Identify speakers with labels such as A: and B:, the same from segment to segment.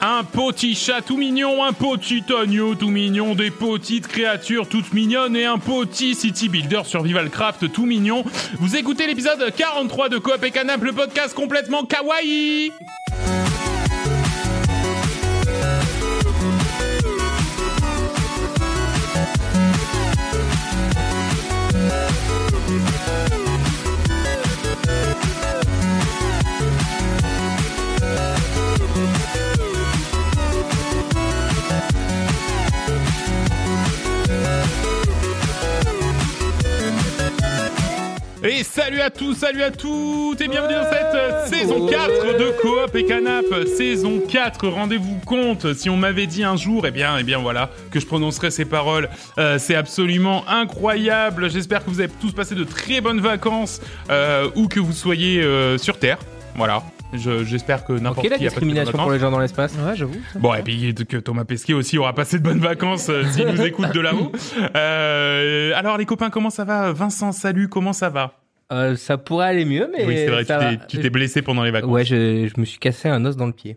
A: Un petit chat tout mignon, un petit agneau tout mignon, des petites créatures toutes mignonnes et un petit city builder survival craft tout mignon. Vous écoutez l'épisode 43 de Coop et Canap, le podcast complètement kawaii Et salut à tous, salut à toutes et bienvenue dans cette euh, saison 4 de Coop et Canap. Saison 4, rendez-vous compte, si on m'avait dit un jour, eh bien, eh bien voilà, que je prononcerais ces paroles. Euh, c'est absolument incroyable. J'espère que vous avez tous passé de très bonnes vacances, euh, où que vous soyez euh, sur Terre. Voilà. Je- J'espère que n'importe
B: Quelle est la
A: qui a passé de bonnes
B: discrimination
A: vacances.
B: pour les gens dans l'espace
C: Ouais, j'avoue.
A: Bon, et puis que Thomas Pesquet aussi aura passé de bonnes vacances euh, s'il nous écoute de là-haut. Euh, alors, les copains, comment ça va Vincent, salut, comment ça va
B: Euh, Ça pourrait aller mieux, mais
A: Oui, c'est vrai, tu
B: ça
A: t'es-
B: va.
A: tu t'es blessé pendant les vacances.
B: Ouais, je, je me suis cassé un os dans le pied.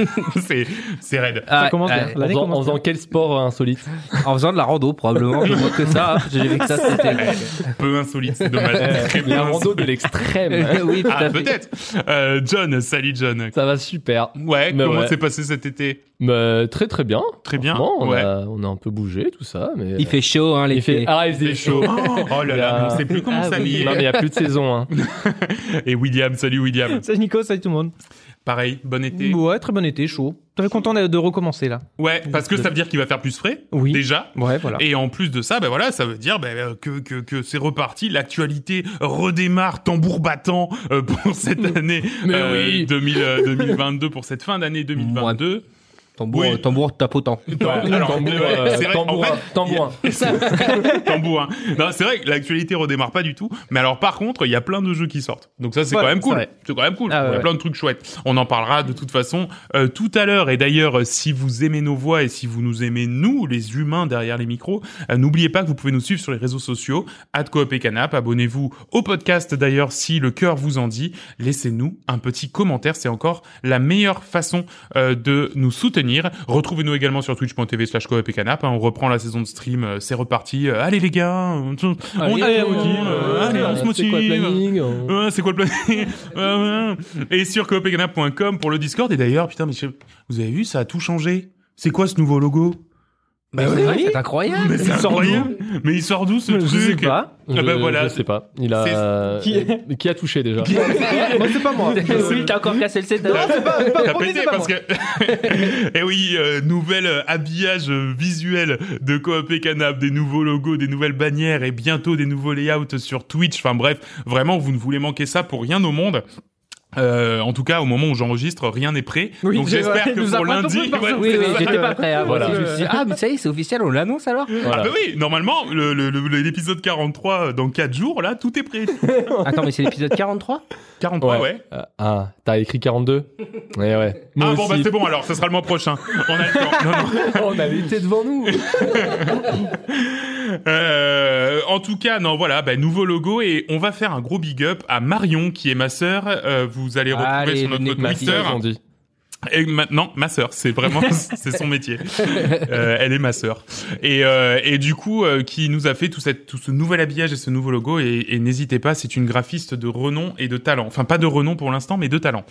A: c'est, c'est raide.
B: Ah,
C: commence bien.
B: euh,
C: L'année
D: En,
C: commence
D: en faisant
C: bien.
D: quel sport euh, insolite
B: en faisant de la rando, probablement. je vois que ça. hein, J'ai vu que ça, c'était.
A: Peu insolite, c'est dommage. Très peu
D: La rando
A: insolite.
D: de l'extrême.
B: Euh, oui, tout
A: Ah,
B: à fait.
A: peut-être. Euh, John, salut John.
D: Ça va super.
A: Ouais,
D: Mais
A: comment
D: ouais.
A: s'est passé cet été
D: Mais très très bien.
A: Très bien,
D: Franchement, On,
A: ouais.
D: a, on a un peu bougé, tout ça. Mais
B: Il fait chaud, hein,
D: il
B: l'été.
D: fait. Ah, il
A: C'est
D: faisait
A: chaud.
D: chaud.
A: Oh, là là, on ne sait plus comment
D: Ah, oui.
A: s'habiller.
D: Non, mais il n'y a plus de saison. hein.
A: Et William, salut William.
C: Salut Nico, salut tout le monde.
A: Pareil, bon été.
C: Ouais, très bon été, chaud. Très content de de recommencer là.
A: Ouais, parce que ça veut dire qu'il va faire plus frais.
C: Oui.
A: Déjà.
C: Ouais,
D: Ah.
C: voilà.
A: Et en plus de ça, ben voilà, ça veut dire ben, euh, que, que, que c'est reparti, l'actualité redémarre tambour battant euh, pour cette année
D: Mais
A: euh,
D: oui.
A: 2000, euh, 2022, pour cette fin d'année 2022.
B: Tambour,
A: Oui.
B: tambour tapotant.
A: Ouais, alors,
D: tambour,
A: ouais,
D: euh,
A: c'est vrai,
D: tambour,
A: en
D: hein, tambour.
A: tambour. hein. Non, c'est vrai que l'actualité redémarre pas du tout. Mais alors, par contre, il y a plein de jeux qui sortent. Donc ça, c'est
C: Ouais,
A: quand même
C: c'est
A: cool.
C: vrai.
A: C'est quand même cool.
C: Ah, ouais,
A: il y a
C: ouais.
A: plein de trucs chouettes. On en parlera de toute façon euh, tout à l'heure. Et d'ailleurs, euh, si vous aimez nos voix et si vous nous aimez, nous, les humains derrière les micros, euh, n'oubliez pas que vous pouvez nous suivre sur les réseaux sociaux, @coop et canap. Abonnez-vous au podcast d'ailleurs si le cœur vous en dit. Laissez-nous un petit commentaire. C'est encore la meilleure façon euh, de nous soutenir. Retrouvez-nous également sur twitch.tv slash coop et canap. hein. on reprend la saison de stream, euh, c'est reparti. Euh, allez les gars, euh, on
D: Allez,
A: est
D: on-
A: motive, euh,
D: euh,
A: allez, on se
D: c'est quoi le
A: motive.
D: planning hein On-
A: Ouais, c'est quoi le plan Ouais, ouais. Et sur coopécanap.com pour le Discord. Et d'ailleurs, putain, mais je- vous avez vu, ça a tout changé. C'est quoi ce nouveau logo
B: Mais
A: Bah
B: c'est
A: oui.
B: vrai, c'est incroyable.
A: Mais c'est
C: sort d'où
A: incroyable. Mais il sort d'où ce
C: Je sais
A: truc
C: pas.
A: Ah bah
D: je-
A: voilà,
D: Je sais pas. Il a.
A: c'est-
D: euh,
C: Qui-
D: euh, Qui a touché déjà
C: Moi, c'est pas moi.
B: Oui, t'as encore cassé le set
C: Non, c'est pas, c'est pas-
A: T'as
C: promis,
A: pété
C: c'est pas
A: parce
C: moi.
A: que. Et oui, euh, nouvel euh, habillage euh, visuel de Coop et Canap, des nouveaux logos, des nouvelles bannières et bientôt des nouveaux layouts sur Twitch. Enfin bref, vraiment, vous ne voulez manquer ça pour rien au monde. Euh, en tout cas, au moment où j'enregistre, rien n'est prêt.
C: Oui,
A: Donc
C: c'est
A: j'espère
C: vrai, il
A: que
C: nous a
A: pour
C: pas
A: lundi,
C: compris par
A: Ouais,
B: Oui, oui,
A: c'est ça.
B: j'étais pas prêt. hein,
D: Voilà.
B: parce que je me suis dit, ah, mais ça y est, c'est officiel, on l'annonce alors
A: Ah
D: Voilà.
A: bah oui, normalement, le- le- le- l'épisode 43 euh, dans 4 jours, là, tout est prêt.
B: Attends, mais c'est l'épisode 43
A: 43, ouais.
D: Ouais. Euh, Ah, t'as écrit 42 Ouais, ouais. Moi
A: Ah bon, bah
D: aussi.
A: c'est bon, alors, ce sera le mois prochain. On a le temps. Non, non.
D: On avait été devant nous.
A: Euh, en tout cas, non, voilà, bah, nouveau logo et on va faire un gros big up à Marion qui est ma sœur. Euh, vous allez retrouver
B: Allez,
A: sur
B: le
A: notre
B: nez de ma
A: Twitter.
D: on dit.
A: Et maintenant, ma sœur, c'est vraiment, c'est son métier. Euh, elle est ma sœur. Et, euh, et du coup, euh, qui nous a fait tout, cette, tout ce nouvel habillage et ce nouveau logo. Et, et n'hésitez pas, c'est une graphiste de renom et de talent. Enfin, pas de renom pour l'instant, mais de talent.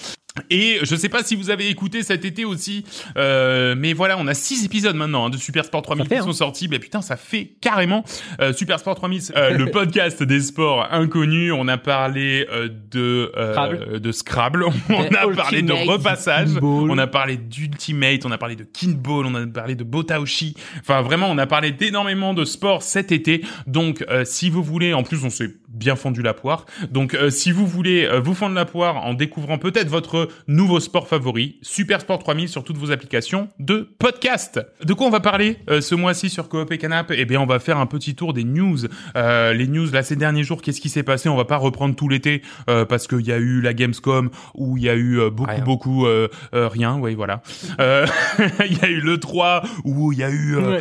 A: Et je sais pas si vous avez écouté cet été aussi, euh, mais voilà, on a six épisodes maintenant hein, de Super Sport 3000
C: Ça fait,
A: qui
C: hein.
A: sont sortis. Ben putain, ça fait carrément euh, Super Sport 3000, euh, le podcast des sports inconnus. On a parlé euh, de euh,
B: Scrabble.
A: de Scrabble, on
B: Euh,
A: a parlé de
B: Ultimate.
A: repassage,
C: Ball.
A: on a parlé d'Ultimate, on a parlé de Kinball, on a parlé de Botaoshi. Enfin, vraiment, on a parlé d'énormément de sports cet été. Donc, euh, si vous voulez, en plus, on s'est bien fendu la poire. Donc, euh, si vous voulez euh, vous fendre la poire en découvrant peut-être votre nouveau sport favori, Super Sport 3000 sur toutes vos applications de podcast. De quoi on va parler euh, ce mois-ci sur Coop et Canap Eh bien, on va faire un petit tour des news. Euh, les news, là, ces derniers jours, qu'est-ce qui s'est passé On va pas reprendre tout l'été euh, parce qu'il y a eu la Gamescom où il y a eu euh, beaucoup, beaucoup euh, euh, euh, rien, oui, voilà. Euh, Il y a eu le 3 où il y a eu euh,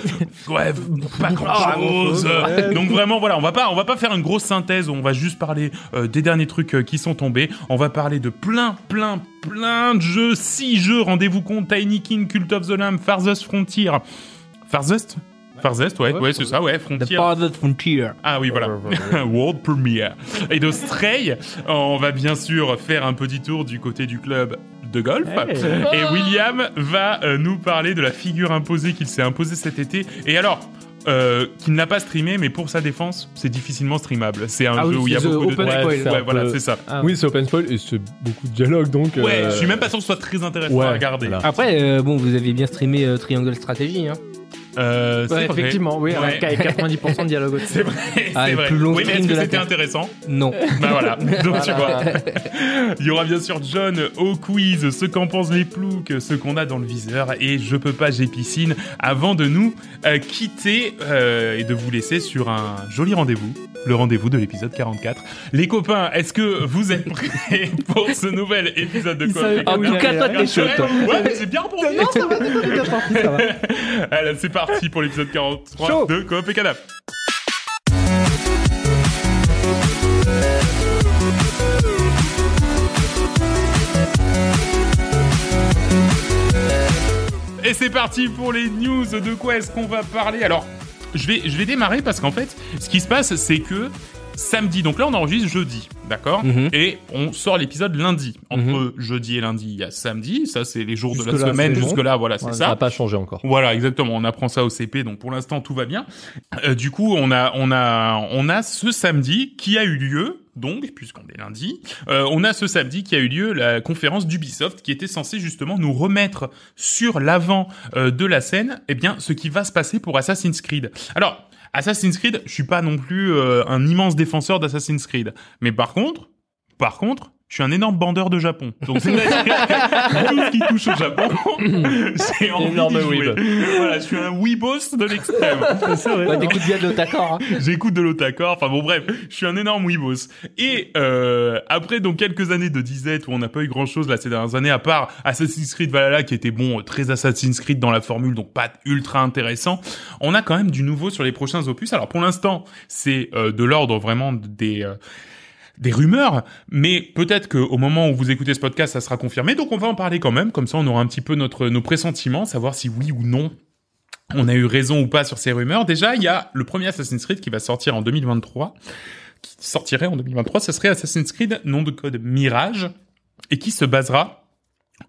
A: ouais, pas grand chose.
C: Ouais.
A: Donc vraiment, voilà, on va pas, on va pas faire une grosse synthèse. On va juste parler euh, des derniers trucs euh, qui sont tombés. On va parler de plein, plein, plein de jeux, six jeux. Rendez-vous compte, Tiny King, Cult of the Lamb, Farthest Frontier, Farthest. Farthest, ouais, ouais, c'est ça, ouais,
B: The
A: Frontier.
B: Farther Frontier.
A: Ah oui, voilà. World Premiere. Et de Stray, on va bien sûr faire un petit tour du côté du club de golf. Et William va euh, nous parler de la figure imposée qu'il s'est imposée cet été. Et alors euh, qu'il n'a pas streamé, mais pour sa défense, c'est difficilement streamable. C'est un
C: Ah
A: jeu
C: oui,
A: où il y a
C: c'est
A: beaucoup de
C: open
A: Ouais,
C: spoil.
A: Ouais,
D: C'est un
A: voilà,
D: peu-
A: c'est ça.
C: Ah.
D: Oui, c'est open spoil et c'est beaucoup de dialogue donc.
A: Ouais,
D: euh,
A: je suis même pas sûr que ce soit très intéressant
D: ouais,
A: à regarder.
D: voilà.
B: Après, euh, bon, vous avez bien streamé euh, Triangle Strategy. Hein.
A: Euh, c'est
C: Ouais,
A: vrai.
C: effectivement, oui,
A: Ouais.
C: avec avec 90% de dialogue aussi.
A: C'est vrai,
B: Ah,
A: c'est
B: le
A: vrai.
B: plus long
A: oui, mais
B: stream
A: est-ce
B: de
A: que
B: la
A: c'était
B: Terre.
A: intéressant
B: Non.
A: Bah voilà, donc tu vois. Il y aura bien sûr John au quiz, ce qu'en pensent les ploucs, ce qu'on a dans le viseur et je peux pas, j'ai piscine, avant de nous euh, quitter euh, et de vous laisser sur un joli rendez-vous, le rendez-vous de l'épisode 44. Les copains, est-ce que vous êtes prêts pour ce nouvel épisode de
C: Il savait
A: Coop
C: pas
B: En
C: où
B: tout
C: il
B: cas,
C: allait,
B: toi,
C: hein.
B: t'es chaud, toi.
A: Ouais, mais c'est bien pour
C: Non, ça va, c'est bien parti, ça va. Ah
A: Allez, c'est parti pour l'épisode 43
C: Chaud.
A: de Coop et Canap. Et c'est parti pour les news. De quoi est-ce qu'on va parler Alors, je vais, je vais démarrer parce qu'en fait, ce qui se passe, c'est que samedi, donc là, on enregistre jeudi, d'accord
B: Mhm.
A: Et on sort l'épisode lundi. Entre jeudi et lundi, il y a samedi. Ça, c'est les jours de la
C: Mhm. Jusque-là,
A: semaine.
C: c'est bon.
A: Jusque-là, voilà, c'est
C: Ouais.
A: ça.
D: Ça n'a pas changé encore.
A: Voilà, exactement. On apprend ça au CP, donc pour l'instant tout va bien. Euh, du coup, on a, on a, on a ce samedi qui a eu lieu. Donc, puisqu'on est lundi, euh, on a ce samedi qui a eu lieu la conférence d'Ubisoft qui était censée justement nous remettre sur l'avant euh, de la scène, eh bien, ce qui va se passer pour Assassin's Creed. Alors, Assassin's Creed, je suis pas non plus euh, un immense défenseur d'Assassin's Creed, mais par contre, par contre, je suis un énorme bandeur de Japon. Donc, c'est-à-dire que tout ce qui touche au Japon, j'ai envie
D: Énorme
A: d'y jouer.
D: weeb.
A: Voilà, je suis un weebos de l'extrême.
B: Ouais, t'écoutes bien de l'accord. Hein.
A: J'écoute de l'autre Enfin bon, bref, je suis un énorme weebos. Et euh, après, donc quelques années de disette où on n'a pas eu grand chose là ces dernières années, à part Assassin's Creed Valhalla qui était bon, euh, très Assassin's Creed dans la formule, donc pas ultra intéressant. On a quand même du nouveau sur les prochains opus. Alors pour l'instant, c'est euh, de l'ordre vraiment des euh, des rumeurs, mais peut-être qu'au moment où vous écoutez ce podcast, ça sera confirmé. Donc on va en parler quand même, comme ça on aura un petit peu notre nos pressentiments, savoir si oui ou non on a eu raison ou pas sur ces rumeurs. Déjà, il y a le premier Assassin's Creed qui va sortir en 2023, qui sortirait en 2023, ce serait Assassin's Creed, nom de code Mirage, et qui se basera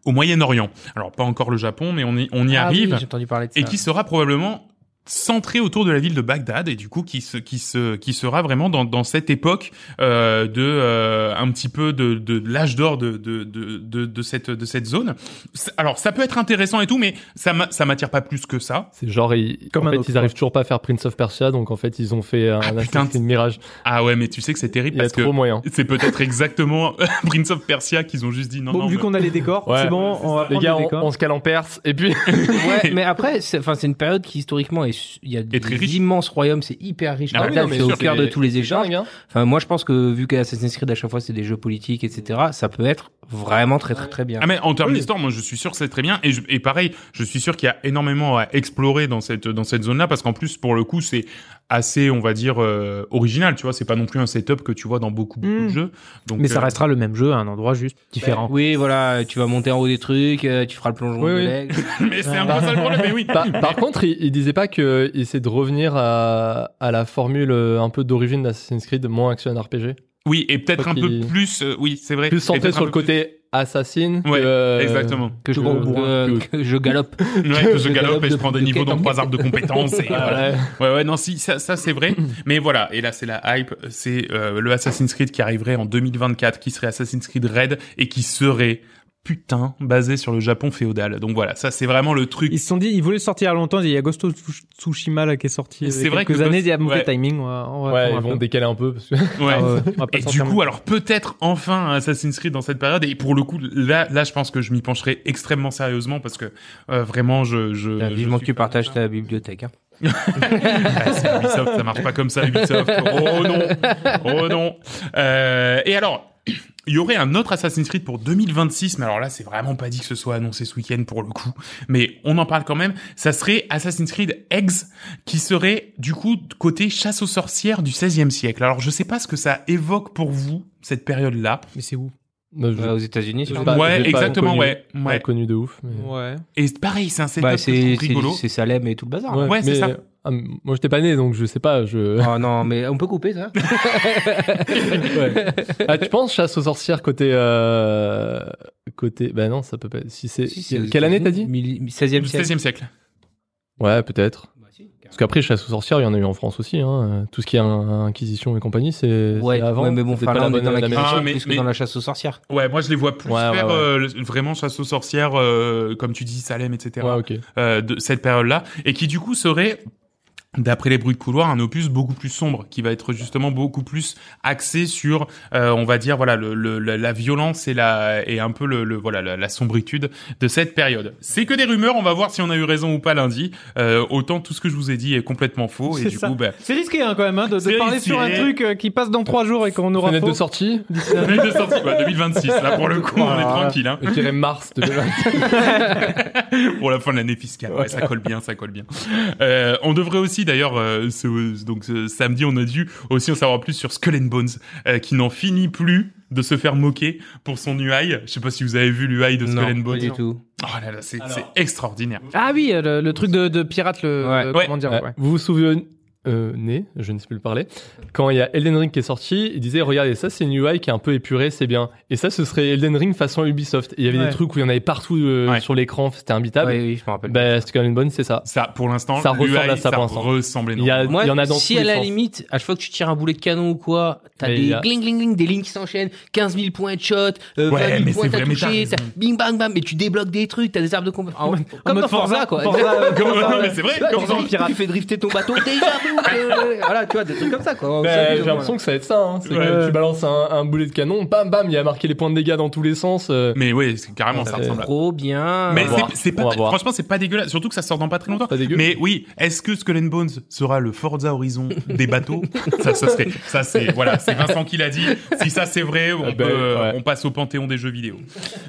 A: au Moyen-Orient. Alors pas encore le Japon, mais on y, on y
C: Ah oui,
A: arrive
C: J'ai entendu parler de ça.
A: et qui sera probablement centré autour de la ville de Bagdad et du coup qui se qui se qui sera vraiment dans dans cette époque euh, de euh, un petit peu de de, de l'âge d'or de de, de de de cette de cette zone. C'est- Alors ça peut être intéressant et tout mais ça m'a- ça m'attire pas plus que ça.
D: C'est genre, ils,
C: Comme
D: en
C: un
D: fait,
C: autre,
D: ils arrivent toujours pas à faire Prince of Persia, donc en fait, ils ont fait un
A: putain.
D: Assassin's Creed Mirage.
A: Ah ouais mais tu sais que c'est terrible
D: Il y a
A: parce que
D: trop moyen.
A: c'est peut-être exactement Prince of Persia qu'ils ont juste dit non
C: Bon,
A: non.
C: vu
A: mais-
C: qu'on a les décors,
D: Ouais.
C: c'est bon, on va
D: Les
C: prendre
D: gars,
C: les
D: on,
C: décors.
D: on se cale en Perse, et puis.
B: Ouais, mais après, c'est enfin, c'est une période qui historiquement est, su- il y a
A: très
B: des
A: riche.
B: immenses royaumes, c'est hyper riche.
A: Ah oui,
B: Bagdad,
A: non, mais
B: c'est au
A: sûr,
B: cœur
D: c'est-
B: de tous les échanges.
D: Dingue, hein.
B: Enfin, moi, je pense que vu qu'Assassin's Creed à chaque fois c'est des jeux politiques, etc., ça peut être vraiment très très très bien.
A: Ah mais en termes
C: Oui.
A: d'histoire, moi je suis sûr que c'est très bien et, je- et pareil, je suis sûr qu'il y a énormément à explorer dans cette dans cette zone-là parce qu'en plus pour le coup c'est assez on va dire euh, original, tu vois, c'est pas non plus un setup que tu vois dans beaucoup beaucoup de
C: Mm.
A: jeux. Donc
C: Mais ça
A: euh,
C: restera le même jeu à un endroit juste différent.
B: Oui, voilà, tu vas monter en haut des trucs, euh, tu feras le plongeon
D: Oui,
B: de
D: oui.
B: l'aigle.
A: mais c'est un peu ça le problème. Mais oui.
D: Par, par contre, il, il disait pas qu'il essaie de revenir à, à la formule euh, un peu d'origine d'Assassin's Creed, moins action RPG.
A: Oui, et peut-être
D: Faut
A: un peu
D: qu'il-
A: plus euh, oui, c'est vrai.
D: Plus
A: Et
D: centré
A: peut-être
D: sur
A: un
D: le
A: peu
D: côté assassin. que,
A: Ouais,
D: euh,
A: Exactement.
B: Que je,
D: Que-
B: que- que je galope.
A: Ouais, que je galope
B: le dialogue
A: et je
B: de-
A: prends des
B: de
A: niveaux dans
B: Kate
A: trois arbres de compétences. Et,
D: Ah
A: voilà.
D: ouais.
A: Ouais, ouais, non, si, ça, ça c'est vrai. Mais voilà, et là, c'est la hype. C'est euh, le Assassin's Creed qui arriverait en 2024, qui serait Assassin's Creed Red et qui serait, putain, basé sur le Japon féodal. Donc voilà, ça, c'est vraiment le truc.
C: Ils se sont dit, ils voulaient le sortir il y a longtemps, il y a Ghost of Tsush- Tsushima là, qui est sorti euh, il y a
A: C'est
C: quelques
A: vrai que
C: années,
A: Ghost-
C: il y a mauvais
A: ouais.
C: timing, on va, on va
D: Ouais,
C: attendre
D: ils
C: un
D: vont
C: peu.
D: décaler un peu parce que
A: Ouais.
C: Ah
B: euh,
C: ouais, on va pas
A: Et du
C: sortir
A: coup, alors peut-être enfin un Assassin's Creed dans cette période. Et pour le coup, là, là, je pense que je m'y pencherai extrêmement sérieusement parce que euh, vraiment, je, je,
B: Euh,
A: je
B: Vivement que
A: suis
B: tu
A: pas-
B: partages ta bibliothèque. hein.
A: Ah, c'est Ubisoft, ça marche pas comme ça, Ubisoft. Oh non, oh non. Euh, et alors, Il y aurait un autre Assassin's Creed pour 2026, mais alors là, c'est vraiment pas dit que ce soit annoncé ce week-end pour le coup. Mais on en parle quand même. Ça serait Assassin's Creed Eggs, qui serait du coup côté chasse aux sorcières du 16e siècle. Alors je sais pas ce que ça évoque pour vous, cette période-là.
C: Mais c'est où
D: Bah, je-
B: Ouais, aux États-Unis,
D: j'ai
B: c'est-
D: pas- j'ai
A: ouais,
D: pas
A: exactement,
D: connu-
A: ouais.
D: Pas
A: ouais.
D: connu de ouf. mais-
C: Ouais.
A: Et pareil, c'est un setup
B: bah,
A: que je
B: c'est
A: trouve rigolo.
B: c'est- c'est Salem et tout le bazar.
A: Ouais.
B: hein.
A: c'est
D: mais-
A: ça.
D: ah, moi, j'étais pas né, donc je sais pas. Je...
B: Oh non, mais on peut couper ça.
D: Ouais. ah, tu penses chasse aux sorcières côté. euh, Côté. Bah non, ça peut pas. Si c'est.
B: Si, c'est aux
D: Quelle année t'as dit
B: États-Unis, mille- 16e
A: Du
B: siècle.
A: 16e siècle.
D: Ouais, peut-être.
B: Bah, si, carrément.
D: Parce qu'après, chasse aux sorcières, il y en a eu en France aussi. Hein. Tout ce qui est in- inquisition et compagnie, c'est.
B: Ouais,
D: Euh, c'est avant.
B: ouais, mais bon,
D: C'est
B: enfin,
D: pas
B: là, on est
D: bonne-
B: dans la
D: même-
A: Ah,
B: question
A: mais-
B: plus que
A: mais-
B: dans la chasse aux sorcières.
A: Ouais, moi je les vois plus
D: Ouais, ouais,
A: faire
D: ouais.
A: euh, le- vraiment chasse aux sorcières, euh, comme tu dis, Salem, etc.
D: Ouais, ok.
A: euh, de cette période-là, et qui du coup serait d'après les bruits de couloir, un opus beaucoup plus sombre, qui va être justement beaucoup plus axé sur, euh, on va dire, voilà, le, le- la, la violence et la et un peu le, le- voilà la, la sombritude de cette période. C'est que des rumeurs, on va voir si on a eu raison ou pas lundi. Euh, autant tout ce que je vous ai dit est complètement faux, et
C: C'est
A: du
C: ça.
A: coup, ben,
C: C'est risqué hein, quand même hein, de, de
A: C'est
C: parler
A: risqué.
C: sur un truc euh, qui passe dans 3 jours et qu'on aura
D: Fenêtre
C: faux.
D: de sortie,
A: date de sortie, quoi, 2026, là pour le coup, on est tranquille, hein,
D: je dirais mars. de-
A: pour la fin de l'année fiscale. Ouais, ça colle bien, ça colle bien. Euh, on devrait aussi d'ailleurs, euh, ce- donc ce samedi, on a dû aussi en savoir plus sur Skull and Bones, euh, qui n'en finit plus de se faire moquer pour son UI. Je sais pas si vous avez vu l'UI de Skull and
B: Non, pas
A: Bones.
B: du tout.
A: Oh là là, c'est c'est extraordinaire.
C: Ah oui, euh, le, le truc de, de pirate, le.
B: Ouais.
C: le-
A: Ouais.
C: Comment dire
D: Ouais.
C: ouais.
D: Vous vous souvenez euh, né, je ne sais plus le parler. Quand il y a Elden Ring qui est sorti, il disait regardez ça c'est une UI qui est un peu épurée, c'est bien. Et ça ce serait Elden Ring façon Ubisoft. Et il y avait
C: Ouais.
D: des trucs où il y en avait partout euh,
A: Ouais.
D: sur l'écran, c'était imbitable.
B: Ouais, oui, je me rappelle.
D: Bah c'était quand même une bonne, c'est ça.
A: Ça, pour l'instant,
D: Ça
A: l'UI,
D: ressemble à ça
A: ça
D: pour l'instant.
A: ressemble
D: Il y a-
A: énormément.
B: Moi,
D: il y en a dans
B: si
D: tous
B: à
D: les
B: la
D: sens.
B: limite, à chaque fois que tu tires un boulet de canon ou quoi, t'as
D: Mais il
B: des
D: y a-
B: gling gling gling, des lignes qui s'enchaînent, 15 000 points de shot, euh,
A: Ouais,
B: 20
A: mais
B: 000
A: c'est
B: points
A: vrai,
B: t'as
A: mais
B: touché,
A: t'as
B: t'as bing bang bam, et tu débloques des trucs, t'as des arbres de combat. En-
C: En
B: Comme
C: mode
B: dans Forza, quoi.
C: Forza, euh,
A: Comme-
C: Forza,
A: non,
C: ouais.
A: mais c'est vrai,
B: Tu vois,
A: comme
B: tu-
A: ça.
B: tu- Tu fais drifter ton bateau, t'es jamais- Voilà, tu vois, des trucs comme ça, quoi.
D: Bah,
B: C'est
D: j'ai
B: évident,
D: l'impression que ça va être ça. hein. C'est
A: Ouais.
D: que tu balances un, un boulet de canon, bam bam, il y a marqué les points de dégâts dans tous les sens. euh,
A: Mais oui, c'est carrément, ça
D: Ça
B: voilà.
A: ressemble à-
B: Trop bien.
A: Mais
D: va
A: c'est-
D: voir.
A: c'est
D: On
A: pas,
D: va voir.
A: franchement, c'est pas dégueulasse. Surtout que ça sort dans pas très longtemps.
D: Pas dégueu.
A: Mais oui, est-ce que Skull and Bones sera le Forza Horizon des bateaux Ça, ça serait, ça c'est, voilà, c'est Vincent qui l'a dit. Si ça c'est vrai, on,
D: Ah ben,
A: peut, euh,
D: ouais.
A: on passe au panthéon des jeux vidéo.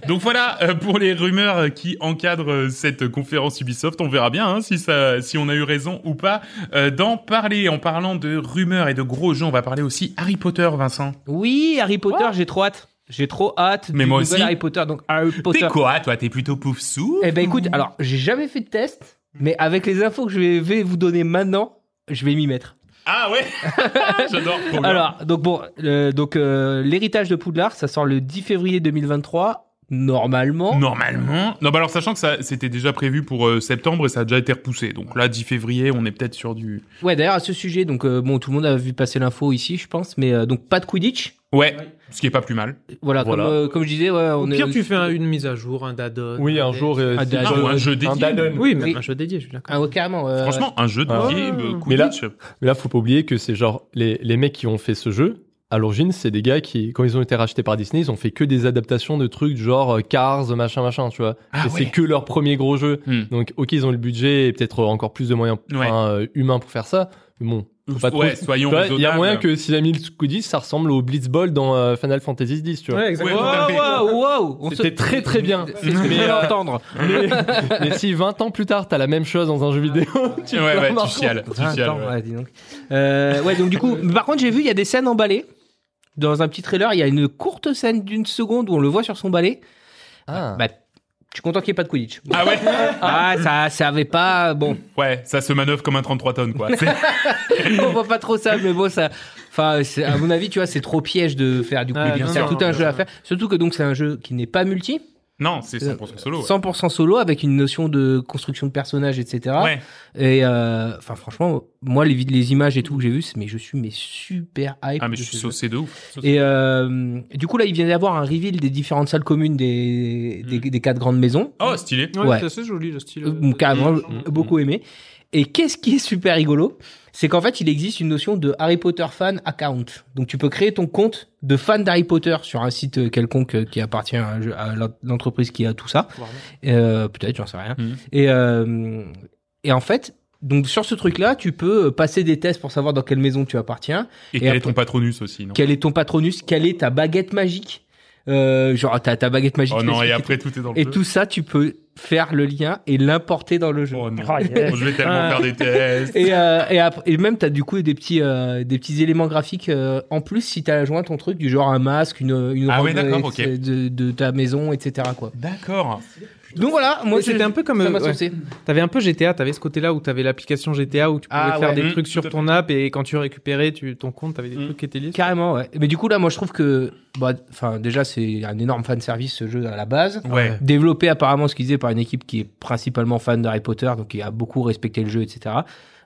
A: Donc voilà euh, pour les rumeurs euh, qui encadrent euh, cette conférence Ubisoft. On verra bien hein, si ça, si on a eu raison ou pas euh, d'en parler. En parlant de rumeurs et de gros jeux, on va parler aussi Harry Potter, Vincent.
B: Oui, Harry Potter, j'ai trop hâte. J'ai trop hâte.
A: Mais
B: du
A: moi
B: nouvel
A: aussi.
B: Harry Potter, donc Harry
A: T'es
B: Potter.
A: quoi, toi T'es plutôt pouf sou
B: Eh ben écoute, alors j'ai jamais fait de test, mais avec les infos que je vais, vais vous donner maintenant, je vais m'y mettre.
A: Ah ouais, j'adore. trop bien.
B: Alors, donc bon, euh, donc euh, l'héritage de Poudlard, ça sort le 10 février 2023, normalement.
A: Normalement. Non, bah alors sachant que ça c'était déjà prévu pour euh, septembre et ça a déjà été repoussé. Donc là, 10 février, on est peut-être sur du.
B: Ouais, d'ailleurs à ce sujet, donc euh, bon, tout le monde a vu passer l'info ici, je pense, mais euh, donc pas de Quidditch.
A: Ouais, ce qui est pas plus mal.
B: Voilà,
D: Voilà.
B: Comme, euh, comme je disais, ouais, on
C: Au pire,
B: est.
C: tu fais un- une mise à jour, un daddon.
D: Oui, un jour. euh,
B: Ah,
D: c'est-
B: d'accord.
A: Mm. Ah, ou un jeu dédié.
D: daddon.
C: Oui, même
B: Oui.
C: un jeu dédié, je suis d'accord.
B: Ah ouais, carrément. euh,
A: Franchement, un jeu de
D: Ouais.
A: game, euh,
D: Mais là-
A: Quidditch.
D: Mais là, faut pas oublier que c'est genre les, les mecs qui ont fait ce jeu. À l'origine, c'est des gars qui, quand ils ont été rachetés par Disney, ils ont fait que des adaptations de trucs genre euh, Cars, machin, machin, tu vois.
A: Ah
D: et
A: ouais.
D: c'est que leur premier gros jeu.
A: Hmm.
D: Donc, ok, ils ont le budget et peut-être euh, encore plus de moyens
A: Ouais.
D: enfin, euh, humains pour faire ça. Mais bon, faut pas trop.
A: ouais,
D: Tu
A: soyons
D: vois, Il y a
A: raisonnables.
D: moyen que s'il a mis le Squiddy, ça ressemble au Blitzball dans euh, Final Fantasy X, tu vois.
C: Ouais,
A: Ouais, tout à fait.
B: Waouh, waouh, waouh, on
D: C'était très, très bien.
B: C'est ce que
D: Mais,
B: je voulais
D: euh,
B: entendre.
D: Mais, mais si 20 ans plus tard, t'as la même chose dans un jeu vidéo, tu
A: Ouais,
D: peux
A: ouais,
D: en
A: tu chiales. tu
B: Ah,
A: chiales,
B: attends,
A: ouais.
B: ouais, dis donc. Euh, ouais, donc du coup, mais par contre, j'ai vu, il y a des scènes en balai. Dans un petit trailer, il y a une courte scène d'une seconde où on le voit sur son balai.
D: Ah.
B: Bah, je suis content qu'il n'y ait pas de Quidditch.
A: Ah ouais
B: Ah, ça, ça avait pas. Bon,
A: Ouais, ça se manœuvre comme un 33 tonnes, quoi. C'est-
B: on voit pas trop ça, mais bon, ça. Enfin, c'est- à mon avis, tu vois, c'est trop piège de faire du
C: Ah,
B: Quidditch.
A: bien
B: T'as
A: sûr,
B: tout un
C: bien
B: jeu
C: sûr.
B: à faire. Surtout que donc, c'est un jeu qui n'est pas multi,
A: Non, c'est 100% solo. Oh, ouais.
B: 100% solo, avec une notion de construction de personnages, etc.
A: Ouais.
B: Et euh, enfin, franchement, moi, les, vid- les images et tout que j'ai vu, mais je suis mais super hype.
A: Ah, mais
B: de
A: je suis
B: ce jeu.
A: saucé de ouf. Saucé.
B: Et euh, du coup, là, il vient d'y avoir un reveal des différentes salles communes des, des, des quatre grandes maisons.
A: Oh, stylé.
C: Ouais,
B: Ouais.
C: c'est assez joli le style.
B: Euh, carrément,
D: mm,
B: j'ai beaucoup aimé. Et qu'est-ce qui est super rigolo C'est qu'en fait, il existe une notion de Harry Potter fan account. Donc, tu peux créer ton compte de fan d'Harry Potter sur un site quelconque euh, qui appartient à, un jeu- à l'en- Oh, l'entreprise qui a tout ça. Euh, Peut-être, j'en sais rien.
A: Mhm.
B: Et, euh, et en fait, Donc sur ce truc-là, tu peux euh, passer des tests pour savoir dans quelle maison tu appartiens,
A: Et,
B: Et
A: quel est
B: après-
A: ton patronus aussi, non
B: quel est ton patronus, quelle est ta baguette magique. Euh, genre t'as ta baguette magique.
A: Oh non, et
B: spécifique
A: après tout est dans le
B: Et
A: jeu.
B: tout ça, tu peux faire le lien et l'importer dans le jeu.
A: Oh non.
E: Ah, yes.
A: Oh, je vais tellement faire des tests.
B: Et, euh, et, après, et même, t'as du coup des petits, euh, des petits éléments graphiques euh, en plus si t'as joint ton truc, du genre un masque, une, une
A: Ah
B: robe
A: ouais, d'accord,
B: euh,
A: ok.
B: de, de ta maison, etc. Quoi.
A: D'accord.
B: Donc voilà, moi
C: Moi, c'était un peu comme.
B: Ça
C: euh,
B: m'a
C: ouais.
B: saucé.
C: T'avais un peu GTA, t'avais ce côté-là où t'avais l'application GTA où tu pouvais
B: Ah,
C: faire
B: ouais.
C: des
A: Mhm,
C: trucs
A: tout
C: sur
A: à
C: ton app et quand tu récupérais tu, ton compte, t'avais des
A: Mhm.
C: trucs qui étaient liés.
B: Carrément, ouais. Mais du coup, là, moi, je trouve que. bah, Enfin, déjà, c'est un énorme fan service ce jeu à la base.
A: Ouais.
B: Développé apparemment, ce qu'ils disaient, par une équipe qui est principalement fan d'Harry Potter, donc qui a beaucoup respecté le jeu, etc.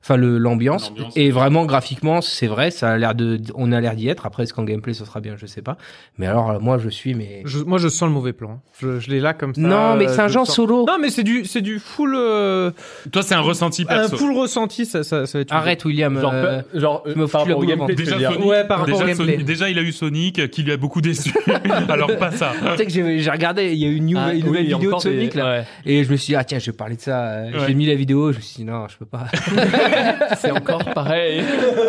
B: Enfin, le- l'ambiance.
A: L'ambiance,
B: Et vraiment, graphiquement, c'est vrai, ça a l'air de. On a l'air d'y être. Après, est-ce qu'en gameplay, ce sera bien Je sais pas. Mais alors, euh, moi, je suis, mais.
C: Je- moi, je sens le mauvais plan. hein. Je, je l'ai là comme ça.
B: non, mais
C: euh,
B: c'est un
C: je
B: genre
C: sens-
B: solo.
C: Non, mais c'est du, c'est du full, euh,
A: Toi, c'est un ressenti
C: un
A: perso.
C: full ressenti. Ça, ça, ça va être.
B: Arrête, William.
D: bah, Genre,
B: euh,
D: pe- genre,
B: tu me
D: euh, par
B: fous la
D: rapport au
B: boule au ventre.
D: gameplay, tu veux
A: Déjà,
D: dire.
A: Sonic,
C: Ouais, par rapport au
A: déjà,
C: gameplay.
A: Sonic- déjà, il a eu Sonic euh, qui lui a beaucoup déçu. Alors, pas ça.
B: Tu sais que j'ai j'ai regardé, il y a eu une
D: Ah,
B: nouvelle, une
D: oui,
B: nouvelle
D: il y a
B: vidéo de
D: encore des-
B: Sonic là,
D: ouais.
B: et je me suis dit ah tiens je vais parler de ça. euh,
A: Ouais.
B: J'ai mis la vidéo, je me suis dit non je peux pas.
D: C'est encore pareil.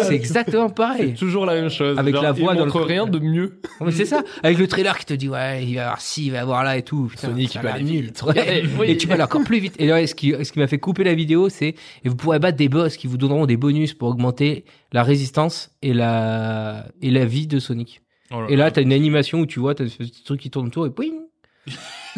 B: c'est exactement
D: C'est
B: pareil.
D: toujours la même chose.
B: Avec
D: Genre,
B: la voix
D: il
B: dans le
D: montre
B: truc.
D: rien de mieux.
B: Non, mais c'est ça, avec le trailer qui te dit ouais il va y avoir ci, il va y avoir là et tout. Putain,
D: Sonic,
B: ça
D: il
B: a
D: peut
B: l'air
D: aller
B: nul.
D: vite. Regardez, oui.
B: Et tu peux aller encore plus vite. Et là, ce qui, ce qui m'a fait couper la vidéo, c'est et vous pourrez battre des boss qui vous donneront des bonus pour augmenter la résistance et la et la vie de Sonic.
A: Oh
B: Et là, t'as une animation où tu vois, t'as ce petit truc qui tourne autour et poing.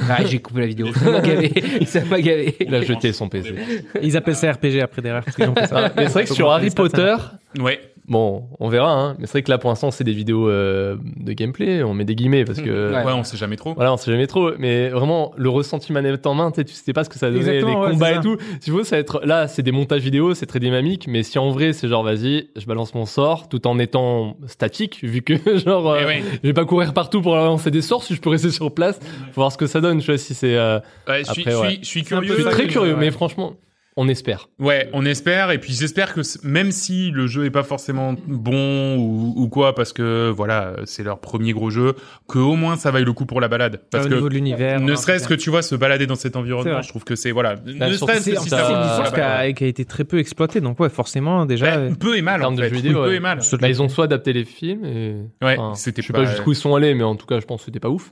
B: Ah, j'ai coupé la vidéo. Ça m'a gavé. Ça m'a gavé.
D: Il a jeté son PC.
C: Ils appellent ça RPG après derrière. parce qu'ils ont fait ça.
D: Mais c'est vrai que sur Harry Potter,
A: Ouais.
D: bon, on verra, hein, mais c'est vrai que là pour l'instant c'est des vidéos euh, de gameplay, on met des guillemets parce que
A: ouais. on sait jamais trop.
D: voilà, on sait jamais trop, mais vraiment le ressenti manette en main, tu sais, tu sais pas ce que ça donnait,
C: Exactement, ouais,
D: les combats
C: c'est
D: et
C: ça.
D: tout. Si vous, ça va être là, c'est des montages vidéo, c'est très dynamique, mais si en vrai c'est genre vas-y, je balance mon sort tout en étant statique, vu que genre
A: Eh
D: euh,
A: ouais.
D: je vais pas courir partout pour lancer des sorts, si je peux rester sur place, faut voir ce que ça donne, tu vois, si c'est. euh,
A: Ouais, je, suis,
D: Après, ouais.
A: je suis- je suis
C: C'est un peu
D: Je
A: curieux.
D: suis
C: ça
D: très
C: que-
D: curieux,
C: ouais.
D: mais franchement, on espère.
A: Ouais, on espère. Et puis j'espère que c- même si le jeu est pas forcément bon ou, ou quoi, parce que voilà, c'est leur premier gros jeu, que au moins ça vaille le coup pour la balade. Parce
C: Ah, Au
A: que
C: niveau de l'univers. hein,
A: ne
C: voilà,
A: serait-ce que tu vois se balader dans cet
C: C'est
A: environnement,
C: vrai.
A: je trouve que c'est voilà. Ne
D: Bah, surtout,
A: serait-ce
C: C'est
A: que
C: en
A: si
C: fait,
A: ça
C: c'est
A: vaut le
C: une
A: coup pour la
C: licence qui
A: balade.
C: a, qui a été très peu exploitée, donc ouais, forcément, déjà.
A: Bah,
C: euh,
A: peu et mal en,
D: en termes de
A: fait.
D: jeux vidéo,
A: peu
D: ouais.
A: et mal.
D: Bah, ils ont soit adapté les films. Et...
A: Ouais,
D: enfin,
A: c'était
D: Je sais pas,
A: pas-
D: jusqu'où ils sont allés, mais en tout cas, je pense que c'était pas ouf.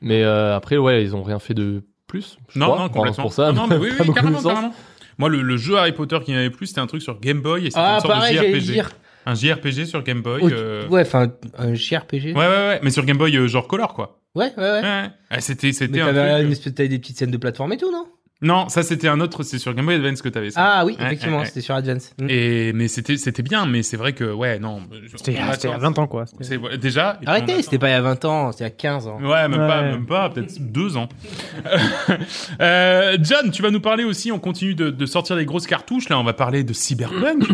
D: Mais euh, après, ouais, ils ont rien fait de plus. je
A: Non,
D: crois.
A: non,
D: Enfin,
A: complètement.
D: c'est pour ça,
A: non, mais oui,
D: pas
A: oui,
D: beaucoup de
A: carrément,
D: sens.
A: carrément. Moi, le, le jeu Harry Potter qui m'avait plu, c'était un truc sur Game Boy et c'était
B: Ah,
A: une sorte
B: pareil,
A: de
B: j'allais
A: JRPG.
B: dire.
A: Un JRPG sur Game Boy.
B: Oh, tu-
A: euh,
B: Ouais, enfin, un JRPG.
A: Ouais, ouais, ouais. Mais sur Game Boy euh, genre Color, quoi.
B: ouais, ouais. ouais.
A: Ouais, ouais. Ah, c'était,
B: Mais
A: c'était un
B: t'avais
A: truc- euh.
B: une espèce- t'avais des petites scènes de plateforme et tout, non
A: Non, ça c'était un autre, c'est sur Game Boy Advance que t'avais ça.
B: Ah oui,
A: Ouais,
B: effectivement,
A: ouais, ouais.
B: c'était sur Advance. Mm.
A: Et mais c'était, c'était bien, mais c'est vrai que ouais, non.
C: C'était
A: on
C: c'était il y a
A: attend.
C: 20 ans, quoi.
A: C'est- voilà, déjà. et puis on
B: Arrêtez,
A: attend.
B: c'était pas il y a 20 ans, c'était il y a 15 ans.
A: Ouais, même pas,
C: Ouais.
A: même pas, peut-être deux ans. euh, John, tu vas nous parler aussi. On continue de, de sortir les grosses cartouches. Là, on va parler de Cyberpunk.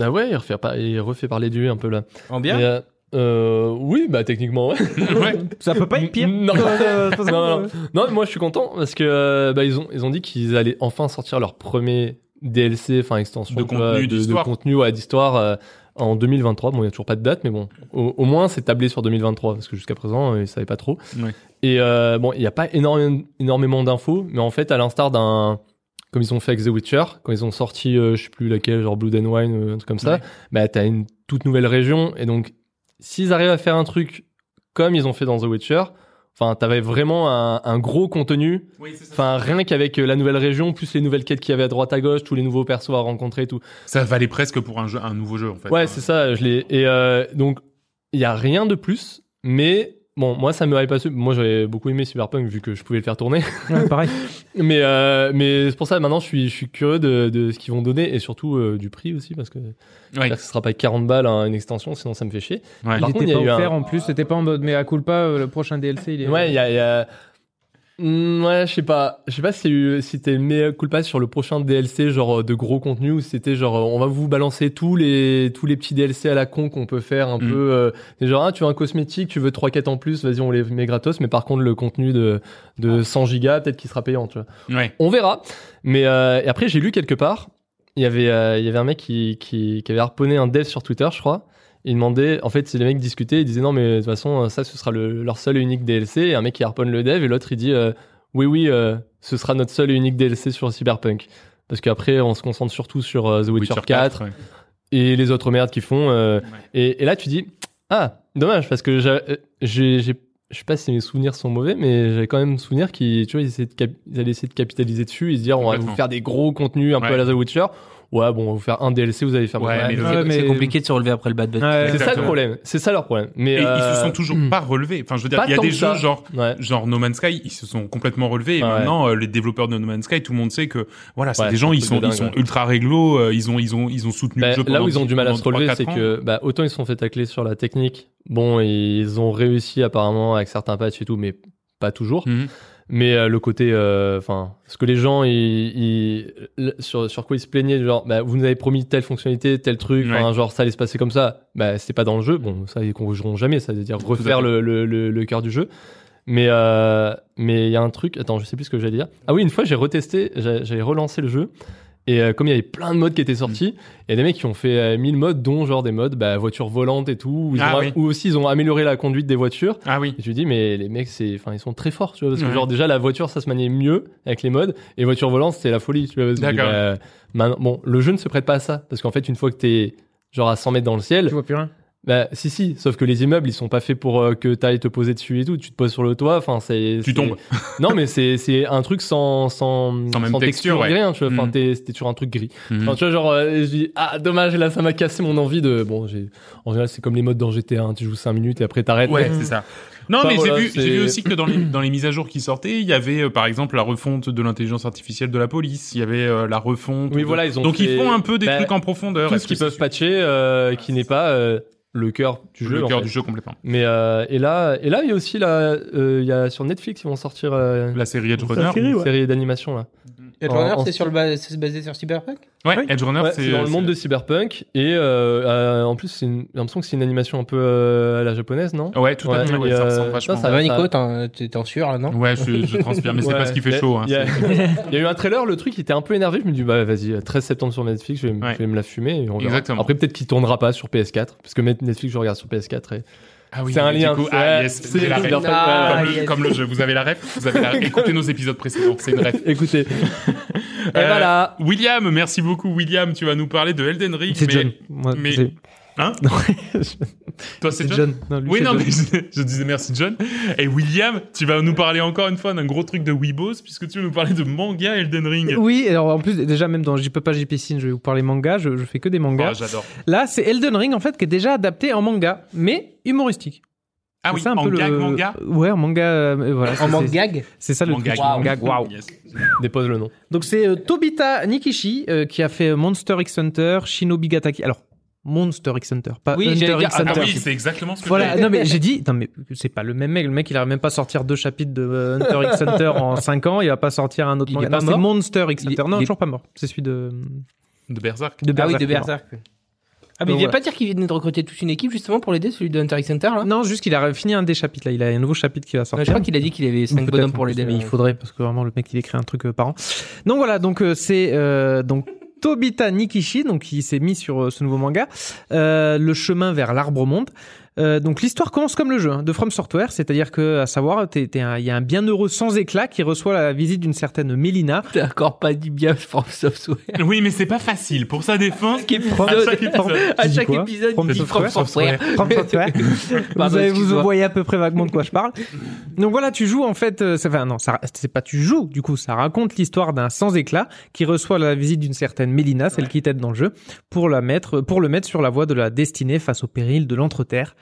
D: ah ouais, il refait, par- il refait parler du un peu là.
B: En bien
D: Mais, euh, euh, oui, bah techniquement, ouais.
A: ouais.
C: Ça peut pas être pire.
D: Non.
C: Euh, parce que-
D: Non, non. Non, mais moi je suis content parce que euh, bah, ils ont ils ont dit qu'ils allaient enfin sortir leur premier DLC, enfin extension
A: De
D: tu vois,
A: contenu,
D: de,
A: d'histoire.
D: contenu ouais, d'histoire euh, en 2023. Bon, il n'y a toujours pas de date, mais bon, au, au moins c'est tablé sur 2023 parce que jusqu'à présent euh, ils savaient pas trop.
A: Ouais.
D: Et euh, bon, il n'y a pas énorme- énormément d'infos, mais en fait, à l'instar d'un comme ils ont fait avec The Witcher, quand ils ont sorti, euh, je sais plus laquelle, genre Blood and Wine, euh, un truc comme ça,
A: Ouais.
D: bah t'as une toute nouvelle région et donc s'ils arrivent à faire un truc comme ils ont fait dans The Witcher, enfin t'avais vraiment un, un gros contenu, enfin rien qu'avec euh, la nouvelle région plus les nouvelles quêtes qu'il y avait à droite à gauche, tous les nouveaux persos à rencontrer et tout.
A: Ça valait presque pour un jeu, un nouveau jeu en fait.
D: Ouais, c'est ça, je l'ai. Et euh, donc, il y a rien de plus, mais bon, moi, ça me m'aurait pas su. Moi, j'avais beaucoup aimé Cyberpunk vu que je pouvais le faire tourner.
C: Ouais, pareil.
D: mais euh, mais c'est pour ça, maintenant, je suis, je suis curieux de, de ce qu'ils vont donner et surtout euh, du prix aussi, parce que
A: Ouais.
D: j'espère que ce sera pas 40 balles hein, une extension, sinon ça me fait chier.
A: Ouais.
D: Par
C: il
D: contre,
C: était
D: il y a
C: pas
D: eu un-
C: offert en plus, c'était pas en mode mais à culpa euh, le prochain DLC il est.
D: Ouais, il y a. il y a- Hmm, ouais, je sais pas. Je sais pas si t'as eu- si t'es le meilleur coup de passe sur le prochain DLC, genre euh, de gros contenu, ou si c'était genre euh, on va vous balancer tous les tous les petits DLC à la con qu'on peut faire un
C: Hmm.
A: Mm.
D: peu. euh, c'est genre ah, tu veux un cosmétique, tu veux trois quêtes en plus, vas-y on les met gratos, mais par contre le contenu de
C: Ah.
D: de 100 gigas peut-être qu'il sera payant, tu vois.
A: Ouais.
D: On verra. Mais euh, et après, j'ai lu quelque part, il y avait, euh, il y avait un mec qui, qui, qui avait harponné un dev sur Twitter, je crois. Il demandait, en fait, si les mecs discutaient, ils disaient non, mais de toute façon, ça, ce sera le- leur seul et unique DLC. Et un mec qui harponne le dev, et l'autre, il dit euh, oui, oui, euh, ce sera notre seul et unique DLC sur Cyberpunk. parce qu'après on se concentre surtout sur euh, The Witcher, 4
A: ouais.
D: et les autres merdes qu'ils font. euh,
A: Ouais.
D: et, et là, tu dis, ah, dommage, parce que j'a- euh, j'ai, j'ai- je sais pas si mes souvenirs sont mauvais, mais j'avais quand même souvenir qu'ils, tu vois, ils, essayaient de cap- ils allaient essayer de capitaliser dessus et se dire, on va
A: Complètement.
D: vous faire des gros contenus un peu à
A: Ouais.
D: la The Witcher. Ouais, bon, on va vous faire un DLC, vous allez faire.
A: Ouais,
D: beaucoup
A: mais
D: de-
A: le-
C: Ouais,
E: C'est
C: mais-
E: compliqué de se relever après le bad buzz.
C: Ouais.
D: C'est ça le
A: Exactement.
D: problème, c'est ça leur problème. Mais
A: Et
D: euh,
A: ils se sont toujours pas relevés. Enfin, je veux dire,
D: pas
A: il y a
D: tant
A: des
D: que
A: jeux
D: ça.
A: genre
D: ouais.
A: genre No Man's Sky, ils se sont complètement relevés. Et
D: Ouais.
A: maintenant, euh, les développeurs de No Man's Sky, tout le monde sait que voilà, c'est
D: Ouais,
A: des
D: c'est
A: gens,
D: un
A: ils
D: truc
A: sont
D: de
A: ils
D: dingue,
A: sont
D: ouais.
A: ultra réglo. euh, ils ont ils ont ils ont soutenu
D: Bah,
A: le jeu.
D: là
A: pendant-
D: où ils ont du mal à se
A: pendant
D: relever,
A: 3-4
D: c'est
A: ans.
D: que bah, autant ils se sont fait tacler sur la technique. Bon, ils ont réussi apparemment avec certains patchs et tout, mais pas toujours.
A: Mhm.
D: Mais euh, le côté, euh, enfin, ce que les gens, ils, ils- l- sur, sur quoi ils se plaignaient, genre, bah, vous nous avez promis telle fonctionnalité, tel truc, enfin, genre ça allait se passer comme ça. Bah, c'était pas dans le jeu. Bon, ça ils corrigeront jamais. Ça veut dire refaire le, le, le, le cœur du jeu. Mais euh, mais il y a un truc. Attends, je sais plus ce que j'allais dire. Ah oui, une fois j'ai retesté, j'a- j'avais relancé le jeu. Et euh, comme il y avait plein de modes qui étaient sortis,
A: Mm.
D: il y a des mecs qui ont fait euh, 1000 modes, dont genre des modes bah, voiture volante et tout, ou
A: Ah oui.
D: aussi ils ont amélioré la conduite des voitures.
A: Ah oui.
D: Et tu dis, mais les mecs, c'est, enfin, ils sont très forts, tu vois, parce que
A: Ouais.
D: genre, déjà, la voiture, ça se maniait mieux avec les modes, et voiture volante, c'était la folie, tu vois. parce que tu dis,
A: D'accord.
D: bah, maintenant- bon, le jeu ne se prête pas à ça, parce qu'en fait, une fois que t'es, genre, à 100 mètres dans le ciel,
C: Tu vois plus rien.
D: bah, si, si, sauf que les immeubles, ils sont pas faits pour euh, que t'ailles te poser dessus et tout, tu te poses sur le toit, enfin, c'est.
A: Tu
D: c'est-
A: tombes.
D: non, mais c'est, c'est un truc sans, sans,
A: Sans même texture,
D: ni
A: ouais.
D: rien, tu vois, enfin,
A: Mm.
D: t'es, t'es sur un truc gris.
A: Mhm.
D: Enfin, tu vois, genre, euh, je dis, ah, dommage, là, ça m'a cassé mon envie de, bon, j'ai, en général, c'est comme les modes dans GTA, hein, tu joues 5 minutes et après t'arrêtes.
A: Ouais, c'est ça. Non,
D: Enfin,
A: mais
D: voilà,
A: j'ai vu, j'ai
D: c'est-
A: vu aussi que dans les, dans les mises à jour qui sortaient, il y avait euh, par exemple la refonte de l'intelligence artificielle de la police, il y avait euh, la refonte.
D: Oui,
A: de-
D: voilà, ils ont
A: Donc ils
D: fait-
A: font un peu des
D: bah,
A: trucs en profondeur.
D: tout
A: Est-ce
D: ce qu'ils
A: que c'est
D: peuvent patcher euh, qui n'est pas euh, le cœur du jeu.
A: le
D: en
A: cœur
D: fait.
A: du jeu complètement.
D: Mais euh, et là, et là, il y a aussi là, euh, il y a sur Netflix, ils vont sortir euh,
A: La série Edge
D: une
A: Runner.
D: série, une série d'animation là.
B: Edge
D: En-
B: Runner,
D: en-
B: c'est sur le bas- c'est basé sur Cyberpunk
A: Ouais,
C: Oui.
A: Edge Runner,
D: Ouais,
A: c'est
D: c'est dans le monde de cyberpunk et euh, euh, en plus, c'est une- j'ai l'impression que c'est une animation un peu euh, à la japonaise, non
A: Ouais, tout à
D: Ouais,
A: fait. ouais,
D: et,
A: ça
D: euh,
A: ressemble
D: ça,
A: vachement.
D: ça
B: Ça va, Euh,
D: ça-
B: Nico t'en- T'es t'en sûr, là, non
A: Ouais, je, je transpire, mais c'est
D: Ouais.
A: parce qu'il fait
D: Mais-
A: chaud. Hein,
D: Il y, a-
A: c'est-
D: il y a eu un trailer, le truc il était un peu énervé. Je me dis, bah vas-y, 13 septembre sur Netflix, je vais, me-
A: Ouais.
D: je vais me la fumer. Et on verra.
A: Exactement.
D: Après, peut-être qu'il tournera pas sur PS4, parce que Netflix, je regarde sur PS4 et
A: Ah oui,
D: C'est un
A: mais du
D: lien,
A: coup,
D: c'est-
A: ah, yes,
D: c'est-
A: j'ai la
D: c'est
A: ref.
D: leur-
A: Comme,
D: Ah,
A: le, comme le jeu, vous avez la ref, vous avez la ref. Écoutez nos épisodes précédents, c'est une ref.
D: Écoutez.
A: Euh,
D: et voilà.
A: William, merci beaucoup, William. Tu vas nous parler de Elden Ring.
C: C'est
A: mais-
C: John. Moi,
A: mais-
C: c'est-
A: Hein Toi, c'est
C: C'est
A: John.
C: John. Non, lui,
A: Oui,
C: c'est
A: non,
C: John.
A: mais je, je disais merci, John. Et William, tu vas nous parler encore une fois d'un gros truc de Weebos, puisque tu vas nous parler de manga Elden Ring.
C: Oui, alors en plus, déjà, même dans J'y peux pas, j'y piscine, je vais vous parler manga, je, je fais que des mangas.
A: Ah, j'adore.
C: Là, c'est Elden Ring, en fait, qui est déjà adapté en manga, mais humoristique.
A: Ah
C: C'est
A: oui,
C: ça, un
A: en
C: peu le-
A: gag manga.
C: Ouais, en manga. euh, voilà, c'est-
B: En
C: c'est-
B: mangag
C: C'est ça le
A: Manga.
C: truc. Manga, waouh. Ah
A: Yes.
D: Dépose le nom.
C: Donc c'est euh, Tobita Nikishi euh, qui a fait Monster X Hunter, Shinobi Gataki. Alors Monster X Hunter, pas
B: Oui, j'allais
C: Hunter
B: dire-
C: X
B: ah
A: Ah
C: Hunter.
A: oui, c'est exactement ce que je
C: voilà,
A: voulais.
C: non mais j'ai dit, non mais c'est pas le même mec, le mec il arrive même pas à sortir deux chapitres de euh, Hunter x Hunter en 5 ans, il va pas sortir un autre
B: Il
C: manga.
B: est pas
C: Non, c'est
B: mort
C: Monster X
B: Il est-
C: Hunter, non
B: il est-
C: toujours pas mort, c'est celui de,
A: De Berserk.
C: de
B: Ah oui,
C: Berserk.
B: de Berserk. Ah, mais
C: Donc
B: il vient
C: voilà.
B: pas dire qu'il venait de recruter toute une équipe justement pour l'aider, celui de Hunter x Hunter là
C: Non, juste qu'il a fini un des chapitres là, il a un nouveau chapitre qui va
B: Ouais,
C: sortir.
B: Je crois qu'il a dit qu'il avait 5
C: Peut-être,
B: bonhommes
C: en
B: pour
C: plus, euh,
B: l'aider. hein.
C: mais Il faudrait parce que vraiment le mec il écrit un truc euh, par an. Donc voilà, donc euh, c'est euh, donc Tobita Nikishi donc qui s'est mis sur euh, ce nouveau manga, euh, le chemin vers l'arbre monde. Euh, donc l'histoire commence comme le jeu hein, de From Software, c'est-à-dire que à savoir, t'es- t'es un- il y a un bienheureux sans éclat qui reçoit la visite d'une certaine Mélina.
B: T'as encore pas dit bien From Software.
A: Oui, mais c'est pas facile. Pour sa défense, à chaque épisode.
B: À
C: Tu dis
B: chaque
C: quoi
B: épisode,
C: From
B: il dit From Software.
C: Software
B: Bah,
C: From Software. vous,
B: Pardon,
C: avez- vous
B: excuse-moi.
C: voyez à peu près vaguement de quoi je parle. Donc voilà, tu joues en fait, euh, ça, enfin non, ça, c'est pas tu joues, du coup, ça raconte l'histoire d'un sans-éclat qui reçoit la visite d'une certaine Mélina, celle qui t'aide dans le jeu, pour, la mettre, pour le mettre sur la voie de la destinée face au péril de l'entreterre.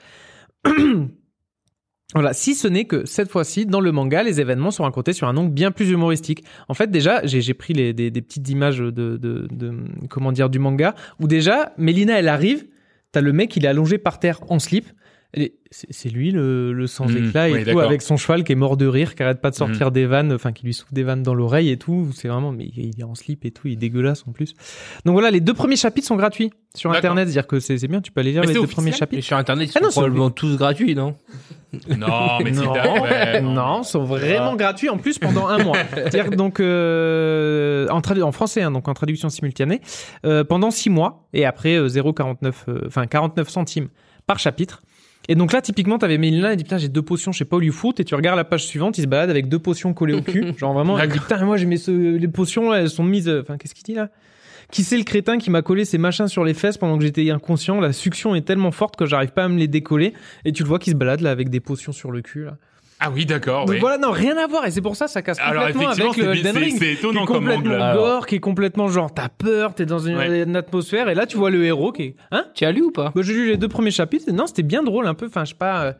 C: Voilà, si ce n'est que cette fois-ci, dans le manga, les événements sont racontés sur un angle bien plus humoristique. En fait, déjà, j'ai j'ai pris les, des, des petites images de, de, de- comment dire, du manga, où déjà, Mélina, elle arrive, t'as le mec, il est allongé par terre en slip. Elle est- C'est c'est lui le, le sans
A: Mmh,
C: éclat et
A: oui,
C: tout,
A: d'accord. Mmh.
C: avec son cheval qui est mort de rire, qui arrête pas de sortir des vannes, enfin qui lui souffle des vannes dans l'oreille et tout. C'est vraiment, mais il est en slip et tout, il est dégueulasse en plus. Donc voilà, les deux premiers chapitres sont gratuits sur
A: D'accord.
C: internet, c'est-à-dire que c'est c'est bien, tu peux aller lire
A: Mais
C: les
A: c'est
C: deux
A: officiel
C: premiers
B: Et
C: chapitres.
B: sur internet, ils
C: Ah
B: sont
C: non, c'est-
B: probablement tous gratuits, non
A: Non, mais c'est
C: Non.
A: ouais,
C: Non, sont vraiment
A: Ah.
C: gratuits en plus pendant un mois. C'est-à-dire que donc euh, en, tradu- en français, hein, donc en traduction simultanée, euh, pendant six mois et après euh, 0,49, euh, enfin 49 centimes par chapitre. Et donc là, typiquement, t'avais Mélina, elle dit putain, j'ai deux potions, je sais pas où lui foutre. Et tu regardes la page suivante, il se balade avec deux potions collées au cul. Genre vraiment, elle dit putain, moi j'ai mes ce- les potions, là, elles sont mises. euh, Enfin, qu'est-ce qu'il dit là Qui c'est le crétin qui m'a collé ces machins sur les fesses pendant que j'étais inconscient La suction est tellement forte que j'arrive pas à me les décoller. Et tu le vois qui se balade là avec des potions sur le cul. Là.
A: Ah oui, d'accord.
C: donc
A: oui.
C: voilà, non, rien à voir. Et c'est pour ça, ça casse
A: Alors
C: complètement
A: effectivement,
C: avec le
A: c'est-
C: Elden
A: c'est
C: Ring
A: c'est
C: qui
A: étonnant
C: est
A: comme angle.
C: complètement
D: Alors.
C: gore, qui est complètement genre t'as peur, t'es dans une,
A: Ouais.
C: une atmosphère et là tu vois le héros qui est hein
B: Tu as lu ou pas
C: Bah, j'ai lu les deux premiers chapitres et non c'était bien drôle un peu, enfin je sais pas, euh,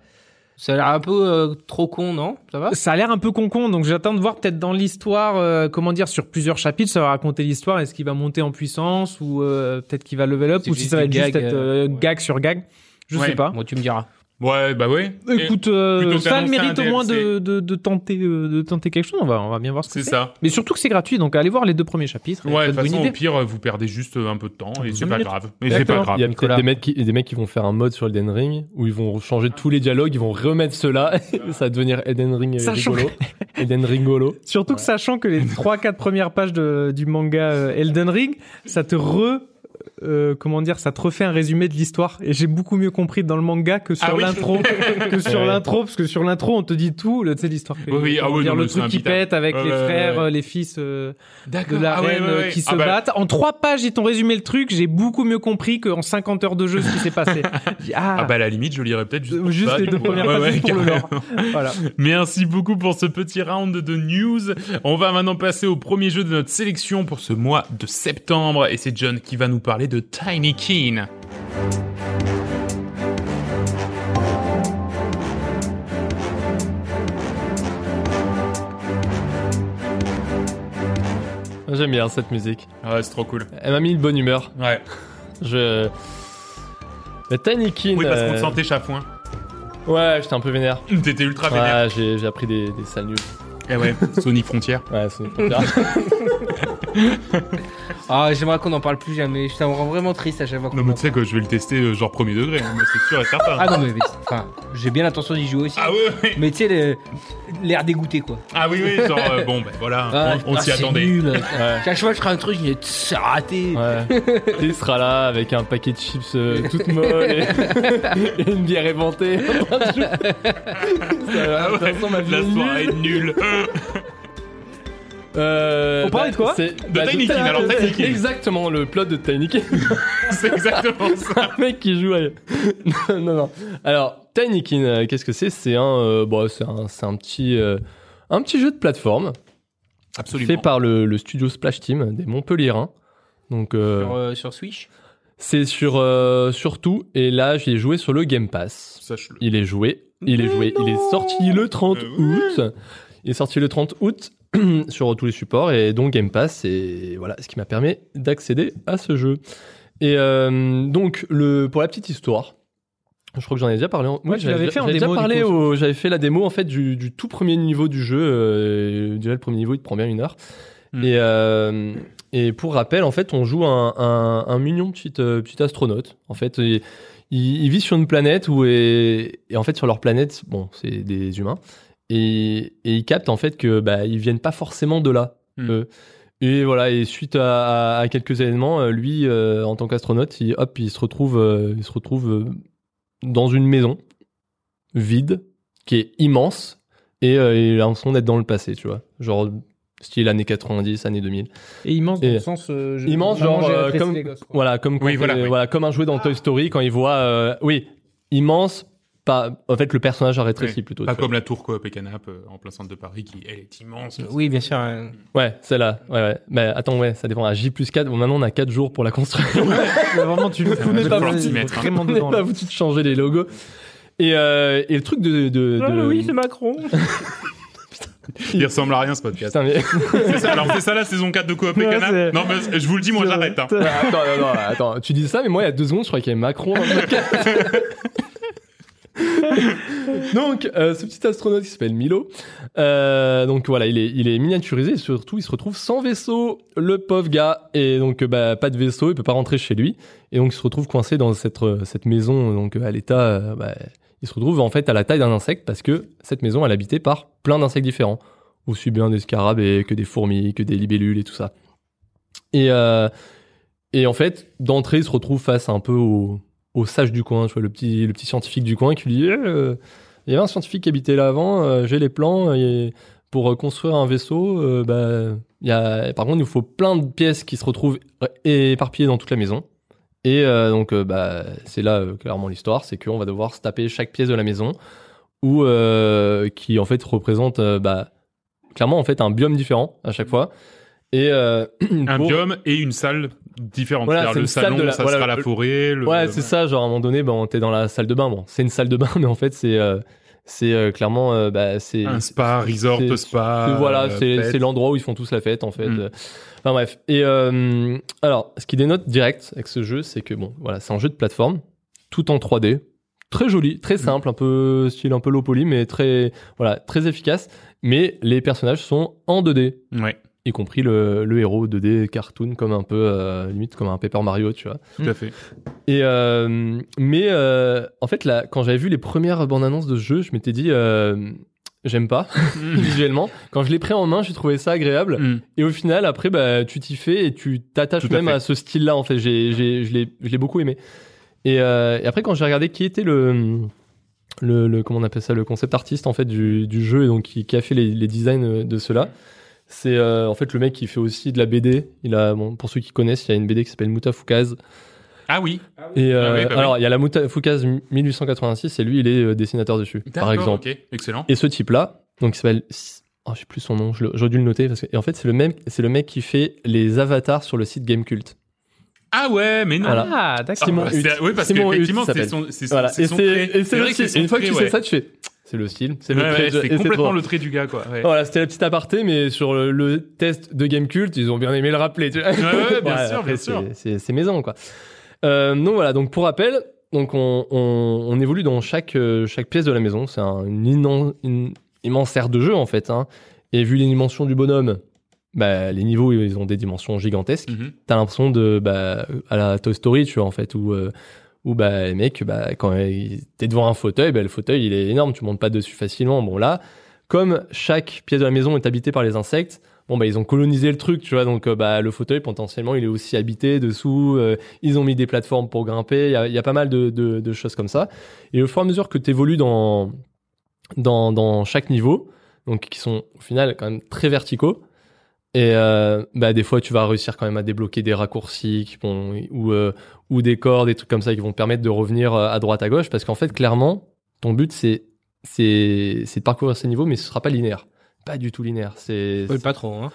B: Ça a l'air un peu euh, trop con, non Ça va
C: ça a l'air un peu concon donc j'attends de voir peut-être dans l'histoire, euh, comment dire, sur plusieurs chapitres ça va raconter l'histoire, est-ce qu'il va monter en puissance ou euh, peut-être qu'il va level up
B: C'est
C: ou si
B: juste
C: ça va
B: du
C: être juste
B: gag,
C: être, euh,
B: euh, ouais.
C: gag sur gag, je
A: Ouais.
C: sais pas.
B: Moi, tu me diras.
A: Ouais, bah ouais. Et
C: Écoute, euh,
A: plutôt
C: ça a le
A: qu'annoncer
C: mérite
A: un
C: au moins
A: DLC.
C: de, de, de tenter, euh, de tenter quelque chose, on va, on va bien voir ce que
A: Eh, c'est
C: c'est.
A: ça.
C: Mais surtout que c'est gratuit, donc allez voir les deux premiers chapitres.
A: Ouais, de
C: faites
A: toute
C: bonne
A: façon,
C: idée.
A: au pire, vous perdez juste un peu de temps et c'est
C: Cinq
A: pas
C: minutes.
A: grave. Et c'est pas
C: Exactement.
A: grave.
D: Il y a
C: Nicolas.
D: peut-être des mecs, qui, des mecs qui vont faire un mode sur Elden Ring où ils vont changer tous les dialogues, ils vont remettre cela, et ça va devenir Elden Ring euh,
C: Sachant
D: rigolo. Elden Ringolo.
C: Surtout que sachant que les 3-4 premières pages de- du manga euh, Elden Ring, ça te re... euh, comment dire, ça te refait un résumé de l'histoire et j'ai beaucoup mieux compris dans le manga que sur
A: Ah oui.
C: l'intro, que sur
D: Ouais.
C: l'intro parce que sur l'intro on te dit tout, le- tu sais l'histoire,
A: Oui, oui, ah
C: comment
A: oui,
C: dire,
A: non,
C: le
A: mais c'est
C: truc qui
A: imbitable.
C: pète avec
A: Ouais,
C: les
A: ouais,
C: frères,
A: ouais.
C: euh, les fils euh, de
A: D'accord.
C: la
A: Ah ouais,
C: reine
A: ouais,
C: euh,
A: ouais.
C: qui se
A: Ah bah,
C: battent. En 3 pages ils t'ont résumé le truc, j'ai beaucoup mieux compris qu'en 50 heures de jeu ce qui s'est passé. J'ai dit, ah,
A: Ah bah à la limite, je lirai peut-être juste.
C: euh,
A: pour
C: juste
A: ça,
C: les
A: du
C: deux
A: coup.
C: premières
A: Ouais,
C: pages
A: ouais,
C: pour le
A: carrément.
C: lore. Voilà.
A: Merci beaucoup pour ce petit round de news. On va maintenant passer au premier jeu de notre sélection pour ce mois de septembre et c'est John qui va nous parler de Tiny Keen.
D: J'aime bien cette musique.
A: Ah Ouais, c'est trop cool.
D: Elle m'a mis de bonne humeur.
A: Ouais.
D: Je. Mais Tiny Kin,
A: Oui, parce qu'on
D: euh,
A: te sentait chafouin.
D: Ouais, j'étais un peu vénère.
A: T'étais ultra vénère.
D: Ouais, j'ai j'ai appris des, des sales news.
A: Eh ouais, Sony Frontier.
D: Ouais, c'est une première.
B: Ah, j'aimerais qu'on en parle plus jamais. Ça me rend vraiment triste à chaque fois qu'on
A: Non,
B: en
A: mais
B: parle.
A: tu sais que je vais le tester euh, genre premier degré, hein, moi, c'est sûr et certain.
B: Ah non, mais, mais- enfin, j'ai bien l'intention d'y jouer aussi.
A: Ah ouais, ouais.
B: Mais tu sais, le- l'air dégoûté, quoi.
A: Ah oui, oui, genre, euh, bon, ben voilà,
B: Ah,
A: on, on
B: ah,
A: s'y
B: c'est
A: attendait.
B: nul.
D: Ouais.
B: Chaque fois que je ferai un truc, je dis, c'est raté.
D: Ouais. Il sera là avec un paquet de chips euh, toutes molles et, et une bière éventée.
A: Ah ouais,
D: façon, ma vie
A: la
D: est
A: soirée est nulle.
D: Euh, bah,
C: On parlait de quoi
D: c'est-
A: De Tiny Kin, alors, Tiny Kin.
D: Exactement, le plot de Tiny Kin.
A: c'est exactement ça.
D: un mec qui joue à... non, non, non. Alors, Tiny Kin, euh, qu'est-ce que c'est C'est un, euh, bon, c'est un, c'est un petit... euh, un petit jeu de plateforme fait
A: Absolument.
D: par le, le studio Splash Team des Montpellierins. Donc euh,
B: Sur, euh, sur Switch.
D: c'est sur euh, sur tout et là j'ai joué sur le Game Pass.
A: Sache-le.
D: Il est joué, il est joué, il est sorti le 30
A: Euh,
D: août. Il est sorti le 30 août sur tous les supports et donc Game Pass et voilà ce qui m'a permis d'accéder à ce jeu. Et euh, donc le pour la petite histoire, je crois que j'en ai déjà parlé. en-
C: Ouais, tu
D: j'avais
C: l'avais
D: déjà-
C: fait en
D: j'avais déjà
C: démo, du
D: parlé
C: coup.
D: au- j'avais fait la démo en fait du, du tout premier niveau du jeu. euh, déjà le premier niveau il te prend bien une heure.
A: Hmm.
D: Et euh, et pour rappel, en fait, on joue un, un, un mignon petit, euh, petit astronaute. En fait, il, il- il vit sur une planète où est, et en fait sur leur planète, bon, c'est des humains et, et ils captent en fait que bah ils viennent pas forcément de là.
A: Hmm.
D: eux. Et voilà, et suite à, à- à quelques événements, euh, lui, euh, en tant qu'astronaute, il, hop, il se retrouve, euh, il se retrouve euh, dans une maison vide qui est immense et euh, il a l'impression d'être dans le passé, tu vois, genre style années 90, années 2000.
C: Et immense dans
D: Et-
C: le sens. euh, je-
D: immense,
C: vraiment,
D: genre,
C: j'ai
D: euh,
C: apprécié
D: comme-
C: les gosses, quoi.
D: Voilà, comme quand
A: Oui,
D: il-
A: voilà,
D: euh,
A: oui.
D: comme un jouet dans Toy Story quand il voit, euh, oui, immense, pas, en fait, le personnage a rétréci
A: Oui,
D: plutôt.
A: Pas
D: tu vois.
A: comme la tour coop et canap euh, en plein centre de Paris qui, elle, est immense.
B: Oui, bien sûr. euh.
D: Ouais, celle-là. Ouais, ouais. Mais attends, ouais, ça dépend. À J plus 4, bon, maintenant on a 4 jours pour la construire.
C: Mais vraiment, tu le
A: Ouais, je
C: connais
A: vais
C: pas
A: pouvoir
C: vous-
A: t'y mettre, hein.
C: vraiment
D: on n'est
C: dedans.
D: pas foutu de changer les logos. Et, euh, et le truc de. de, de-
C: Ah
B: Macron.
A: Il ressemble à rien ce podcast.
D: Putain, mais-
A: C'est ça, alors c'est ça la saison 4 de coop et
C: Ouais,
A: canap
C: c'est-
A: Non, mais je vous le dis, moi j'arrête. hein.
D: Euh,
C: Ah,
D: attends, non, non, attends, tu dis ça, mais moi, il y a deux secondes, je croyais qu'il y avait Macron dans le podcast. donc, euh, ce petit astronaute qui s'appelle Milo, euh, donc voilà, il est, il est miniaturisé et surtout, il se retrouve sans vaisseau, le pauvre gars, et donc euh, bah, pas de vaisseau, il peut pas rentrer chez lui, et donc il se retrouve coincé dans cette, euh, cette maison, donc euh, à l'état, euh, bah, il se retrouve en fait à la taille d'un insecte parce que cette maison, elle est habitée par plein d'insectes différents, aussi bien des scarabées que des fourmis, que des libellules et tout ça. Et euh, et en fait, d'entrée, il se retrouve face un peu au, au sage du coin, tu vois, le petit, le petit scientifique du coin qui lui dit Eh, euh, il y avait un scientifique qui habitait là avant, euh, j'ai les plans euh, et pour euh, construire un vaisseau. euh, bah, il y a, par contre, il nous faut plein de pièces qui se retrouvent euh, éparpillées dans toute la maison. Et euh, donc, euh, bah, c'est là euh, clairement l'histoire, c'est qu'on va devoir se taper chaque pièce de la maison, ou euh, qui en fait représente euh, bah, clairement en fait un biome différent à chaque fois. Et euh,
A: Un
D: pour-
A: biome et une salle différente.
D: Voilà,
A: C'est-à-dire
D: c'est
A: le
D: une salle
A: salon,
D: de la-
A: ça
D: voilà,
A: sera la
D: le-
A: forêt. le-
D: Ouais, c'est ça. Genre, à un moment donné, ben, t'es dans la salle de bain. Bon, c'est une salle de bain, mais en fait, c'est euh, c'est euh, clairement. euh, bah, c'est
A: un spa, resort,
D: c'est-
A: spa.
D: c'est- voilà,
A: euh,
D: c'est
A: fête.
D: c'est l'endroit où ils font tous la fête en fait.
A: Mm.
D: Euh, Enfin bref. Et euh, alors, ce qui dénote direct avec ce jeu, c'est que bon, voilà, c'est un jeu de plateforme, tout en 3D, très joli,
A: Mm.
D: très simple, un peu style un peu low poly, mais très voilà, très efficace. Mais les personnages sont en 2D,
A: Ouais,
D: y compris le, le héros 2D cartoon, comme un peu euh, limite comme un Paper Mario, tu vois.
A: tout à fait.
D: Et euh, mais euh, en fait, là, quand j'avais vu les premières bandes annonces de ce jeu, je m'étais dit, euh, j'aime pas visuellement. Quand je l'ai pris en main, j'ai trouvé ça agréable.
A: Mm.
D: Et au final, après, bah, tu t'y fais et tu t'attaches
A: Tout à
D: même
A: fait.
D: à, ce style-là. En fait, j'ai, j'ai, je l'ai, je l'ai beaucoup aimé. Et, euh, et après, quand j'ai regardé qui était le, le, le- comment on appelle ça, le concept artiste en fait du, du jeu et donc qui, qui a fait les, les designs euh, de cela, c'est euh, en fait le mec qui fait aussi de la BD. Il a, bon, pour ceux qui connaissent, il y a une BD qui s'appelle Mutafukaz
A: Ah oui,
D: et euh,
A: Ah oui, bah oui.
D: alors, il y a la Mouta Foucase 1886 et lui, il est euh, dessinateur dessus, par
A: D'accord,
D: exemple.
A: ok, excellent.
D: Et ce type-là, donc il s'appelle. Oh, je sais plus son nom, je le- j'aurais dû le noter. Parce que... Et en fait, c'est le, même... c'est le mec qui fait les avatars sur le site Gamecult.
A: Ah ouais, mais non.
D: Voilà.
C: Ah, d'accord.
D: Simon
A: Ah, c'est-
D: Hutt.
A: Oui, parce
D: Simon Hutt
A: qu'effectivement, c'est
D: s'appelle.
A: son, c'est son,
D: Voilà.
A: c'est
D: Et
A: son
D: c'est
A: trait.
D: et c'est
A: vrai
D: le
A: que c'est
D: style.
A: son
D: Une fois que
A: trait,
D: tu
A: ouais.
D: sais ça, tu fais. C'est le style. C'est
A: Ouais,
D: le
A: ouais,
D: trait de- et
A: c'est
D: c'est
A: complètement
D: drôle.
A: le trait du gars, quoi. ouais.
D: Voilà, c'était la petite aparté, mais sur le, le test de Gamecult, ils ont bien aimé le rappeler. tu vois.
A: Ouais, ouais, bien sûr,
D: après,
A: bien sûr.
D: c'est- C'est c'est maison, quoi. Euh, donc voilà, donc pour rappel, donc on, on- on évolue dans chaque, euh, chaque pièce de la maison. C'est un, une, inan- une immense aire de jeu, en fait. hein. Et vu les dimensions du bonhomme, bah, les niveaux, ils ont des dimensions gigantesques
A: Mhm.
D: t'as l'impression de bah, à la Toy Story tu vois en fait où euh, où bah les mecs bah quand ils- t'es devant un fauteuil bah, le fauteuil il est énorme tu montes pas dessus facilement bon là comme chaque pièce de la maison est habitée par les insectes bon bah ils ont colonisé le truc tu vois donc euh, bah le fauteuil potentiellement il est aussi habité dessous euh, ils ont mis des plateformes pour grimper il y a, il y a pas mal de, de, de choses comme ça et au fur et à mesure que t'évolues dans dans dans chaque niveau donc qui sont au final quand même très verticaux et euh, bah des fois tu vas réussir quand même à débloquer des raccourcis qui vont, ou euh, ou des cordes, des trucs comme ça qui vont te permettre de revenir euh, à droite à gauche parce qu'en fait clairement ton but c'est c'est c'est de parcourir ces niveaux mais ce sera pas linéaire, pas du tout linéaire. C'est
B: pas trop, hein.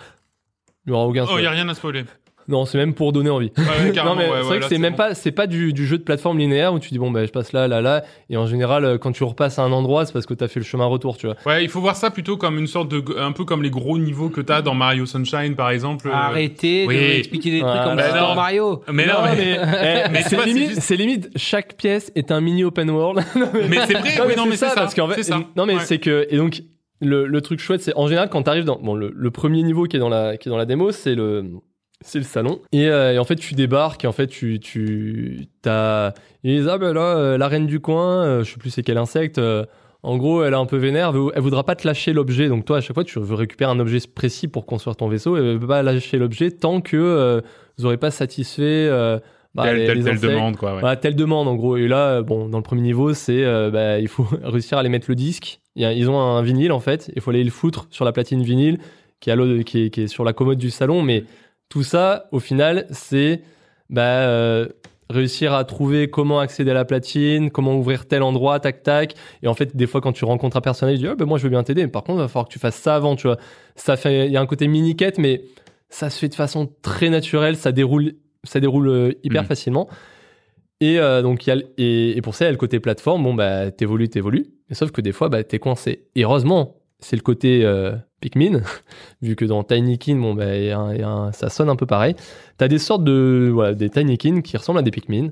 D: il y aura aucun
A: Oh,
D: spoil.
A: y a rien à spoiler.
D: Non c'est même pour donner envie.
A: Ouais, ouais, carrément,
D: non mais
A: ouais,
D: c'est
A: ouais,
D: vrai que
A: là,
D: c'est même
A: bon.
D: pas c'est pas du, du jeu de plateforme linéaire où tu dis bon bah je passe là là là et en général euh, quand tu repasses à un endroit c'est parce que t'as fait le chemin retour tu vois.
A: Ouais, il faut voir ça plutôt comme une sorte de, un peu comme les gros niveaux que t'as dans Mario Sunshine, par exemple. Euh,
B: Arrêtez
A: oui.
B: de expliquer des trucs
D: Ah,
B: comme
A: bah
B: ça
A: non.
B: dans Mario.
A: Mais non, mais,
D: eh,
A: mais tu
D: c'est
A: vois, c'est
D: limite,
A: juste-
D: c'est limite, chaque pièce est un mini open world. Non, mais-
A: mais c'est vrai, oui, non, mais c'est ça.
D: parce qu'en fait,
A: c'est ça.
D: non mais
A: Ouais.
D: c'est que et donc le, le truc chouette, c'est en général quand t'arrives dans bon le, le premier niveau qui est dans la qui est dans la démo, c'est le c'est le salon et, euh, et en fait tu débarques et en fait tu tu t'as ils disent ah ben là euh, la reine du coin, euh, je sais plus c'est quel insecte. euh, en gros, elle est un peu vénère, elle vou- elle voudra pas te lâcher l'objet. Donc toi, à chaque fois, tu veux récupérer un objet précis pour construire ton vaisseau. Elle veut pas lâcher l'objet tant que euh, vous aurez pas satisfait euh, bah,
A: telle,
D: les-
A: telle,
D: les
A: telle
D: insectes.
A: demande, quoi. ouais.
D: Voilà, Bah, telle demande en gros. Et là, euh, bon, dans le premier niveau, c'est euh, bah, il faut réussir à aller mettre le disque. Il y a- ils ont un vinyle en fait. Il faut aller le foutre sur la platine vinyle qui est, à l'autre- qui est- qui est sur la commode du salon. Mais tout ça, au final, c'est bah, euh, réussir à trouver comment accéder à la platine, comment ouvrir tel endroit, tac tac. Et en fait, des fois, quand tu rencontres un personnage, tu dis, Ah, bah, moi, je veux bien t'aider. Mais par contre, il va falloir que tu fasses ça avant. Tu vois, ça fait, il y a un côté mini quête, mais ça se fait de façon très naturelle. Ça déroule, ça déroule euh, hyper
A: Mhm.
D: facilement. Et euh, donc, il y a, le- et, et pour ça, il y a le côté plateforme. Bon, bah, t'évolues, t'évolues. Mais sauf que des fois, bah, t'es coincé. Et heureusement, c'est le côté euh, Pikmin, vu que dans Tinykin, bon, bah, il y a un- il y a un- ça sonne un peu pareil. T'as des sortes de, voilà, des Tinykin qui ressemblent à des Pikmin.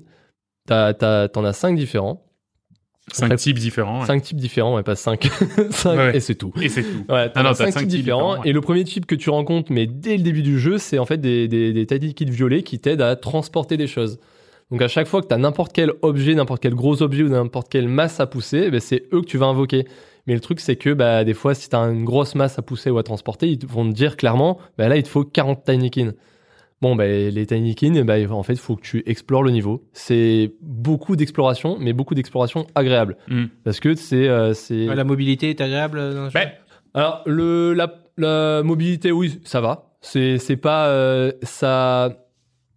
D: T'as- t'as- T'en as cinq différents,
A: Cinq
D: Après-
A: types différents. ouais.
D: cinq types différents, ouais, pas cinq, Cinq,
A: Ouais.
D: et c'est tout.
A: Et c'est tout.
D: Ouais,
A: Ah
D: t'en
A: non,
D: as
A: t'as
D: cinq
A: cinq
D: types
A: types
D: différents.
A: différents, ouais.
D: Et le premier type que tu rencontres, mais dès le début du jeu, c'est en fait des, des, des tidy kits violets qui t'aident à transporter des choses. Donc à chaque fois que t'as n'importe quel objet, n'importe quel gros objet ou n'importe quelle masse à pousser, eh ben, c'est eux que tu vas invoquer. Mais le truc, c'est que bah, des fois, si t'as une grosse masse à pousser ou à transporter, ils te- vont te dire clairement, bah, là, il te faut 40 Tinykin. Bon, bah, les Tinykin, bah, en fait, il faut que tu explores le niveau. C'est beaucoup d'exploration, mais beaucoup d'exploration agréable.
A: Mm.
D: Parce que c'est. euh, c'est-
B: Ah, La mobilité est agréable euh, dans le jeu
A: Ben,
D: Alors, le, la, la mobilité, oui, ça va. C'est c'est pas. euh, ça.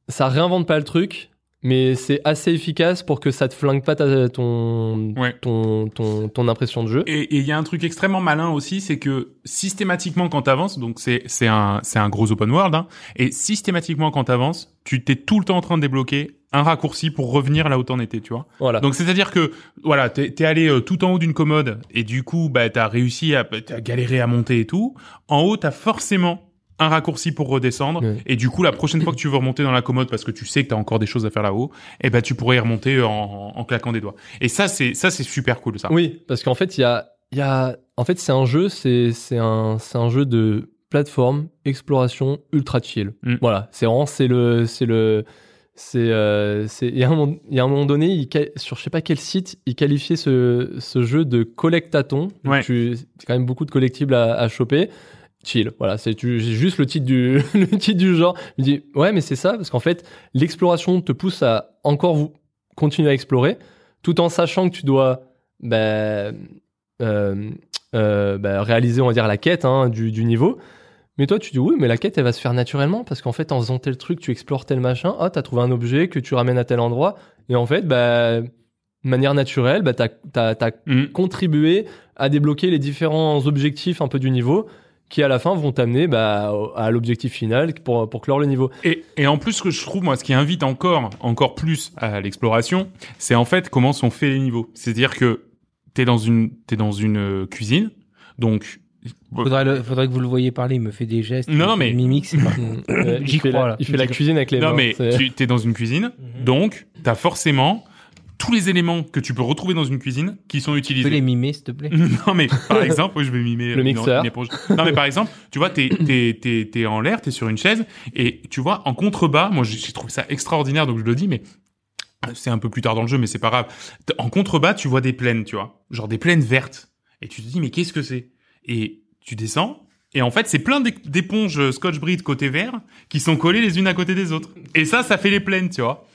D: Ça réinvente pas le truc, mais c'est assez efficace pour que ça te flingue pas ta- ton,
A: Ouais.
D: ton, ton, ton impression de jeu.
A: Et et il y a un truc extrêmement malin aussi, c'est que systématiquement quand t'avances, donc c'est c'est un c'est un gros open world, hein, et systématiquement quand t'avances, tu t'es tout le temps en train de débloquer un raccourci pour revenir là où t'en étais, tu vois.
D: Voilà.
A: Donc c'est-à-dire que voilà, t'es t'es allé euh, tout en haut d'une commode et du coup bah t'as réussi à t'as galéré à monter et tout. En haut t'as forcément un raccourci pour redescendre
D: Ouais.
A: et du coup la prochaine fois que tu veux remonter dans la commode parce que tu sais que t'as encore des choses à faire là-haut, et ben tu pourrais y remonter en, en claquant des doigts. Et ça c'est ça c'est super cool ça.
D: Oui, parce qu'en fait, il y a, il y a, en fait, c'est un jeu, c'est, c'est un, c'est un jeu de plateforme, exploration, ultra chill.
A: Mm.
D: Voilà, c'est vraiment, c'est le, c'est le, c'est, euh, c'est, il y a un moment, il y a un moment donné, il ca- sur je sais pas quel site, il qualifiait ce, ce jeu de collectaton. Donc
A: Ouais.
D: Tu, c'est quand même beaucoup de collectibles à, à choper. Chill, voilà, c'est tu- j'ai juste le titre du le titre du genre. Je me dis ouais, mais c'est ça parce qu'en fait, l'exploration te pousse à encore vous continuer à explorer, tout en sachant que tu dois bah, euh, euh, bah, réaliser, on va dire, la quête hein, du, du niveau. Mais toi, tu dis oui, mais la quête, elle va se faire naturellement parce qu'en fait, en faisant tel truc, tu explores tel machin. Ah, t'as trouvé un objet que tu ramènes à tel endroit. Et en fait, bah, de manière naturelle, bah, t'as, t'as- t'as
A: Mm.
D: contribué à débloquer les différents objectifs un peu du niveau qui, à la fin, vont t'amener bah, au- à l'objectif final pour, pour clore le niveau.
A: Et, et en plus, ce que je trouve, moi, ce qui invite encore, encore plus à l'exploration, c'est en fait comment sont faits les niveaux. C'est-à-dire que t'es dans une, t'es dans une euh, cuisine, donc
B: faudrait, le- faudrait que vous le voyez parler, il me fait des gestes.
A: Non,
B: il me
A: mais-
B: fait des mimiques. J'y
D: Ouais, Euh, il fait
B: crois,
D: la,
B: là.
D: Il fait la cuisine avec les
A: non
D: mains,
A: mais
D: c'est- Mhm.
A: tu t'es dans une cuisine, donc t'as forcément tous les éléments que tu peux retrouver dans une cuisine qui sont
B: Tu peux les
A: utilisés.
B: mimer, s'il te plaît
A: Non mais par exemple, oui, je vais mimer euh,
D: Le
A: une-
D: mixeur.
A: une éponge. Non mais par exemple, tu vois, t'es t'es t'es t'es en l'air, t'es sur une chaise et tu vois en contrebas, moi j'ai j'ai trouvé ça extraordinaire, donc je le dis, mais euh, c'est un peu plus tard dans le jeu, mais c'est pas grave. T- En contrebas, tu vois des plaines, tu vois, genre des plaines vertes, et tu te dis mais qu'est-ce que c'est Et tu descends. Et en fait, c'est plein d'é- d'éponges euh, Scotch Brite côté vert qui sont collées les unes à côté des autres. Et ça, ça fait les plaines, tu vois.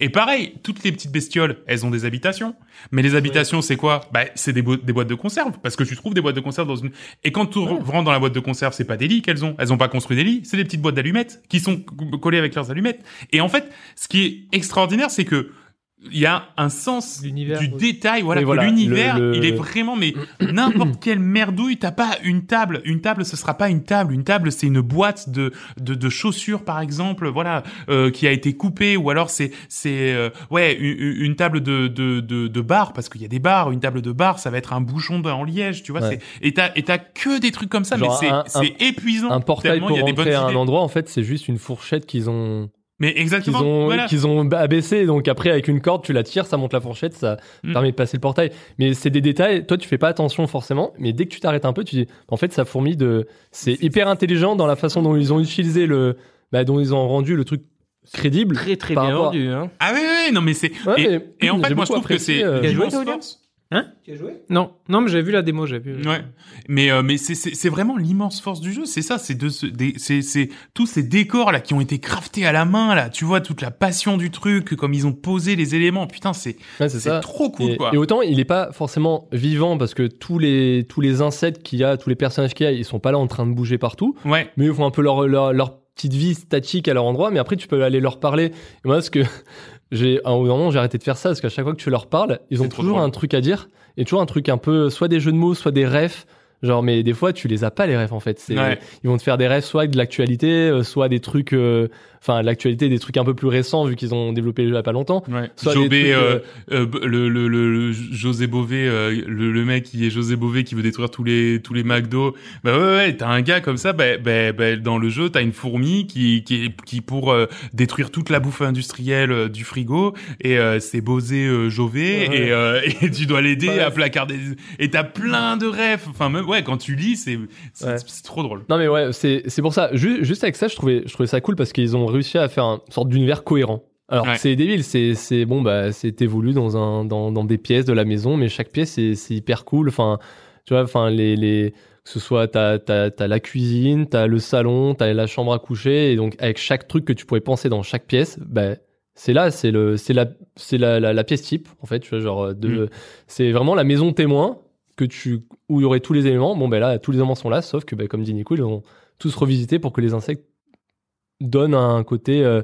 A: Et pareil, toutes les petites bestioles, elles ont des habitations. Mais les habitations, c'est quoi Bah, c'est des, bo- des boîtes de conserve, parce que tu trouves des boîtes de conserve dans une. Et quand tu re- rentres dans la boîte de conserve, c'est pas des lits qu'elles ont. Elles ont pas construit des lits, c'est des petites boîtes d'allumettes qui sont co- collées avec leurs allumettes. Et en fait, ce qui est extraordinaire, c'est que il y a un sens
C: L'univers,
A: du
C: oui.
A: détail. Voilà,
D: Oui,
A: que
D: voilà,
A: l'univers,
D: le- le-
A: il est vraiment mais n'importe quelle merdouille. T'as pas une table. Une table, ce sera pas une table. Une table, c'est une boîte de de, de chaussures, par exemple. Voilà, euh, qui a été coupée, ou alors c'est c'est euh, ouais une, une- une table de de de, de bar parce qu'il y a des bars. Une table de bar, ça va être un bouchon de- en liège, tu vois.
D: Ouais.
A: C'est, et t'as et t'as que des trucs comme ça,
D: Genre
A: mais
D: un-
A: c'est c'est épuisant.
D: un portail
A: tellement
D: pour
A: il y a des bonnes
D: rentrer à un
A: idées.
D: endroit, en fait, c'est juste une fourchette qu'ils ont,
A: Mais
D: qu'ils
A: exactement.
D: ont,
A: voilà.
D: qu'ils ont abaissée. Donc après, avec une corde, tu la tires, ça monte la fourchette, ça
A: Mm.
D: permet de passer le portail. Mais c'est des détails. Toi, tu fais pas attention forcément, mais dès que tu t'arrêtes un peu, tu dis, en fait, ça fourmille de. C'est hyper intelligent dans la façon dont ils ont utilisé le, bah, dont ils ont rendu le truc crédible.
B: Très très
D: Par
B: bien
D: rapport-
B: vendu. Hein.
A: Ah oui, oui, non mais c'est
D: Ouais,
A: et,
D: mais
A: et en
D: j'ai
A: fait moi
D: beaucoup
A: je trouve que
D: apprécié,
A: c'est
D: euh,
A: une
C: joué,
A: immense
C: toi, Olivier
A: force.
B: Tu as joué
C: Non, non, mais j'avais vu la démo, j'avais vu.
A: Ouais. Mais euh, mais c'est c'est c'est vraiment l'immense force du jeu, c'est ça, c'est de ce- des- c'est c'est tous ces décors là qui ont été craftés à la main là, tu vois toute la passion du truc, comme ils ont posé les éléments, putain c'est
D: ouais, c'est
A: c'est
D: ça.
A: trop cool
D: Et,
A: quoi.
D: et autant il n'est pas forcément vivant parce que tous les tous les insectes qu'il y a, tous les personnages qu'il y a, ils sont pas là en train de bouger partout.
A: Ouais.
D: mais ils font un peu leur, leur, leur petite vie statique à leur endroit, mais après tu peux aller leur parler. Et moi, ce que j'ai, à un moment, j'ai arrêté de faire ça parce qu'à chaque fois que tu leur parles, ils ont
A: C'est trop
D: toujours
A: drôle.
D: un truc à dire et toujours un truc un peu, soit des jeux de mots, soit des refs. Genre, mais des fois, tu les as pas les refs en fait. C'est,
A: Ouais.
D: Ils vont te faire des refs soit de l'actualité, euh, soit des trucs, euh, enfin, de l'actualité, des trucs un peu plus récents vu qu'ils ont développé le jeu il y a pas longtemps.
A: Ouais.
D: Soit des
A: Jobé,
D: trucs,
A: euh,
D: euh,
A: euh, b- le, le, le, le José Bové, euh, le, le mec qui est José Bové qui veut détruire tous les tous les McDo. Bah ouais, ouais, ouais, t'as un gars comme ça. Bah, bah, bah, dans le jeu, t'as une fourmi qui qui qui pour euh, détruire toute la bouffe industrielle euh, du frigo. Et euh, c'est Bosé euh, Jové
D: Ouais.
A: et, euh, et tu dois l'aider
D: Ouais.
A: à placarder. Et t'as plein de refs. Enfin même ouais, quand tu lis, c'est c'est
D: Ouais.
A: c'est trop drôle.
D: Non mais ouais, c'est c'est pour ça. Ju- juste avec ça, je trouvais je trouvais ça cool parce qu'ils ont réussi à faire une sorte d'univers cohérent. Alors
A: Ouais.
D: c'est débile, c'est c'est bon bah c'est évolué dans un dans, dans des pièces de la maison, mais chaque pièce c'est c'est hyper cool. Enfin tu vois, enfin les les que ce soit t'as t'as t'as la cuisine, t'as le salon, t'as la chambre à coucher et donc avec chaque truc que tu pouvais penser dans chaque pièce, ben c'est là, c'est le c'est la c'est la, la, la pièce type en fait, tu vois genre de
A: Mm.
D: c'est vraiment la maison témoin que tu où il y aurait tous les éléments. Bon ben là tous les éléments sont là sauf que ben, comme dit Nico, ils ont tous revisité pour que les insectes donnent un côté euh,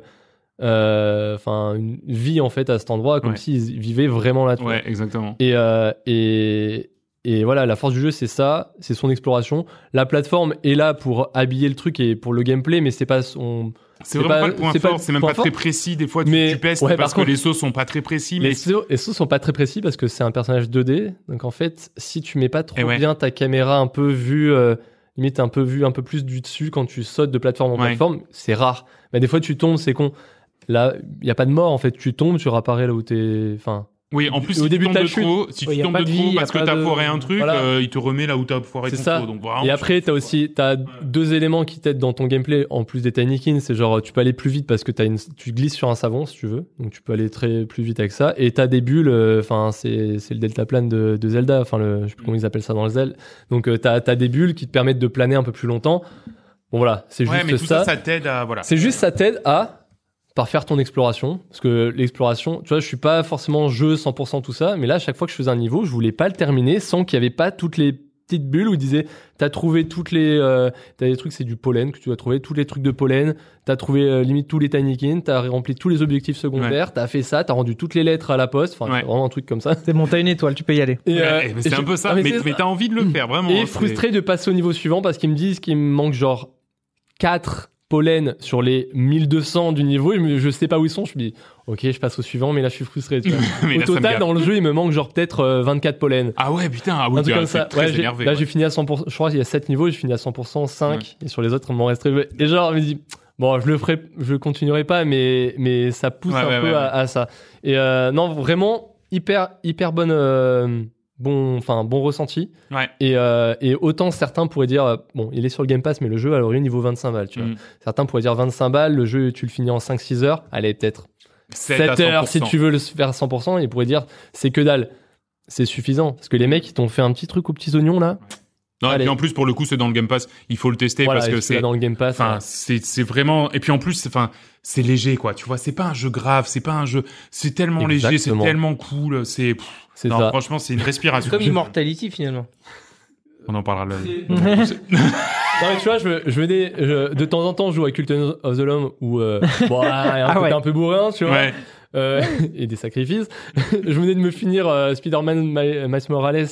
D: euh, enfin une vie en fait à cet endroit comme
A: Ouais.
D: s'ils vivaient vraiment là. tu vois.
A: Ouais, exactement.
D: Et, euh, et, et voilà, la force du jeu, c'est ça, c'est son exploration. La plateforme est là pour habiller le truc et pour le gameplay, mais c'est pas son.
A: C'est vraiment pas, le point
D: c'est pas
A: fort,
D: le
A: c'est même
D: point
A: pas très
D: fort.
A: précis. Des fois, tu,
D: Mais-
A: tu pèses
D: ouais,
A: parce
D: par contre-
A: que les sauts sont pas très précis, mais
D: Les sauts les sauts sont pas très précis parce que c'est un personnage 2D. Donc en fait, si tu mets pas
A: Eh
D: trop
A: ouais.
D: bien ta caméra un peu vue, euh, limite un peu vue un peu plus du dessus quand tu sautes de plateforme en
A: Ouais.
D: plateforme, c'est rare. Mais des fois, tu tombes, c'est con. Là, il y a pas de mort en fait. Tu tombes, tu réapparais là où t'es. Enfin,
A: oui, en plus,
D: Au
A: si
D: début
A: tu tombes
D: de la
A: de
D: chute,
A: trop, si
C: ouais,
A: tu
C: y a
A: tombes
C: pas
A: de
C: de vie,
A: trop
C: y a
A: parce que
C: pas
A: t'as
C: de-
A: foiré un truc,
D: Voilà.
A: euh, il te remet là où t'as foiré
D: C'est
A: ton
D: ça.
A: trop. Donc, vraiment,
D: Et après, t'as aussi t'as deux éléments qui t'aident dans ton gameplay en plus des Tiny Kings. C'est genre tu peux aller plus vite parce que t'as une, tu glisses sur un savon si tu veux, donc tu peux aller très plus vite avec ça. Et t'as des bulles. euh, Enfin, c'est c'est le deltaplane de, de Zelda. Enfin, le, je
A: Mm.
D: sais plus comment ils appellent ça dans le Zelda. Donc euh, t'as t'as des bulles qui te permettent de planer un peu plus longtemps. Bon voilà, c'est
A: ouais,
D: juste
A: mais tout ça, ça t'aide à voilà.
D: c'est juste ça t'aide à parfaire ton exploration. Parce que l'exploration, tu vois, je suis pas forcément jeu 100% tout ça, mais là, à chaque fois que je faisais un niveau, je voulais pas le terminer sans qu'il y avait pas toutes les petites bulles où il disait t'as trouvé toutes les euh, t'as des trucs c'est du pollen que tu dois trouver tous les trucs de pollen t'as trouvé euh, limite tous les tinykin t'as rempli tous les objectifs secondaires t'as fait ça t'as rendu toutes les lettres à la poste enfin
A: Ouais.
D: c'est vraiment un truc comme ça
C: C'est bon, t'as une étoile, tu peux y aller.
D: et,
A: Ouais,
D: euh,
A: mais
D: et
A: c'est un
D: je-
A: peu ça.
D: Ah,
A: Mais,
D: c'est-
A: mais t'as envie de le faire, vraiment. hein,
D: et
A: c'est-
D: frustré de passer au niveau suivant parce qu'ils me disent qu'il me manque genre 4 pollens sur les 1200 du niveau. Et je, me- je sais pas où ils sont. Je me dis, ok, je passe au suivant, mais là je suis frustré. tu vois.
A: Mais
D: au
A: là, ça me
D: total,
A: gave.
D: dans le jeu, il me manque genre peut-être euh, 24 pollens.
A: Ah ouais, putain, ah oui,
D: un truc
A: t'es-
D: comme
A: t'es
D: ça.
A: Très
D: Ouais, j'ai-
A: énervé.
D: là,
A: ouais.
D: j'ai fini à 100%. Je crois qu'il y a 7 niveaux, j'ai fini à 100%, 5. Et sur les autres, il m'en reste très peu. Et genre, je me dis, bon, je le ferai, je continuerai pas, mais, mais ça pousse
A: Ouais,
D: un
A: ouais,
D: peu
A: ouais,
D: à, à ça. Et euh, non, vraiment, hyper, hyper bonne, euh, bon, enfin, bon ressenti.
A: Ouais.
D: Et, euh, et autant certains pourraient dire, euh, bon, il est sur le Game Pass, mais le jeu, alors il est niveau 25 balles, tu vois.
A: Mm.
D: Certains pourraient dire 25 balles, le jeu, tu le finis en 5-6 heures. Allez, peut-être
A: 7 à
D: 7 heures si
A: 100%.
D: tu veux le faire à 100%. Ils pourraient dire, c'est que dalle. C'est suffisant. Parce que les mecs, ils t'ont fait un petit truc aux petits oignons, là.
A: Non, et
D: Allez.
A: puis en plus, pour le coup, c'est dans le Game Pass. Il faut le tester
D: Voilà,
A: parce que
D: et tu l'as
A: c'est.
D: dans le Game Pass.
A: Enfin,
D: hein.
A: c'est c'est vraiment. Et puis en plus, c'est- enfin, c'est léger, quoi. Tu vois, c'est pas un jeu grave, c'est pas un jeu. C'est tellement léger, c'est
D: Exactement.
A: tellement cool. C'est. pff,
D: c'est
A: Non,
D: ça.
A: franchement, c'est une respiration.
B: Comme Immortality finalement.
A: On en parlera là.
D: Non, mais tu vois, je me, je me dis, je- de temps en temps, je joue à Cult of the Lamb où, euh, bon, ah, il y a un
C: Ah
D: côté
C: ouais.
D: un peu bourrin, tu vois.
A: Ouais.
D: euh, et des sacrifices. je venais de me finir euh, Spider-Man Ma- Miles Morales.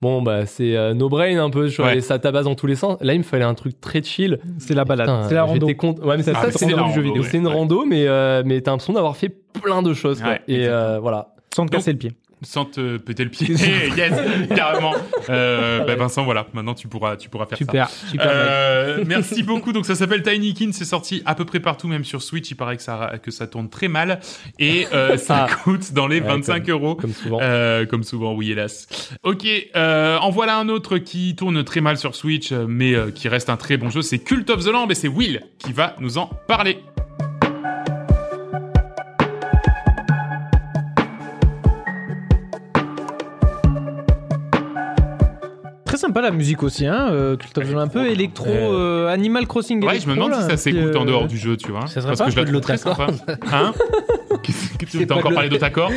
D: Bon, bah, c'est euh, no brain un peu, tu vois,
A: Ouais.
D: et ça tabasse dans tous les sens. Là, il me fallait un truc très chill.
C: C'est la balade,
D: Putain,
C: c'est la rando.
D: j'étais content- Ouais, mais c'est
A: Ah,
D: ça,
A: mais
D: c'est
A: c'est
D: une
A: la
D: rando,
A: rando,
D: jeu vidéo.
A: ouais.
D: C'est une rando, mais, euh, mais t'as l'impression d'avoir fait plein de choses, quoi.
A: Ouais,
D: et
A: exactement.
D: euh, voilà.
C: Sans te
A: Donc-
C: casser le pied.
A: Sans te péter le pied. euh, yes, carrément. Euh, bah, Vincent, voilà. Maintenant, tu pourras, tu pourras faire ça.
B: Super, super. mec.
A: Euh, merci beaucoup. Donc ça s'appelle Tiny Kin, c'est sorti à peu près partout, même sur Switch. Il paraît que ça que ça tourne très mal et euh, ça coûte dans les
D: Ouais,
A: 25 euros.
D: Comme souvent.
A: Euh, comme souvent, oui, hélas. Ok, euh, en voilà un autre qui tourne très mal sur Switch, euh, mais euh, qui reste un très bon jeu. C'est Cult of the Lamb et c'est Will qui va nous en parler.
C: Très sympa la musique aussi, hein. euh, Cult of the Lamb, un peu électro,
D: Euh,
C: euh, Animal Crossing.
A: Ouais, je
C: électro,
A: me demande
C: là,
A: si ça
C: un petit,
A: s'écoute en
C: euh,
A: dehors du jeu, tu vois.
B: Ça serait
A: parce
B: pas
A: que je la
B: un peu de
A: trouve très
B: l'autre
A: sympa. Hein Qu'est-ce que
B: C'est
A: tu
B: pas
A: as
B: de
A: encore
B: l'autre-
A: parlé d'autre accord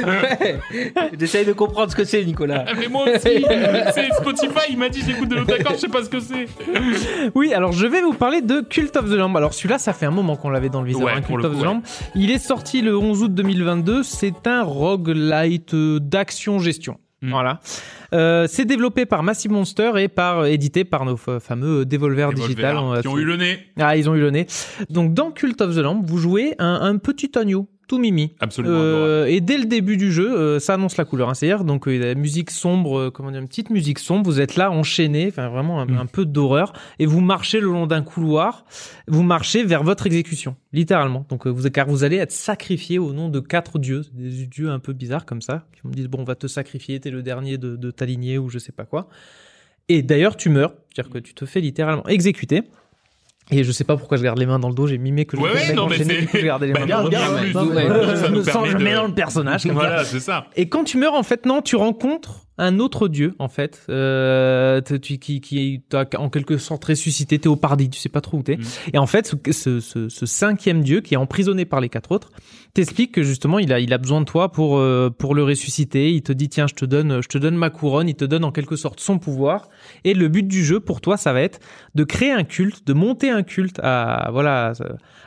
B: J'essaye de comprendre ce que c'est, Nicolas.
A: Ah, Mais moi aussi C'est Spotify, il m'a dit j'écoute de l'autre accord, je sais pas ce que c'est
C: Oui, alors je vais vous parler de Cult of the Lamb. Alors celui-là, ça fait un moment qu'on l'avait dans le viseur,
A: Ouais,
C: hein,
A: pour
C: Cult
A: le
C: of
A: coup,
C: the
A: ouais.
C: Lamb. Il est sorti le 11 août 2022. C'est un roguelite euh, d'action-gestion.
A: Mm.
C: Voilà. Euh, c'est développé par Massive Monster et par, euh, édité par nos f- fameux euh, Devolver,
A: Devolver,
C: Digital. on va
A: qui
C: tout-
A: ont eu le nez.
C: Ah, ils ont eu le nez. Donc dans Cult of the Lamb, vous jouez un, un petit agneau, tout mimi.
A: Absolument. adorable.
C: Euh, et dès le début du jeu, euh, ça annonce la couleur. hein. C'est-à-dire donc euh, la musique sombre, euh, comment dire, une petite musique sombre. Vous êtes là enchaîné, enfin vraiment un,
A: Mm.
C: un peu d'horreur, et vous marchez le long d'un couloir. Vous marchez vers votre exécution, littéralement. Donc euh, vous car vous allez être sacrifié au nom de quatre dieux, des dieux un peu bizarres comme ça, qui me disent bon, on va te sacrifier, t'es le dernier de, de ta lignée ou je sais pas quoi. Et d'ailleurs, tu meurs, c'est-à-dire que tu te fais littéralement exécuter. Et je sais pas pourquoi je garde les mains dans le dos, j'ai mimé que je
A: Ouais,
C: voulais
A: ouais,
C: mettre
A: non, mais
C: enchaîné,
A: c'est-
C: du coup, je gardais les
A: Bah, non,
C: mains dans le dos.
A: regarde,
B: ouais.
A: ouais.
C: Non, mais
A: Ça nous
C: je
A: permet
C: me sens, je
A: de-
C: mets dans le personnage. comme ça.
A: Voilà, c'est ça.
C: Et quand tu meurs, en fait, non, tu rencontres un autre dieu en fait, euh, t- tu- qui, qui t'a en quelque sorte ressuscité, t'es au paradis, tu sais pas trop où t'es.
A: Mhm.
C: Et en fait, ce, ce- ce- ce cinquième dieu qui est emprisonné par les quatre autres, t'explique que justement il a, il a besoin de toi pour, euh, pour le ressusciter. Il te dit tiens, je te donne, je te donne ma couronne, il te donne en quelque sorte son pouvoir. Et le but du jeu pour toi, ça va être de créer un culte, de monter un culte à voilà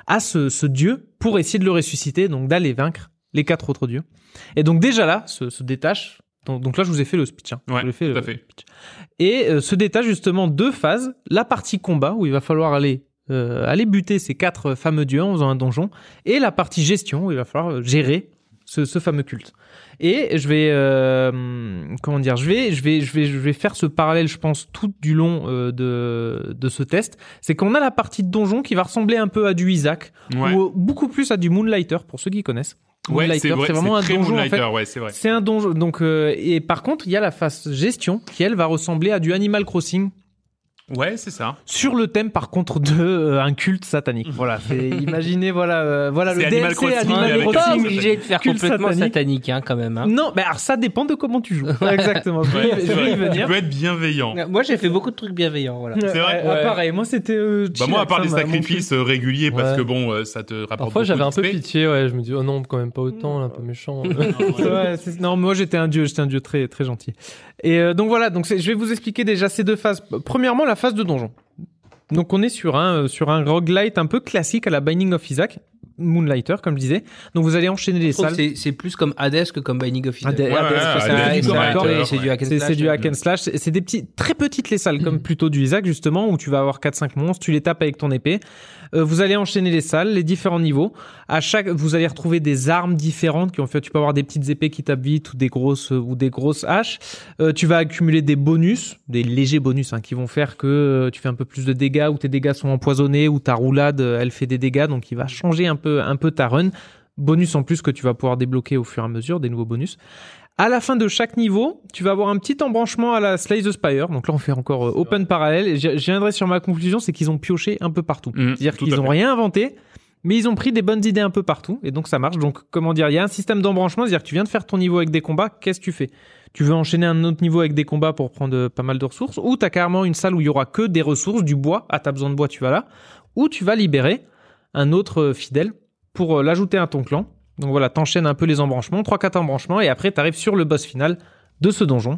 C: à ce, ce dieu pour essayer de le ressusciter, donc d'aller vaincre les quatre autres dieux. Et donc déjà là, se, se détache. Donc, donc là, je vous ai fait le speech. hein.
A: Ouais,
C: Je vous ai fait
A: tout
C: le-
A: à fait.
C: Et euh, se détache justement deux phases. La partie combat où il va falloir aller euh, aller buter ces quatre fameux dieux en faisant un donjon, et la partie gestion où il va falloir euh, gérer ce, ce fameux culte. Et je vais euh, comment dire, je vais je vais je vais je vais faire ce parallèle, je pense, tout du long euh, de de ce test. C'est qu'on a la partie de donjon qui va ressembler un peu à du Isaac
A: Ouais,
C: ou beaucoup plus à du Moonlighter pour ceux qui connaissent.
A: ouais
C: Moonlighter,
A: c'est vrai,
C: c'est vraiment un
A: très
C: donjon en fait.
A: Moonlighter, ouais, c'est vrai.
C: C'est un donjon. Donc, euh, et par contre, il y a la phase gestion qui, elle, va ressembler à du Animal Crossing
A: Ouais, c'est ça.
C: sur le thème, par contre, de euh, un culte satanique. Voilà. c'est- Imaginez, voilà, euh, voilà le
A: C'est
C: DLC
A: Animal Crossing, mais
C: Animal
A: avec-
B: Pas
C: Crossing.
B: obligé de faire
C: Culte
B: complètement
C: satanique.
B: satanique, hein, quand même. hein.
C: Non, mais alors ça dépend de comment tu joues. Exactement. Je vais-
A: Ouais, c'est
C: je vais
A: vrai. Tu
C: y venir.
A: peux être bienveillant.
B: Moi, j'ai fait beaucoup de trucs bienveillants, voilà.
A: C'est vrai
C: Ouais,
D: Ouais.
C: Pareil. Moi, c'était. euh,
A: Bah moi, à
C: chillax,
A: part les
C: hein, mon
A: sacrifices euh, réguliers, parce
D: Ouais.
A: que bon, euh, ça te rapporte
D: Parfois, j'avais un
A: beaucoup
D: peu
A: d'XP.
D: pitié, ouais. Je me dis, oh non, quand même pas autant, là, un peu méchant.
A: Ouais.
C: Ouais, c'est- non, moi j'étais un dieu, j'étais un dieu très très gentil. Et euh, donc voilà, donc c'est- je vais vous expliquer déjà ces deux phases. Premièrement, la phase de donjon. Donc on est sur un euh, sur un roguelite un peu classique à la Binding of Isaac, Moonlighter comme je disais. Donc vous allez enchaîner les
B: Je trouve que
C: salles.
B: c'est- c'est plus comme Hades que comme Binding of Isaac.
C: Hades-
A: Ouais,
C: Hades,
A: ouais,
C: c'est un
A: Hades,
C: petit
A: Moonlighter,
B: c'est
C: peu raccord et
A: ouais.
B: c'est du hack and
C: C'est
B: slash. hein, Hmm.
C: c'est du hack and slash, c'est c'est des petits, très petites les salles, comme plutôt du Isaac justement, où tu vas avoir 4-5 monstres, tu les tapes avec ton épée. Euh, vous allez enchaîner les salles, les différents niveaux. À chaque, vous allez retrouver des armes différentes qui ont fait, tu peux avoir des petites épées qui tapent vite ou des grosses ou des grosses haches. Euh, tu vas accumuler des bonus, des légers bonus hein, qui vont faire que euh, tu fais un peu plus de dégâts ou tes dégâts sont empoisonnés ou ta roulade euh, elle fait des dégâts, donc il va changer un peu un peu ta run. Bonus en plus que tu vas pouvoir débloquer au fur et à mesure des nouveaux bonus. À la fin de chaque niveau, tu vas avoir un petit embranchement à la Slay the Spire. Donc là, on fait encore euh, open parallèle. Et j'y- j'y viendrai sur ma conclusion, c'est qu'ils ont pioché un peu partout.
A: Mm,
C: C'est-à-dire
A: tout
C: qu'ils
A: à
C: n'ont
A: fait.
C: rien inventé, mais ils ont pris des bonnes idées un peu partout. Et donc ça marche. Donc comment dire, il y a un système d'embranchement. C'est-à-dire que tu viens de faire ton niveau avec des combats, qu'est-ce que tu fais Tu veux enchaîner un autre niveau avec des combats pour prendre euh, pas mal de ressources Ou t'as carrément une salle où il y aura que des ressources, du bois. Ah, t'as besoin de bois, tu vas là. Ou tu vas libérer un autre euh, fidèle pour euh, l'ajouter à ton clan. Donc voilà, t'enchaînes un peu les embranchements, 3-4 embranchements, et après t'arrives sur le boss final de ce donjon.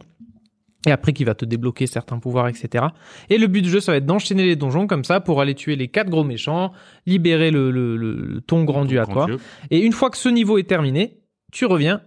C: Et après qui va te débloquer certains pouvoirs, etc. Et le but du jeu, ça va être d'enchaîner les donjons comme ça pour aller tuer les quatre gros méchants, libérer le, le- le- ton grand dieu à
A: Grand
C: toi. Ah,
A: Dieu.
C: Et une fois que ce niveau est terminé, tu reviens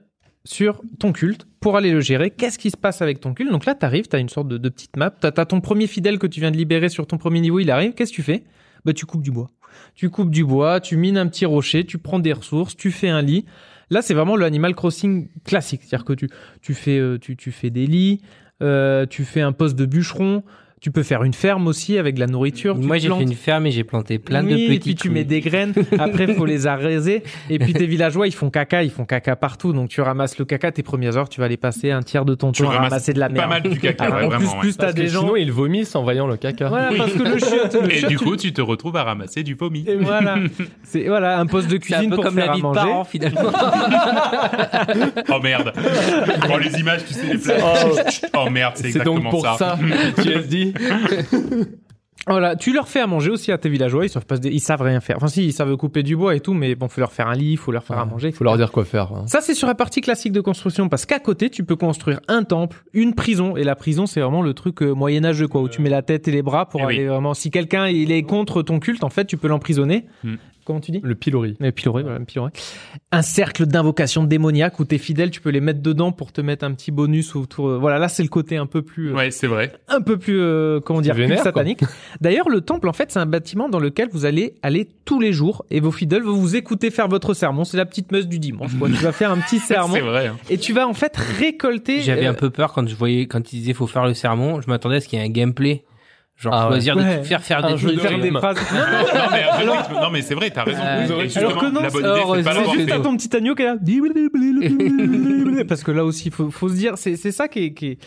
C: sur ton culte pour aller le gérer. Qu'est-ce qui se passe avec ton culte Donc là, t'arrives, t'as une sorte de, de petite map. T'as as ton premier fidèle que tu viens de libérer sur ton premier niveau, il arrive. Qu'est-ce que tu fais Bah, tu coupes du bois. Tu coupes du bois, tu mines un petit rocher, tu prends des ressources, tu fais un lit. Là, c'est vraiment le Animal Crossing classique. C'est-à-dire que tu, tu, fais, euh, tu, tu fais des lits, euh, tu fais un poste de bûcheron, tu peux faire une ferme aussi avec de la nourriture. tu
B: Moi, j'ai
C: plantes.
B: fait une ferme et j'ai planté plein de
C: Oui,
B: petits.
C: Et puis tu
B: trucs.
C: mets des graines, après faut les arroser. Et puis tes villageois, ils font caca, ils font caca partout. Donc tu ramasses le caca, tes premières heures, tu vas les passer un tiers de ton
A: Tu
C: temps à
A: ramasses
C: ramasser de la
A: Pas
C: merde.
A: mal du caca,
C: Alors,
A: ouais,
C: en plus,
A: vraiment. ouais.
C: plus t'as
D: Parce que
C: des gens.
D: Sinon, ils vomissent en voyant le caca.
C: Voilà, parce que le chiotte, le
A: Et
C: chiotte,
A: du
C: tu-
A: coup, tu te retrouves à ramasser du vomi.
C: Et voilà, c'est voilà un poste de
B: C'est un
C: cuisine
B: peu
C: pour
B: comme
C: faire
B: la
C: à
B: vie de
C: manger.
B: parents, finalement.
A: Oh merde. Dans les images, tu sais, les plages. Oh merde, c'est
D: C'est donc
A: exactement
D: pour ça, PTSD.
C: Voilà, tu leur fais à manger aussi à tes villageois. Ils savent pas, se dé- ils savent rien faire. Enfin si, ils savent couper du bois et tout, mais bon, faut leur faire un lit, faut leur faire à
D: Ouais.
C: manger.
D: Faut leur dire quoi faire. hein.
C: Ça, c'est sur la partie classique de construction, parce qu'à côté, tu peux construire un temple, une prison, et la prison, c'est vraiment le truc euh, moyenâgeux, quoi, où tu mets la tête et les bras pour
A: Eh oui.
C: aller vraiment. Si quelqu'un il est contre ton culte, en fait, tu peux l'emprisonner.
A: Hmm.
C: Comment tu dis
D: Le pilori.
C: mais piloré, voilà, piloré. Un cercle d'invocation démoniaque où tes fidèles, tu peux les mettre dedans pour te mettre un petit bonus autour. euh, Voilà, là c'est le côté un peu plus, euh,
A: Ouais, c'est vrai.
C: un peu plus, euh, comment dire, plus
D: vénère, quoi.
C: satanique. D'ailleurs, le temple, en fait, c'est un bâtiment dans lequel vous allez aller tous les jours et vos fidèles vont vous écouter faire votre sermon. C'est la petite meuse du dimanche. Quoi. tu vas faire un petit sermon
A: C'est vrai. hein.
C: et tu vas en fait récolter.
B: J'avais
C: euh,
B: un peu peur quand je voyais, quand ils disaient faut faire le sermon, je m'attendais à ce qu'il y ait un gameplay. Genre,
D: Ah ouais.
B: choisir de
C: Ouais.
B: faire faire
D: Un
B: des
D: jeu
B: trucs.
D: de
C: faire des phrases. Non, non,
A: Non, mais, à vrai rythme. Non, mais c'est vrai, t'as raison.
B: Euh,
A: Et
D: alors
A: justement,
C: Ah, que non,
A: la bonne idée, c'est pas
B: heureusement,
A: l'avoir
C: c'est juste
A: fait.
C: à ton petit agneau qui est là. Parce que là aussi, faut, faut se dire, c'est c'est ça qui est, qui est-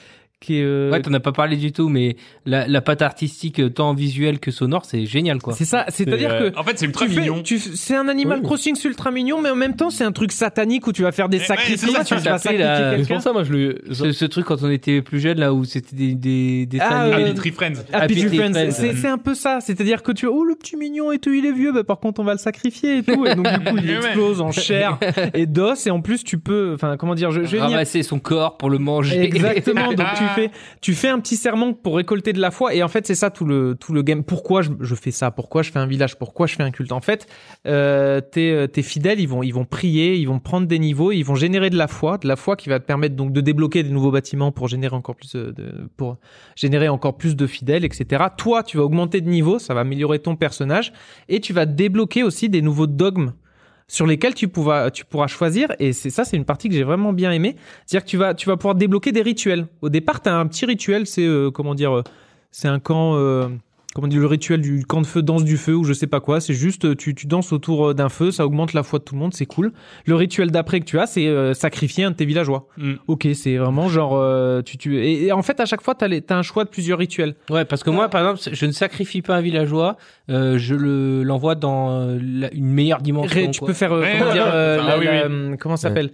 C: qui est. euh,
B: Ouais, t'en as pas parlé du tout, mais la, la patte artistique, euh, tant visuelle que sonore, c'est génial, quoi.
C: c'est ça, c'est-à-dire
D: euh,
C: que.
A: En fait, c'est ultra
C: Tu fais,
A: mignon.
C: tu f- c'est un Animal
D: Oui.
C: Crossing, c'est ultra mignon, mais en même temps, c'est un truc satanique où tu vas faire des
A: Eh ouais,
C: sacrifices,
A: c'est ça,
C: tu
A: tu
C: vas
B: t'appelles,
C: sacrifier
B: euh,
D: C'est
C: quelqu'un.
D: pour ça, moi, je le. je-
B: Ce, ce truc quand on était plus jeune là où c'était des des, des
C: Ah,
A: Ah,
B: salles-
A: les
C: euh,
A: Tree Friends.
C: Happy Tree Friends,
B: Friends.
C: c'est
A: Mm.
C: c'est un peu ça. C'est-à-dire que tu oh le petit mignon et tout, il est vieux, bah par contre on va le sacrifier et tout, et donc du coup il
A: Ouais.
C: explose en chair et d'os et en plus tu peux, enfin comment dire, je, je vais venir.
B: ramasser son corps pour le manger.
C: Exactement. Donc tu fais, tu fais un petit serment pour récolter de la foi. Et en fait, c'est ça tout le tout le game. Pourquoi je, je fais ça Pourquoi je fais un village Pourquoi je fais un culte En fait, euh, tes euh, tes fidèles, ils vont ils vont prier, ils vont prendre des niveaux, ils vont générer de la foi, de la foi qui va te permettre donc de débloquer des nouveaux bâtiments pour générer encore plus de, de- pour générer encore plus de fidèles, etc. Toi, tu vas augmenter de niveau, ça va améliorer ton personnage et tu vas débloquer aussi des nouveaux dogmes sur lesquels tu pourras, tu pourras choisir. Et c'est ça, c'est une partie que j'ai vraiment bien aimée. C'est-à-dire que tu vas, tu vas pouvoir débloquer des rituels. Au départ, tu as un petit rituel, c'est euh, comment dire, euh, c'est un camp, euh, comment dire, le rituel du camp de feu, danse du feu ou je sais pas quoi. C'est juste, euh, tu, tu danses autour euh, d'un feu, ça augmente la foi de tout le monde, c'est cool. Le rituel d'après que tu as, c'est euh, sacrifier un de tes villageois.
A: Mm.
C: Ok, c'est vraiment genre, euh, tu, tu, et, et en fait, à chaque fois, tu as un choix de plusieurs rituels.
B: Ouais, parce que moi, par exemple, je ne sacrifie pas un villageois, euh, je le l'envoie dans euh, la- une meilleure dimension.
C: Ré- tu
B: quoi.
C: peux faire, euh,
A: Ouais,
C: comment
A: ouais,
C: dire,
A: ouais.
C: euh,
A: Ah
C: la-
A: oui,
C: la- comment ça s'appelle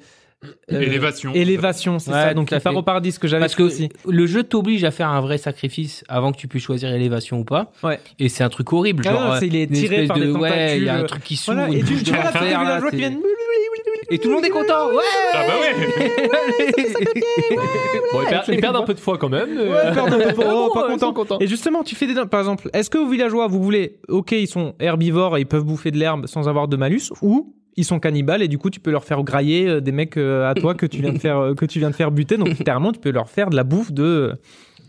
C: Euh,
A: Élévation.
C: Élévation, c'est
B: Ouais,
C: ça. Donc
B: tout à
C: la part
B: fait.
C: au paradis, ce que j'avais
B: Parce que
C: fait aussi.
B: le jeu t'oblige à faire un vrai sacrifice avant que tu puisses choisir élévation ou pas.
C: Ouais.
B: Et c'est un truc horrible.
C: Ah
B: Genre,
C: non,
B: euh,
C: c'est- il est
B: une
C: tiré
B: espèce
C: par des
B: de, Ouais, il y a un
C: tentacules.
B: truc qui s'ouvre.
C: Voilà,
B: une
C: et tu
B: bouche
C: tu vois la
B: d'enfer,
C: tête des
B: là,
C: villageois
B: c'est-
C: qui viennent.
B: Et tout le monde est content. Ouais.
A: Ah bah ouais.
D: Bon, ils perdent- ils perdent un peu de foi quand même. euh,
C: Ouais, pardon, on peut pas- oh, pas
D: ils
C: content.
D: sont contents.
C: Et justement, tu fais des par exemple, est-ce que vos villageois, vous voulez, ok, ils sont herbivores et ils peuvent bouffer de l'herbe sans avoir de malus, ou ils sont cannibales et du coup tu peux leur faire grailler euh, des mecs euh, à toi que tu viens de faire euh, que tu viens de faire buter. Donc littéralement, tu peux leur faire de la bouffe de euh,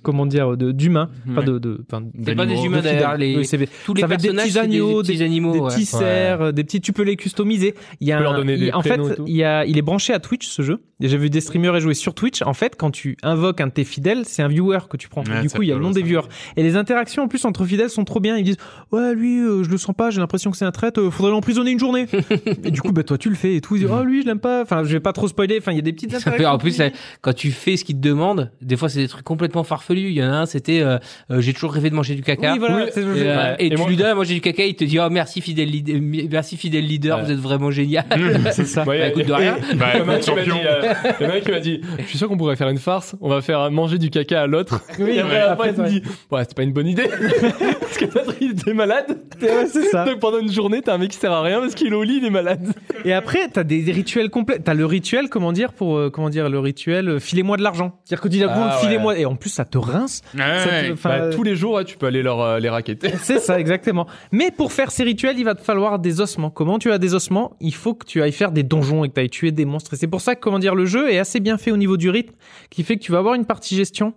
C: comment dire de d'humains, enfin de, de enfin,
B: C'est pas des
A: D'animaux.
B: humains
C: de fidèles.
B: d'ailleurs. les-
C: Oui, c'est-
B: Tous les
C: ça va être des
B: personnages,
C: petits
B: c'est
C: agneaux,
B: des petits animaux.
C: des
B: ouais.
C: petits cerfs, euh, des petits, tu peux les customiser. Il y a
D: Tu peux
C: un-
D: leur donner
C: il-
D: des
C: en fait,
D: prénoms et tout.
C: il, y a, il est branché à Twitch ce jeu. Et J'ai vu des streamers et jouer sur Twitch. En fait, quand tu invoques un de tes fidèles, c'est un viewer que tu prends.
A: Ouais,
C: du
A: ça
C: coup, il y a le nom
A: peut,
C: des
A: ça.
C: viewers. Et les interactions en plus entre fidèles sont trop bien. Ils disent ouais, lui, euh, je le sens pas, j'ai l'impression que c'est un traître. euh, faudrait l'emprisonner une journée. et du coup, bah toi, tu le fais et tout.
D: Mm.
C: Ils disent oh lui, je l'aime pas. Enfin, je vais pas trop spoiler. Enfin, il y a des petites
B: Ça fait-
C: interactions.
B: en plus, là, quand tu fais ce qu'ils te demandent, des fois c'est des trucs complètement farfelus. Il y en a un, c'était euh, euh, j'ai toujours rêvé de manger du caca.
C: oui, voilà,
D: Oui.
C: c'est le
B: Et,
C: jeu.
B: euh,
D: Ouais.
B: et
D: Et
B: tu
D: moi-
B: lui donnes à manger du caca, il te dit oh merci fidèle leader, merci fidèle leader,
D: Ouais.
B: vous êtes vraiment génial.
C: C'est ça.
D: Ouais,
B: Bah, écoute, de
D: et-
B: rien.
A: Bah,
D: Il y en a un
A: écoute,
D: qui m'a dit,
A: champion.
D: euh, il y en a un qui m'a dit Je suis sûr qu'on pourrait faire une farce, on va faire manger du caca à l'autre.
C: Oui,
D: et après, après,
C: après,
D: il me dit Ouais, c'est pas une bonne idée. parce que l'autre, il était malade.
C: Ouais, c'est ça.
D: Donc pendant une journée, t'as un mec qui sert à rien parce qu'il est au lit, il est malade.
C: Et après, t'as des, des rituels complets. T'as le rituel, comment dire, pour euh, comment dire, le rituel, euh, filez-moi de l'argent. C'est-à-dire que tu dis,
D: Ah ouais.
C: filez-moi. Et en plus, ça te rince.
A: Ouais,
C: Ça te-
A: ouais.
C: enfin, euh,
D: Bah, tous les jours, ouais, tu peux aller leur, euh, les raqueter.
C: C'est ça, exactement. Mais pour faire ces rituels, il va te falloir des ossements. Comment tu as des ossements Il faut que tu ailles faire des donjons et que tu ailles tuer des monstres. Et c'est pour ça que, comment dire, le jeu est assez bien fait au niveau du rythme, qui fait que tu vas avoir une partie gestion.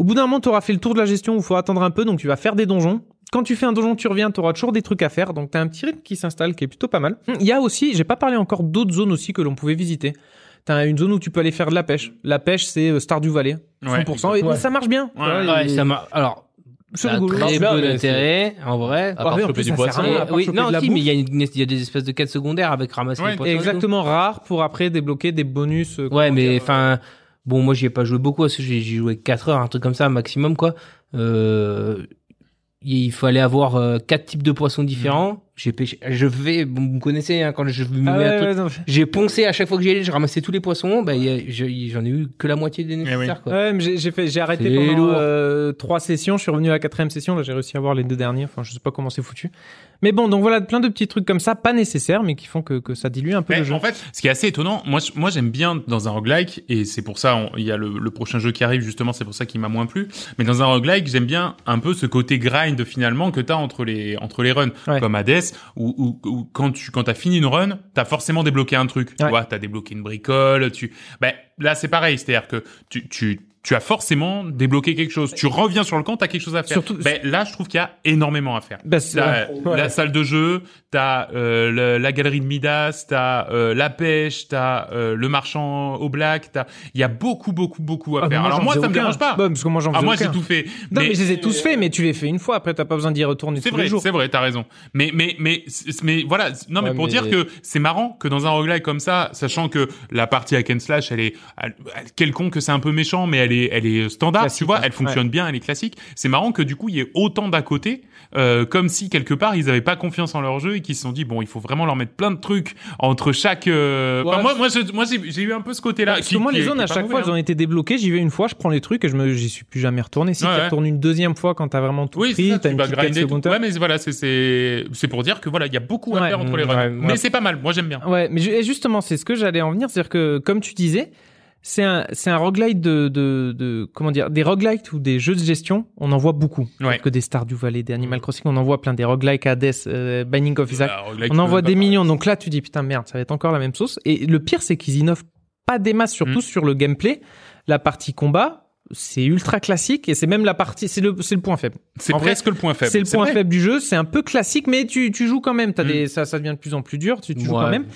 C: Au bout d'un moment, tu auras fait le tour de la gestion où il faut attendre un peu, donc tu vas faire des donjons. Quand tu fais un donjon, tu reviens, tu auras toujours des trucs à faire. Donc tu as un petit rythme qui s'installe, qui est plutôt pas mal. Hum, Il y a aussi, j'ai pas parlé encore d'autres zones aussi que l'on pouvait visiter. T'as une zone où tu peux aller faire de la pêche. La pêche, c'est euh, Star du Valais, 100%. et,
D: Ouais.
C: ça marche bien.
A: Ouais.
C: Voilà,
B: Ouais,
C: et-
B: ça m'a. Alors,
C: c'est
B: ça a
C: rigolo.
B: très
D: Non,
B: peu
D: mais
B: d'intérêt en vrai.
D: À
C: Ah
D: part
C: oui, en
D: choper
C: plus,
D: du
C: ça
D: poisson.
C: sert à rien.
D: ouais.
C: part
B: oui,
C: choper
B: non,
C: de la
B: si, mais il
C: bouffe.
B: y, a une- il y a des espèces de quêtes secondaires avec ramasser
A: Ouais,
B: les poissons. et tout.
C: Exactement rare pour après débloquer des bonus. euh,
B: Ouais,
C: comment
B: mais
C: dire, euh,
B: enfin, bon, moi j'y ai pas joué beaucoup, à ce jeu, j'y ai joué 4 heures, un truc comme ça, maximum quoi. Euh, il fallait avoir euh, quatre types de poissons différents. J'ai pêché, je vais, vous me connaissez, hein, quand je me mets
C: Mm. ah
B: à
C: ouais,
B: truc-
C: ouais, non.
B: J'ai poncé à chaque fois que j'y allais, je ramassais tous les poissons, bah, il y a- je- j'en ai eu que la moitié des nécessaires
A: oui.
B: quoi.
C: Ouais, mais j'ai- j'ai fait, j'ai arrêté
B: C'est
C: pendant
B: lourd.
C: euh, trois sessions. Je suis revenu à la quatrième session. Là, j'ai réussi à voir les deux derniers. Enfin, je sais pas comment c'est foutu. Mais bon, donc voilà, plein de petits trucs comme ça, pas nécessaires, mais qui font que, que ça dilue un peu
A: Mais
C: le jeu.
A: en fait, ce qui est assez étonnant, moi, je- moi j'aime bien dans un roguelike, et c'est pour ça, on- il y a le, le prochain jeu qui arrive, justement, c'est pour ça qu'il m'a moins plu. Mais dans un roguelike, j'aime bien un peu ce côté grind finalement que t'as entre les, entre les runs,
C: Ouais.
A: comme Hades, où, où- où quand tu quand t'as fini une run, t'as forcément débloqué un truc. Tu
C: Ouais.
A: vois, t'as débloqué une bricole, tu. Ben, là, c'est pareil, c'est-à-dire que tu. tu tu as forcément débloqué quelque chose. Tu reviens sur le camp, t'as quelque chose à faire.
C: Surtout-
A: ben, là, je trouve qu'il y a énormément à faire.
C: Bah, c'est-
A: T'as
D: Ouais.
A: la salle de jeu, t'as euh, le- la galerie de Midas, t'as euh, la pêche, t'as euh, le marchand au black, t'as il y a beaucoup beaucoup beaucoup à
C: Ah,
A: faire.
C: j'en
A: Alors moi ça
C: faisais
A: me
C: aucun.
A: dérange pas.
C: Bah, parce que moi j'en
A: ah
C: faisais
A: moi
C: aucun.
A: j'ai tout fait.
C: Non, mais,
A: Mais- euh,
C: je les ai tous faits, mais tu les fais une fois. Après, t'as pas besoin d'y retourner
A: c'est
C: tous
A: vrai,
C: les jours.
A: c'est vrai, t'as raison. Mais mais mais c'est- mais voilà, c'est- non mais
D: Ouais,
A: pour
D: mais-
A: dire que c'est marrant que dans un roguelike comme ça, sachant que la partie hack and slash, elle est elle- elle- quelconque, c'est un peu méchant, mais elle est, elle est standard, tu
C: Classique,
A: vois,
C: hein,
A: elle fonctionne bien, elle est classique. C'est marrant que du coup, il y ait autant d'à côté, euh, comme si quelque part, ils n'avaient pas confiance en leur jeu et qu'ils se sont dit, bon, il faut vraiment leur mettre plein de trucs entre chaque. euh, enfin,
C: Ouais.
A: moi, moi, je- moi, j'ai j'ai eu un peu ce côté-là.
C: Parce
A: Ah, qui-
C: que moi,
A: qui
C: les
A: est-
C: zones,
A: qui est
C: à
A: pas
C: chaque
A: mauvais,
C: fois,
A: hein.
C: j'en étais débloqué. J'y vais une fois, je prends les trucs et je me, j'y suis plus jamais retourné. Si
A: Ouais,
C: tu
A: ouais.
C: retournes une deuxième fois quand t'as vraiment tout
A: Oui, c'est
C: pris,
A: ça,
C: t'as
A: tu
C: une
A: vas
C: petite quête
A: grinder. tout.
C: secondaire.
A: Ouais, mais voilà, c'est c'est c'est pour dire que voilà, il y a beaucoup à
C: Ouais.
A: faire entre les runs.
B: Ouais,
A: mais
B: ouais.
A: c'est pas mal. Moi, j'aime bien.
C: Ouais, mais ju- et justement, c'est ce que j'allais en venir, c'est-à-dire que comme tu disais, c'est un c'est un roguelite de, de de comment dire des roguelites ou des jeux de gestion, on en voit beaucoup.
A: Ouais.
C: Que des Stardew Valley, des Animal Crossing, on en voit plein des roguelike Hades, euh, Binding of Isaac.
A: Alors, là,
C: on en
A: tu
C: voit
A: peux
C: des
A: pas-
C: millions. Donc là, tu dis putain merde, ça va être encore la même sauce. Et le pire, c'est qu'ils innovent pas des masses, surtout
A: Mm.
C: sur le gameplay, la partie combat. C'est ultra classique et c'est même la partie, c'est le, c'est le point faible.
A: C'est
C: En vrai,
A: presque le point faible.
C: C'est le point
A: vrai.
C: faible du jeu, c'est un peu classique, mais tu, tu joues quand même. T'as
A: Mm.
C: des, ça, ça devient de plus en plus dur, tu, tu joues
B: Ouais.
C: quand même.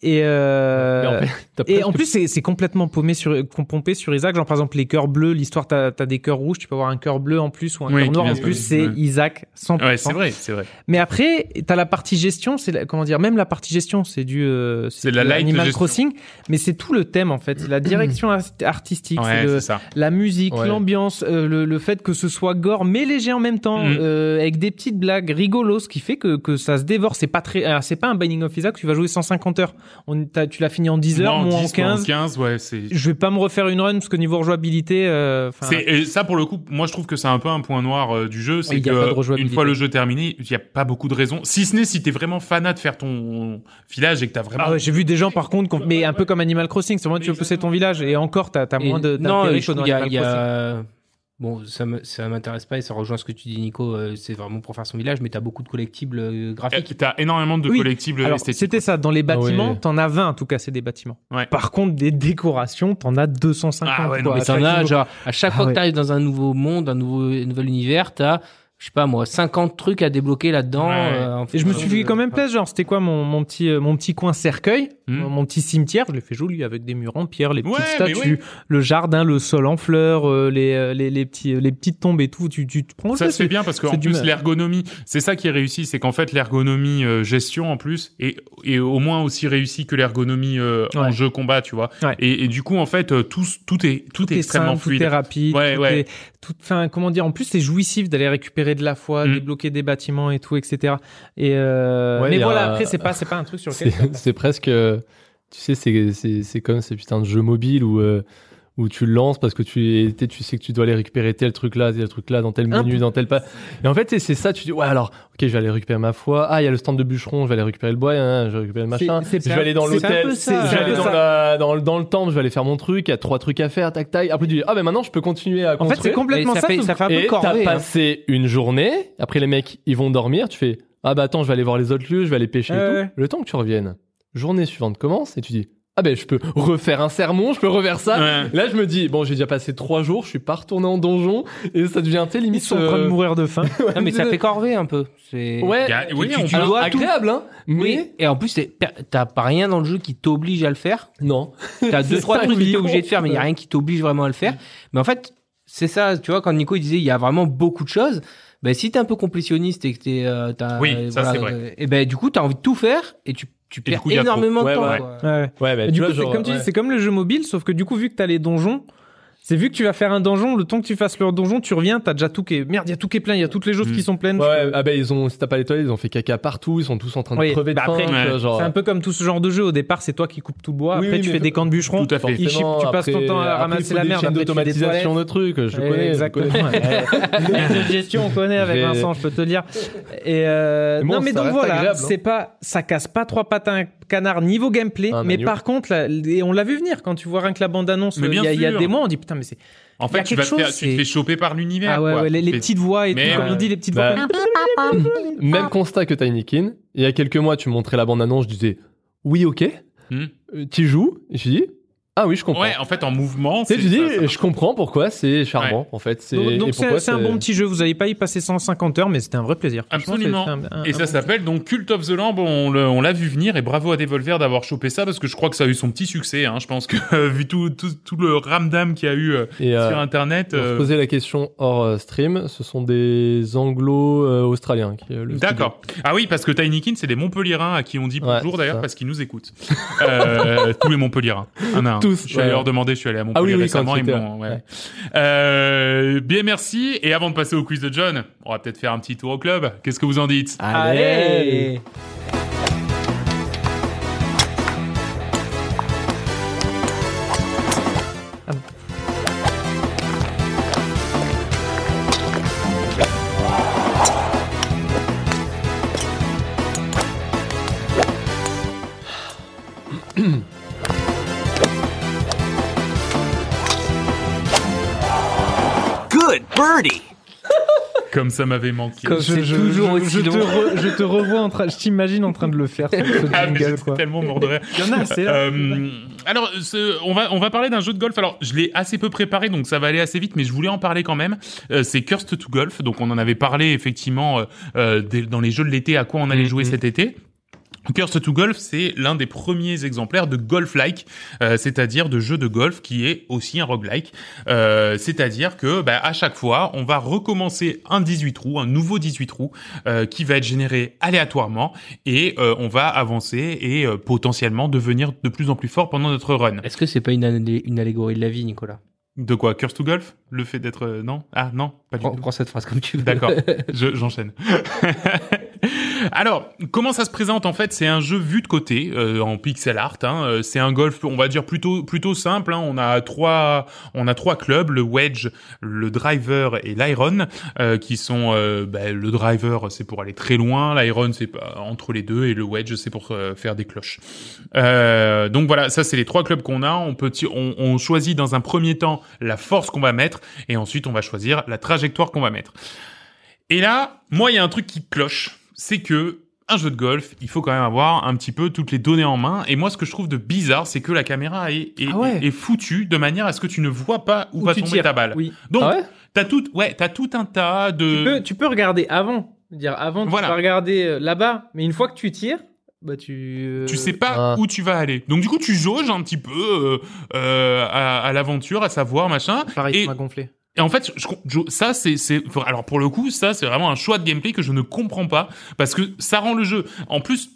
C: Et, euh,
D: Mais en fait, t'as
C: et en
D: presque-
C: plus, c'est c'est complètement paumé sur, com- pompé sur Isaac. Genre, par exemple, les cœurs bleus, l'histoire, t'as as des cœurs rouges, tu peux avoir un cœur bleu en plus ou un
A: Oui,
C: cœur noir
A: qui
C: en
A: vient-
C: plus,
A: oui,
C: c'est
A: oui.
C: Isaac 100%.
A: Ouais, c'est vrai, c'est vrai.
C: Mais après, t'as la partie gestion, c'est la- comment dire, même la partie gestion, c'est du, euh,
A: C'est de la
C: du
A: light de
C: Animal
A: gestion.
C: Crossing, mais c'est tout le thème en fait, c'est la direction art- artistique,
A: Ouais,
C: c'est le-
A: c'est ça.
C: la musique,
D: Ouais.
C: l'ambiance, euh, le, le fait que ce soit gore mais léger en même temps,
A: Mm.
C: euh, avec des petites blagues rigolos, ce qui fait que, que ça se dévore. C'est pas très, alors, c'est pas un Binding of Isaac, où tu vas jouer 150 heures. On, t'as- tu l'as fini en 10 heures,
A: Non,
C: moi
A: 10,
C: en
A: moi
C: 15.
A: ouais, c'est
C: Je vais pas me refaire une run parce que niveau rejouabilité, euh, 'fin,
A: C'est et ça pour le coup. Moi, je trouve que c'est un peu un point noir euh, du jeu, c'est
C: il y
A: que
C: a pas de
A: euh, une
C: rejouabilité.
A: fois le jeu terminé, il y a pas beaucoup de raisons. Si ce n'est si t'es vraiment fanat de faire ton village et que t'as vraiment.
C: Ah ouais, j'ai vu des gens par contre, qu'on- mais un peu comme Animal Crossing, c'est au moment où tu veux pousser ton village et encore t'as t'as
B: Et
C: moins de
B: non,
C: d'intérêt
B: et
C: que
B: je trouve
C: dans
B: qu'il y a-
C: Animal
B: il y
C: Crossing.
B: a- Bon, ça me- ça m'intéresse pas et ça rejoint ce que tu dis, Nico. euh, c'est vraiment pour faire son village, mais t'as beaucoup de collectibles euh,
A: Euh,
B: graphiques.
A: T'as énormément de
C: Oui.
A: collectibles
C: Alors
A: esthétiques.
C: c'était ça, dans les bâtiments,
D: oui.
C: t'en as 20 en tout cas, c'est des bâtiments.
A: Ah Ouais.
C: Par contre, des décorations, t'en as 250.
A: Ah ouais, non,
C: quoi,
A: mais
C: à
B: T'en
C: chaque
B: as,
C: niveau.
B: genre, à chaque
C: Ah
B: fois
C: ouais.
B: que t'arrives dans un nouveau monde, un nouveau, un nouvel univers, t'as, je sais pas moi, 50 trucs à débloquer là-dedans.
A: Ouais.
B: euh, en
C: Et je me
B: fonction
C: suis fait
B: de-
C: quand même plaisir, genre c'était quoi mon, mon petit euh, mon petit coin cercueil,
A: Hmm.
C: mon- mon petit cimetière, je l'ai fait joli avec des murs en pierre, les petites
A: Ouais, mais
C: statues,
A: ouais.
C: le jardin, le sol en fleurs, euh, les, euh, les les petits les petites tombes et tout, tu tu, tu prends le
A: Ça
C: jeu,
A: se fait bien parce qu'en
C: c'est du
A: plus
C: mal.
A: l'ergonomie, c'est ça qui est réussi, c'est qu'en fait l'ergonomie euh, gestion en plus est, est au moins aussi réussie que l'ergonomie euh, en
C: Ouais.
A: jeu combat, tu vois.
C: Ouais.
A: Et, et du coup en fait euh, tout tout est tout, est
C: est
A: extrêmement
C: simple,
A: fluide.
C: Tout est rapide.
A: Ouais,
C: tout
A: ouais.
C: est- tout- enfin, comment dire. En plus, c'est jouissif d'aller récupérer de la foi,
A: Mm.
C: débloquer des bâtiments et tout, etc. Et euh,
D: Ouais,
C: mais
D: il y a-
C: voilà, après, c'est pas, c'est pas un truc sur lequel.
D: C'est- C'est presque. euh, Tu sais, c'est- c'est c'est comme ces putains de jeux mobiles où, euh, où tu le lances parce que tu, et tu sais que tu dois aller récupérer tel truc là, tel truc là, dans tel
C: Un
D: menu,
C: peu.
D: dans tel pas. Et en fait, c'est- c'est ça, tu dis, ouais, alors, ok, je vais aller récéupérer ma foi. Ah, il y a le stand de bûcheron, je vais aller récupérer le bois, hein, je vais récupérer le machin.
C: C'est- c'est
D: je vais
C: un-
D: aller dans
C: c'est un
D: l'hôtel,
C: peu
D: je
C: ça.
D: vais
C: C'est un
D: aller
C: peu
D: dans,
C: ça.
D: la- dans, le- dans le temple, je vais aller faire mon truc, il y a trois trucs à faire, tac, tac. Après, tu dis, ah, mais maintenant, je peux continuer
C: En
D: à
C: fait, c'est
D: construire.
C: complètement
B: Mais
C: ça.
B: ça fait-
C: sauf-
B: ça fait un peu
D: Et t'as
B: corvée, hein.
D: passé une journée. Après, les mecs, ils vont dormir. Tu fais Ah bah attends, je vais aller voir les autres lieux, je vais aller pêcher
C: Ouais,
D: et tout.
C: ouais.
D: Le temps que tu reviennes, journée suivante commence et tu dis Ah ben je peux refaire un sermon, je peux refaire ça.
A: Ouais.
D: Là, je me dis Bon, j'ai déjà passé trois jours, je suis pas retourné en donjon et ça devient tes
C: Ils
D: limite.
C: sont en train de
D: euh,
C: mourir de faim.
B: Ah, mais ça fait corvée un peu. C'est...
D: Ouais,
A: Il y a- oui,
D: tu-
A: on
D: tu
A: peut-
D: alors,
C: dois tout-
D: agréable, hein, mais
B: Oui, et en plus, c'est per- t'as pas rien dans le jeu qui t'oblige à le faire.
D: non.
B: T'as deux,
D: C'est
B: trois
D: ça
B: trucs
D: qui
B: que t'es
D: compte.
B: obligé de faire, mais il y a rien qui t'oblige vraiment à le faire. Mais en fait, c'est ça, tu vois, quand Nico il disait il y a vraiment beaucoup de choses, ben, si t'es un peu complétionniste et que t'es, euh, t'as,
A: Oui,
B: euh,
A: ça, c'est vrai.
B: euh, Et ben, du coup, t'as envie de tout faire et tu, tu
A: du
B: perds
A: coup, il y a trop.
B: énormément
D: Ouais,
B: de temps.
D: ouais.
B: quoi.
C: Ouais, ouais.
D: Ouais,
C: Et
D: bah,
C: du
D: tu
C: coup,
D: vois,
C: c'est
D: genre,
C: comme tu dis,
D: ouais.
C: c'est comme le jeu mobile, sauf que du coup, vu que t'as les donjons. C'est vu que tu vas faire un donjon, le temps que tu fasses leur donjon, tu reviens, t'as déjà tout qui est merde, il y a tout qui est plein, il y a toutes les choses
A: Mm.
C: qui sont pleines.
D: Ouais, ah bah ils ont, si t'as pas les toilettes, ils ont fait caca partout, ils sont tous en train de
C: Oui,
D: crever de
C: bah
D: faim,
C: après,
D: tu vois,
A: ouais.
D: genre,
C: C'est un peu comme tout ce genre de jeu. Au départ, c'est toi qui coupes tout le bois.
D: Oui,
C: après,
D: oui,
C: tu
D: mais
C: fais des camps de bûcherons.
A: Tout à fait.
C: Il ship, tu passes ton temps à ramasser la merde, après,
D: chaîne
C: tu fais des
D: d'automatisation de trucs, je
C: Ouais,
D: connais. je connais.
C: exactement. Les jeux de gestion, on connaît avec
D: J'ai-
C: Vincent, je peux te le dire. Et euh,
D: Mais bon,
C: non, mais
D: ça
C: donc
D: reste
C: voilà,
D: agréable, hein.
C: c'est pas, ça casse pas trois pattes à un canard niveau gameplay,
D: Ah,
C: mais
D: Manu.
C: par contre, là, et on l'a vu venir quand tu vois rien que la bande annonce,
A: Mais
C: il y, a-
A: bien
C: il y a
A: sûr.
C: des mois, on dit putain, mais c'est.
A: En
C: Il y
A: fait,
C: a
A: tu,
C: quelque
A: vas te faire-
C: chose,
A: tu te
C: c'est-
A: fais choper par l'univers.
C: Ah ouais,
A: quoi.
C: ouais, les, les
A: C'est-
C: petites voix et
A: Mais
C: tout, comme
D: ouais.
C: on dit, les petites
D: Bah,
C: voix. Ah.
D: Même constat que Tiny Kin. Il y a quelques mois, tu me montrais la bande-annonce, je disais oui, ok,
A: Hmm.
D: euh, t'y joues. Et je dis ah oui, je comprends.
A: Ouais, en fait, en mouvement.
D: tu sais,
A: c'est-
D: tu dis
A: ça- ça-
D: je comprends pourquoi c'est charmant en fait. C'est
C: Donc,
D: et
C: donc
D: pourquoi
C: c'est c'est un bon petit jeu. Vous n'allez pas y passer 150 heures, mais c'était un vrai plaisir. Franchement,
A: Absolument.
C: c'était un- un-
A: Et
C: un
A: ça s'appelle donc Cult of the Lamb. On le- on l'a vu venir et bravo à Devolver d'avoir chopé ça parce que je crois que ça a eu son petit succès. hein. Je pense que euh, vu tout, tout, tout le ramdam qu'il y a eu euh,
D: Et, euh,
A: sur Internet.
D: on se
A: euh,
D: posait la question hors euh, stream. Ce sont des Anglo-Australiens qui euh, le studio.
A: D'accord. Ah oui, parce que Tinykin, c'est des Montpelliérains à qui on dit
D: Ouais,
A: bonjour
D: c'est
A: d'ailleurs
D: ça.
A: parce qu'ils nous écoutent. Euh, tous les Montpelliérains. Un à un.
D: Tous tous.
A: Je suis allé
D: Ouais.
A: leur demander, je suis allé à Montpellier
D: Ah oui, oui,
A: récemment,
D: quand
A: ils
D: c'était,
A: m'ont- ouais.
D: ouais.
A: Euh, bien, merci. Et avant de passer au quiz de John, on va peut-être faire un petit tour au club. Qu'est-ce que vous en
D: Ah.
A: dites
B: Allez
A: Comme ça m'avait manqué.
B: Comme- C'est toujours
C: je,
B: aussi
C: je te
B: long.
C: re- je te revois en train, je t'imagine en train de le faire, ce ce
A: Ah, mais
C: jingle,
A: j'étais
C: quoi.
A: tellement mort de rire.
C: Il y en a, c'est là.
A: Euh, alors, ce- on, va, on va parler d'un jeu de golf. Alors, je l'ai assez peu préparé, donc ça va aller assez vite, mais je voulais en parler quand même. Euh, c'est Cursed to Golf. Donc, on en avait parlé effectivement euh, euh, des- dans les jeux de l'été, à quoi on allait jouer cet été. Cursed to Golf, c'est l'un des premiers exemplaires de golf-like, euh, c'est-à-dire de jeu de golf qui est aussi un roguelike. Euh, c'est-à-dire que bah, à chaque fois, on va recommencer un 18 trous, un nouveau 18 trous, euh, qui va être généré aléatoirement, et euh, on va avancer et euh, potentiellement devenir de plus en plus fort pendant notre run.
B: Est-ce que c'est pas une, allé- une allégorie de la vie, Nicolas
A: De quoi Curse to Golf Le fait d'être... euh, non Ah non, pas du
B: prends,
A: tout.
B: prends cette phrase comme tu veux.
A: D'accord, Je- j'enchaîne. Alors, comment ça se présente en fait C'est un jeu vu de côté, euh, en pixel art. hein. Euh, C'est un golf, on va dire plutôt plutôt simple. hein. On a trois, on a trois clubs le wedge, le driver et l'iron, euh, qui sont euh, bah, le driver, c'est pour aller très loin, l'iron c'est pas- entre les deux et le wedge c'est pour euh, faire des cloches. Euh, donc voilà, ça c'est les trois clubs qu'on a. On peut, ti- on, on choisit dans un premier temps la force qu'on va mettre et ensuite on va choisir la trajectoire qu'on va mettre. Et là, moi, il y a un truc qui cloche, c'est que un jeu de golf, il faut quand même avoir un petit peu toutes les données en main. Et moi, ce que je trouve de bizarre, c'est que la caméra est, est,
C: Ah ouais.
A: est foutue de manière à ce que tu ne vois pas où, va
C: tu
A: tomber
C: tires.
A: ta balle.
C: Oui.
A: Donc,
D: Ah ouais
A: t'as tout, ouais, t'as tout un tas
C: Tu, peux,
A: de.
C: tu peux regarder avant. Dire avant, tu
A: Euh, Voilà.
C: peux regarder euh, là-bas, mais une fois que tu tires, bah tu. euh,
A: Tu sais pas
D: Ah.
A: où tu vas aller. Donc du coup, tu jauges un petit peu euh, euh, à, à l'aventure, à savoir machin.
C: Pareil,
A: Et-
C: tu m'as gonflé.
A: Et en fait, je- je- ça, c'est, c'est, alors pour le coup, ça, c'est vraiment un choix de gameplay que je ne comprends pas parce que ça rend le jeu. En plus,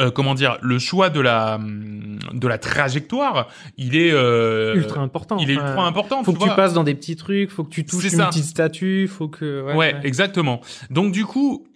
A: euh, comment dire, le choix de la hum, de la trajectoire, il est euh,
C: ultra important.
A: il est
C: enfin,
A: ultra important.
C: Faut
A: tu
C: que tu
A: vois.
C: passes dans des petits trucs, faut que tu touches
A: C'est
C: une
A: ça.
C: petite statue, faut que.
A: Ouais, exactement. Donc du coup,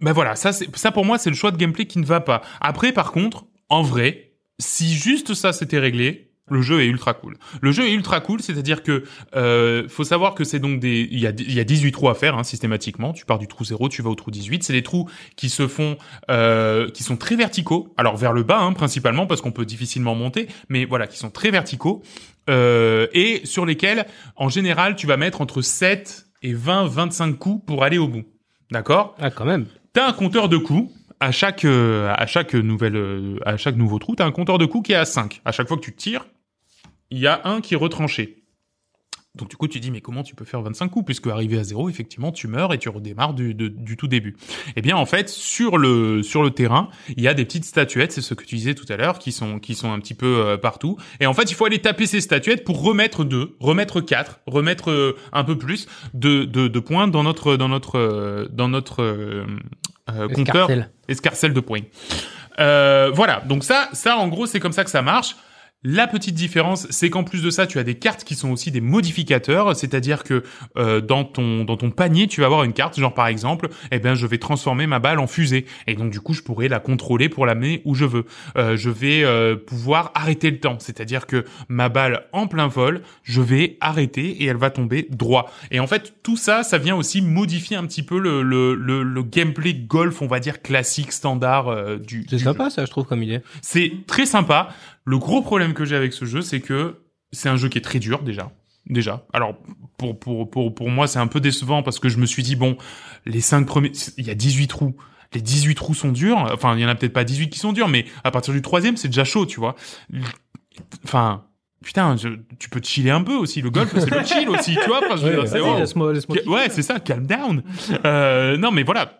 A: bah voilà, ça, c'est, ça pour moi, c'est le choix de gameplay qui ne va pas. Après, par contre, en vrai, si juste ça s'était réglé. Le jeu est ultra cool. Le jeu est ultra cool, c'est-à-dire que euh, faut savoir que c'est donc des il y a il y a 18 trous à faire hein, systématiquement. Tu pars du trou 0, tu vas au trou 18. C'est des trous qui se font euh, qui sont très verticaux. Alors vers le bas hein, principalement parce qu'on peut difficilement monter, mais voilà, qui sont très verticaux euh, et sur lesquels en général, tu vas mettre entre 7 et 20, 25 coups pour aller au bout. D'accord
B: Ah, quand même.
A: T'as un compteur de coups. À chaque, euh, à chaque nouvelle, euh, à chaque nouveau trou, t'as un compteur de coups qui est à 5. À chaque fois que tu tires, il y a un qui est retranché. Donc du coup, tu dis, mais comment tu peux faire 25 coups Puisque arrivé à 0, effectivement, tu meurs et tu redémarres du, de- du tout début. Eh bien, en fait, sur le, sur le terrain, il y a des petites statuettes, c'est ce que tu disais tout à l'heure, qui sont, qui sont un petit peu euh, partout. Et en fait, il faut aller taper ces statuettes pour remettre 2, remettre 4, remettre euh, un peu plus de, de, de points dans notre, dans notre, euh, dans notre euh, euh, compteur
B: Escarcelle.
A: escarcelle de points. Euh, voilà, donc ça, ça en gros, c'est comme ça que ça marche. La petite différence, c'est qu'en plus de ça, tu as des cartes qui sont aussi des modificateurs, c'est-à-dire que euh, dans ton dans ton panier, tu vas avoir une carte, genre par exemple, eh ben je vais transformer ma balle en fusée, et donc du coup je pourrais la contrôler pour l'amener où je veux. Euh, je vais euh, pouvoir arrêter le temps, c'est-à-dire que ma balle en plein vol, je vais arrêter et elle va tomber droit. Et en fait, tout ça, ça vient aussi modifier un petit peu le le, le, le gameplay golf, on va dire classique standard euh, du.
B: C'est
A: du
B: sympa, ça, je trouve, comme idée.
A: c'est très sympa. Le gros problème que j'ai avec ce jeu, c'est que c'est un jeu qui est très dur déjà. Déjà. Alors pour pour pour pour moi, c'est un peu décevant parce que je me suis dit bon, les cinq premiers, il y a 18 trous. Les 18 trous sont durs. Enfin, il y en a peut-être pas 18 qui sont durs, mais à partir du troisième, c'est déjà chaud, tu vois. Enfin, putain, je- tu peux te chiller un peu aussi. Le golf, c'est le chill aussi, tu vois. Enfin, je veux dire, c'est-
C: Vas-y,
A: oh.
C: laisse-moi- laisse-moi
A: Ca- Ouais, c'est ça, calm down. Euh, non, mais voilà.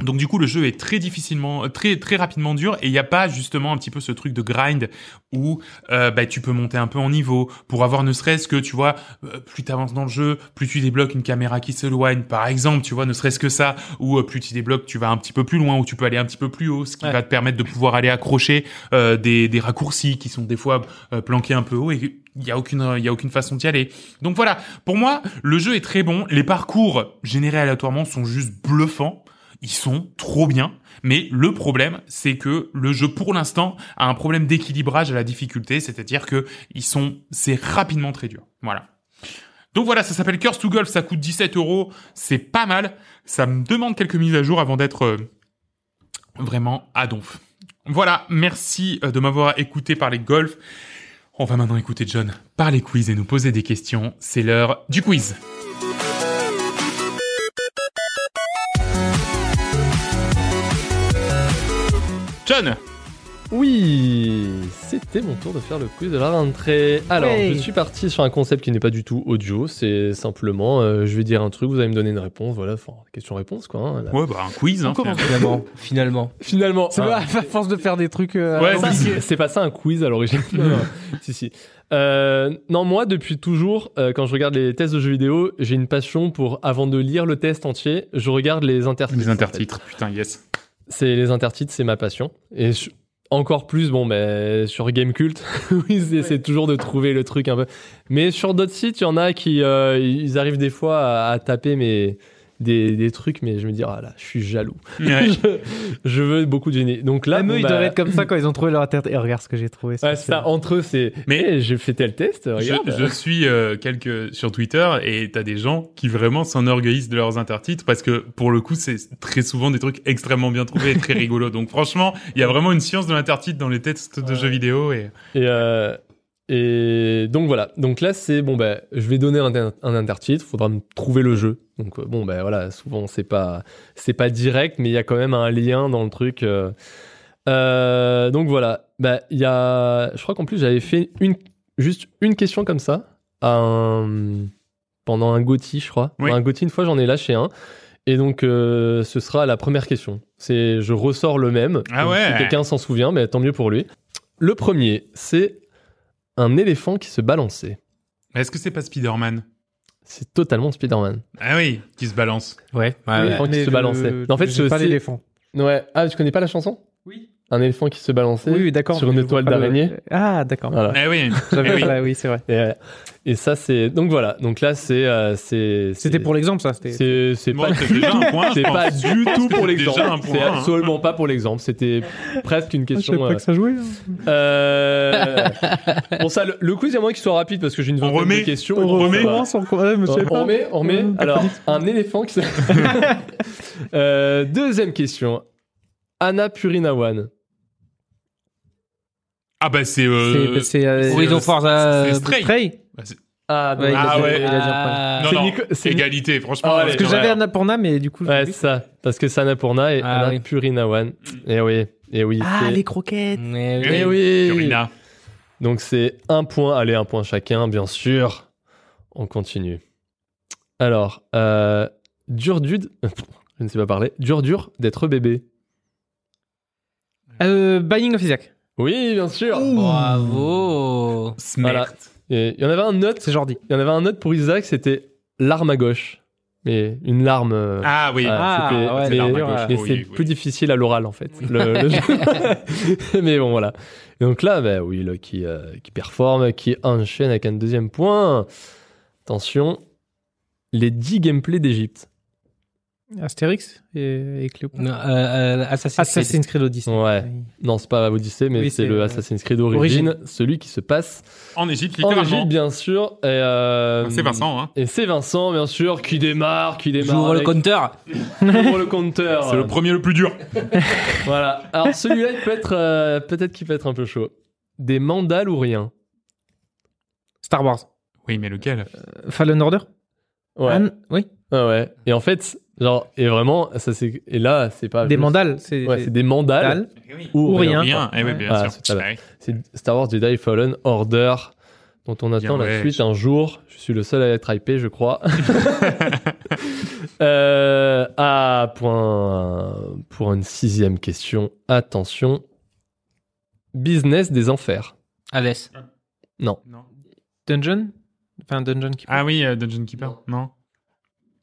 A: Donc du coup le jeu est très difficilement, très très rapidement dur et il n'y a pas justement un petit peu ce truc de grind où euh, bah, tu peux monter un peu en niveau pour avoir ne serait-ce que tu vois euh, plus t'avances dans le jeu plus tu débloques une caméra qui s'éloigne par exemple tu vois ne serait-ce que ça ou euh, plus tu débloques tu vas un petit peu plus loin ou tu peux aller un petit peu plus haut ce qui
D: Ouais.
A: va te permettre de pouvoir aller accrocher euh, des, des raccourcis qui sont des fois euh, planqués un peu haut et il y a aucune il y a aucune façon d'y aller donc voilà pour moi le jeu est très bon les parcours générés aléatoirement sont juste bluffants ils sont trop bien. Mais le problème, c'est que le jeu, pour l'instant, a un problème d'équilibrage à la difficulté, c'est-à-dire que ils sont, c'est rapidement très dur. Voilà. Donc voilà, ça s'appelle Curse to Golf, ça coûte 17 euros, c'est pas mal. Ça me demande quelques mises à jour avant d'être euh, vraiment à donf. Voilà, merci euh, de m'avoir écouté parler golf. On va maintenant écouter John parler quiz et nous poser des questions. C'est l'heure du quiz. John,
D: Oui, c'était mon tour de faire le quiz de la rentrée. Alors,
C: Ouais.
D: je suis parti sur un concept qui n'est pas du tout audio, c'est simplement, euh, je vais dire un truc, vous allez me donner une réponse, voilà, enfin, question-réponse quoi. hein, là.
A: ouais, bah un quiz. Hein, finalement.
B: Finalement, finalement.
D: Finalement,
C: C'est
D: hein,
C: pas à force de faire des trucs. euh,
A: Ouais,
C: à
D: Ça,
C: l'envers.
D: c'est- c'est pas ça un quiz à l'origine. Non, non. si, si. Euh, non, moi, depuis toujours, euh, quand je regarde les tests de jeux vidéo, j'ai une passion pour, avant de lire le test entier, je regarde les intertitres.
A: Les
D: en fait.
A: intertitres, putain, yes.
D: C'est les intertitres, c'est ma passion. Et je- encore plus, bon, ben sur Gamecult, ils essaient toujours de trouver le truc un peu. Mais sur d'autres sites, il y en a qui, euh, ils arrivent des fois à, à taper mes, des, des trucs, mais je me dis, ah là, je suis jaloux.
A: Ouais.
D: je, je veux beaucoup de génie. Donc là,
C: Même
D: bon,
C: eux, ils
D: bah,
C: doivent être comme ça quand ils ont trouvé leur tête. Et regarde ce que j'ai trouvé.
D: Ouais, ça, entre eux, c'est.
A: Mais-
D: Mais j'ai fait tel test,
A: Je,
D: regarde.
A: je suis euh, quelques sur Twitter et t'as des gens qui vraiment s'enorgueillissent de leurs intertitres parce que pour le coup c'est très souvent des trucs extrêmement bien trouvés et très rigolos. Donc franchement il y a vraiment une science de l'intertitre dans les tests de
D: Ouais.
A: jeux vidéo et
D: Et, euh, et donc voilà. Donc là, c'est bon, bah, je vais donner un, un intertitre, faudra me trouver le jeu. Donc euh, bon, bah, voilà, souvent c'est pas, c'est pas direct, mais il y a quand même un lien dans le truc. euh. Euh, donc voilà. Bah, il y a, je crois qu'en plus, j'avais fait une, juste une question comme ça à un- pendant un Gotti, je crois.
A: Oui.
D: Un Gotti, une fois, j'en ai lâché un. Et donc, euh, ce sera la première question. C'est, je ressors le même.
A: Ah
D: Donc,
A: ouais.
D: Si quelqu'un s'en souvient, mais tant mieux pour lui. Le premier, c'est un éléphant qui se balançait.
A: Mais est-ce que c'est pas Spider-Man
D: C'est totalement Spider-Man.
A: Ah oui, qui se balance.
B: Ouais, ouais,
D: Oui.
B: ouais.
D: L'éléphant qui se balançait. Mais en fait,
C: c'est
D: ce-
C: pas
D: c'est-
C: l'éléphant.
D: Ouais. Ah, tu connais pas la chanson
C: Oui.
D: Un éléphant qui se balançait.
C: Oui, oui, d'accord.
D: Sur une
C: mais je vois
D: toile
C: pas le-
D: d'araignée.
C: Ah, d'accord.
D: Voilà.
A: Ah oui.
C: J'avais
A: Eh oui.
C: pas- oui, c'est vrai.
D: Et, euh, et ça, c'est. Donc voilà. Donc là, c'est. euh, c'est-
C: C'était
D: c'est-
C: pour l'exemple, ça. C'était. Ah,
D: C'est c'est
A: Bon,
D: pas.
A: c'est déjà un point. je
D: C'est
A: pense.
D: pas du tout pour
A: C'est déjà
D: l'exemple.
A: un point,
D: C'est
A: hein.
D: absolument pas pour l'exemple. C'était presque une
C: Ah, Je savais
D: question.
C: pas que ça jouait. hein.
D: euh, euh, Bon, ça, le, le quiz, à moins qu'il soit rapide parce que j'ai une
A: On
D: vingtaine
A: remet.
D: de questions.
A: On
D: Donc,
A: remet.
D: ça va.
C: Comment son- Ouais, je me savais
D: Bah, On
C: pas.
D: remet, on remet.
C: Mmh.
D: Alors, un éléphant qui se... Euh, deuxième question. Anna Purinawan.
A: Ah bah c'est
C: C'est-
A: euh...
C: C'est. euh,
A: Oui,
B: Horizon
A: euh,
B: Forza.
A: c'est Stray.
C: Stray.
A: bah, c'est-
D: Ah,
C: Ouais, il a
A: Ah
C: dit-
A: ouais.
C: il a dit un point.
B: Ah,
A: non,
D: c'est
A: non,
D: Nico- c'est-
A: égalité franchement. euh,
D: Ah, ouais,
A: parce
C: Parce que
D: ouais.
C: j'avais Annapurna, mais du coup. j'ai
D: Ouais, c'est
C: oublié.
D: ça. Parce que c'est Annapurna et
B: Ah
D: Anna
B: oui.
D: Purinawan. Et oui, et oui.
C: Ah,
D: c'est-
C: les croquettes.
B: mais
A: Eh
D: Eh
B: oui.
D: oui.
A: Purina.
D: Donc c'est un point, allez, un point chacun, bien sûr. On continue. Alors, euh, dur dude, je ne sais pas parler, dur dur d'être bébé.
C: Euh, Binding of Isaac.
D: Oui, bien sûr.
B: Bravo.
A: Smert.
D: Voilà. Et Il y en avait un autre,
C: C'est Jordi.
D: Il y en avait un autre pour Isaac, c'était l'arme à gauche. Mais une larme. euh,
A: Ah oui.
D: voilà,
C: Ah,
D: c'était-
C: ouais,
D: mais-
C: l'arme à
D: mais
A: gauche, oui,
D: c'est
A: oui.
D: plus difficile à l'oral en fait. le- le jeu. mais bon, voilà. Et donc là, bah, oui, là, qui, euh, qui performe, qui enchaîne avec un deuxième point. Attention, les 10 gameplays d'Egypte.
C: Astérix et, et Cléopâtre. Ah,
B: Non, euh, euh, Assassin's, Creed.
C: Assassin's Creed Odyssey.
D: Ouais. Non, c'est pas Odyssey, mais
C: Oui,
D: c'est
C: c'est,
D: le
C: euh,
D: Assassin's Creed Origins, celui qui se passe
A: En Égypte
D: en
A: littéralement.
D: Égypte, bien sûr. et, euh,
A: c'est Vincent hein.
D: Et c'est Vincent, bien sûr, qui démarre, qui démarre.
B: J'ouvre le
D: avec-
B: compteur.
D: J'ouvre le compteur.
A: C'est le premier le plus dur.
D: Voilà. Alors celui-là, il peut être, euh, peut-être qu'il peut être un peu chaud. Des mandales ou rien.
C: Star Wars.
A: Oui mais lequel
C: Euh, Fallen Order.
D: Ouais.
C: Anne- oui.
D: Ouais, ouais. Et en fait, genre, et vraiment, ça c'est, et là, c'est pas.
C: Des
D: juste-
C: mandales. C'est
D: Ah, Ouais, c'est des mandales
A: Eh oui.
D: ou,
C: Ou
D: rien.
A: Rien.
C: rien.
A: Eh oui
C: Ouais.
A: bien
D: Ah,
A: sûr.
D: c'est pas
A: Ouais.
D: C'est Star Wars Jedi Fallen Order. dont on attend
A: Bien,
D: la
A: ouais.
D: suite un jour. Je suis le seul à être hypé, je crois. Euh, ah, pour, un- pour une sixième question, attention. Business des enfers.
B: Aves.
A: Non.
C: Dungeon Enfin, Dungeon qui.
A: Ah oui, euh, Dungeon Keeper. Non.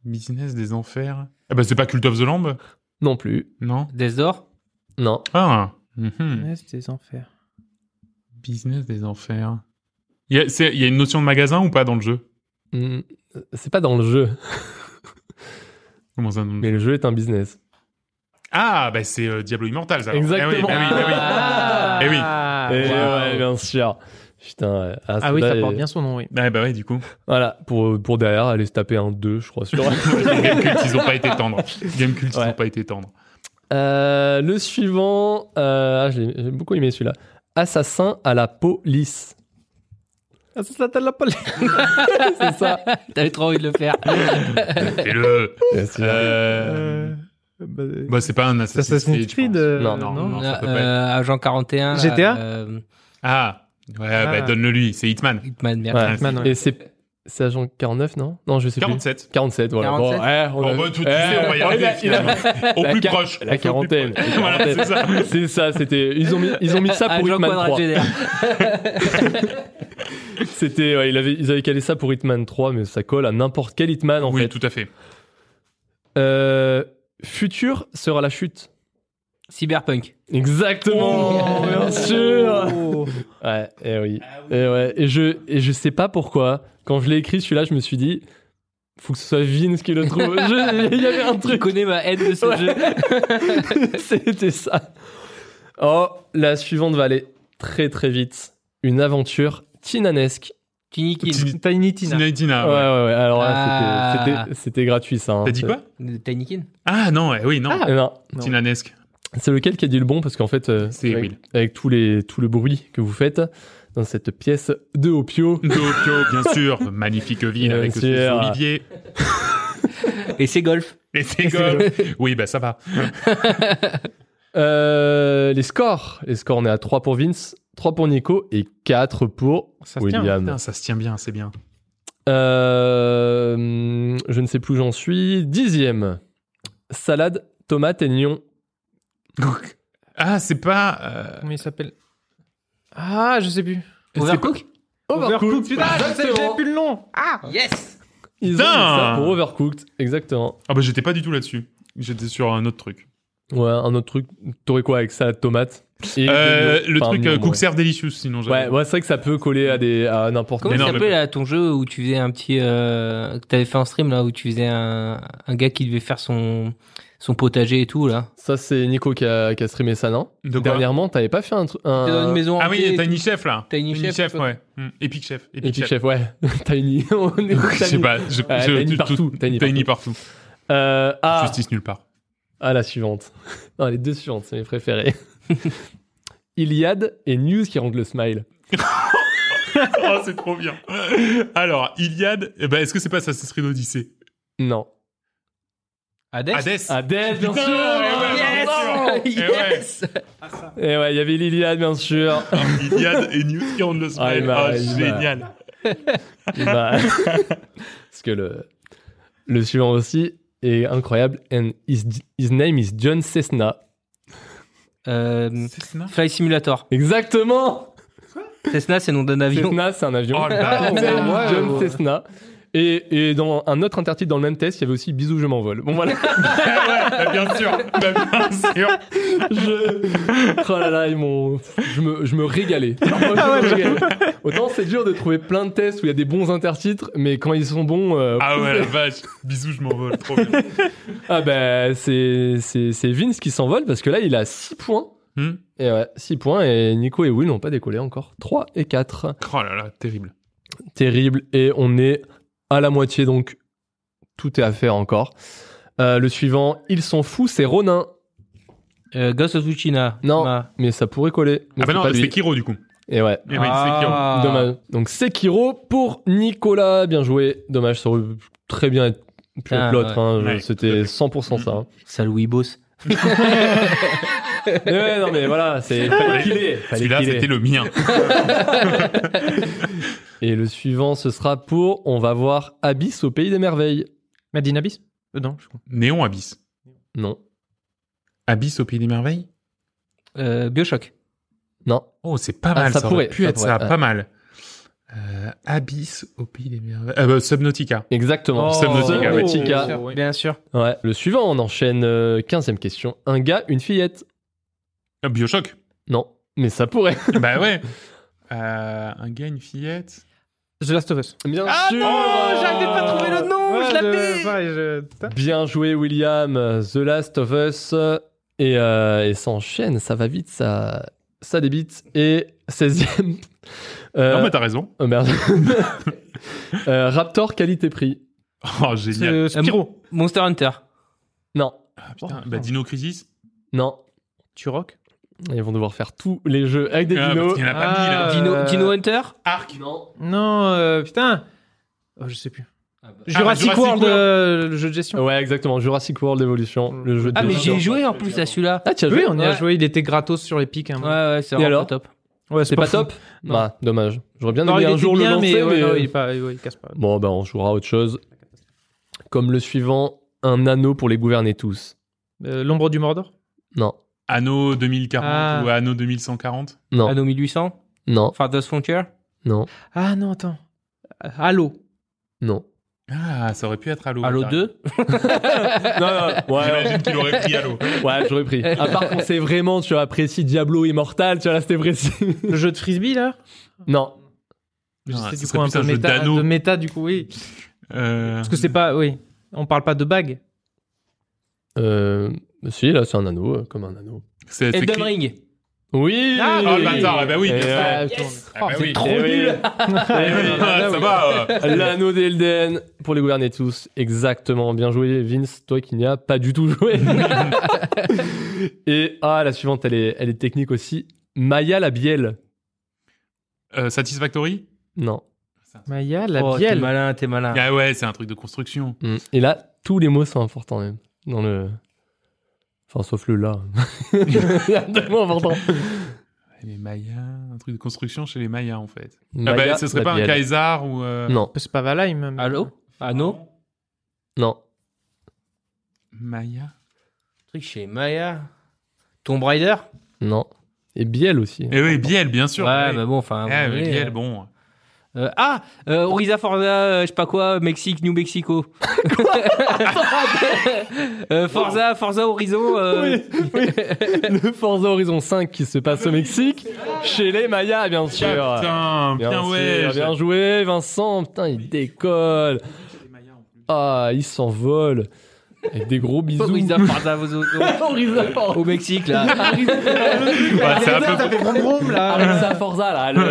A: Business des enfers. Ah bah c'est pas Cult of the Lamb
D: Non plus.
A: Non.
B: Death Door
D: Non.
A: Ah. mhm.
C: Ouais, c'était les enfers.
A: Business des enfers. Il y, a, c'est- il y a une notion de magasin ou pas dans le jeu
D: Mm, C'est pas dans le jeu,
A: Comment ça dans le jeu
D: mais le jeu est un business.
A: Ah bah c'est euh, Diablo Immortals. alors.
D: Exactement.
A: Eh oui, bah oui, bah oui.
C: Ah.
A: Eh oui.
D: Eh
C: Waouh.
D: ouais, bien sûr. Putain, euh, ouais.
C: Ah oui, ça
D: celle-là,
C: porte
D: elle-
C: bien son nom, oui.
A: Ouais, bah ouais, du coup.
D: Voilà, pour, pour derrière, aller se taper un 2, je crois. Sur...
A: Gamecult, ils ont pas été tendres. Gamecult, ils
D: Ouais.
A: ont pas été tendres.
D: Euh, le suivant, euh, ah, je l'ai- j'ai beaucoup aimé celui-là. Assassin à la police. Assassin à la police. C'est ça.
B: T'avais trop envie de le faire.
A: Et le. Euh, Bah c'est pas un
C: Ça, ça
A: Assassin's
C: Assassin's
A: Creed. je
C: Creed
A: pense.
C: euh,
D: Non,
A: non, non.
D: Ah,
A: ça peut pas
B: Euh, Agent 41. là,
C: GTA
B: euh,
A: Ah. Ouais, bah
C: Ah. Bah,
A: donne-le lui. C'est Hitman.
B: Hitman, merde.
D: Ouais.
C: Batman, ouais.
D: Et c'est c'est agent 49, non Non, je sais plus.
A: 47.
D: 47, voilà.
B: 47.
D: Bon, ouais, on a-
A: Bon, bah, tout de
D: Eh,
A: suite, on va y
D: il a-
A: arriver
D: il a-
A: finalement. Au
D: La
A: plus
D: quar-
A: proche.
D: La quarantaine.
A: Voilà, c'est ça.
D: C'est ça, c'était. Ils ont mis, ils ont mis ça pour
B: Agent
D: Hitman
B: Quadrat
D: 3.
B: Jedi.
D: C'était, ouais, il avait- ils avaient calé ça pour Hitman 3, mais ça colle à n'importe quel Hitman en
A: oui,
D: fait.
A: tout à fait.
D: Euh, futur sera la chute.
B: Cyberpunk.
D: Exactement,
B: Oh.
D: bien sûr. Ouais, et oui. Et, ouais, et, je, et je sais pas pourquoi, quand je l'ai écrit celui-là, je me suis dit, faut que ce soit Vince qui le trouve. Je- Il y avait un
B: Tu
D: truc,
B: connais ma haine de ce
D: Ouais.
B: jeu.
D: c'était ça. Oh, la suivante va aller très très vite. Une aventure tinanesque.
B: Tiny Kill.
A: Tiny-
C: Tiny Tina.
A: Tiny Tina,
D: Ouais, ouais,
A: ouais.
D: ouais. Alors là,
B: Ah.
D: c'était- c'était- c'était gratuit ça. hein.
A: T'as dit quoi
B: Tiny Kill
A: Ah non, eh oui, non.
D: Eh ben,
C: non.
A: Tinanesque.
D: C'est lequel qui a dit le bon parce qu'en fait, euh,
A: C'est
D: avec,
A: Will.
D: avec tous les, tout le bruit que vous faites dans cette pièce de Opio,
A: Tokyo, bien sûr. Magnifique ville
D: Bien
A: avec
D: sûr.
A: ses oliviers.
B: Et c'est golf.
A: Et c'est cool. Oui, bah ça va.
D: Euh, les scores. Les scores, on est à 3 pour Vince, 3 pour Nico et 4 pour
C: Ça se tient, hein.
D: William.
A: Putain, ça se tient bien, c'est bien.
D: Euh, je ne sais plus où j'en suis. Dixième. Salade, tomate et oignon.
A: Ah, c'est pas. euh,
C: Comment il s'appelle Ah, je sais plus.
B: Overcook
D: Overcooked.
C: Putain, je sais,
D: Exactement.
C: j'ai plus le nom. Ah
B: Yes
D: Ils ont mis
A: Putain.
D: ça pour Overcooked. Exactement.
A: Ah bah j'étais pas du tout là-dessus. J'étais sur un autre truc.
D: Ouais, un autre truc. T'aurais quoi avec ça Tomate et
A: Euh,
D: des oignons.
A: le
D: Enfin,
A: truc
D: oignon,
A: euh,
D: ouais.
A: Cook Serve Delicious, sinon j'avais.
D: Ouais, ouais, c'est vrai que ça peut coller à des à n'importe
B: Comment
A: Mais
D: quel-
A: non,
B: ça
A: mais
B: s'appelait là, ton jeu où tu faisais un petit. Euh, que t'avais fait un stream là, où tu faisais un, un gars qui devait faire son, son potager et tout là
D: Ça, c'est Nico qui a, qui a streamé ça, non
A: De quoi
D: Dernièrement, t'avais pas fait un truc.
B: T'es dans une maison
A: Ah
B: hantée et
A: oui,
B: tout.
A: Tiny Chef là.
B: Tiny Chef, je sais pas.
A: ouais. Hmm, Epic Chef. Epic,
D: Epic
A: Chef.
D: Chef, ouais. Tiny. on est
A: Je sais
D: Tiny.
A: pas. Je,
D: Ouais,
A: je-
D: Tiny
A: tout-
D: partout,
A: tout-
D: Tiny
A: Tiny partout.
D: Euh, ah,
A: Justice nulle part.
D: ah, la suivante. Non, les deux suivantes, c'est mes préférées. Iliad et News qui rendent le smile.
A: Oh, c'est trop bien. Alors, Iliade, eh ben, est-ce que c'est pas Assassin's Creed Odyssey
D: Non.
B: Hades
A: Hades
D: Adèle, bien
A: Putain,
D: sûr
A: eh ouais,
D: Yes
A: bien sûr. Eh ouais.
B: Yes
D: Et Eh ouais, il y avait l'Iliade, bien sûr.
A: Iliade et News qui rendent le
D: Ah,
A: smile.
D: il m'a-
A: Ah,
D: il m'a-
A: génial.
D: Bah, Parce que le, le suivant aussi est incroyable. And his, his name is John Cessna.
B: Euh,
A: Cessna
B: Fly Simulator.
D: Exactement
B: Cessna, c'est nom d'un avion.
D: Cessna, c'est un avion.
A: Oh, le bâtard.
D: C'est
C: Ouais,
D: John
C: ouais.
D: Cessna. Et, et dans un autre intertitre, dans le même test, il y avait aussi Bisous, je m'envole. Bon, voilà.
A: Bah, bien sûr. Bah, bien sûr.
D: Je... Oh là là, ils m'ont. Je me, je me régalais.
A: Ah
D: Je me régalais. Autant c'est dur de trouver plein de tests où il y a des bons intertitres, mais quand ils sont bons. euh,
A: Ah ouais, la vache. Bisous, je m'envole. Trop bien.
D: Ah bah, c'est, c'est, c'est Vince qui s'envole parce que là, il a 6 points.
A: Hmm
D: Et ouais, 6 points. Et Nico et Will n'ont pas décollé encore. 3 et 4.
A: oh là là, terrible.
D: Terrible. Et on est à la moitié, donc tout est à faire encore. Euh, le suivant, ils sont fous, c'est Ronin.
B: Euh, Ghost of Tsushima.
D: Non.
B: Ma-
D: Mais ça pourrait coller. Mais
A: Ah bah
D: c'est
A: non,
D: pas lui.
A: c'est Kiro du coup.
D: Et ouais.
A: Eh oui, c'est Kiro.
B: Ah.
D: Dommage. Donc Sekiro pour Nicolas. Bien joué. Dommage, ça aurait très bien être- pu
B: Ah,
D: être l'autre. hein. Je-
A: Ouais, tout à
D: C'était
A: fait.
D: 100% ça. hein.
B: Sale Weebos.
D: Mais ouais, non, mais voilà, c'est. Fallait qu'il ait, fallait
A: Celui-là,
D: qu'il ait.
A: c'était le mien.
D: Et le suivant, ce sera pour On va voir Abyss au Pays des Merveilles.
C: Madine Abyss Euh, Non, je comprends.
A: Néon Abyss.
D: Non.
A: Abyss au Pays des Merveilles
B: Euh, Bioshock.
D: Non.
A: Oh, c'est pas
D: Ah,
A: mal,
D: ça
A: ça,
D: pourrait,
A: aurait pu
D: ça
A: être ça,
D: pourrait,
A: pas mal. Euh, Abyss au Pays des Merveilles. Euh, bah, Subnautica.
D: Exactement.
A: Oh, Subnautica, oui.
D: Subnautica.
B: Bien sûr, Bien sûr.
D: Ouais. Le suivant, on enchaîne. euh, 15e question. Un gars, une fillette.
A: Euh, Bioshock.
D: Non. Mais ça pourrait.
A: bah ouais. Euh, un gars, une fillette.
C: The Last of Us.
D: Bien
B: Ah
D: sûr.
B: non, j'avais pas trouvé le nom,
C: Ouais,
B: je l'avais.
C: de- pareil, je- putain.
D: Bien joué, William. The Last of Us. Et, euh, et ça enchaîne, ça va vite, ça, ça débite. Et 16e. euh,
A: Non, mais t'as raison.
D: oh merde. Euh, Raptor qualité-prix.
A: Oh, génial.
C: Euh, Spyro.
B: Monster Hunter.
D: Non,
A: Ah, putain, bah, Dino Crisis.
D: non.
C: Tu rock
D: Ils vont devoir faire tous les jeux avec des
A: Ah, parce
D: dinos.
A: qu'il y en a pas
C: Ah.
A: mille. hein.
B: Dino,
C: Euh,
B: Dino Hunter.
A: Arc.
D: Non.
C: Non, euh, putain. Oh, je sais plus. Jurassic,
A: Jurassic
C: World,
A: World.
C: euh, le jeu de gestion.
D: Ouais, exactement. Jurassic World Evolution, le jeu de
B: Ah mais
D: dinosaures.
B: j'ai joué en plus à celui-là.
D: Ah, tu as joué
C: Oui, on y a
B: Ouais.
C: joué. Il était gratos sur les pics. hein.
B: Ouais ouais c'est vraiment
D: alors
B: pas top.
C: ouais
D: C'est pas,
C: fou.
D: top
C: Non.
D: Bah, dommage. J'aurais bien
C: Non,
D: aimé
C: il
D: un
C: était
D: jour le
C: bien,
D: lancer,
C: mais, ouais,
D: mais- euh,
C: non, il, est pas- ouais, il casse pas.
D: Bon, ben, on jouera à autre chose. Comme le suivant, un anneau pour les gouverner tous.
C: Euh, L'ombre du Mordor.
D: Non,
A: Anno 2040
C: Ah.
A: ou Anno 2140.
D: non,
B: Anno 1800.
D: non,
B: Farthest Frontier.
D: non,
C: Ah non, attends. Euh, Halo.
D: non.
A: Ah, ça aurait pu être Halo.
B: Halo
A: T'as
B: 2.
D: non, non, ouais,
A: J'imagine qu'il aurait pris Halo.
D: ouais, j'aurais pris. À part qu'on s'est vraiment, tu as apprécié Diablo Immortal, tu vois, là, c'était précis.
C: Le jeu de frisbee là.
D: non,
A: Non,
C: C'est
A: ce
C: du
A: serait
C: coup un
A: plus
C: peu
A: un jeu
C: méta,
A: d'anneau.
C: de méta du coup oui.
A: Euh,
C: Parce que c'est pas oui. On parle pas de bague.
D: euh, si, là, c'est un anneau, euh, comme un anneau.
A: c'est- c'est
B: Elden
A: cli-
B: Ring.
D: Oui
C: Ah,
A: Oh le bâtard, ah bah oui,
D: Et,
A: bien sûr.
D: euh,
C: Yes
A: Ah bah oui.
D: trop nul
A: Ah, Ça va. euh.
D: L'anneau d'Elden pour les gouverner tous. Exactement. Bien joué, Vince. Toi qui n'y as pas du tout joué. Et ah, la suivante, elle est, elle est technique aussi. Maya la bielle.
A: Euh, Satisfactory
D: Non.
C: Maya la
B: Oh, T'es
C: bielle.
B: malin t'es malin.
A: Ah ouais, c'est un truc de construction.
D: Mm. Et là, tous les mots sont importants même. Dans le. Enfin, sauf le là. Il y a deux mots importants.
A: Ah Les Mayas, un truc de construction chez les Mayas en fait. Ah
D: Maya
A: bah, ce serait
D: la
A: pas un
D: bielle.
A: Kaiser ou. euh,
D: Non,
C: C'est pas Valheim. même.
B: Halo. Anno.
D: non.
A: Maya
B: Truc chez Maya. Tomb Raider.
D: Non. Et bielle aussi.
A: Eh oui, Biel, bien sûr.
B: ouais,
A: ouais.
B: mais bon, enfin.
A: Eh,
B: vous
A: mais
B: voyez,
A: Biel,
B: euh,
A: bon.
B: euh, ah, euh, Orisa Forza, euh, je sais pas quoi, Mexique, New Mexico. Euh, Forza, Forza Horizon. euh,
D: Oui, oui. Le Forza Horizon 5 qui se passe au Mexique, chez les Mayas, bien sûr.
A: Ah, Putain,
D: Bien,
A: bien
D: sûr,
A: ouais.
D: bien joué, Vincent. Putain, il décolle. Ah, il s'envole. Avec des gros bisous.
B: Orisa Forza aux- aux-
D: Orisa Forza.
B: au Mexique, là.
A: Ouais, c'est un peu-
C: Ça fait brum brum
A: Ah,
C: là.
D: Orisa Forza, là.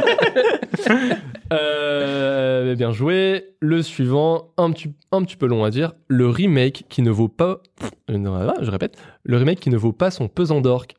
D: le- Euh, mais bien joué. Le suivant, un petit, un petit peu long à dire. Le remake qui ne vaut pas. Euh, non, ah, je répète. Le remake qui ne vaut pas son pesant d'orques.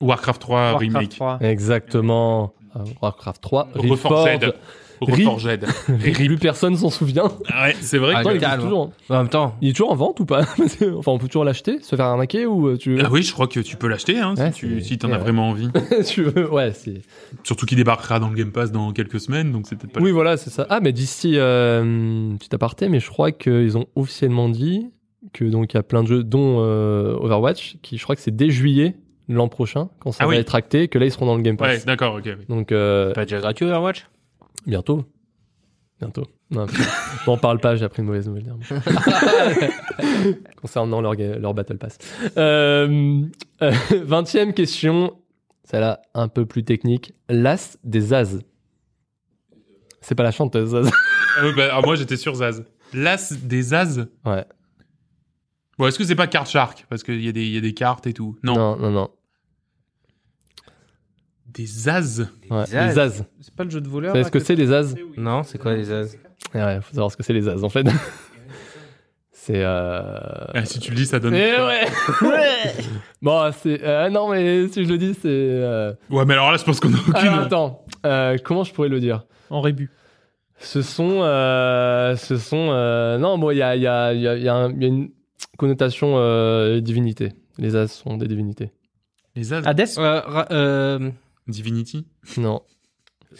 A: Warcraft 3
C: Warcraft
A: remake.
C: 3.
D: Exactement. Euh, Warcraft 3.
A: Reforged. Reforged.
D: Plus personne s'en souvient.
A: Ah Ouais, c'est vrai.
B: Ah,
A: que-
D: Attends, il,
B: calme.
D: existe toujours.
B: en même temps,
D: il est toujours en vente ou pas Parce que, Enfin, on peut toujours l'acheter, se faire arnaquer ou euh, tu veux,
A: Ah oui, je crois que tu peux l'acheter hein,
D: Ouais,
A: si tu
D: c'est-
A: si t'en
D: ouais,
A: as
D: ouais.
A: vraiment envie.
D: tu veux- Ouais, c'est.
A: Surtout qu'il débarquera dans le Game Pass dans quelques semaines, donc c'est peut-être pas.
D: Oui, voilà, c'est ça. Ah, mais d'ici, euh, petit aparté, mais je crois qu'ils ont officiellement dit que donc il y a plein de jeux, dont euh, Overwatch, qui je crois que c'est dès juillet l'an prochain quand ça
A: Ah
D: va
A: oui.
D: être acté, que là ils seront dans le Game
A: Ouais,
D: Pass.
A: d'accord, ok. oui.
D: Donc euh,
B: pas déjà gratuit Overwatch.
D: bientôt, bientôt. Non, m'en parle pas, j'ai appris une mauvaise nouvelle. dernièrement. concernant leur, ga- leur Battle Pass. Euh, euh, 20e question, celle-là un peu plus technique. L'as des As. C'est pas la chanteuse Zaz.
A: Ah oui, bah, alors moi j'étais sur Zaz. L'as des As
D: Ouais.
A: Bon, est-ce que c'est pas Card Shark Parce qu'il y, a des- il y a des cartes et tout. Non.
D: Non, non, non.
A: Des As
D: Ouais,
B: Zaz.
D: Les As. Vous
C: C'est pas le jeu de voleur.
D: savez
C: là,
D: ce que c'est les As
B: Non, c'est quoi les as
D: Ouais, faut savoir ce que c'est les As en fait. c'est. Euh...
A: Ah, Si tu le dis, ça
D: Eh
A: donne.
D: ouais! bon, c'est. euh, non, mais si je le dis, c'est. euh,
A: Ouais, mais alors là, je pense qu'on a aucune.
D: Alors, attends, Euh, comment je pourrais le dire?
C: En rébut.
D: Ce sont, euh, ce sont, euh, non, bon, il y a, il y a, il y a- il y a un- il y a une connotation euh, divinité. Les as sont des divinités.
A: Les As.
C: Ah.
B: Hades euh, ra- euh,
A: Divinity.
D: Non.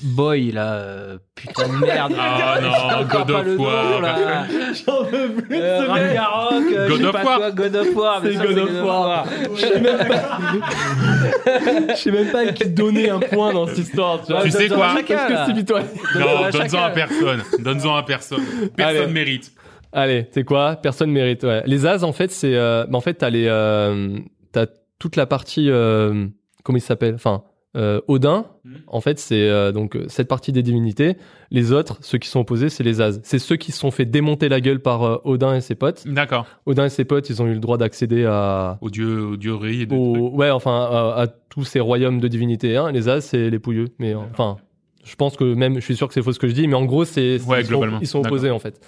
B: Boy, là. euh, putain de merde.
A: Ah
B: J'ai
A: non,
B: encore
A: God
B: pas
A: of
B: le nom,
A: War.
B: là.
D: J'en veux plus
B: Euh, Ragnarok, euh,
A: God
B: je sais
A: of
B: pas
A: War.
B: quoi, God of War. bien
D: C'est
B: sûr,
D: God of War. Je sais même pas. Je sais même pas qui donner un point dans cette histoire. Tu, vois.
A: Tu sais
D: Parce
A: quoi
D: que c'est victoire.
A: Non, donne-en
B: à chacun.
A: à personne. Donne-en à personne. Personne
D: Allez.
A: mérite.
D: Allez, c'est quoi Personne mérite. ouais. Les as, en fait, c'est. euh, bah, en fait, t'as les. euh, t'as toute la partie. euh, comment il s'appelle Enfin, euh, Odin.
A: Mhm.
D: En fait, c'est euh, donc euh, cette partie des divinités. Les autres, ceux qui sont opposés, c'est les as. C'est ceux qui se sont fait démonter la gueule par euh, Odin et ses potes.
A: D'accord.
D: Odin et ses potes, ils ont eu le droit d'accéder à.
A: Au dieu, au dieu Ré et de
D: au-
A: trucs.
D: ouais, enfin, à, à tous ces royaumes de divinités. hein. Les as, c'est les pouilleux. Mais euh, enfin, je pense que même, je suis sûr que c'est faux ce que je dis, mais en gros, c'est. c'est-
A: Ouais,
D: ils sont-
A: globalement.
D: Ils sont
A: D'accord.
D: opposés, en fait.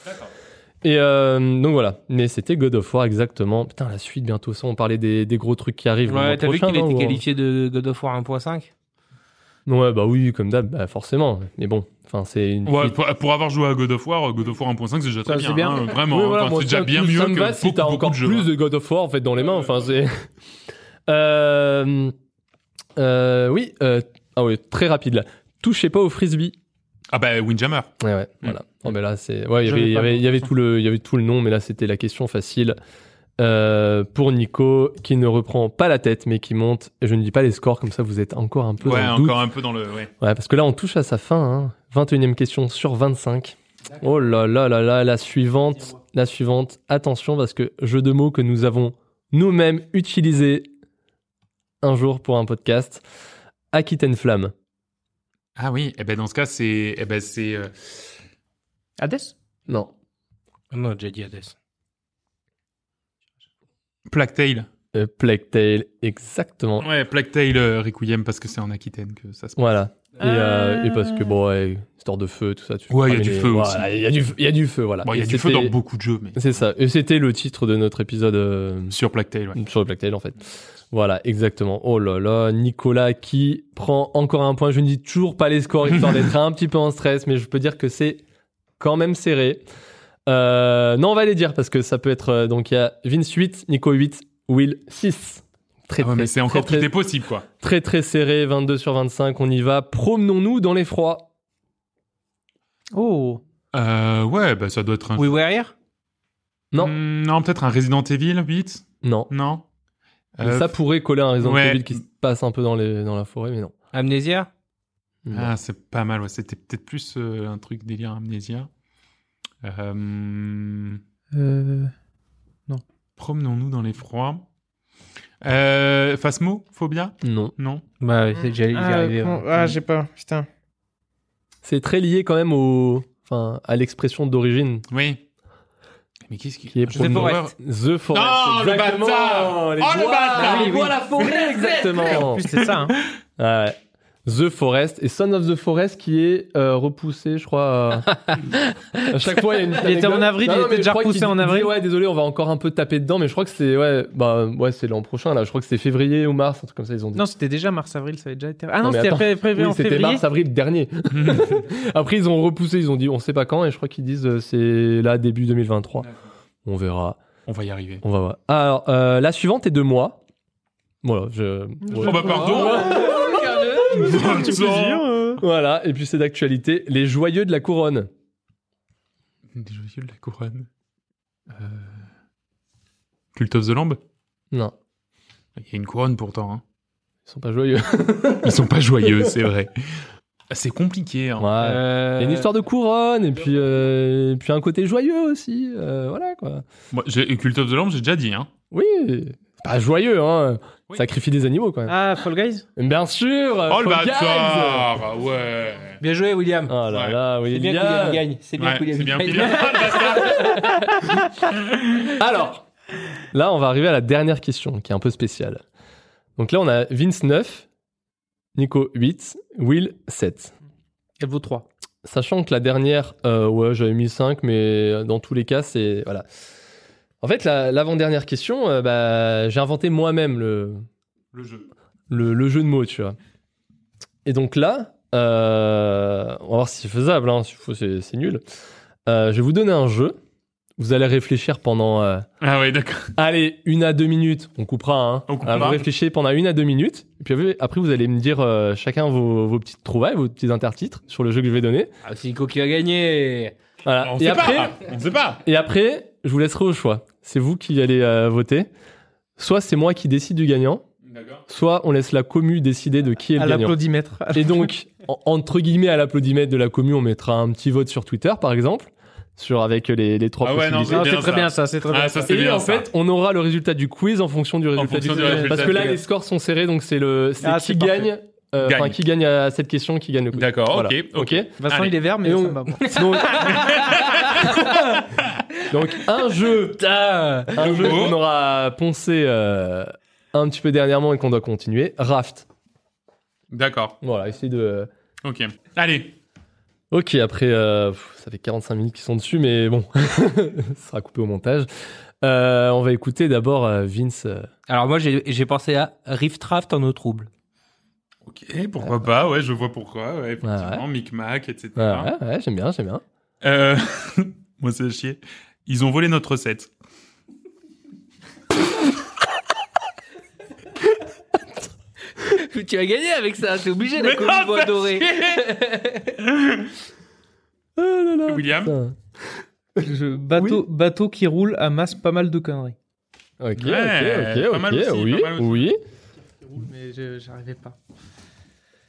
D: Et euh, donc voilà, mais c'était God of War exactement. Putain, la suite bientôt, ça on parlait des, des gros trucs qui arrivent. le mois
B: Ouais, t'as vu
D: prochain,
B: qu'il
D: non,
B: était
D: ou- euh,
B: qualifié de God of War 1.5
D: Ouais, bah oui, comme d'hab, bah forcément. Mais bon, enfin, c'est une.
A: Ouais,
D: suite.
A: pour, pour avoir joué à God of War, God of War 1.5, c'est déjà
B: Ça,
A: très
B: c'est
A: bien.
B: bien.
A: hein, vraiment,
D: Oui,
A: hein.
D: voilà,
A: Enfin,
D: moi,
A: c'est déjà
D: ça-
A: bien
D: ça
A: mieux
D: me
A: que
D: va si
A: beaucoup,
D: t'as
A: beaucoup
D: encore
A: de jeux,
D: plus
A: hein.
D: de God of War en fait dans les mains. Enfin, c'est. Euh, euh, oui, euh, ah oui, très rapide là. Touchez pas au frisbee.
A: Ah bah Windjammer.
D: Ouais, ouais, voilà. Oh, mais là, c'est. Ouais, il y
C: J'avais
D: avait- il y
C: pas le
D: avait, il y avait tout le, il y avait tout le nom, mais là, c'était la question facile. Euh, pour Nico, qui ne reprend pas la tête, mais qui monte. Et je ne dis pas les scores, comme ça, vous êtes encore un peu
A: Ouais,
D: dans le doute.
A: encore un peu dans le. Ouais.
D: Ouais, parce que là, on touche à sa fin. Hein. 21e question sur 25. Oh là là là là, la suivante, la suivante. Attention, parce que jeu de mots que nous avons nous-mêmes utilisé un jour pour un podcast. Aquitaine Flamme.
A: Ah oui. Et ben dans ce cas, c'est. Eh ben c'est. euh,
C: Hades
D: Non.
B: Non, j'ai dit Hades.
A: Plague Tale.
D: Euh, Plague Tale, exactement.
A: Ouais, Plague Tale euh, Requiem parce que c'est en Aquitaine que ça se. passe.
D: Voilà. Et, euh,
C: Ah.
D: et parce que, bon, ouais, histoire de feu, tout ça. Tu
A: Ouais, il y a
D: ramènes
A: du
D: les-
A: feu
D: voilà, Il y a du feu, il y a du feu, voilà.
A: Bon, il y
D: Et
A: a du feu dans
D: c'était-
A: beaucoup de jeux, mais
D: C'est ça. Et c'était le titre de notre épisode euh,
A: sur Plague Tale. Ouais.
D: sur le Black Tail, en fait. Voilà, exactement. Oh là là, Nicolas qui prend encore un point. Je ne dis toujours pas les scores, histoire d'être un petit peu en stress, mais je peux dire que c'est quand même serré. Euh, non, on va les dire parce que ça peut être. euh, donc, il y a Vince 8, Nico 8, Will 6. Très,
A: Ah ouais,
D: très,
A: mais c'est encore
D: très,
A: tout
D: très,
A: est possible quoi.
D: très, très serré, 22 sur 25. On y va. Promenons-nous dans les froids.
C: Oh
A: Euh, ouais, bah ça doit être un.
B: We Were Here
D: Non.
A: Hmm, non, peut-être un Resident Evil 8
D: Non.
A: Non.
D: Mais
A: Euh,
D: ça pourrait coller à un Resident
A: ouais.
D: Evil qui se passe un peu dans, les, dans la forêt, mais non.
B: Amnésia
D: Non.
A: Ah, c'est pas mal, ouais. C'était peut-être plus euh, un truc délire amnésia. Euh,
C: euh...
A: Promenons-nous dans les froids. Euh, Phasmo, Phobia
D: Non.
A: Non
B: Bah, c'est- j'allais
C: Euh,
B: y arriver.
D: hein.
B: ouais.
C: Ah, j'ai pas, putain.
D: C'est très lié quand même au, enfin, à l'expression d'origine
A: Oui. Mais qu'est-ce qui.
D: qui est
A: Je
D: pour
A: sais
D: nous-
A: pas.
D: The Forest.
A: Oh, le
D: exactement.
A: bâtard
D: Les
A: Oh, le
D: bois,
A: bâtard
D: les
A: Oui,
D: bois,
A: oui.
D: Ah, la forêt,
C: En
D: exactement Ah
C: plus, c'est ça, hein.
D: Ouais. The Forest et Son of the Forest qui est euh, repoussé, je crois. euh, à chaque fois, il y a une.
C: Il était en avril, il
D: mais
C: était
D: je
C: déjà
D: crois
C: repoussé
D: qu'il
C: en
D: dit,
C: avril.
D: ouais, désolé, on va encore un peu taper dedans, mais je crois que c'est ouais, bah ouais, c'est l'an prochain là. Je crois que c'est février ou mars, un truc comme ça. Ils ont dit.
C: Non, c'était déjà mars-avril, ça avait déjà été. Ah
D: Non,
C: non,
D: mais
C: c'était
D: attends.
C: pré- prévu
D: Oui,
C: en
D: c'était
C: février.
D: mars, avril dernier.
A: Mhm.
D: Après, ils ont repoussé, ils ont dit on sait pas quand, et je crois qu'ils disent euh, c'est là début 2023. On verra,
A: On va y arriver.
D: on va voir. Alors, euh, la suivante est de moi. Voilà, je.
A: Oh bah pardon Pardon.
C: euh.
D: Voilà, et puis c'est d'actualité les joyeux de la couronne.
A: Des joyeux de la couronne. Euh, Cult of the Lamb
D: Non,
A: Il y a une couronne pourtant. hein.
D: ils sont pas joyeux.
A: Ils sont pas joyeux, c'est vrai. C'est compliqué. hein.
D: Ouais. Il y a une histoire de couronne, et puis, euh, et puis un côté joyeux aussi. euh, voilà quoi.
A: Moi, j'ai- Cult of the Lamb, j'ai déjà dit. Hein.
D: Oui, c'est pas joyeux, hein.
A: Oui.
D: Sacrifie des animaux quand même.
C: Ah, Fall Guys
D: Bien sûr
A: Oh le
D: Fall Guys.
A: bâtard Ouais
B: Bien joué, William.
D: Ah là
A: Ouais.
D: là, oui,
B: C'est
D: il
B: bien
D: y
B: que
D: a-
B: William gagne. C'est bien
A: Ouais,
B: que William
A: c'est bien
B: gagne.
A: pire.
D: Alors, là, on va arriver à la dernière question qui est un peu spéciale. Donc là, on a Vince 9, Nico 8, Will 7.
C: Elle vaut 3.
D: Sachant que la dernière, euh, ouais, j'avais mis 5, mais dans tous les cas, c'est. Voilà. En fait, la- l'avant-dernière question, euh, bah, j'ai inventé moi-même le,
A: Le jeu.
D: le, le jeu de mots, tu vois. Et donc là, euh, on va voir si c'est faisable, hein, si faut, c'est c'est nul. Euh, je vais vous donner un jeu Vous allez réfléchir pendant, euh,
A: Ah ouais, d'accord.
D: allez, une à deux minutes. On coupera, hein.
A: On coupera.
D: Vous réfléchissez pendant une à deux minutes. Et puis après- après, vous allez me dire euh, chacun vos, vos petites trouvailles, vos petits intertitres sur le jeu que je vais donner.
B: Ah, c'est Nico qui a gagné.
D: Voilà.
A: On
D: et
A: sait
D: après,
A: pas. On sait pas.
D: et après, je vous laisserai au choix. C'est vous qui allez euh, voter. Soit c'est moi qui décide du gagnant,
A: D'accord.
D: soit on laisse la commu décider de qui est
C: à
D: le gagnant.
C: l'applaudimètre.
D: Et donc, en- entre guillemets, à l'applaudimètre de la commu, on mettra un petit vote sur Twitter, par exemple, sur avec les, les trois
A: Ah ouais, non,
D: possibilités.
A: c'est
C: Ah,
A: bien
C: c'est très
A: ça.
C: bien ça, c'est très bien.
A: Ah, ça, c'est
D: Et
A: bien.
D: en
A: ça.
D: fait, on aura le résultat du quiz en fonction du résultat
A: fonction
D: du
A: du
D: quiz.
A: résultat
D: Parce que
A: du
D: là,
A: quiz.
D: les scores sont serrés, donc c'est le c'est
C: Ah,
D: qui
C: c'est parfait.
D: gagne, euh, enfin
A: Gagne.
D: qui gagne à cette question, qui gagne le quiz.
A: D'accord,
D: Voilà.
A: ok, ok.
C: Vincent,
A: Allez.
C: il est vert, mais
D: Et
C: ça
D: on-
C: me va, moi.
D: Donc, donc, un jeu,
B: Putain
D: un jeu
A: mot.
D: qu'on aura poncé euh, un petit peu dernièrement et qu'on doit continuer. Raft.
A: D'accord,
D: Voilà, essayez de.
A: ok. Allez,
D: Ok, après, euh, pff, ça fait 45 minutes qu'ils sont dessus, mais bon, ça sera coupé au montage. Euh, on va écouter d'abord euh, Vince. euh,
B: Alors moi j'ai j'ai pensé à Riftraft en eau trouble.
A: ok, pourquoi pas, ouais, je vois pourquoi, ouais,
D: Ah
A: effectivement, micmac, etc.
D: ah, ouais, ouais, j'aime bien, j'aime bien.
A: Euh, moi, c'est à chier. Ils ont volé notre recette.
B: tu as gagné avec ça, t'es obligé la
A: Mais
B: commu
A: non,
B: bois
A: ça
B: dorée.
D: Oh là là,
A: William
D: putain.
C: Je- bateau, bateau qui roule amasse pas mal de conneries.
D: Ok,
A: Ouais,
D: ok, ok,
A: pas mal
D: ok,
A: aussi,
D: oui,
A: pas mal aussi.
D: oui.
C: Mais j'arrivais pas.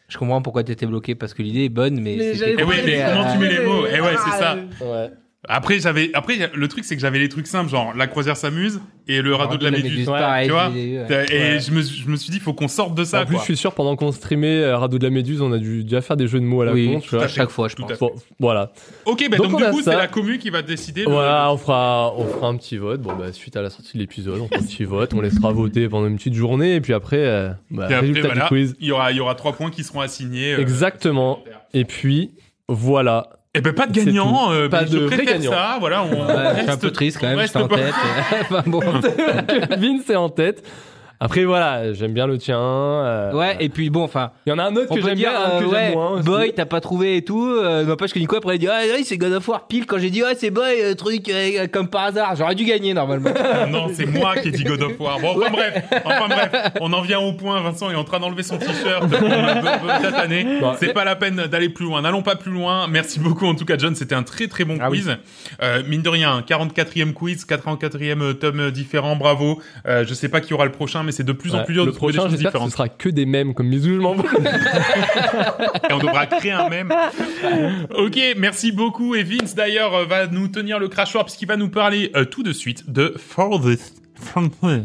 B: Je comprends pourquoi t'étais bloqué parce que l'idée est bonne mais, c'était-
A: Eh ouais, mais comment tu mets les mots Eh ouais, c'est ça.
D: Ouais.
A: Après, j'avais. Après, le truc, c'est que j'avais les trucs simples, genre la croisière s'amuse et le radeau de la méduse.
D: ouais,
B: pareil,
A: tu vois.
B: je l'ai eu, ouais.
A: Et je, me, je me suis dit, faut qu'on sorte de ça,
D: en plus,
A: quoi.
D: je suis sûr, pendant qu'on streamait euh, Radeau de la Méduse, on a dû déjà faire des jeux de mots à la
B: Oui,
D: con, tu vois.
B: à chaque fois je
A: Tout à
B: pense.
A: fait.
D: Bon, voilà.
A: Ok, bah,
D: Donc,
A: donc,
D: on
A: du
D: a
A: coup,
D: ça.
A: c'est la commu qui va décider. le-
D: Voilà, on fera, on fera un petit vote. Bon, bah, suite à la sortie de l'épisode, on fera un petit vote, on laissera voter pendant une petite journée, et puis après, euh, bah,
A: Et après,
D: résultat
A: voilà,
D: du quiz.
A: il y aura, il y aura trois points qui seront assignés. euh,
D: Exactement. Et puis, voilà.
A: Eh ben, pas de
D: C'est
A: gagnant. euh,
D: Pas
A: mais je
D: de
A: préfère
D: pré-gagnant.
A: ça. Voilà, on
B: Ouais, je suis un
A: reste-
B: peu triste quand
A: on
B: même,
A: reste
B: j'étais en
A: pas-
B: tête. Enfin, bon.
D: Vince est en tête. Après, voilà, j'aime bien le tien. euh,
B: Ouais, et puis bon, enfin,
D: Il y en a un autre
B: on
D: que
B: peut
D: j'aime
B: dire,
D: bien, un
B: euh,
D: que j'aime
B: ouais,
D: moins. aussi.
B: Boy, t'as pas trouvé et tout. Euh, N'empêche que Nico après il a dit, ah oui, c'est God of War pile quand j'ai dit, ouais, c'est Boy, euh, truc, euh, comme par hasard, j'aurais dû gagner normalement.
A: Non, c'est moi qui ai dit God of War. Bon, enfin bref, enfin bref, on en vient au point. Vincent est en train d'enlever son t-shirt pour me tataner.
D: Bah,
A: C'est pas la peine d'aller plus loin. N'allons pas plus loin. Merci beaucoup en tout cas, John. C'était un très très bon
C: Ah oui.
A: quiz. Euh, mine de rien, 44e quiz, 44e tome différent. Bravo. Euh, je sais pas qui aura le prochain, mais c'est de plus en
D: Ouais,
A: plus dur de
D: le
A: trouver des
D: prochain,
A: choses
D: j'espère que ce
A: différentes.
D: sera que des mêmes comme bisous, je m'en vais.
A: Et on devra créer un même. ok, merci beaucoup. Et Vince d'ailleurs euh, va nous tenir le crachoir puisqu'il va nous parler euh, tout de suite de For This. From Here.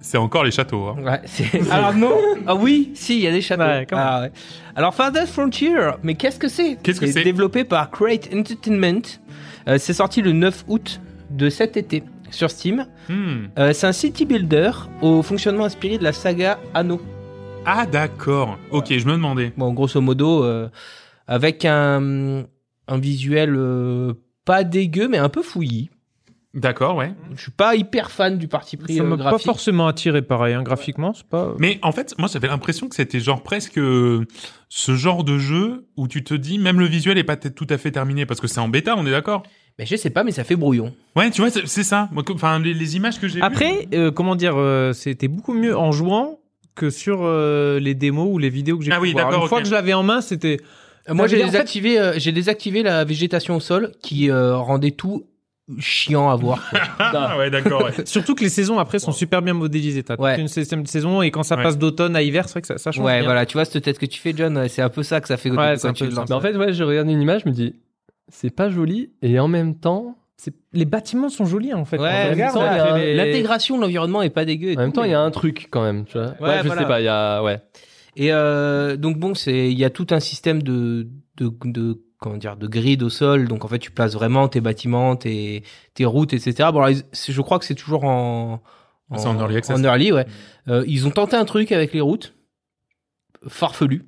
A: C'est encore les châteaux. Hein.
B: Ouais, c'est- Alors non Ah oui, si, il y a des châteaux.
C: Ouais, quand même.
B: Ah, ouais. Alors Farthest Frontier, mais qu'est-ce que c'est
A: Qu'est-ce que c'est
B: Développé par Create Entertainment. Euh, c'est sorti le 9 août de cet été sur Steam.
A: Hmm.
B: Euh, c'est un city builder au fonctionnement inspiré de la saga Anno.
A: Ah d'accord. Ok, je me demandais.
B: Bon, grosso modo, euh, avec un, un visuel euh, pas dégueu, mais un peu fouillis.
A: D'accord, ouais.
B: Je suis pas hyper fan du parti pris
C: Ça
B: euh,
C: m'a pas
B: graphique.
C: forcément attiré pareil, hein, graphiquement, c'est pas.
A: Mais en fait, moi j'avais l'impression que c'était genre presque euh, ce genre de jeu où tu te dis même le visuel est pas t- tout à fait terminé parce que c'est en bêta, on est d'accord.
B: Mais je sais pas, mais ça fait brouillon.
A: Ouais, tu vois, c'est c'est ça. Moi, que- Enfin, les, les images que j'ai vues-
C: Après, euh, comment dire, euh, c'était beaucoup mieux en jouant que sur euh, les démos ou les vidéos que j'ai
A: Ah
C: pu
A: oui,
C: voir. Une
A: d'accord,
C: fois
A: ok.
C: que je l'avais en main, c'était.
B: Euh, Moi,
C: Ça veut
B: j'ai
C: dire, en fait-
B: désactivé, euh, j'ai désactivé la végétation au sol qui euh, rendait tout chiant à voir. quoi.
A: Ah ouais, d'accord. ouais.
C: Surtout que les saisons après sont super bien modélisées. T'as
B: Ouais.
C: toute une système de saisons et quand ça
A: Ouais.
C: passe d'automne à hiver, c'est vrai que ça, ça change.
B: ouais,
C: bien.
B: voilà, tu vois cette tête que tu fais, John, euh, c'est un peu ça que ça fait
C: Ouais, c'est
B: quand
C: un
B: tu
C: peu
B: le
C: ça.
B: lances.
D: Mais Bah, en fait, ouais, je regarde une image, je me dis, c'est pas joli, et en même temps,
C: C'est- Les bâtiments sont jolis en fait.
B: Ouais,
C: Quand on
B: en même
C: regarde,
D: temps,
C: on
D: il y a
C: fait
D: un-
C: les-
B: L'intégration de l'environnement est pas dégueu. et
D: en même
B: tout,
D: temps,
B: mais-
D: il y a un truc quand même, tu vois. Ouais, je
B: voilà.
D: sais pas, il y a, ouais.
B: Et euh, donc bon, c'est il y a tout un système de de, de comment dire de grid au sol. Donc en fait, tu places vraiment tes bâtiments, tes tes routes, etc. Bon, alors, ils- c'est- je crois que c'est toujours en
A: Ah, C'est en early access. Mm.
B: en early, ouais. Euh, ils ont tenté un truc avec les routes farfelu.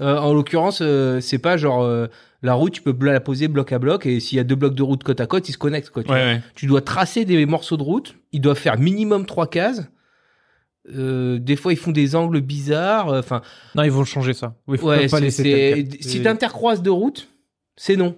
B: Euh, en l'occurrence, euh, c'est pas genre euh, la route, tu peux bla- la poser bloc à bloc et s'il y a deux blocs de route côte à côte, ils se connectent quoi. tu
A: Ouais, ouais.
B: tu dois tracer des morceaux de route. Ils doivent faire minimum trois cases. euh, des fois ils font des angles bizarres. Enfin,
C: Non, ils vont changer ça. Oui, faut
B: ouais,
C: pas
B: c'est-
C: laisser
B: c'est-
C: tel quel.
B: si t'intercroises deux routes, c'est non.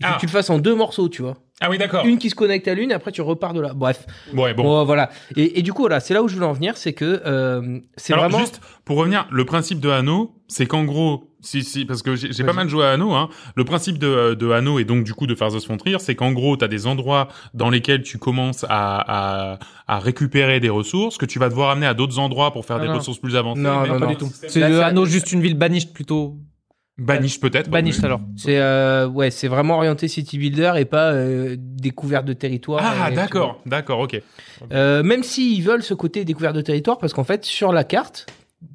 B: Il faut
A: Ah.
B: que tu le fasses en deux morceaux, tu vois.
A: Ah oui, d'accord.
B: Une qui se connecte à l'une, et après tu repars de là. Bref,
A: Ouais, bon.
B: bon, voilà. Et, et du coup, voilà, c'est là où je voulais en venir, c'est que euh, c'est
A: Alors,
B: vraiment.
A: juste pour revenir, le principe de Hano, c'est qu'en gros, si, si, parce que j'ai j'ai pas
B: Vas-y.
A: mal joué à Hano, hein. Le principe de, euh, de Hano et donc du coup de Farzos Frontier, c'est qu'en gros, t'as des endroits dans lesquels tu commences à, à, à récupérer des ressources que tu vas devoir amener à d'autres endroits pour faire
C: Ah
A: des
C: non.
A: ressources plus avancées.
B: Non,
A: mais
B: non,
A: pas
B: non.
A: du tout.
C: C'est
B: Là,
C: le
B: c'est-
C: anneau, juste une ville bannish plutôt.
A: Banish peut-être.
C: Bannish
A: oui.
C: alors.
B: C'est euh, ouais, c'est vraiment orienté city builder et pas euh, découverte de territoire. euh,
A: Ah,
B: et-
A: d'accord, d'accord, ok.
B: Euh, même s'ils veulent ce côté découverte de territoire, parce qu'en fait, sur la carte,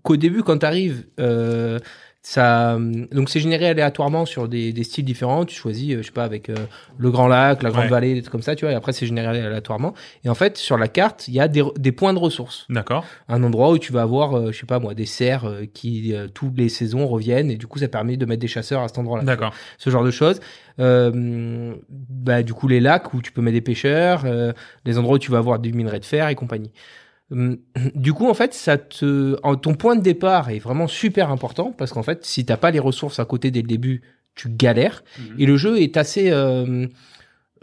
B: qu'au début, quand t'arrives, euh, ça, donc c'est généré aléatoirement sur des, des styles différents. Tu choisis, euh, je sais pas, avec euh, le Grand Lac, la Grande
A: Ouais.
B: Vallée, des trucs comme ça, tu vois. Et après, c'est généré aléatoirement. Et en fait, sur la carte, il y a des, des points de ressources.
A: D'accord.
B: Un endroit où tu vas avoir, euh, je sais pas moi, des cerfs euh, qui euh, toutes les saisons reviennent. Et du coup, ça permet de mettre des chasseurs à cet endroit-là. tu vois
A: D'accord.
B: ce genre de choses. Euh, bah, du coup, les lacs où tu peux mettre des pêcheurs, euh, les endroits où tu vas avoir du minerai de fer et compagnie. Hum, Du coup, en fait, ça te, en- ton point de départ est vraiment super important parce qu'en fait, si t'as pas les ressources à côté dès le début, tu galères.
A: Mhm.
B: Et le jeu est assez, euh,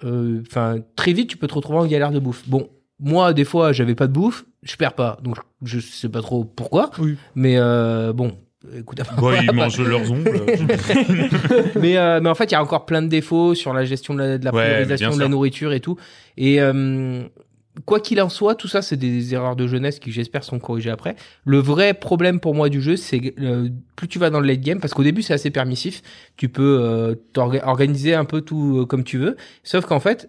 B: euh, enfin, très vite, tu peux te retrouver en galère de bouffe. Bon, moi, des fois, j'avais pas de bouffe, je perds pas, donc je je sais pas trop pourquoi.
C: Oui.
B: Mais euh, bon, écoute,
A: Bon,
B: voilà,
A: ils mangent leurs ongles.
B: mais, euh, mais en fait, il y a encore plein de défauts sur la gestion de la, de la
A: Ouais,
B: priorisation,
A: bien
B: de la
A: sûr.
B: nourriture et tout. Et euh, quoi qu'il en soit, tout ça, c'est des erreurs de jeunesse qui, j'espère, sont corrigées après. Le vrai problème pour moi du jeu, c'est euh, plus tu vas dans le late game, parce qu'au début, c'est assez permissif. Tu peux euh, t'orga- organiser un peu tout euh, comme tu veux. Sauf qu'en fait,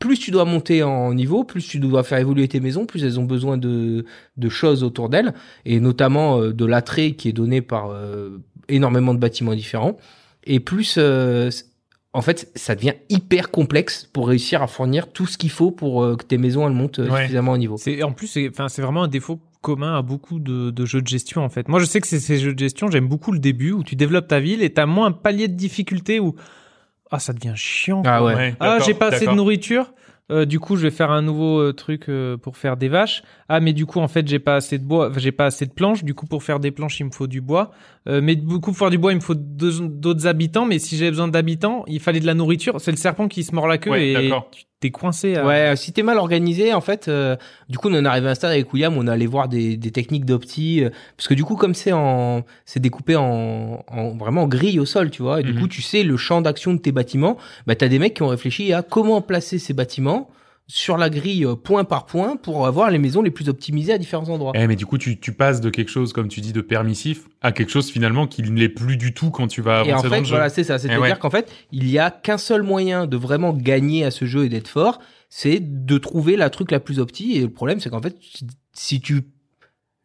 B: plus tu dois monter en niveau, plus tu dois faire évoluer tes maisons, plus elles ont besoin de, de choses autour d'elles, et notamment euh, de l'attrait qui est donné par euh, énormément de bâtiments différents. Et plus, euh, c- en fait, ça devient hyper complexe pour réussir à fournir tout ce qu'il faut pour euh, que tes maisons elles montent euh,
A: Ouais.
B: suffisamment en niveau.
C: C'est en plus, c'est enfin, c'est vraiment un défaut commun à beaucoup de, de jeux de gestion en fait. Moi, je sais que c'est ces jeux de gestion, j'aime beaucoup le début où tu développes ta ville et t'as moins un palier de difficulté où ah ça devient chiant. quoi.
B: Ah ouais.
C: Ah, j'ai pas assez de
A: nourriture.
C: nourriture. euh, du coup, je vais faire un nouveau euh, truc euh, pour faire des vaches. Ah, mais du coup, en fait, j'ai pas assez de bois, enfin, j'ai pas assez de planches. Du coup, pour faire des planches, il me faut du bois. Euh, mais du coup, pour faire du bois, il me faut deux- d'autres habitants. Mais si j'avais besoin d'habitants, il fallait de la nourriture. C'est le serpent qui se mord la queue
A: Ouais,
C: et
A: d'accord.
C: tu- t'es coincé. euh. à-
B: Ouais, euh, si t'es mal organisé, en fait, euh, du coup, on en est arrivé à un stade avec William, on allait voir des, des techniques d'opti, euh, parce que du coup, comme c'est en, c'est découpé en, en- vraiment en grille au sol, tu vois, et du
A: Mhm.
B: coup, tu sais le champ d'action de tes bâtiments, bah, t'as des mecs qui ont réfléchi à comment placer ces bâtiments sur la grille euh, point par point pour avoir les maisons les plus optimisées à différents endroits.
A: Eh, mais du coup, tu, tu passes de quelque chose, comme tu dis, de permissif à quelque chose finalement qui ne l'est plus du tout quand tu vas avancer
B: Et en
A: dans
B: fait,
A: le jeu.
B: voilà, c'est ça. C'est-à-dire
A: Eh ouais.
B: qu'en fait, il y a qu'un seul moyen de vraiment gagner à ce jeu et d'être fort, c'est de trouver la truc la plus opti. Et le problème, c'est qu'en fait, si tu,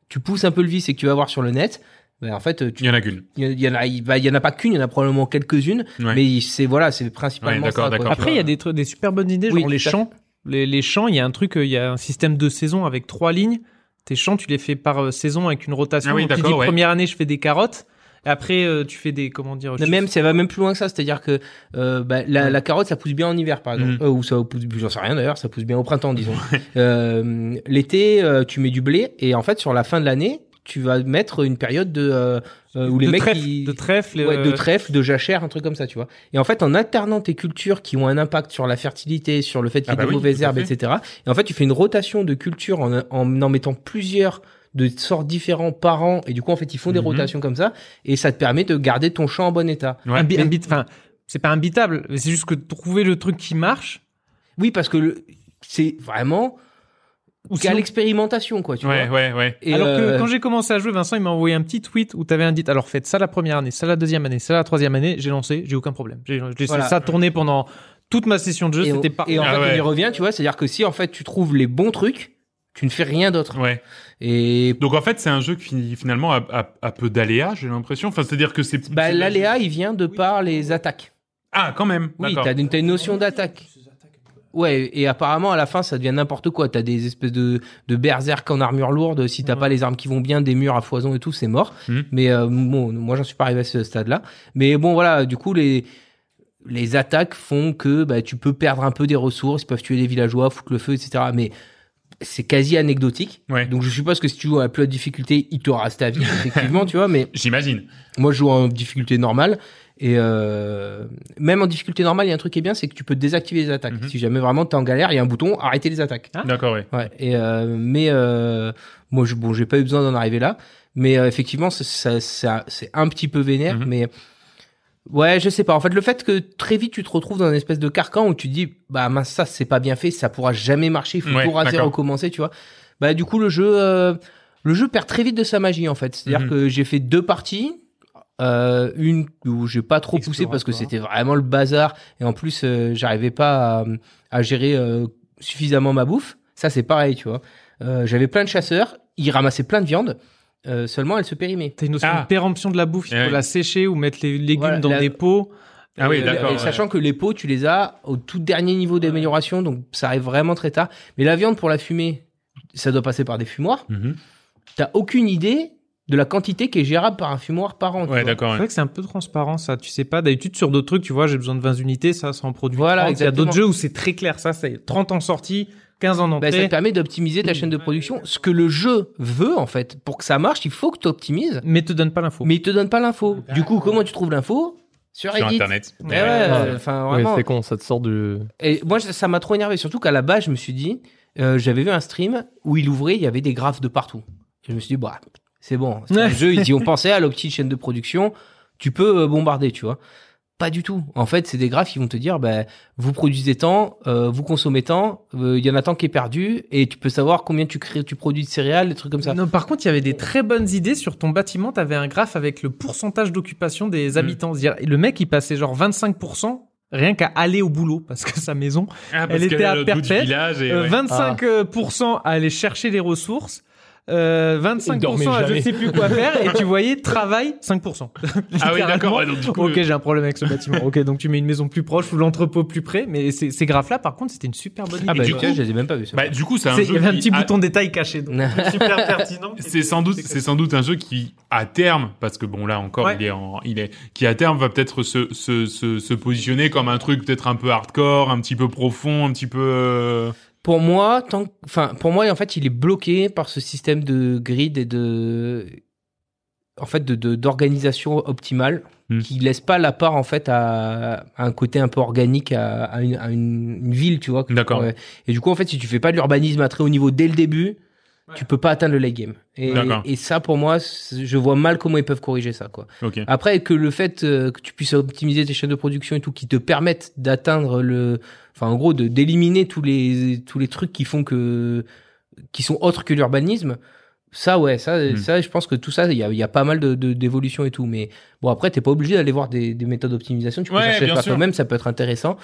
B: tu pousses un peu le vice et que tu vas voir sur le net, ben en fait,
A: Il
B: tu-
A: y en a qu'une.
B: il y, en a, il bah, il y en a pas qu'une, il y en a probablement quelques-unes,
A: Ouais.
B: mais c'est voilà, c'est principalement
A: Ouais, d'accord,
B: ça. quoi.
A: d'accord.
C: Après, il y a des, tru- des super bonnes idées,
B: Oui,
C: genre les
B: tout à
C: champs. Les, les champs, il y a un truc, euh, il y a un système de saison avec trois lignes. Tes champs, tu les fais par euh, saison avec une rotation.
A: Ah oui,
C: Donc, tu dis,
A: d'accord, ouais.
C: première année, je fais des carottes. Et après, euh, tu fais des, comment dire,
B: Mais
C: je-
B: Même, ça va même plus loin que ça, c'est-à-dire que euh, bah, la, la carotte, ça pousse bien en hiver, par exemple,
A: Mhm.
B: Euh, ou ça pousse, j'en sais rien d'ailleurs, ça pousse bien au printemps, disons. Euh, L'été, euh, tu mets du blé, et en fait, sur la fin de l'année, tu vas mettre une période de euh, euh, où les
C: de
B: mecs
C: trèfle,
B: ils-
C: de trèfle,
B: ouais, de
C: euh,
B: trèfle, de jachère, un truc comme ça, tu vois. Et en fait, en alternant tes cultures qui ont un impact sur la fertilité, sur le fait qu'il y
A: Ah
B: ait
A: bah
B: des
A: oui,
B: mauvaises
A: tout à
B: herbes,
A: fait.
B: etc. Et en fait, tu fais une rotation de cultures en, en en mettant plusieurs de sortes différents par an. Et du coup, en fait, ils font des
A: Mhm.
B: rotations comme ça. Et ça te permet de garder ton champ en bon état.
A: Ouais.
C: un bi- un bit- enfin, c'est pas imbitable, mais c'est juste que trouver le truc qui marche.
B: Oui, parce que le- c'est vraiment
C: Ou
B: qu'à
C: sinon-
B: l'expérimentation, quoi, tu
A: Ouais,
B: vois.
A: ouais, ouais.
B: Et,
C: alors
B: euh,
C: que quand j'ai commencé à jouer, Vincent, il m'a envoyé un petit tweet où t'avais un dit. Alors faites ça la première année, ça la deuxième année, ça la troisième année. J'ai lancé, j'ai aucun problème. J'ai j'ai laissé
B: Voilà.
C: ça tourner pendant toute ma session de jeu.
B: et,
C: C'était
B: on-
C: pas.
B: et en
A: Ah
B: fait, on
A: ouais.
B: y revient, tu vois. C'est-à-dire que si, en fait, tu trouves les bons trucs, tu ne fais rien d'autre.
A: Ouais.
B: Et
A: Donc en fait, c'est un jeu qui finalement a, a- a peu d'aléas, j'ai l'impression. Enfin, c'est-à-dire que c'est.
B: bah,
A: c'est-
B: l'aléa, il vient de par les attaques.
A: Ah, quand même.
B: Oui,
A: D'accord.
B: t'as une, t'as une notion d'attaque. Ouais, et apparemment, à la fin, ça devient n'importe quoi. T'as des espèces de, de berserk en armure lourde. Si t'as
C: Ouais.
B: pas les armes qui vont bien, des murs à foison et tout, c'est mort.
A: Mhm.
B: Mais euh, bon, moi, j'en suis pas arrivé à ce stade-là. Mais bon, voilà, du coup, les, les attaques font que bah, tu peux perdre un peu des ressources. Ils peuvent tuer des villageois, foutre le feu, etc. Mais c'est quasi anecdotique.
A: Ouais.
B: Donc je suppose que si tu joues à plus haute difficulté, il te reste ta vie, effectivement, tu vois, mais
A: J'imagine.
B: moi, je joue en difficulté normale. Et euh, même en difficulté normale, il y a un truc qui est bien, c'est que tu peux désactiver les attaques.
A: Mhm.
B: Si jamais vraiment t'es en galère, il y a un bouton arrêter les attaques.
C: Ah.
A: D'accord, ouais.
B: Ouais. Et euh, mais euh, moi, je, bon, j'ai pas eu besoin d'en arriver là. Mais euh, effectivement, c'est- ça, ça- c'est un petit peu vénère.
A: Mhm.
B: Mais ouais, je sais pas. En fait, le fait que très vite tu te retrouves dans une espèce de carcan où tu te dis, bah mince, ça c'est pas bien fait, ça pourra jamais marcher. Il faut
A: Ouais,
B: tout raser,
A: d'accord.
B: recommencer, tu vois. Bah du coup, le jeu, euh, le jeu perd très vite de sa magie en fait. C'est-à-dire
A: Mhm.
B: que j'ai fait deux parties. Euh, une où j'ai pas trop poussé parce que
C: Exploratoire.
B: c'était vraiment le bazar et en plus euh, j'arrivais pas à, à gérer euh, suffisamment ma bouffe. Ça c'est pareil, tu vois. Euh, J'avais plein de chasseurs, ils ramassaient plein de viande, euh, seulement elle se périmait.
C: T'as une notion
A: Ah.
C: de péremption de la bouffe, il
A: Eh
C: faut
A: oui.
C: la sécher ou mettre les légumes
B: Voilà,
C: dans
B: la-
C: des pots. Euh,
A: Ah oui,
B: Et-
A: d'accord,
B: Euh, et
A: ouais.
B: Sachant que les pots, tu les as au tout dernier niveau d'amélioration, donc ça arrive vraiment très tard. Mais la viande pour la fumer, ça doit passer par des fumoirs.
A: Mhm.
B: T'as aucune idée de la quantité qui est gérable par un fumoir par an. tu
A: Ouais,
B: vois.
A: d'accord.
C: C'est
A: ouais.
C: vrai que c'est un peu transparent ça, tu sais pas. D'habitude sur d'autres trucs, tu vois, j'ai besoin de 20 unités, ça, ça en produit
B: Voilà,
C: 30. Il y a d'autres
B: exactement.
C: jeux où c'est très clair, ça, c'est 30 en sortie, 15 en
B: Bah, ça
C: entrée.
B: te permet d'optimiser ta chaîne de production. Ce que le jeu veut, en fait, pour que ça marche, il faut que tu optimises,
C: mais te donne pas l'info.
B: mais il te donne pas l'info. Du coup, comment tu trouves l'info Sur
A: Sur
B: Reddit.
A: Internet.
B: Eh
C: Ouais,
B: ouais,
D: ouais.
B: enfin,
D: Ouais,
B: vraiment.
D: c'est con, ça te sort de.
B: Et moi, ça ça m'a trop énervé. Surtout qu'à la base, je me suis dit, euh, j'avais vu un stream où il ouvrait, il y avait des graphes de partout. Et je me suis dit, bah, c'est bon. C'est un
C: Ouais.
B: jeu, ils y ont pensé à la petite chaîne de production, tu peux euh, bombarder, tu vois. Pas du tout. En fait, c'est des graphes qui vont te dire, bah, vous produisez tant, euh, vous consommez tant, euh, il y en a tant qui est perdu, et tu peux savoir combien tu crées, tu produis de céréales, des trucs comme ça.
C: Non, par contre, il y avait des très bonnes idées sur ton bâtiment. T'avais un graphe avec le pourcentage d'occupation des
A: Mm.
C: habitants. C'est-à-dire, le mec, il passait genre 25% rien qu'à aller au boulot parce que sa maison.
A: Ah,
C: Elle
A: qu'elle
C: était
A: est
C: à
A: l'autre bout du
C: Perpète.
A: village et,
C: Euh,
B: Ah.
A: ouais. Ah
C: 25% à aller chercher les ressources. euh,
D: Il dormait
C: 25% à je
D: jamais.
C: sais plus quoi faire et tu voyais travail 5%.
A: Ah oui, d'accord.
C: Littéralement.
A: ouais, donc, du coup,
C: Ok, j'ai un problème avec ce bâtiment. Ok, donc tu mets une maison plus proche ou l'entrepôt plus près, mais ces ces graphes-là, par contre, c'était une super bonne idée.
B: Ah bah,
A: du
B: tiens,
A: coup-
B: je les ai même pas vus. ça.
A: Bah, du coup, c'est un
C: C'est-
A: jeu.
C: il y avait un
A: qui
C: petit
A: a-
C: bouton détail caché, donc super pertinent.
A: C'est sans doute, c'est sans doute un jeu qui, à terme, parce que bon là encore,
C: Ouais.
A: il est, en, il est, qui à terme va peut-être se, se, se, se positionner comme un truc peut-être un peu hardcore, un petit peu profond, un petit peu. euh,
B: Pour moi, tant que- enfin, pour moi, en fait, il est bloqué par ce système de grid et de, en fait, de- de d'organisation optimale
A: Hmm.
B: qui laisse pas la part en fait à, à un côté un peu organique à, à une, à une- une ville, tu vois.
A: D'accord.
B: Ouais. Et du coup, en fait, si tu fais pas de l'urbanisme à très haut niveau dès le début, tu peux pas atteindre le late game. Et,
A: D'accord.
B: et ça, pour moi, c'est- je vois mal comment ils peuvent corriger ça, quoi.
A: Ok.
B: Après, que le fait euh, que tu puisses optimiser tes chaînes de production et tout, qui te permettent d'atteindre le, enfin, en gros, de d'éliminer tous les tous les trucs qui font que, qui sont autres que l'urbanisme. Ça, ouais, ça,
A: Hmm.
B: ça, je pense que tout ça, il y a, il y a pas mal de de- d'évolutions et tout. Mais bon, après, t'es pas obligé d'aller voir des, des méthodes d'optimisation. Tu peux
A: Ouais,
B: chercher
A: bien
B: par
A: sûr.
B: toi-même, ça peut être intéressant.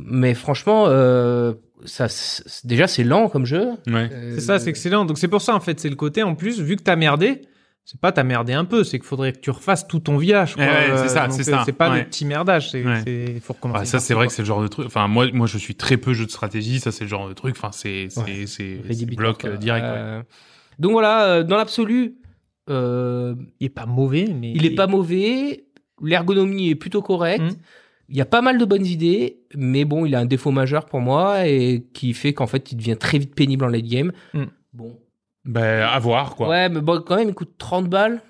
B: Mais franchement, euh, ça, c'est- déjà, c'est lent comme jeu.
A: Ouais.
B: Euh,
C: C'est ça, c'est excellent. Donc c'est pour ça en fait, c'est le côté en plus vu que t'as merdé, c'est pas t'as merdé un peu, c'est qu'il faudrait que tu refasses tout ton village. quoi.
A: Eh ouais, c'est
C: Euh,
A: ça,
C: donc,
A: c'est
C: euh,
A: ça.
C: C'est pas
A: Ouais.
C: le petit merdage, c'est
A: Ouais.
C: c'est- faut recommencer.
A: Ah, ça c'est vrai que c'est le genre de truc. Enfin moi moi je suis très peu jeu de stratégie. Ça c'est le genre de truc. Enfin c'est c'est
B: Ouais.
A: c'est c'est
B: rédhibitoire,
A: bloc
B: quoi.
A: euh, direct. ouais.
B: Euh, Donc voilà, euh, dans l'absolu, euh,
C: il est pas mauvais, mais
B: il est pas mauvais, l'ergonomie est plutôt correcte.
C: Mhm.
B: Il y a pas mal de bonnes idées, mais bon, il a un défaut majeur pour moi et qui fait qu'en fait, il devient très vite pénible en late game.
C: Mhm.
B: Bon.
A: Ben à voir quoi.
B: Ouais, mais bon, quand même, il coûte 30 balles.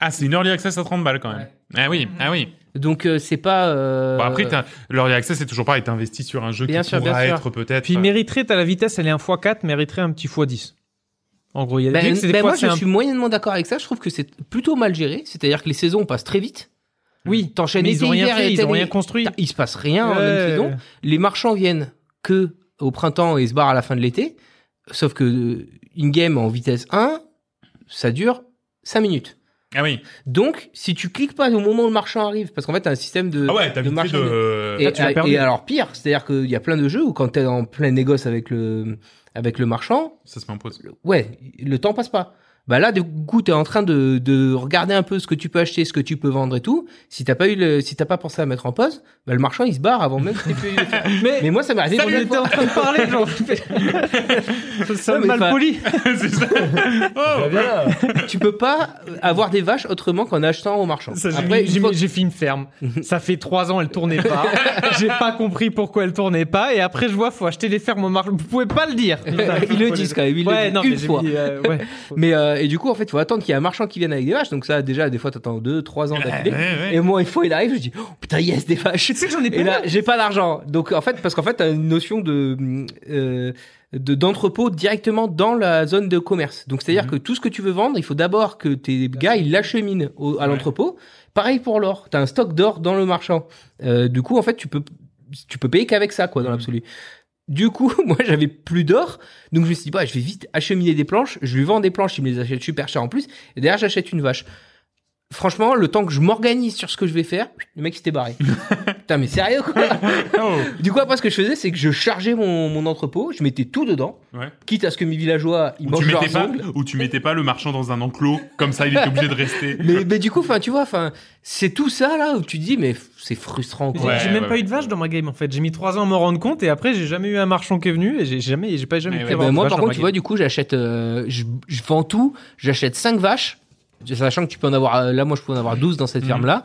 A: Ah c'est une early access à 30 balles quand même.
B: Ouais.
A: Ah oui ah oui.
B: Donc, euh, c'est pas. euh,
C: Bah,
A: Bon, après, t'as- l'Early Access, c'est toujours pareil. T'investis sur un jeu
B: Bien
A: qui
B: sûr,
A: pourra
B: bien sûr.
A: être peut-être.
C: Puis il mériterait, t'as la vitesse, elle est un x 4 mériterait un petit x 10 En gros, il y a
B: Ben,
C: vu que c'est des
B: ben
C: fois,
B: moi,
C: c'est
B: je
C: un-
B: suis moyennement d'accord avec ça. Je trouve que c'est plutôt mal géré. C'est-à-dire que les saisons passent très vite.
C: oui,
B: T'enchaînes
C: mais ils
B: été,
C: ont rien
B: hiver,
C: fait,
B: été,
C: ils ont rien
B: été.
C: construit.
B: Il se passe rien en même
C: Ouais.
B: saison. les marchands viennent que au printemps et se barrent à la fin de l'été, sauf que euh, une game en vitesse 1, ça dure 5 minutes.
A: Ah oui.
B: Donc, si tu cliques pas au moment où le marchand arrive, parce qu'en fait, t'as un système de,
A: Ah ouais, t'as vite
B: de
A: fait
B: marchand
A: de. euh,
B: Et,
C: Là, tu l'as
B: et-
C: perdu.
B: et alors pire, c'est-à-dire qu'il y a plein de jeux où quand t'es en plein négoce avec le, avec le marchand,
A: Ça se met en pause.
B: ouais, le temps passe pas. Bah là, du coup, t'es en train de, de regarder un peu ce que tu peux acheter, ce que tu peux vendre et tout. Si t'as pas eu le, si t'as pas pensé à mettre en pause, bah le marchand il se barre avant même que tu puisses le faire.
C: Mais,
B: Mais moi, ça m'est arrivé.
C: on
B: pour deux
C: était en
B: fois.
C: train de parler, genre. ça
B: Ouais,
C: sonne
B: mais
C: mal
B: pas-
C: poli.
A: C'est ça. Oh.
B: tu peux pas avoir des vaches autrement qu'en achetant au marchand.
C: Ça, j'ai
B: Après,
C: mis-
B: une
C: j'ai
B: fois
C: mis- j'ai fait une ferme. Ça fait trois ans, elle tournait pas. j'ai pas compris pourquoi elle tournait pas. Et après, je vois, faut acheter des fermes au marché. Vous pouvez pas le dire.
B: que- ils le disent quand même. Ils
C: ouais,
B: le disent
C: non,
B: une
C: mais j'ai
B: fois.
C: mis, euh, ouais.
B: Mais euh, et du coup, en fait, faut attendre qu'il y ait un marchand qui vienne avec des vaches. Donc ça, déjà, des fois, t'attends deux, trois ans
A: Ouais,
B: d'affilée.
A: ouais.
B: Et moi, une fois, il arrive, je dis oh, putain, yes, des vaches.
C: Tu sais que j'en ai
B: Et
C: pas.
B: là, j'ai pas d'argent. Donc en fait, parce qu'en fait, t'as une notion de euh, de- d'entrepôt directement dans la zone de commerce. Donc
A: Mhm.
B: c'est-à-dire que tout ce que tu veux vendre, il faut d'abord que tes gars ils l'acheminent au- à
A: Ouais.
B: l'entrepôt. Pareil pour l'or. T'as un stock d'or dans le marchand. Euh, du coup, en fait, tu peux tu peux payer qu'avec ça,
A: Mhm.
B: quoi, dans l'absolu. Du coup, moi, j'avais plus d'or, donc je me suis dit, bah, je vais vite acheminer des planches. Je lui vends des planches, il me les achète super cher en plus. Et derrière, j'achète une vache. Franchement, le temps que je m'organise sur ce que je vais faire, le mec, il s'était barré. Putain, mais sérieux, quoi
A: Oh.
B: du coup, après, ce que je faisais, c'est que je chargeais mon, mon entrepôt, je mettais tout dedans,
A: Ouais.
B: quitte à ce que mes villageois,
A: Ou
B: ils
A: tu
B: mangent
A: mettais
B: leurs
A: pas,
B: ongles.
A: ou tu mettais pas le marchand dans un enclos, comme ça il était obligé de rester.
B: Mais, mais du coup, enfin, tu vois, enfin, c'est tout ça là où tu te dis, mais f- c'est frustrant.
C: J'ai
B: Quoi.
A: Ouais,
C: j'ai même
A: ouais,
C: pas
A: ouais.
C: eu de vache dans ma game en fait. J'ai mis trois ans à m'en rendre compte et après j'ai jamais eu un marchand qui est venu et j'ai jamais, j'ai pas jamais
A: Mais
C: pu
A: ouais.
B: Eh
C: avoir
B: ben,
C: de
B: moi,
C: vache
B: par
C: dans
B: contre,
C: ma
B: tu
C: game.
B: vois, du coup, j'achète, euh, je, je vends tout, j'achète 5 vaches, sachant que tu peux en avoir, euh, là, moi, je peux en avoir 12 dans cette
A: Mhm.
B: ferme-là.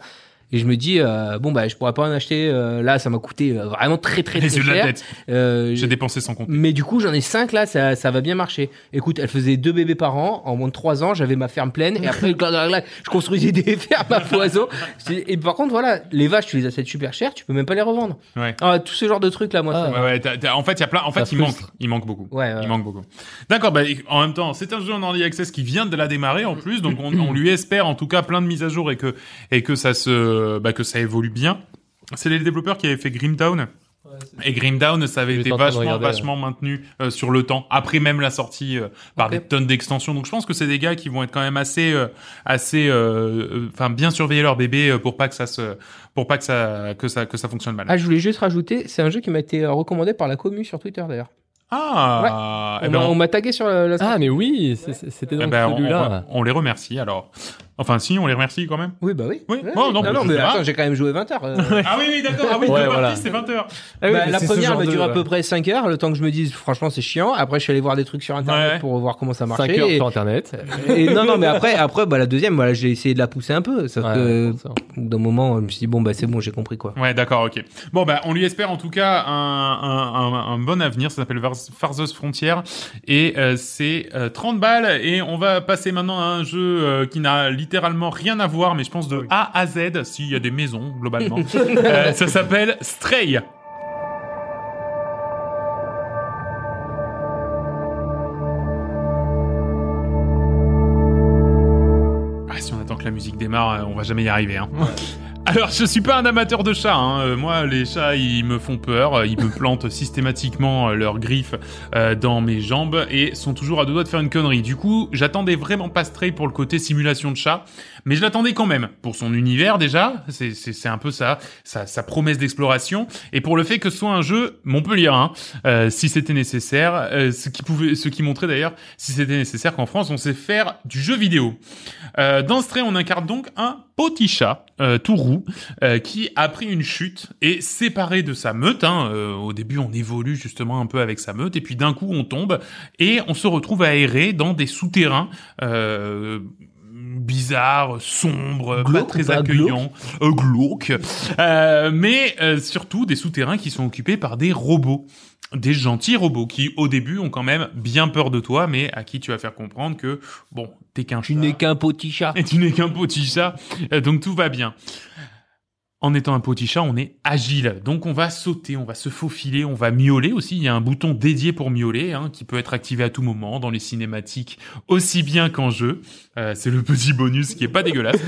B: Et je me dis, euh, bon, bah, je pourrais pas en acheter, euh, là, ça m'a coûté euh, vraiment très, très, très
A: Les yeux de la
B: cher.
A: tête.
B: Euh,
A: J'ai dépensé sans compte.
B: Mais du coup, j'en ai 5 là, ça, ça va bien marcher. Écoute, elle faisait deux bébés par an, en moins de 3 ans, j'avais ma ferme pleine, et après, glac, glac, glac, je construisais des fermes à foison. Et par contre, voilà, les vaches, tu les achètes super cher, tu peux même pas les revendre.
A: Ouais. Ah,
B: Ah, tout ce genre de trucs là, moi. ça-
A: Ouais, ouais, t'as- t'as- en fait, il y a plein. En
B: Ça
A: fait, il manque.
B: frustre.
A: Il manque beaucoup.
B: Ouais, ouais.
A: Il manque beaucoup. D'accord. Bah, en même temps, c'est un jeu en early access qui vient de la démarrer
B: Mm.
A: en plus, donc on, on lui espère en tout cas plein de mises à jour et que et que ça se bah, que ça évolue bien. C'est les développeurs qui avaient fait Grimtown. Et Grimdown, ça avait
D: J'étais
A: été
D: en train de
A: vachement,
D: regarder, ouais.
A: vachement maintenu euh, sur le temps, après même la sortie, euh, par
B: Ok.
A: des tonnes d'extensions. Donc je pense que c'est des gars qui vont être quand même assez, euh, assez, euh, euh, enfin bien surveiller leur bébé euh, pour pas que ça se, pour pas que ça, que ça, que ça fonctionne mal.
B: Ah, je voulais juste rajouter, c'est un jeu qui m'a été euh, recommandé par la commu sur Twitter d'ailleurs.
A: Ah, eh
B: on
A: ben,
B: m'a-
A: on-
B: on m'a tagué sur la. la-
D: Ah, mais oui, c'est- c'est- c'était
A: eh
D: donc
A: ben, on-
D: celui-là.
A: on, on les remercie alors. Enfin si, on les remercie quand même.
B: Oui, bah oui.
A: Oui.
B: Ouais,
A: Oh, non, mais je
B: mais
A: sais pas.
B: attends, j'ai quand même joué 20 heures. euh.
A: Ah oui, oui, d'accord. Ah oui,
D: Ouais,
A: deux
D: voilà.
A: parties, c'est 20 heures.
C: Ah oui,
B: Bah,
C: mais
B: la
C: c'est ce
B: première
C: genre
B: me
C: de-
B: dure à
C: ouais.
B: peu près 5 heures, le temps que je me dise franchement c'est chiant. Après je suis allé voir des trucs sur internet
A: Ouais.
B: pour voir comment ça
D: 5
B: marchait.
D: heures
B: et-
D: sur internet.
B: Et non, non, mais après, après, bah, la deuxième, voilà, j'ai essayé de la pousser un peu. Sauf
D: Ouais,
B: que,
D: ça.
B: d'un moment, je me suis dit, bon, bah, c'est bon, j'ai compris, quoi.
A: Ouais, d'accord, ok. Bon, bah, on lui espère en tout cas un, un, un, un bon avenir. Ça s'appelle Vars- Farzeuse Frontière et euh, c'est euh, 30 balles. Et on va passer maintenant à un jeu euh, qui n'a littéralement rien à voir, mais je pense de A à Z, s'il y a des maisons globalement. Euh, ça s'appelle Stray. Ah, si on attend que la musique démarre, euh, on va jamais y arriver. Hein. Alors, je suis pas un amateur de chats. hein. Euh, Moi, les chats, ils me font peur. Euh, Ils me plantent systématiquement euh, leurs griffes euh, dans mes jambes et sont toujours à deux doigts de faire une connerie. Du coup, j'attendais vraiment pas Stray pour le côté simulation de chat, mais je l'attendais quand même pour son univers déjà. C'est- C'est c'est un peu ça, sa, sa promesse d'exploration et pour le fait que ce soit un jeu Montpellier, hein, euh, si c'était nécessaire, euh, ce qui pouvait, ce qui montrait d'ailleurs, si c'était nécessaire, qu'en France, on sait faire du jeu vidéo. Euh, dans ce trait, on incarne donc un petit chat euh, tout roux euh, qui a pris une chute et séparé de sa meute. hein, euh, au début, on évolue justement un peu avec sa meute et puis d'un coup, on tombe et on se retrouve aéré dans des souterrains. Euh, bizarres, sombres, pas
B: Glauque ou
A: très
B: pas
A: accueillants, euh, glauques, euh, mais euh, surtout des souterrains qui sont occupés par des robots des gentils robots qui au début ont quand même bien peur de toi mais à qui tu vas faire comprendre que bon t'es qu'un
B: Tu
A: chat.
B: n'es qu'un petit chat.
A: Et tu n'es qu'un petit chat, euh, donc tout va bien. En étant un petit chat, on est agile. Donc on va sauter, on va se faufiler, on va miauler aussi. Il y a un bouton dédié pour miauler hein, qui peut être activé à tout moment dans les cinématiques aussi bien qu'en jeu. Euh, c'est le petit bonus qui est pas dégueulasse.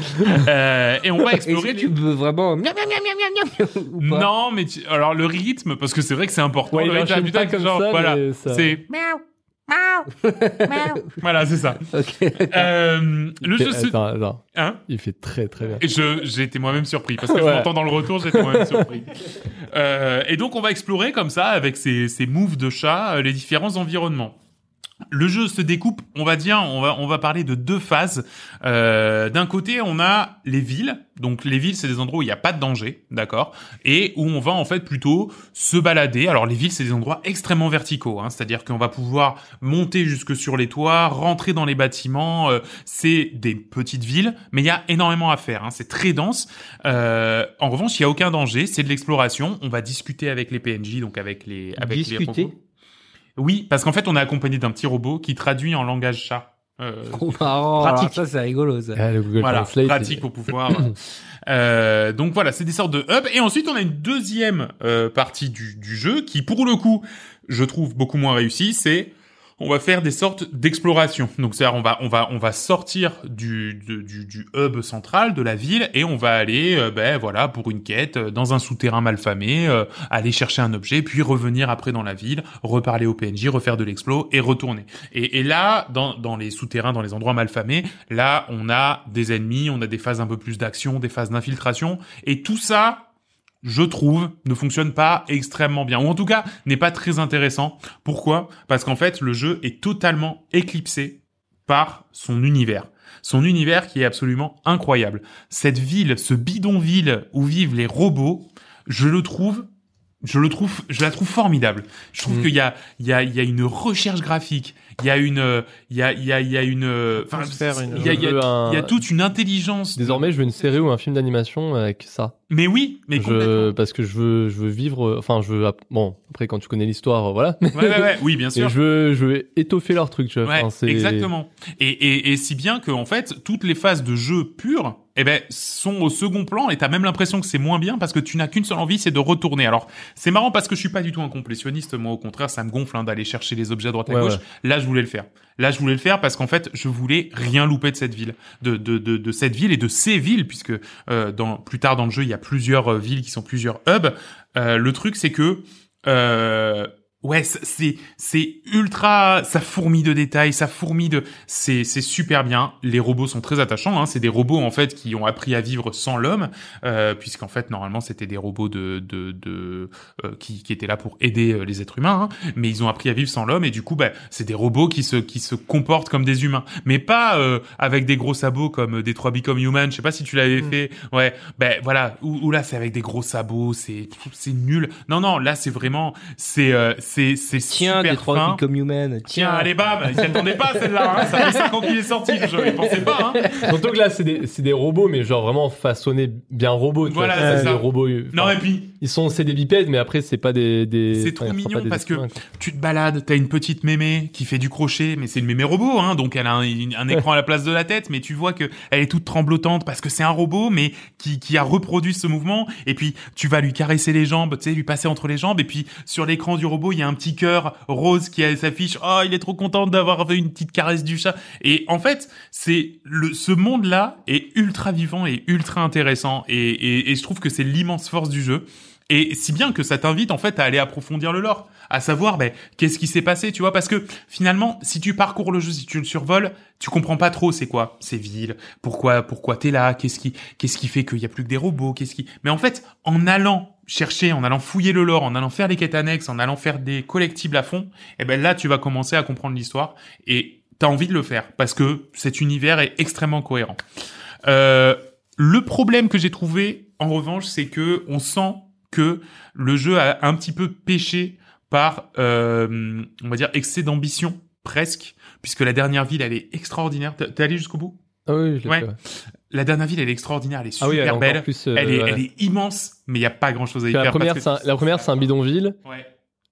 A: Euh, et on va
B: Est-ce que
A: explorer.
B: tu
A: les-
B: veux vraiment. miam, miam, miam, miam, miam, miam, ou pas
A: Non, mais tu- alors le rythme, parce que c'est vrai que c'est important.
D: Ouais, il
A: le rythme,
D: enchaîne
A: putain,
D: pas comme
A: genre,
D: ça,
A: voilà,
D: mais ça-
A: c'est voilà, c'est ça.
B: Ok.
A: Euh, le jeu, se-
D: Attends, attends.
A: hein
D: Il fait très très bien.
A: Et je, j'ai été moi-même surpris parce que je
D: Ouais.
A: m'entends dans le retour, j'étais moi-même surpris. Euh, et donc on va explorer comme ça avec ces, ces moves de chat euh, les différents environnements. Le jeu se découpe, on va dire, on va on va parler de deux phases. Euh, D'un côté, on a les villes. Donc les villes, c'est des endroits où il n'y a pas de danger, d'accord, et où on va en fait plutôt se balader. Alors les villes, c'est des endroits extrêmement verticaux, hein, c'est-à-dire qu'on va pouvoir monter jusque sur les toits, rentrer dans les bâtiments. euh, c'est des petites villes, mais il y a énormément à faire. hein, c'est très dense. Euh, en revanche, il y a aucun danger. C'est de l'exploration. On va discuter avec les PNJ, donc avec les avec les
B: Discuter
A: robots. Oui, parce qu'en fait, on est accompagné d'un petit robot qui traduit en langage chat. Euh,
B: Trop marrant.
A: Pratique.
B: Alors ça, c'est rigolo,
A: Euh,
B: ça.
D: Ah, le Google
A: voilà,
D: Translate,
A: pratique pour pouvoir. euh, donc voilà, c'est des sortes de hubs. Et ensuite, on a une deuxième euh, partie du, du jeu qui, pour le coup, je trouve beaucoup moins réussie. C'est on va faire des sortes d'exploration. Donc c'est-à-dire on va on va on va sortir du, de- du du hub central de la ville et on va aller euh, ben voilà pour une quête euh, dans un souterrain malfamé, euh, aller chercher un objet puis revenir après dans la ville, reparler au PNJ, refaire de l'explo et retourner. Et, et là dans dans les souterrains, dans les endroits malfamés, là on a des ennemis, on a des phases un peu plus d'action, des phases d'infiltration et tout ça je trouve, ne fonctionne pas extrêmement bien, ou en tout cas n'est pas très intéressant. Pourquoi Parce qu'en fait, le jeu est totalement éclipsé par son univers. Son univers qui est absolument incroyable. Cette ville, ce bidonville où vivent les robots, je le trouve, je le trouve, je la trouve formidable. Je trouve
D: Mm.
A: qu'il y a, il y a, il y a une recherche graphique. Il y a une, euh, il y a, il y a, il y a une, euh, enfin,
C: Atmosphère, une-
A: il y a, il y a-
D: Je veux un-
A: il y a toute une intelligence.
D: Désormais, je veux une série ou un film d'animation avec ça.
A: Mais oui, mais complètement.
D: je, parce que je veux, je veux vivre. euh, Enfin, je veux. app- Bon, après, quand tu connais l'histoire, euh, voilà. Mais
A: Ouais, ouais, ouais, oui, bien sûr.
D: je veux, je veux étoffer leur truc, tu vois.
A: Ouais,
D: Enfin, c'est-
A: exactement. Et, et, et si bien que en fait, toutes les phases de jeu pures, eh ben, sont au second plan et t'as même l'impression que c'est moins bien parce que tu n'as qu'une seule envie, c'est de retourner. Alors, c'est marrant parce que je suis pas du tout un complétionniste. Moi, au contraire, ça me gonfle hein, d'aller chercher les objets à droite à
D: Ouais,
A: gauche.
D: ouais.
A: Là, je voulais le faire. Là, je voulais le faire parce qu'en fait, je voulais rien louper de cette ville, de, de, de, de cette ville et de ces villes, puisque euh, dans, plus tard dans le jeu, il y a plusieurs euh, villes qui sont plusieurs hubs. Euh, le truc, c'est que euh, ouais, c- c'est c'est ultra, ça fourmille de détails, ça fourmille de, c'est c'est super bien. Les robots sont très attachants. Hein. C'est des robots en fait qui ont appris à vivre sans l'homme, euh, puisqu'en fait normalement c'était des robots de de, de euh, qui qui étaient là pour aider euh, les êtres humains, hein. mais ils ont appris à vivre sans l'homme et du coup bah c'est des robots qui se qui se comportent comme des humains, mais pas euh, avec des gros sabots comme des trois Become Human. Je sais pas si tu l'avais
C: Mm.
A: fait. Ouais, ben voilà. Ou, ou là c'est avec des gros sabots, c'est c'est nul. Non non, là c'est vraiment c'est euh, c'est c'est
B: Tiens,
A: super
B: des trois
A: fin.
B: comme human.
A: Tiens,
B: Tiens,
A: allez, bam Ils s'y attendaient pas, celle-là. hein. Ça fait 5 ans qu'il est sorti, le jeu. Ils pensaient pas, hein.
D: Surtout que là, c'est des, c'est des robots, mais genre vraiment façonnés bien robots. tu
A: Voilà,
D: vois.
A: c'est ça.
D: Des robots. euh,
A: Non,
D: enfin,
A: et puis,
D: Ils sont, c'est des bipèdes, mais après, c'est pas des. des
A: C'est trop
D: enfin, ils ressemblent pas
A: mignon
D: à des
A: parce
D: êtres
A: que-
D: humains, quoi.
A: tu te balades, t'as une petite mémé qui fait du crochet, mais c'est une mémé robot, hein. Donc, elle a un, une- un écran à la place de la tête, mais tu vois que elle est toute tremblotante parce que c'est un robot, mais qui, qui a reproduit ce mouvement. Et puis, tu vas lui caresser les jambes, tu sais, lui passer entre les jambes. Et puis, sur l'écran du robot, il y a un petit cœur rose qui euh, s'affiche. Oh, il est trop content d'avoir fait une petite caresse du chat. Et en fait, c'est le ce monde là est ultra vivant et ultra intéressant et, et, et je trouve que c'est l'immense force du jeu et si bien que ça t'invite en fait à aller approfondir le lore à savoir ben qu'est-ce qui s'est passé tu vois parce que finalement si tu parcours le jeu si tu le survoles tu comprends pas trop c'est quoi ces villes pourquoi pourquoi t'es là qu'est-ce qui qu'est-ce qui fait qu'il y a plus que des robots qu'est-ce qui mais en fait en allant chercher en allant fouiller le lore en allant faire les quêtes annexes en allant faire des collectibles à fond et ben là tu vas commencer à comprendre l'histoire et t'as envie de le faire parce que cet univers est extrêmement cohérent. Euh, le problème que j'ai trouvé, en revanche, c'est que on sent que le jeu a un petit peu péché par, euh, on va dire, excès d'ambition presque, puisque la dernière ville elle est extraordinaire. T'es t'es allé jusqu'au bout
D: Ah oui, je l'ai
A: Ouais.
D: fait, ouais.
A: La dernière ville elle est extraordinaire, elle est super
D: Ah oui, elle est encore
A: belle,
D: plus, euh,
A: elle, est,
D: ouais.
A: elle est immense, mais il y a pas grand chose à y faire.
D: La première,
A: parce
D: c'est
A: que-
D: un- la première, c'est un bidonville.
A: Ouais.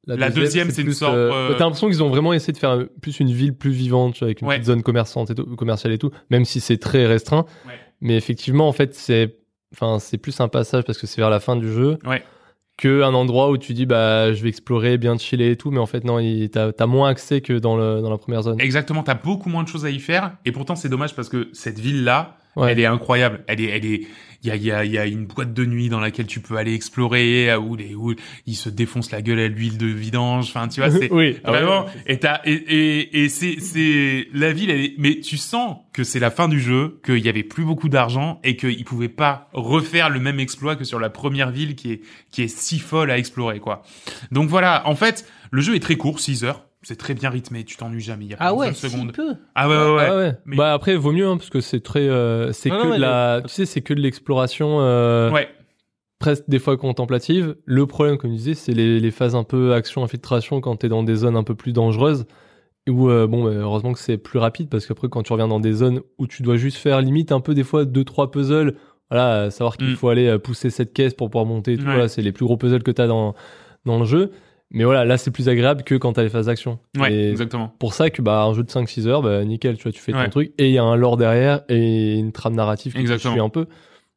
A: La
D: La
A: deuxième, c'est une
D: plus,
A: sorte, euh,
D: T'as l'impression qu'ils ont vraiment essayé de faire euh, plus une ville plus vivante, tu vois, avec une
A: Ouais.
D: petite zone commerçante et tout- commerciale et tout, même si c'est très restreint.
A: Ouais.
D: Mais effectivement, en fait, c'est, enfin, c'est plus un passage parce que c'est vers la fin du jeu.
A: Ouais.
D: Que un endroit où tu dis, bah, je vais explorer, bien chiller et tout, mais en fait, non, il- t'as t'as moins accès que dans, le, dans la première zone.
A: Exactement, t'as beaucoup moins de choses à y faire, et pourtant c'est dommage parce que cette ville là,
D: Ouais.
A: Elle est incroyable. Elle est, elle est. Il y a, il y a, il y a une boîte de nuit dans laquelle tu peux aller explorer euh, où les où ils se défoncent la gueule à l'huile de vidange. Enfin, tu vois, bah, c'est
D: oui, ah ouais.
A: vraiment. Et t'as et et, et c'est c'est la ville. Elle est, mais tu sens que c'est la fin du jeu, qu'il y avait plus beaucoup d'argent et qu'ils pouvaient pas refaire le même exploit que sur la première ville qui est qui est si folle à explorer quoi. Donc voilà. En fait, le jeu est très court, 6 heures. c'est très bien rythmé, tu t'ennuies jamais. Il y a pas
B: Ah
A: une
B: ouais,
A: seule
B: si
A: seconde.
B: peu.
A: Ah ouais, ouais, ouais.
D: Ah ouais.
A: mais-
D: Bah après vaut mieux hein, parce que c'est très euh, c'est
B: Non,
D: que
B: non,
D: de
B: mais
D: la tu sais c'est que de l'exploration euh,
A: Ouais.
D: presque des fois contemplative. Le problème comme tu disais c'est les, les phases un peu action infiltration quand t'es dans des zones un peu plus dangereuses où euh, bon bah, heureusement que c'est plus rapide parce qu'après quand tu reviens dans des zones où tu dois juste faire limite un peu des fois deux trois puzzles voilà euh, savoir qu'il
A: Mm.
D: faut aller euh, pousser cette caisse pour pouvoir monter et tout
A: Ouais.
D: voilà, c'est les plus gros puzzles que t'as dans dans le jeu. Mais voilà, là c'est plus agréable que quand t'as les phases action.
A: Ouais,
D: Et
A: exactement.
D: pour ça que bah un jeu de 5 6 heures bah nickel tu vois tu fais
A: Ouais.
D: ton truc et il y a un lore derrière et une trame narrative que
A: Exactement.
D: tu suis un peu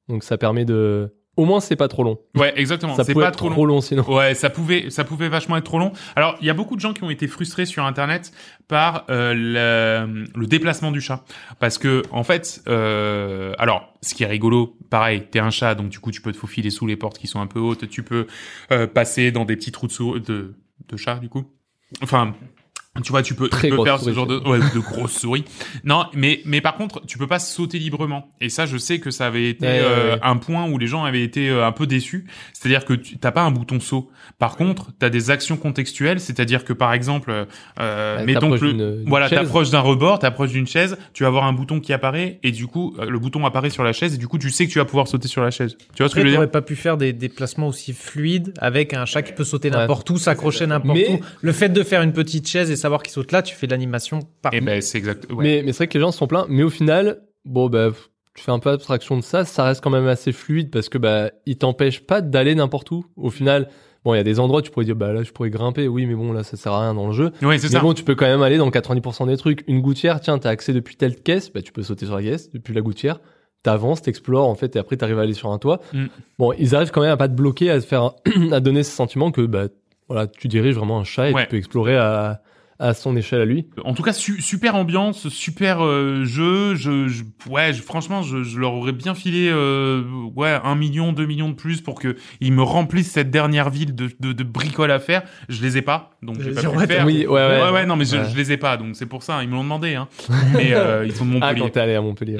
D: donc ça permet de au moins c'est pas trop long
A: Ouais, exactement.
D: ça
A: C'est
D: pouvait
A: pas
D: être
A: trop long.
D: sinon
A: Ouais, ça pouvait, ça pouvait vachement être trop long. Alors, il y a beaucoup de gens qui ont été frustrés sur Internet par euh, le, le déplacement du chat, parce que en fait, euh, alors, ce qui est rigolo, pareil, t'es un chat, donc du coup, tu peux te faufiler sous les portes qui sont un peu hautes, tu peux euh, passer dans des petits trous de, sou- de de chat, du coup. Enfin. Tu vois, tu peux,
D: Très
A: tu peux
D: grosse
A: faire ce
D: souris,
A: genre de, ouais, de grosses souris. Non, mais mais par contre, tu peux pas sauter librement. Et ça, je sais que ça avait été
D: Ouais, ouais,
A: euh,
D: ouais.
A: un point où les gens avaient été euh, un peu déçus. C'est-à-dire que tu t'as pas un bouton saut. Par contre, tu as des actions contextuelles, c'est-à-dire que par exemple, euh,
D: Bah,
A: mettons
D: t'approches
A: que le-
D: d'une- d'une
A: voilà,
D: chaise.
A: t'approches d'un rebord, t'approches d'une chaise, tu vas avoir un bouton qui apparaît et du coup, euh, le bouton apparaît sur la chaise et du coup, tu sais que tu vas pouvoir sauter sur la chaise. Tu vois ce que
C: Après,
A: je veux dire
C: t'aurais pas pu faire des déplacements aussi fluides avec un chat qui peut sauter
D: Ouais.
C: n'importe où, s'accrocher n'importe
D: Mais-
C: où. Le fait de faire une petite chaise et savoir qu'il saute là, tu fais de l'animation par
A: Eh ben, c'est exact. ouais.
D: mais mais c'est vrai que les gens sont pleins mais au final bon bah pff, tu fais un peu abstraction de ça ça reste quand même assez fluide parce que bah il t'empêche pas d'aller n'importe où au final bon il y a des endroits où tu pourrais dire bah là je pourrais grimper oui mais bon là ça sert à rien dans le jeu
A: Ouais, c'est
D: Mais
A: ça.
D: bon, tu peux quand même aller dans 90% des trucs. Une gouttière, tiens, t'as accès depuis telle caisse, bah, tu peux sauter sur la caisse, depuis la gouttière. T'avances, t'explores, en fait, et après, t'arrives à aller sur un toit.
A: Mm.
D: Bon, ils arrivent quand même à pas te bloquer, à te faire, à te donner ce sentiment que, bah, voilà, tu diriges vraiment un chat et
A: Ouais.
D: tu peux explorer à, à son échelle à lui.
A: En tout cas, su- super ambiance, super euh, jeu. Je, je- ouais, je- franchement, je, je leur aurais bien filé euh, ouais un million, deux millions de plus pour que ils me remplissent cette dernière ville de, de, de bricoles à faire. Je les ai pas, donc j'ai
C: Je
A: pas
C: veux dire,
A: pu le
C: ouais,
A: faire.
D: Oui, ouais, ouais.
A: Ouais, ouais, non, mais je,
D: Ouais.
A: je les ai pas, donc c'est pour ça, ils me l'ont demandé, hein. Mais euh, ils sont de
D: Ah,
A: Montpellier.
D: quand t'es allé à Montpellier.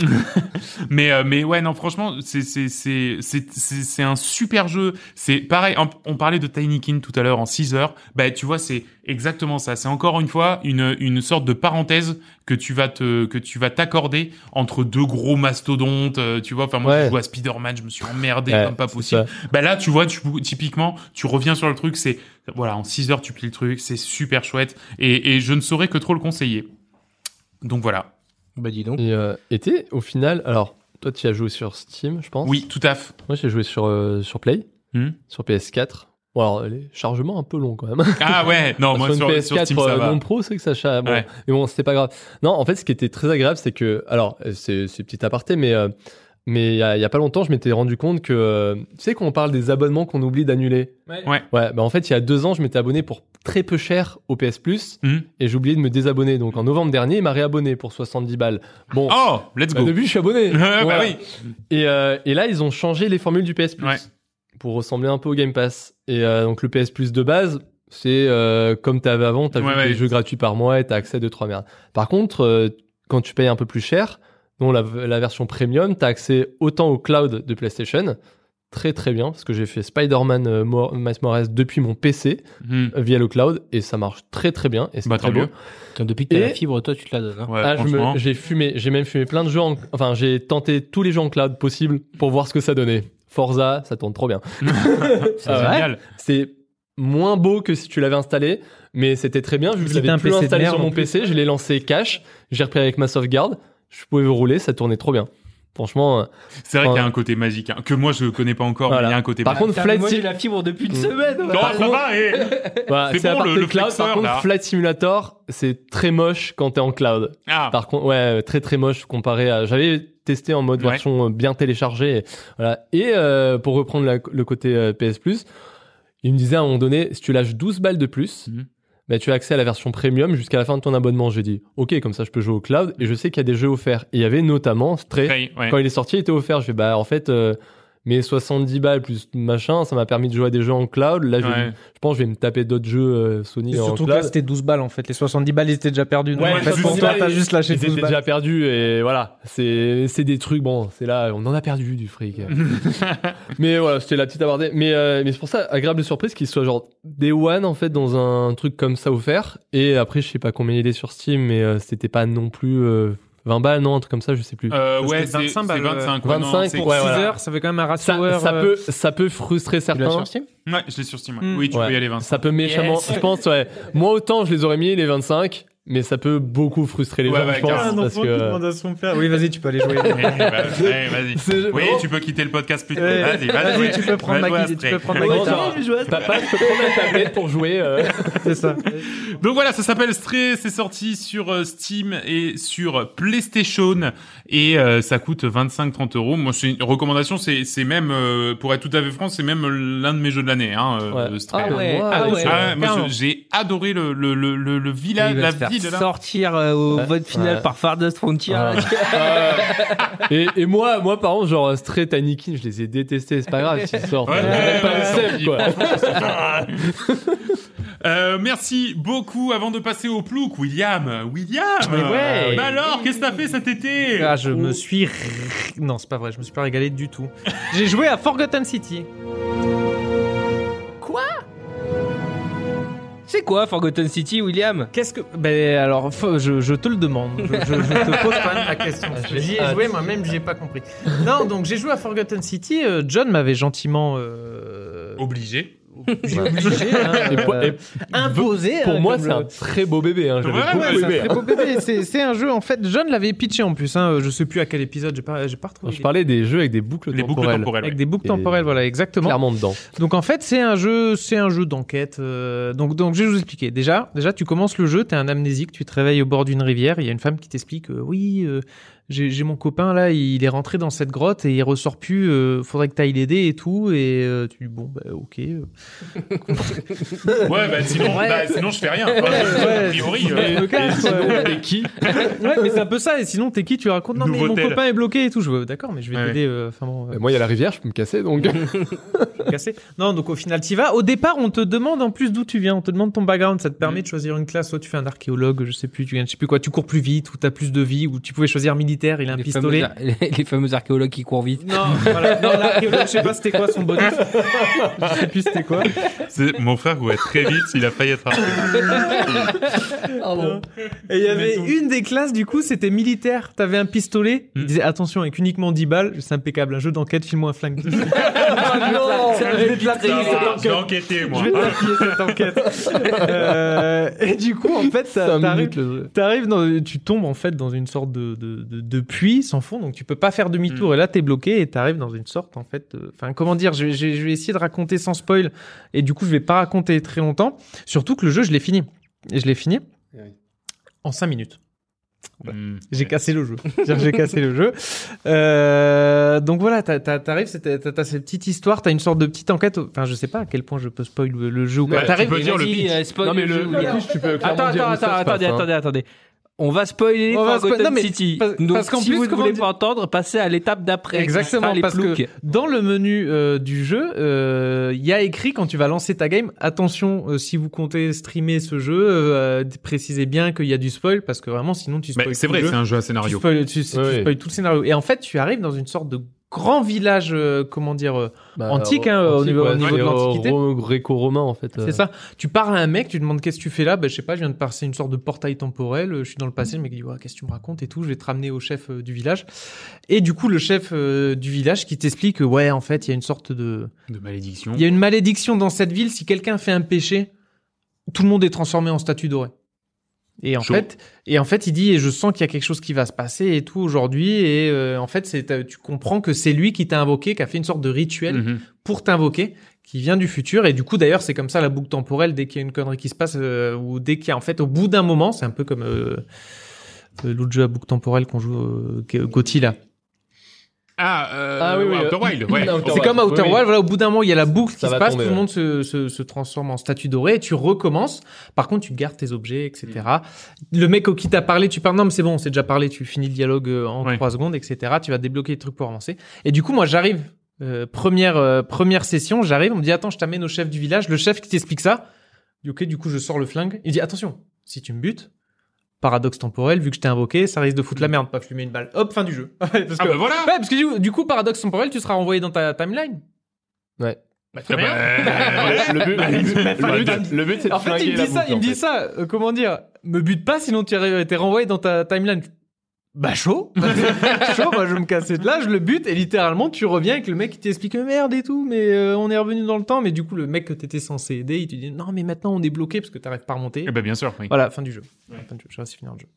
A: mais, euh, mais ouais, non, franchement, c'est, c'est, c'est, c'est, c'est c'est un super jeu. C'est pareil, on, on parlait de Tiny King tout à l'heure en 6 heures. Bah, tu vois, c'est exactement ça. C'est encore une fois une, une sorte de parenthèse que tu vas te, que tu vas t'accorder entre deux gros mastodontes, euh, tu vois. Enfin, moi,
D: Ouais.
A: je joue à Spider-Man, je me suis emmerdé
D: Ouais,
A: comme pas
D: c'est
A: possible. Bah là, tu vois, tu, typiquement, tu reviens sur le truc, c'est, voilà, en 6 heures, tu plies le truc, c'est super chouette. Et, et je ne saurais que trop le conseiller. Donc voilà.
B: Bah dis donc.
D: Et, euh, et t'es, au final, alors, toi, tu as joué sur Steam, je pense.
A: Oui, tout à fait.
D: Moi, j'ai joué sur, euh, sur Play,
A: Hmm.
D: sur PS4. Bon, alors, les chargements un peu longs quand même.
A: Ah ouais, non, moi
D: sur
A: sur,
D: une PS4
A: sur Steam ça
D: euh,
A: va.
D: non pro, c'est que ça cha- bon.
A: Ouais.
D: Mais bon, c'était pas grave. Non, en fait, ce qui était très agréable, c'est que, alors, euh, c'est c'est petit aparté, mais euh, mais il y, a- il y a pas longtemps, je m'étais rendu compte que, euh, tu sais, qu'on parle des abonnements qu'on oublie d'annuler.
B: Ouais.
A: Ouais.
D: Ouais, bah en fait, il y a deux ans, je m'étais abonné pour très peu cher au PS Plus
A: Mhm.
D: et j'ai oublié de me désabonner. Donc en novembre dernier, il m'a réabonné pour 70 balles. Bon,
A: Oh, let's
D: bah,
A: go.
D: depuis, je suis abonné.
A: bah
D: Voilà.
A: oui.
D: Et, euh, et là, ils ont changé les formules du PS Plus
A: Ouais.
D: pour ressembler un peu au Game Pass. Et euh, donc, le PS Plus de base, c'est euh, comme t'avais avant, t'as
A: Ouais,
D: vu
A: ouais.
D: des jeux gratuits par mois et t'as accès à deux, trois merdes. Par contre, euh, quand tu payes un peu plus cher, dont la, la version premium, t'as accès autant au cloud de PlayStation. Très très bien, parce que j'ai fait Spider-Man euh, Mor- Miles Morales depuis mon PC
A: Hmm.
D: euh, via le cloud et ça marche très très bien et c'est
A: Bah,
D: très
A: tant
D: beau.
A: mieux.
B: Attends, depuis que t'as la
D: Et-
B: fibre, toi tu te la donnes. hein.
A: Ouais,
D: Ah, je me-
A: franchement.
D: j'ai fumé, j'ai même fumé plein de jeux. en- enfin, j'ai tenté tous les jeux en cloud possible pour voir ce que ça donnait. Forza, ça tourne trop bien.
A: C'est
D: Ah ouais.
A: génial.
D: C'est moins beau que si tu l'avais installé, mais c'était très bien vu que je
C: C'était
D: l'avais
C: un
D: plus
C: PC de
D: installé
C: merde
D: sur mon
C: en plus.
D: PC. Je l'ai lancé cache, j'ai repris avec ma sauvegarde. Je pouvais rouler, ça tournait trop bien. Franchement, euh,
A: C'est vrai
D: Ouais.
A: qu'il y a un côté magique hein, que moi je connais pas encore,
D: Voilà.
A: mais il y a un côté
D: Par
A: magique.
D: contre,
B: Putain,
D: Flight
B: moi,
D: Sim-
B: j'ai la fibre depuis une
D: Mm.
B: semaine. ouais.
A: Non,
D: par
A: ça
D: contre-
A: va, eh.
D: voilà,
A: C'est
D: c'est à
A: bon,
D: part
A: le-
D: le
A: le
D: cloud.
A: flexeur,
D: par contre,
A: là.
D: Flight Simulator, c'est très moche quand t'es en cloud.
A: Ah,
D: Par contre, ouais, euh, très très moche comparé à. J'avais testé en mode
A: Ouais.
D: version euh, bien téléchargée. Et, voilà. et euh, pour reprendre la- le côté euh, PS Plus, il me disait à un moment donné, si tu lâches 12 balles de plus,
A: Mhm.
D: bah, tu as accès à la version premium jusqu'à la fin de ton abonnement. J'ai dit, ok, comme ça je peux jouer au cloud et je sais qu'il y a des jeux offerts. Et il y avait notamment Stray.
A: ouais.
D: Quand il est sorti, il était offert. Je fais, bah en fait, euh, Mais 70 balles plus machin, ça m'a permis de jouer à des jeux en cloud. Là, je, vais-
A: Ouais.
D: je pense que je vais me taper d'autres jeux euh, Sony
C: Et
D: en
C: surtout que là,
D: cloud.
C: c'était 12 balles en fait. Les 70 balles, ils étaient déjà perdus. Donc,
D: Ouais,
C: en
D: les
C: fait, pour
D: 70
C: toi,
D: balles,
C: t'as juste lâché
D: Ils
C: 12
D: étaient
C: balles.
D: déjà perdus et voilà, c'est c'est des trucs, bon, c'est là, on en a perdu du fric. mais voilà, c'était la petite abordée. Mais, euh, mais c'est pour ça, agréable surprise qu'il soit genre Day One en fait dans un truc comme ça offert. Et après, je sais pas combien il est sur Steam, mais euh, c'était pas non plus euh, 20 balles, non, un truc comme ça, je sais plus.
A: Euh,
C: Parce
A: ouais,
C: que
A: c'est
C: 25
A: c'est
C: balles,
A: 25. ouais, non,
D: 25
A: c'est-
D: pour-
C: Pour
D: Ouais,
C: 6
D: voilà.
C: heures, ça fait quand même un ratio
D: ça,
C: heure.
D: ça
C: euh,
D: peut, ça peut frustrer
B: Tu l'as
D: certains.
B: sur Steam
A: Ouais, je l'ai sur Steam. ouais.
C: Hmm.
A: Oui, tu
D: Ouais.
A: peux y aller 25.
D: Ça peut méchamment,
B: Yes.
D: je pense, ouais. Moi, autant je les aurais mis, les 25, mais ça peut beaucoup frustrer les
A: Ouais,
D: gens,
A: ouais,
D: je pense.
A: carrément.
D: parce que...
C: Ah Oui, vas-y, tu peux aller jouer.
A: Eh, bah, eh, vas-y.
D: C'est-
A: Oui,
D: Bon.
A: tu peux quitter le podcast plus tôt.
C: Ouais.
A: Vas-y, vas-y.
C: Vas-y, tu peux prendre ma guide, tu peux prendre ma
D: Ouais,
C: guitare.
D: genre, Papa, je peux prendre la tablette pour jouer. euh.
C: C'est ça.
A: Donc voilà, ça s'appelle Stray, c'est sorti sur euh, Steam et sur PlayStation et euh, ça coûte 25-30 euros. Moi, c'est une recommandation, c'est c'est même, euh, pour être tout à fait franc, c'est même l'un de mes jeux de l'année, hein, euh,
D: Ouais.
A: Stray.
B: Ah ouais,
D: moi,
B: ah ouais.
D: euh,
A: Ah ouais, moi,
C: Carrément.
A: je- j'ai adoré le, le, le, le, le village,
B: Il va
A: la
B: se faire
A: ville là.
B: sortir euh, au
D: Ouais.
B: vote final
D: Ouais.
B: par Fardas Frontier.
D: Ah. et, et moi, moi, par contre, genre, Stray, Tiny King, je les ai détestés, c'est pas grave, s'ils sortent.
A: Ouais,
D: Euh,
A: ouais,
D: pas
A: ouais,
D: le
A: ouais,
D: seul, quoi.
A: Euh, merci beaucoup. Avant de passer au plouc, William. William
C: Mais
B: Ah
C: ouais.
A: Bah alors, qu'est-ce que t'as fait cet été
C: Ah, je me suis. ré- Non, c'est pas vrai, je me suis pas régalé du tout. J'ai joué à Forgotten City.
B: C'est quoi Forgotten City, William
C: Qu'est-ce que. Ben alors, faut- je, je te le demande. Je, je- je te pose quand même la question.
D: Ah, j'ai
C: J'y ai
D: hâte.
C: joué moi-même, j'ai pas compris. Non, donc j'ai joué à Forgotten City. euh, John m'avait gentiment. euh,
A: Obligé.
C: j'ai obligé, hein,
D: Et pour-
C: euh,
D: et
C: imposé.
D: Pour
C: hein,
D: moi,
C: comme
D: c'est
C: le-
D: un très beau bébé. Hein, j'avais
A: Ouais,
D: beaucoup
A: ouais,
C: c'est un
D: aimé,
C: très
D: hein.
C: beau bébé. C'est c'est un jeu en fait. John l'avait pitché en plus. Hein, je sais plus à quel épisode. J'ai pas, j'ai pas retrouvé.
D: Je parlais des jeux avec des boucles
A: Les boucles
D: temporelles.
A: temporelles.
C: avec
A: ouais.
C: des boucles
D: Et-
C: temporelles. Voilà, exactement.
D: Clairement dedans.
C: Donc en fait, c'est un jeu, c'est un jeu d'enquête. euh, donc donc je vais vous expliquer. Déjà, déjà tu commences le jeu, t'es un amnésique, tu te réveilles au bord d'une rivière, il y a une femme qui t'explique euh, oui, euh, j'ai j'ai mon copain là, il est rentré dans cette grotte et il ressort plus, euh, faudrait que t'ailles l'aider et tout et euh, tu dis bon bah OK. euh.
A: Ouais, bah sinon,
C: Ouais.
A: bah, sinon je fais rien. Enfin,
C: Ouais.
A: a priori. euh,
C: Je me casse, ouais.
D: Et qui
C: Ouais, mais c'est un peu ça et sinon t'es qui tu racontes non mais
A: Nouveau
C: mon
A: tel.
C: copain est bloqué et tout, je veux d'accord mais je vais
A: Ouais.
C: t'aider euh, enfin bon, euh,
D: Euh, Moi, il y a la rivière, je peux me casser donc.
C: cassé. Non, donc au final, tu vas. Au départ, on te demande en plus d'où tu viens, on te demande ton background, ça te
B: Mm.
C: permet de choisir une classe. Soit tu fais un archéologue, je sais plus, tu gagnes, je sais plus quoi, tu cours plus vite, ou t'as plus de vie, ou tu pouvais choisir militaire, il a un
B: les
C: pistolet.
B: fameux- les- les fameux archéologues qui courent vite.
C: Non, voilà. Non, l'archéologue, je sais pas c'était quoi son bonus. je sais plus c'était quoi.
A: c'est- Mon frère courait très vite, il a failli être arrêté.
C: Et il y avait
A: Mais
C: une des classes, du coup, c'était militaire. T'avais un pistolet.
B: Mm.
A: Hmm.
C: Il disait attention, avec uniquement 10 balles, c'est impeccable. Un jeu d'enquête, file-moi un flingue. Ah,
B: non
C: Ça va être la
A: Ça
C: crise, cette
A: va,
C: enquête.
A: Je vais enquêter, moi.
C: Je vais t'appuyer cette enquête. Euh, et du coup, en fait,
D: Cinq
C: ça
D: minutes, le jeu.
C: T'arrives, dans- tu tombes en fait dans une sorte de, de, de- de puits sans fond, donc tu peux pas faire demi-tour. Et là, t'es bloqué et t'arrives dans une sorte en fait. de- Enfin, comment dire je, vais- je vais- je vais essayer de raconter sans spoil. Et du coup, je vais pas raconter très longtemps. Surtout que le jeu, je l'ai fini. Et je l'ai fini
D: Eh Oui.
C: en 5 minutes.
A: Hmm.
C: J'ai cassé le jeu. C'est-à-dire que J'ai cassé le jeu. Euh, donc voilà, t'as- t'as- t'arrives, c'est- t'as t'as cette petite histoire, t'as une sorte de petite enquête. Enfin, je sais pas à quel point je peux spoil le, le jeu ou quoi.
A: Ouais, tu
C: T'arrives-
A: peux
B: euh,
A: dire le pitch.
D: Non, mais le, le
B: William.
D: pitch, tu peux clairement
C: Attends, attends,
D: dire où ça
C: attends,
D: se passe,
B: attendez,
D: hein.
B: attendez, attendez. On va spoiler
C: On va
B: Forgotten
C: spoil- non, mais
B: City.
C: parce-
B: Donc,
C: parce qu'en
B: si
C: plus,
B: vous ne
C: comment
B: voulez
C: dire-
B: pas entendre, passez à l'étape d'après. qui sera
C: Exactement,
B: les
C: parce que
B: ploucs.
C: dans le menu euh, du jeu, euh, il y a écrit quand tu vas lancer ta game, attention, euh, si vous comptez streamer ce jeu, euh, précisez bien qu'il y a du spoil, parce que vraiment, sinon tu spoil
A: Mais c'est
C: tout
A: vrai,
C: le jeu.
A: c'est un jeu à
C: tu
A: scénario.
C: spoil, tu- tu
D: Ouais.
C: spoil tout le scénario. Et en fait, tu arrives dans une sorte de grand village, euh, comment dire, euh,
D: Bah,
C: Antique, hein, au niveau- au
D: ouais,
C: niveau de
D: c'est, euh,
C: l'antiquité.
D: ro- Gréco-romain, en fait. euh.
C: c'est ça. Tu parles à un mec, tu lui demandes qu'est-ce que tu fais là, ben je sais pas, je viens de passer une sorte de portail temporel, euh, je suis dans le passé, le mec dit ouais, qu'est-ce que tu me racontes et tout, je vais te ramener au chef euh, du village. Et du coup, le chef euh, du village qui t'explique que, ouais, en fait, il y a une sorte de
A: De malédiction.
C: Il y a une malédiction dans cette ville, si quelqu'un fait un péché, tout le monde est transformé en statue dorée. Et en
A: Chaud.
C: fait, et en fait, il dit, et je sens qu'il y a quelque chose qui va se passer et tout aujourd'hui. Et euh, en fait, c'est euh, tu comprends que c'est lui qui t'a invoqué, qui a fait une sorte de rituel
A: Mhm.
C: pour t'invoquer, qui vient du futur. Et du coup, d'ailleurs, c'est comme ça la boucle temporelle. Dès qu'il y a une connerie qui se passe, euh, ou dès qu'il y a, en fait, au bout d'un moment, c'est un peu comme euh, euh, l'autre jeu à boucle temporelle qu'on joue, euh, qui est Gotti là.
A: Ah, euh,
D: Ah oui, oui,
A: Outer
D: euh,
A: Wild, ouais.
D: Outer
C: C'est
D: Wild.
C: comme à Outer
D: Oui, oui.
C: Wild, voilà, au bout d'un moment, il y a la boucle
D: Ça
C: qui se
D: va
C: passe,
D: tomber,
C: tout le
D: ouais.
C: monde se, se, se transforme en statue dorée, et tu recommences. Par contre, tu gardes tes objets, etc. Le mec au qui t'as parlé, tu parles, non, mais c'est bon, on s'est déjà parlé, tu finis le dialogue euh, en
A: Ouais.
C: trois secondes, etc. Tu vas débloquer les trucs pour avancer. Et du coup, moi, j'arrive Euh, première, euh, première session, j'arrive, on me dit attends, je t'amène au chef du village, le chef qui t'explique ça. Je dis, Ok, du coup, je sors le flingue. Il dit attention, si tu me butes, paradoxe temporel, vu que je t'ai invoqué, ça risque de foutre la merde, pas fumer une balle. Hop, fin du jeu. parce que,
A: Mm. Ah bah voilà
C: Ouais, parce que du, du coup, paradoxe temporel, tu seras renvoyé dans ta timeline.
D: Ouais.
C: Bah, très
A: Ah
C: bien.
A: bah,
D: Le but, le
A: bah,
D: but, le but, c'est de
C: En fait, il me
D: flinguer la
C: dit ça,
D: boucle,
C: il
D: en
C: me dit
D: fait.
C: ça. euh, comment dire Me bute pas, sinon tu es t'es renvoyé dans ta timeline. Bah chaud, chaud. Moi, je me cassais de là, je le bute et littéralement tu reviens avec le mec qui t'explique euh, merde et tout, mais euh, on est revenu dans le temps. Mais du coup, le mec que t'étais censé aider, il te dit non, mais maintenant on est bloqué parce que t'arrives pas à remonter.
A: Eh ben, bien sûr, oui.
C: Voilà, fin du jeu. Fin du jeu. J'ai réussi à finir le jeu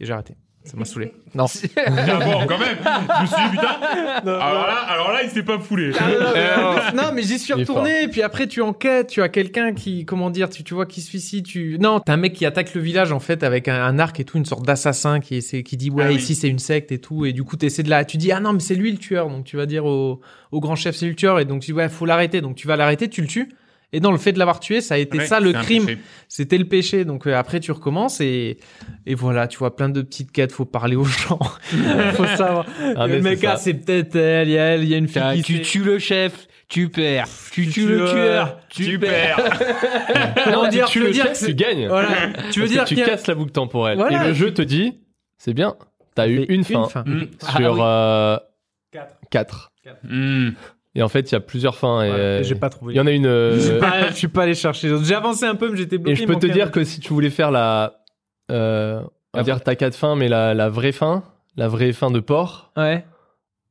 C: et j'ai arrêté. Ça m'a saoulé. Non.
A: Ah bon, quand même Je me suis dit, putain, alors là, alors là il s'est pas foulé.
C: Ah, non, mais- non, mais j'y suis
D: Il est
C: retourné. Puis après, tu enquêtes. Tu as quelqu'un qui, comment dire, tu, tu vois, qui se suicide. Tu... Non, t'as un mec qui attaque le village en fait avec un, un arc et tout, une sorte d'assassin qui, essaie- qui dit ouais,
A: Ah oui.
C: ici c'est une secte et tout. Et du coup, t'essaies de la. Tu dis ah non, mais c'est lui le tueur. Donc tu vas dire au, au grand chef, c'est lui le tueur. Et donc tu dis ouais, faut l'arrêter. Donc tu vas l'arrêter, tu le tues. Et dans le fait de l'avoir tué, ça a été
A: Ouais,
C: ça le
A: c'est un
C: crime.
A: péché.
C: C'était le péché. Donc euh, après, tu recommences et, et voilà, tu vois plein de petites quêtes. Faut parler aux gens. faut savoir.
D: Ah, mais
C: le mec,
D: c'est ça.
C: ah, c'est peut-être elle, il y a elle, il y a une fille.
B: T'as-
C: qui
B: tu
C: sait.
B: tues le chef, tu perds. Tu
C: tu
B: tues le
C: tues,
B: tueur, tu
A: Tu
B: perds.
A: perds
C: Non,
D: Si
C: dire,
D: tu
C: veux
D: le
C: dire
D: chef,
C: que c'est-
D: tu gagnes.
C: Voilà. Tu veux
D: Parce que
C: dire
D: tu
C: qu'il y a-
D: casses la boucle temporelle.
C: Voilà.
D: Et le jeu te dit, c'est bien, t'as eu une fin
A: Mm.
C: Ah
D: sur euh,
C: Quatre.
D: quatre.
A: Mm.
D: Et en fait, il y a plusieurs fins. Et,
C: Voilà,
D: euh,
C: J'ai pas
D: Il
C: trouvé.
D: y en a une. euh,
C: Je suis pas- je suis pas allé chercher. les autres. J'ai avancé un peu, mais j'étais bloqué.
D: et je peux
C: il
D: te
C: manquait un
D: dire
C: truc.
D: que si tu voulais faire la, euh, on va dire ta quatre fins, mais la, la vraie fin, la vraie fin de port,
C: Ouais.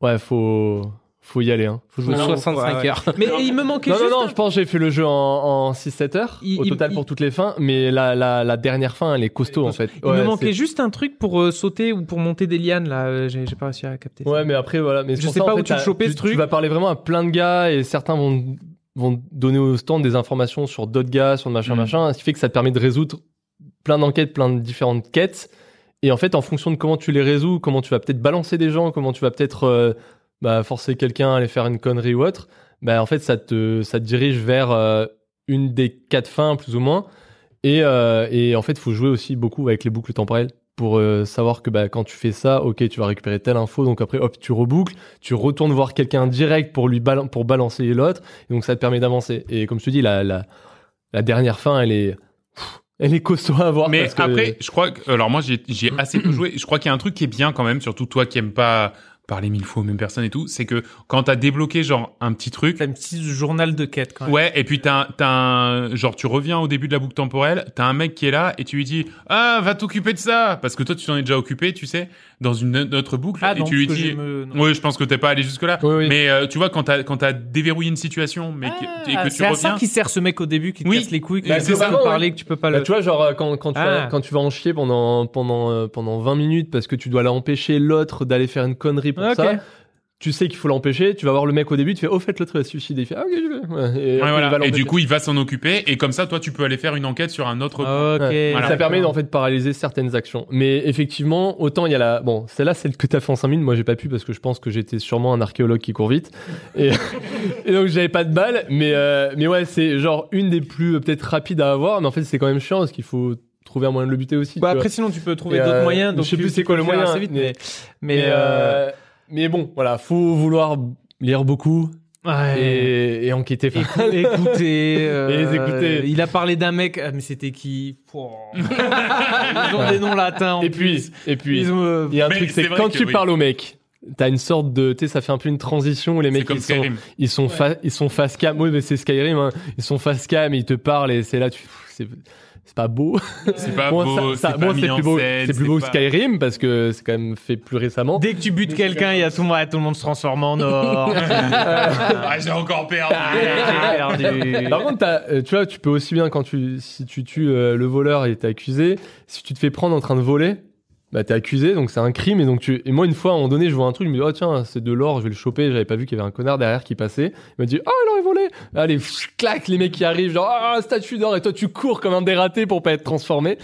D: ouais, faut faut y aller. Hein. Faut jouer.
B: Jouer
C: Non,
B: 65
C: ouais.
B: heures.
C: Mais il me manquait
D: Non, non,
C: juste.
D: non, je pense que j'ai fait le jeu en, en 6-7 heures
C: Il-
D: au
C: il-
D: total
C: il-
D: pour toutes les fins, mais la, la, la dernière fin, elle est costaud en fait.
C: Il
D: Ouais,
C: me
D: c'est-
C: manquait juste un truc pour euh, sauter ou pour monter des lianes là. euh, J'ai j'ai pas réussi à capter. ça.
D: Ouais, mais après, voilà.
C: Je
D: Mais c'est pour
C: sais
D: ça,
C: pas
D: en
C: où
D: fait,
C: tu as
D: t'as-
C: chopé ce truc.
D: Tu vas parler vraiment à plein de gars et certains vont, vont donner au stand des informations sur d'autres gars, sur le machin,
A: Mm.
D: machin. Ce qui fait que ça te permet de résoudre plein d'enquêtes, plein de différentes quêtes. Et en fait, en fonction de comment tu les résous, comment tu vas peut-être balancer des gens, comment tu vas peut-être euh, bah, forcer quelqu'un à aller faire une connerie ou autre, bah, en fait, ça te, ça te dirige vers euh, une des quatre fins, plus ou moins. Et, euh, et en fait, il faut jouer aussi beaucoup avec les boucles temporelles pour euh, savoir que bah, quand tu fais ça, ok, tu vas récupérer telle info, donc après, hop, tu reboucles, tu retournes voir quelqu'un direct pour lui balan- pour balancer l'autre, et donc ça te permet d'avancer. Et comme je te dis, la, la, la dernière fin, elle est, pff, elle est costaud à voir.
A: Mais
D: parce que-
A: après, je crois que. Alors, moi, j'ai j'ai assez peu joué. Je crois qu'il y a un truc qui est bien quand même, surtout toi qui aimes pas parler mille fois aux mêmes personnes et tout. C'est que quand t'as débloqué, genre, un petit truc.
C: T'as un petit journal de quête quand même.
A: Ouais, et puis t'as, t'as un, genre, tu reviens au début de la boucle temporelle, t'as un mec qui est là, et tu lui dis, ah, va t'occuper de ça! Parce que toi, tu t'en es déjà occupé, tu sais, dans une autre boucle,
C: Ah
A: et
C: non,
A: tu lui
C: parce que
A: dis,
C: je me- non.
A: oui, je pense que t'es pas allé jusque là.
D: Oui, oui.
A: Mais, euh, tu vois, quand t'as, quand t'as déverrouillé une situation, mais que, et
C: Ah,
A: que tu
C: C'est à ça
A: reviens.
C: qui sert ce mec au début qui te
A: Oui.
C: casse les couilles, qui
A: Bah,
C: te
A: c'est
C: laisse
A: ça,
C: pas
D: ouais.
C: parler, que tu peux pas
D: Bah,
C: le.
D: tu vois, genre, euh, quand, quand, tu vas,
C: Ah.
D: quand tu vas en chier pendant, pendant, euh, pendant 20 minutes parce que tu dois l'empêcher l'autre d'aller faire une connerie pour
C: Ok.
D: ça, tu sais qu'il faut l'empêcher, tu vas voir le mec au début, tu fais, au fait, l'autre va se suicider. Il fait, ah, ok, je vais. Ouais, et,
A: Ouais,
D: après, il va
A: voilà. Et
D: l'empêcher.
A: du coup, il va s'en occuper, et comme ça, toi, tu peux aller faire une enquête sur un autre.
C: Ok.
D: Ouais.
A: Voilà.
D: ça permet en fait de paralyser certaines actions. Mais effectivement, autant il y a la bon, celle-là, celle que t'as fait en 5 minutes, moi j'ai pas pu parce que je pense que j'étais sûrement un archéologue qui court vite et, et donc j'avais pas de balle. Mais euh, mais ouais, c'est genre une des plus euh, peut-être rapides à avoir, mais en fait c'est quand même chiant parce qu'il faut trouver un moyen de le buter aussi.
C: Bah,
D: tu vois.
C: après, sinon, tu peux trouver
D: Et,
C: d'autres
D: euh,
C: moyens. donc
D: je sais
C: tu-
D: plus
C: tu
D: c'est quoi
C: peux
D: le
C: faire
D: moyen,
C: assez vite,
D: mais-
C: mais.
D: mais
C: Mais. euh,
D: euh, mais bon, voilà, faut vouloir lire beaucoup
C: ouais.
D: et, et enquêter. Enfin,
C: Écou- écoutez. euh,
D: Et les écouter.
C: Il a parlé d'un mec, ah, mais c'était qui Pouah. Ils ont des noms latins. en
D: Et puis et puis
C: Ils ont, euh,
D: il y a un
A: Mais
D: truc
A: c'est
D: c'est
A: vrai
D: quand
A: que
D: tu
A: oui.
D: parles au mec, t'as une sorte de tu sais ça fait un peu une transition où les
A: C'est
D: mecs
A: comme
D: ils sont
A: Skyrim.
D: Ils sont, fa- ils sont face cam. Oui, mais c'est Skyrim. hein. Ils sont face cam, ils te parlent et c'est là, tu. pff, C'est c'est pas beau.
A: C'est pas
D: Bon,
A: beau,
D: ça- ça-
A: c'est
D: bon,
A: pas mis
D: c'est
A: en
D: plus beau,
A: scène,
D: c'est plus beau
A: pas-
D: que Skyrim parce que c'est quand même fait plus récemment.
C: Dès que tu butes quelqu'un, il y a tout le monde, tout le monde se transforme en or. Ah,
A: Ah, j'ai encore perdu.
C: J'ai perdu.
D: Par contre, t'as, euh, tu vois, tu peux aussi bien quand tu, si tu tues euh, le voleur et t'es accusé, si tu te fais prendre en train de voler, bah t'es accusé, donc c'est un crime. Et donc tu, et moi une fois, à un moment donné, je vois un truc, je me dis oh tiens, c'est de l'or, je vais le choper. J'avais pas vu qu'il y avait un connard derrière qui passait. Il m'a dit oh l'or est volé. Allez, pff, clac, les mecs qui arrivent, genre ah statue d'or et toi tu cours comme un dératé pour pas être transformé.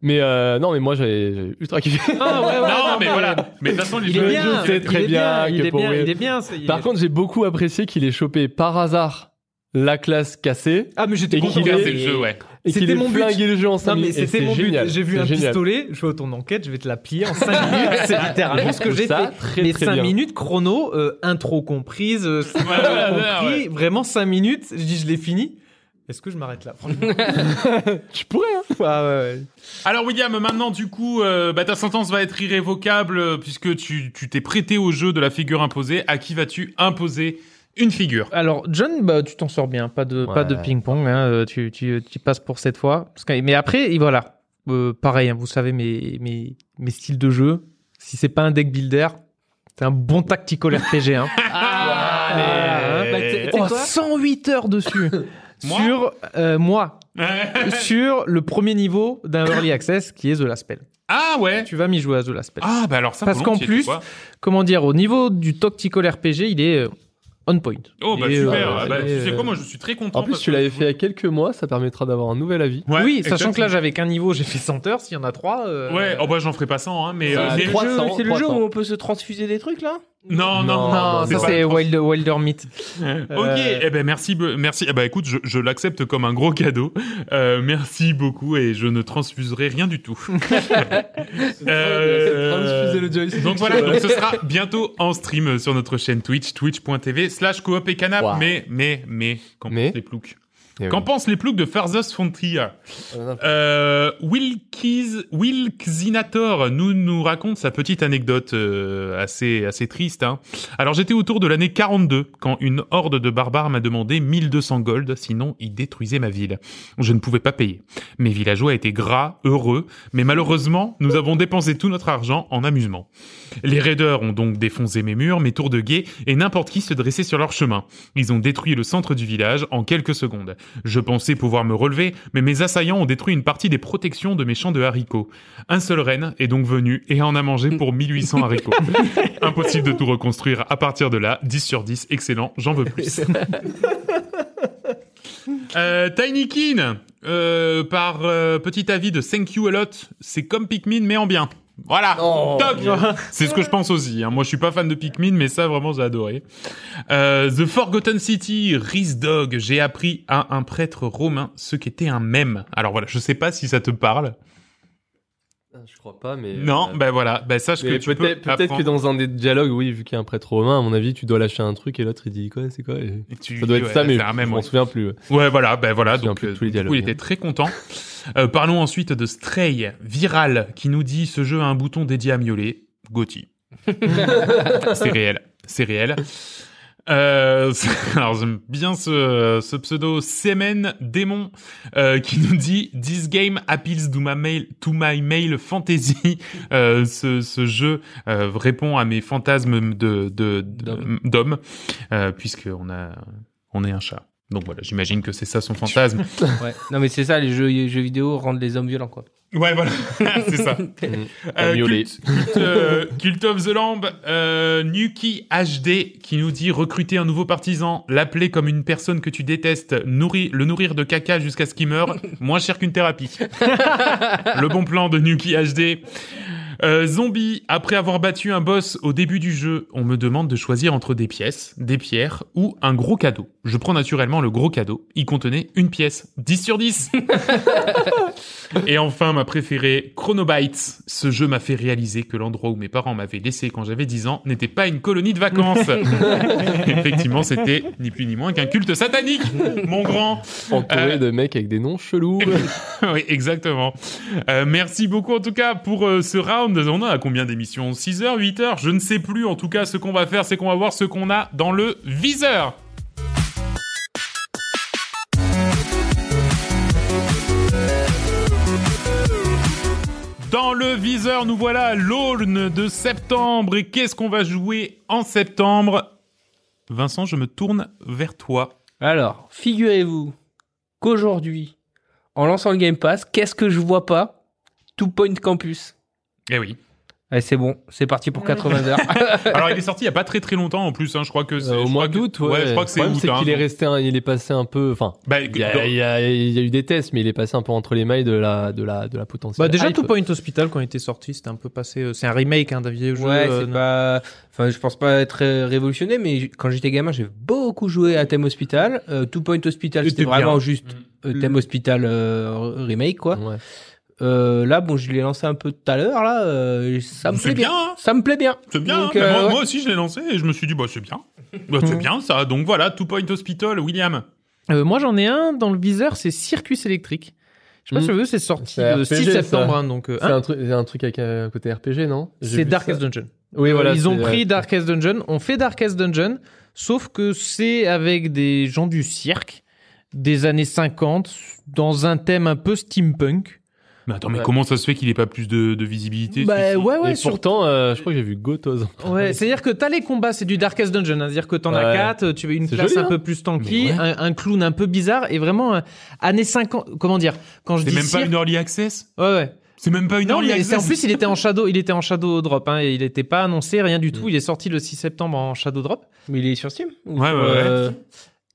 D: Mais euh, non, mais moi j'avais j'avais ultra kiffé.
C: Ah, ouais, ouais,
A: Non, mais voilà. Mais de toute façon, les
C: Il est
A: jeux-
C: bien.
D: je sais
C: il
D: très
C: est
D: bien
C: Il
D: que
C: est
D: pour-
C: bien. Il est bien. c'est- il
D: Par
C: est-
D: contre, j'ai beaucoup apprécié qu'il ait chopé par hasard la classe cassée
C: Ah, mais j'étais
D: Et
C: content.
D: qu'il
A: Regarde,
D: est-
A: c'est le jeu, ouais.
D: et qu'il
C: C'était
D: ait
C: mon but.
D: flingué le jeu en 5
C: Non, mais
D: minutes. Et
C: c'était mon
D: c'est génial.
C: but. J'ai vu
D: C'est
C: un
D: génial.
C: pistolet, je vais à ton enquête, je vais te la plier en 5 minutes. C'est littéralement ce que
D: Je
C: j'ai
D: trouve
C: fait.
D: ça très,
C: mais
D: très
C: 5
D: bien. Ah,
C: minutes chrono, euh, intro comprise, euh, scénario
A: ouais,
C: compris,
A: ouais.
C: vraiment 5 minutes. Je dis, je l'ai fini. Est-ce que je m'arrête là franchement
D: Tu pourrais, hein.
C: Ah, ouais, ouais.
A: Alors William, maintenant du coup, euh, bah, ta sentence va être irrévocable euh, puisque tu tu t'es prêté au jeu de la figure imposée. À qui vas-tu imposer une figure
C: Alors, John, bah, tu t'en sors bien. Pas de, pas de
D: Ouais.
C: ping-pong. hein, euh, tu, tu, tu passes pour cette fois. Parce que- mais après, et voilà. Euh, pareil, hein, vous savez mes, mes, mes styles de jeu. Si c'est pas un deck builder, c'est un bon tactical RPG. Hein.
B: Ah,
A: allez.
B: bah, tu- tu sais
C: Oh,
B: quoi
C: 108 heures dessus.
A: Moi
C: sur euh, moi,
A: Ah
C: sur le premier niveau d'un early access qui est The Last Spell.
A: Ah, ouais.
C: Tu vas m'y jouer à The Last Spell.
A: Ah bah alors ça.
C: Parce
A: Polo,
C: qu'en
A: t'y étais
C: plus-
A: quoi
C: Comment dire, au niveau du tactical RPG, il est euh, on point.
A: Oh bah
C: Et, euh,
A: super. ah, bah,
C: et,
A: tu sais
C: euh,
A: quoi, moi je suis très content.
D: En plus,
A: parce
D: tu
A: que-
D: l'avais fait il y a quelques mois, ça permettra d'avoir un nouvel avis.
A: Ouais,
C: oui, sachant que là
A: exactement.
C: j'avais qu'un niveau, j'ai fait 100 heures. S'il y en a euh, 3
A: Ouais, oh bah j'en ferai pas 100, hein, mais...
D: Ça
A: euh,
D: va
A: mais-
B: C'est le
D: 300,
B: jeu- c'est le jeu
D: 300.
B: où on peut se transfuser des trucs là
A: Non, non, non,
C: non,
D: Non, non,
A: c'est
C: Ah, ça
A: pas-
C: c'est Wild, Wilder Myth.
A: Ok,
C: Euh,
A: eh ben merci, be- merci. Eh ben écoute, je, je l'accepte comme un gros cadeau. Euh, merci beaucoup et je ne transfuserai rien du tout. Euh,
D: Transfuser le joystick.
A: Donc voilà, donc ce sera bientôt en stream euh, sur notre chaîne Twitch, twitch.tv slash coop et canap.
D: Wow.
A: Mais, mais, mais, qu'en
D: Mais
A: pensent les ploucs
D: Eh oui.
A: Qu'en pensent les ploucs de Farthest Frontier
D: Ah, non.
A: euh, Wilkiz, Wilkzinator nous, nous raconte sa petite anecdote euh, assez, assez triste. hein. Alors j'étais autour de l'année 42 quand une horde de barbares m'a demandé 1200 gold, sinon ils détruisaient ma ville. Je ne pouvais pas payer. Mes villageois étaient gras, heureux, mais malheureusement nous avons dépensé tout notre argent en amusement. Les raiders ont donc défoncé mes murs, mes tours de guet, et n'importe qui se dressait sur leur chemin. Ils ont détruit le centre du village en quelques secondes. Je pensais pouvoir me relever, mais mes assaillants ont détruit une partie des protections de mes champs de haricots. Un seul renne est donc venu et en a mangé pour 1800 haricots. Impossible de tout reconstruire à partir de là. 10 sur 10, excellent, j'en veux plus. Euh, Tiny Keen, euh, par euh, petit avis de Thank You A Lot, c'est comme Pikmin mais en bien. Voilà,
D: Oh.
A: toc C'est ce que je pense aussi. hein. Moi, je suis pas fan de Pikmin, mais ça, vraiment, j'ai adoré. Euh, The Forgotten City, Reese Dog, j'ai appris à un prêtre romain ce qu'était un mème. Alors voilà, je sais pas si ça te parle.
D: Ah, Je crois pas, mais.
A: non,
D: euh,
A: ben voilà, ben sache que
D: mais
A: tu peux
D: Peut-être peut-être que
A: apprendre.
D: dans un des dialogues, oui, vu qu'il y a un prêtre romain, à mon avis, tu dois lâcher un truc et l'autre il dit quoi, c'est quoi et-
A: Et tu-
D: Ça doit être
A: ouais,
D: ça, mais
A: c'est un
D: je
A: mème,
D: m'en
A: ouais.
D: souviens plus.
A: Ouais, voilà, ben voilà.
D: Je me souviens
A: Donc,
D: plus de
A: euh,
D: tous les
A: du coup,
D: dialogues,
A: il
D: hein.
A: était très content. Euh, parlons ensuite de Stray, Viral, qui nous dit ce jeu a un bouton dédié à miauler. Gauthier. c'est réel, c'est réel. Euh, alors j'aime bien ce, ce pseudo Semen Démon euh, qui nous dit This game appeals to my mail, to my mail fantasy. Euh, ce, ce jeu euh, répond à mes fantasmes de de- de-
D: D'homme.
A: d'homme euh, puisque on a on est un chat. Donc voilà, j'imagine que c'est ça son fantasme.
D: euh,
B: Ouais. Non, mais c'est ça, les jeux, les jeux vidéo rendent les hommes violents, quoi.
A: Ouais, voilà, c'est ça. Euh,
D: miauler.
A: culte, culte, euh, Cult of the Lamb, euh, Nuki HD qui nous dit recruter un nouveau partisan, l'appeler comme une personne que tu détestes, nourrir, le nourrir de caca jusqu'à ce qu'il meure, moins cher qu'une thérapie. le bon plan de Nuki HD. Euh, zombie, après avoir battu un boss au début du jeu, on me demande de choisir entre des pièces, des pierres ou un gros cadeau. Je prends naturellement le gros cadeau. Il contenait une pièce. 10 sur 10 Et enfin, ma préférée, Chronobytes. Ce jeu m'a fait réaliser que l'endroit où mes parents m'avaient laissé quand j'avais 10 ans n'était pas une colonie de vacances. Effectivement, c'était ni plus ni moins qu'un culte satanique, mon grand
D: Entouré
A: Euh,
D: de mecs avec des noms chelous. euh,
A: oui, exactement. Euh, merci beaucoup en tout cas pour euh, ce round. On a combien d'émissions 6 heures, 8 heures Je ne sais plus. En tout cas, ce qu'on va faire, c'est qu'on va voir ce qu'on a dans le viseur. Dans le viseur, nous voilà à l'aulne de septembre. Et qu'est-ce qu'on va jouer en septembre Vincent, je me tourne vers toi.
B: Alors, figurez-vous qu'aujourd'hui, en lançant le Game Pass, qu'est-ce que je vois pas Two Point Campus.
A: Eh oui.
B: Allez, c'est bon, c'est parti pour 80 heures.
A: Alors, il est sorti il y a pas très très longtemps en plus. Hein. Je crois que c'est
D: Euh, au
A: je
D: mois
A: crois que-
D: d'août, ouais.
A: je crois que c'est
D: Le problème,
A: août.
D: c'est
A: hein.
D: qu'il est resté, un- il est passé un peu. Enfin,
A: Bah,
D: il y, a-
A: dans-
D: il y a- il y a eu des tests, mais il est passé un peu entre les mailles de la, de la, de la potentielle.
C: Bah déjà
D: hype.
C: Two Point Hospital quand il était sorti c'était un peu passé euh, c'est un remake hein, d'un vieux jeu
B: ouais,
C: euh,
B: c'est pas. Enfin, je pense pas être euh, révolutionné, mais j- quand j'étais gamin, j'ai beaucoup joué à Thème Hospital. Euh, Two Point Hospital,
A: Et
B: c'était
A: t'es bien.
B: vraiment juste euh, Thème Hospital euh, r- remake, quoi.
D: Ouais.
B: Euh, là, bon, je l'ai lancé un peu tout à l'heure, là. euh, ça me
A: C'est
B: plaît bien.
A: bien, hein.
B: Ça me plaît bien.
A: C'est bien,
B: Donc,
A: hein. Bah,
B: euh,
A: moi,
B: ouais.
A: moi aussi je l'ai lancé et je me suis dit, bah c'est bien. Bah, c'est
C: Mhm.
A: bien ça. Donc voilà, Two Point Hospital, William.
C: Euh, moi, j'en ai un dans le viseur, c'est Circus électrique. Je sais pas
D: Mm.
C: si vous voyez, c'est sorti
D: C'est
C: le 6
D: RPG,
C: septembre,
D: ça.
C: hein, donc. euh,
D: C'est
C: hein,
D: un truc, c'est un truc avec un côté RPG, non J'ai
C: c'est
D: vu
C: Darkest
D: ça.
C: Dungeon.
D: Oui, voilà.
C: Ils ont
D: c'est- euh,
C: pris Darkest Dungeon, on fait Darkest Dungeon, sauf que c'est avec des gens du cirque des années 50 dans un thème un peu steampunk.
A: Mais attends, mais
D: Ouais.
A: comment ça se fait qu'il ait pas plus de, de visibilité
C: Bah
A: celui-ci
C: ouais
D: Et
C: ouais, sur- Mm.
D: pourtant, euh, je crois que j'ai vu Gotos.
C: ouais, c'est-à-dire que t'as les combats, c'est du Darkest Dungeon, hein, c'est-à-dire que t'en as
D: Ouais.
C: quatre, tu veux une
D: C'est
C: classe
D: joli,
C: un
D: hein.
C: peu plus tanky,
D: Mais ouais.
C: un, un clown un peu bizarre et vraiment un- années 50, comment dire, quand je
A: C'est
C: dis
A: même pas
C: cirque-
A: une early access.
C: ouais ouais.
A: C'est même pas une
C: Non,
A: early
C: mais c'est-
A: access.
C: en plus, il était en Shadow, il était en Shadow Drop, hein, et il n'était pas annoncé, rien du tout. Il est sorti le 6 septembre en Shadow Drop.
B: Mais il est sur Steam ou
A: Ouais,
B: sur,
A: ouais, ouais.
B: euh,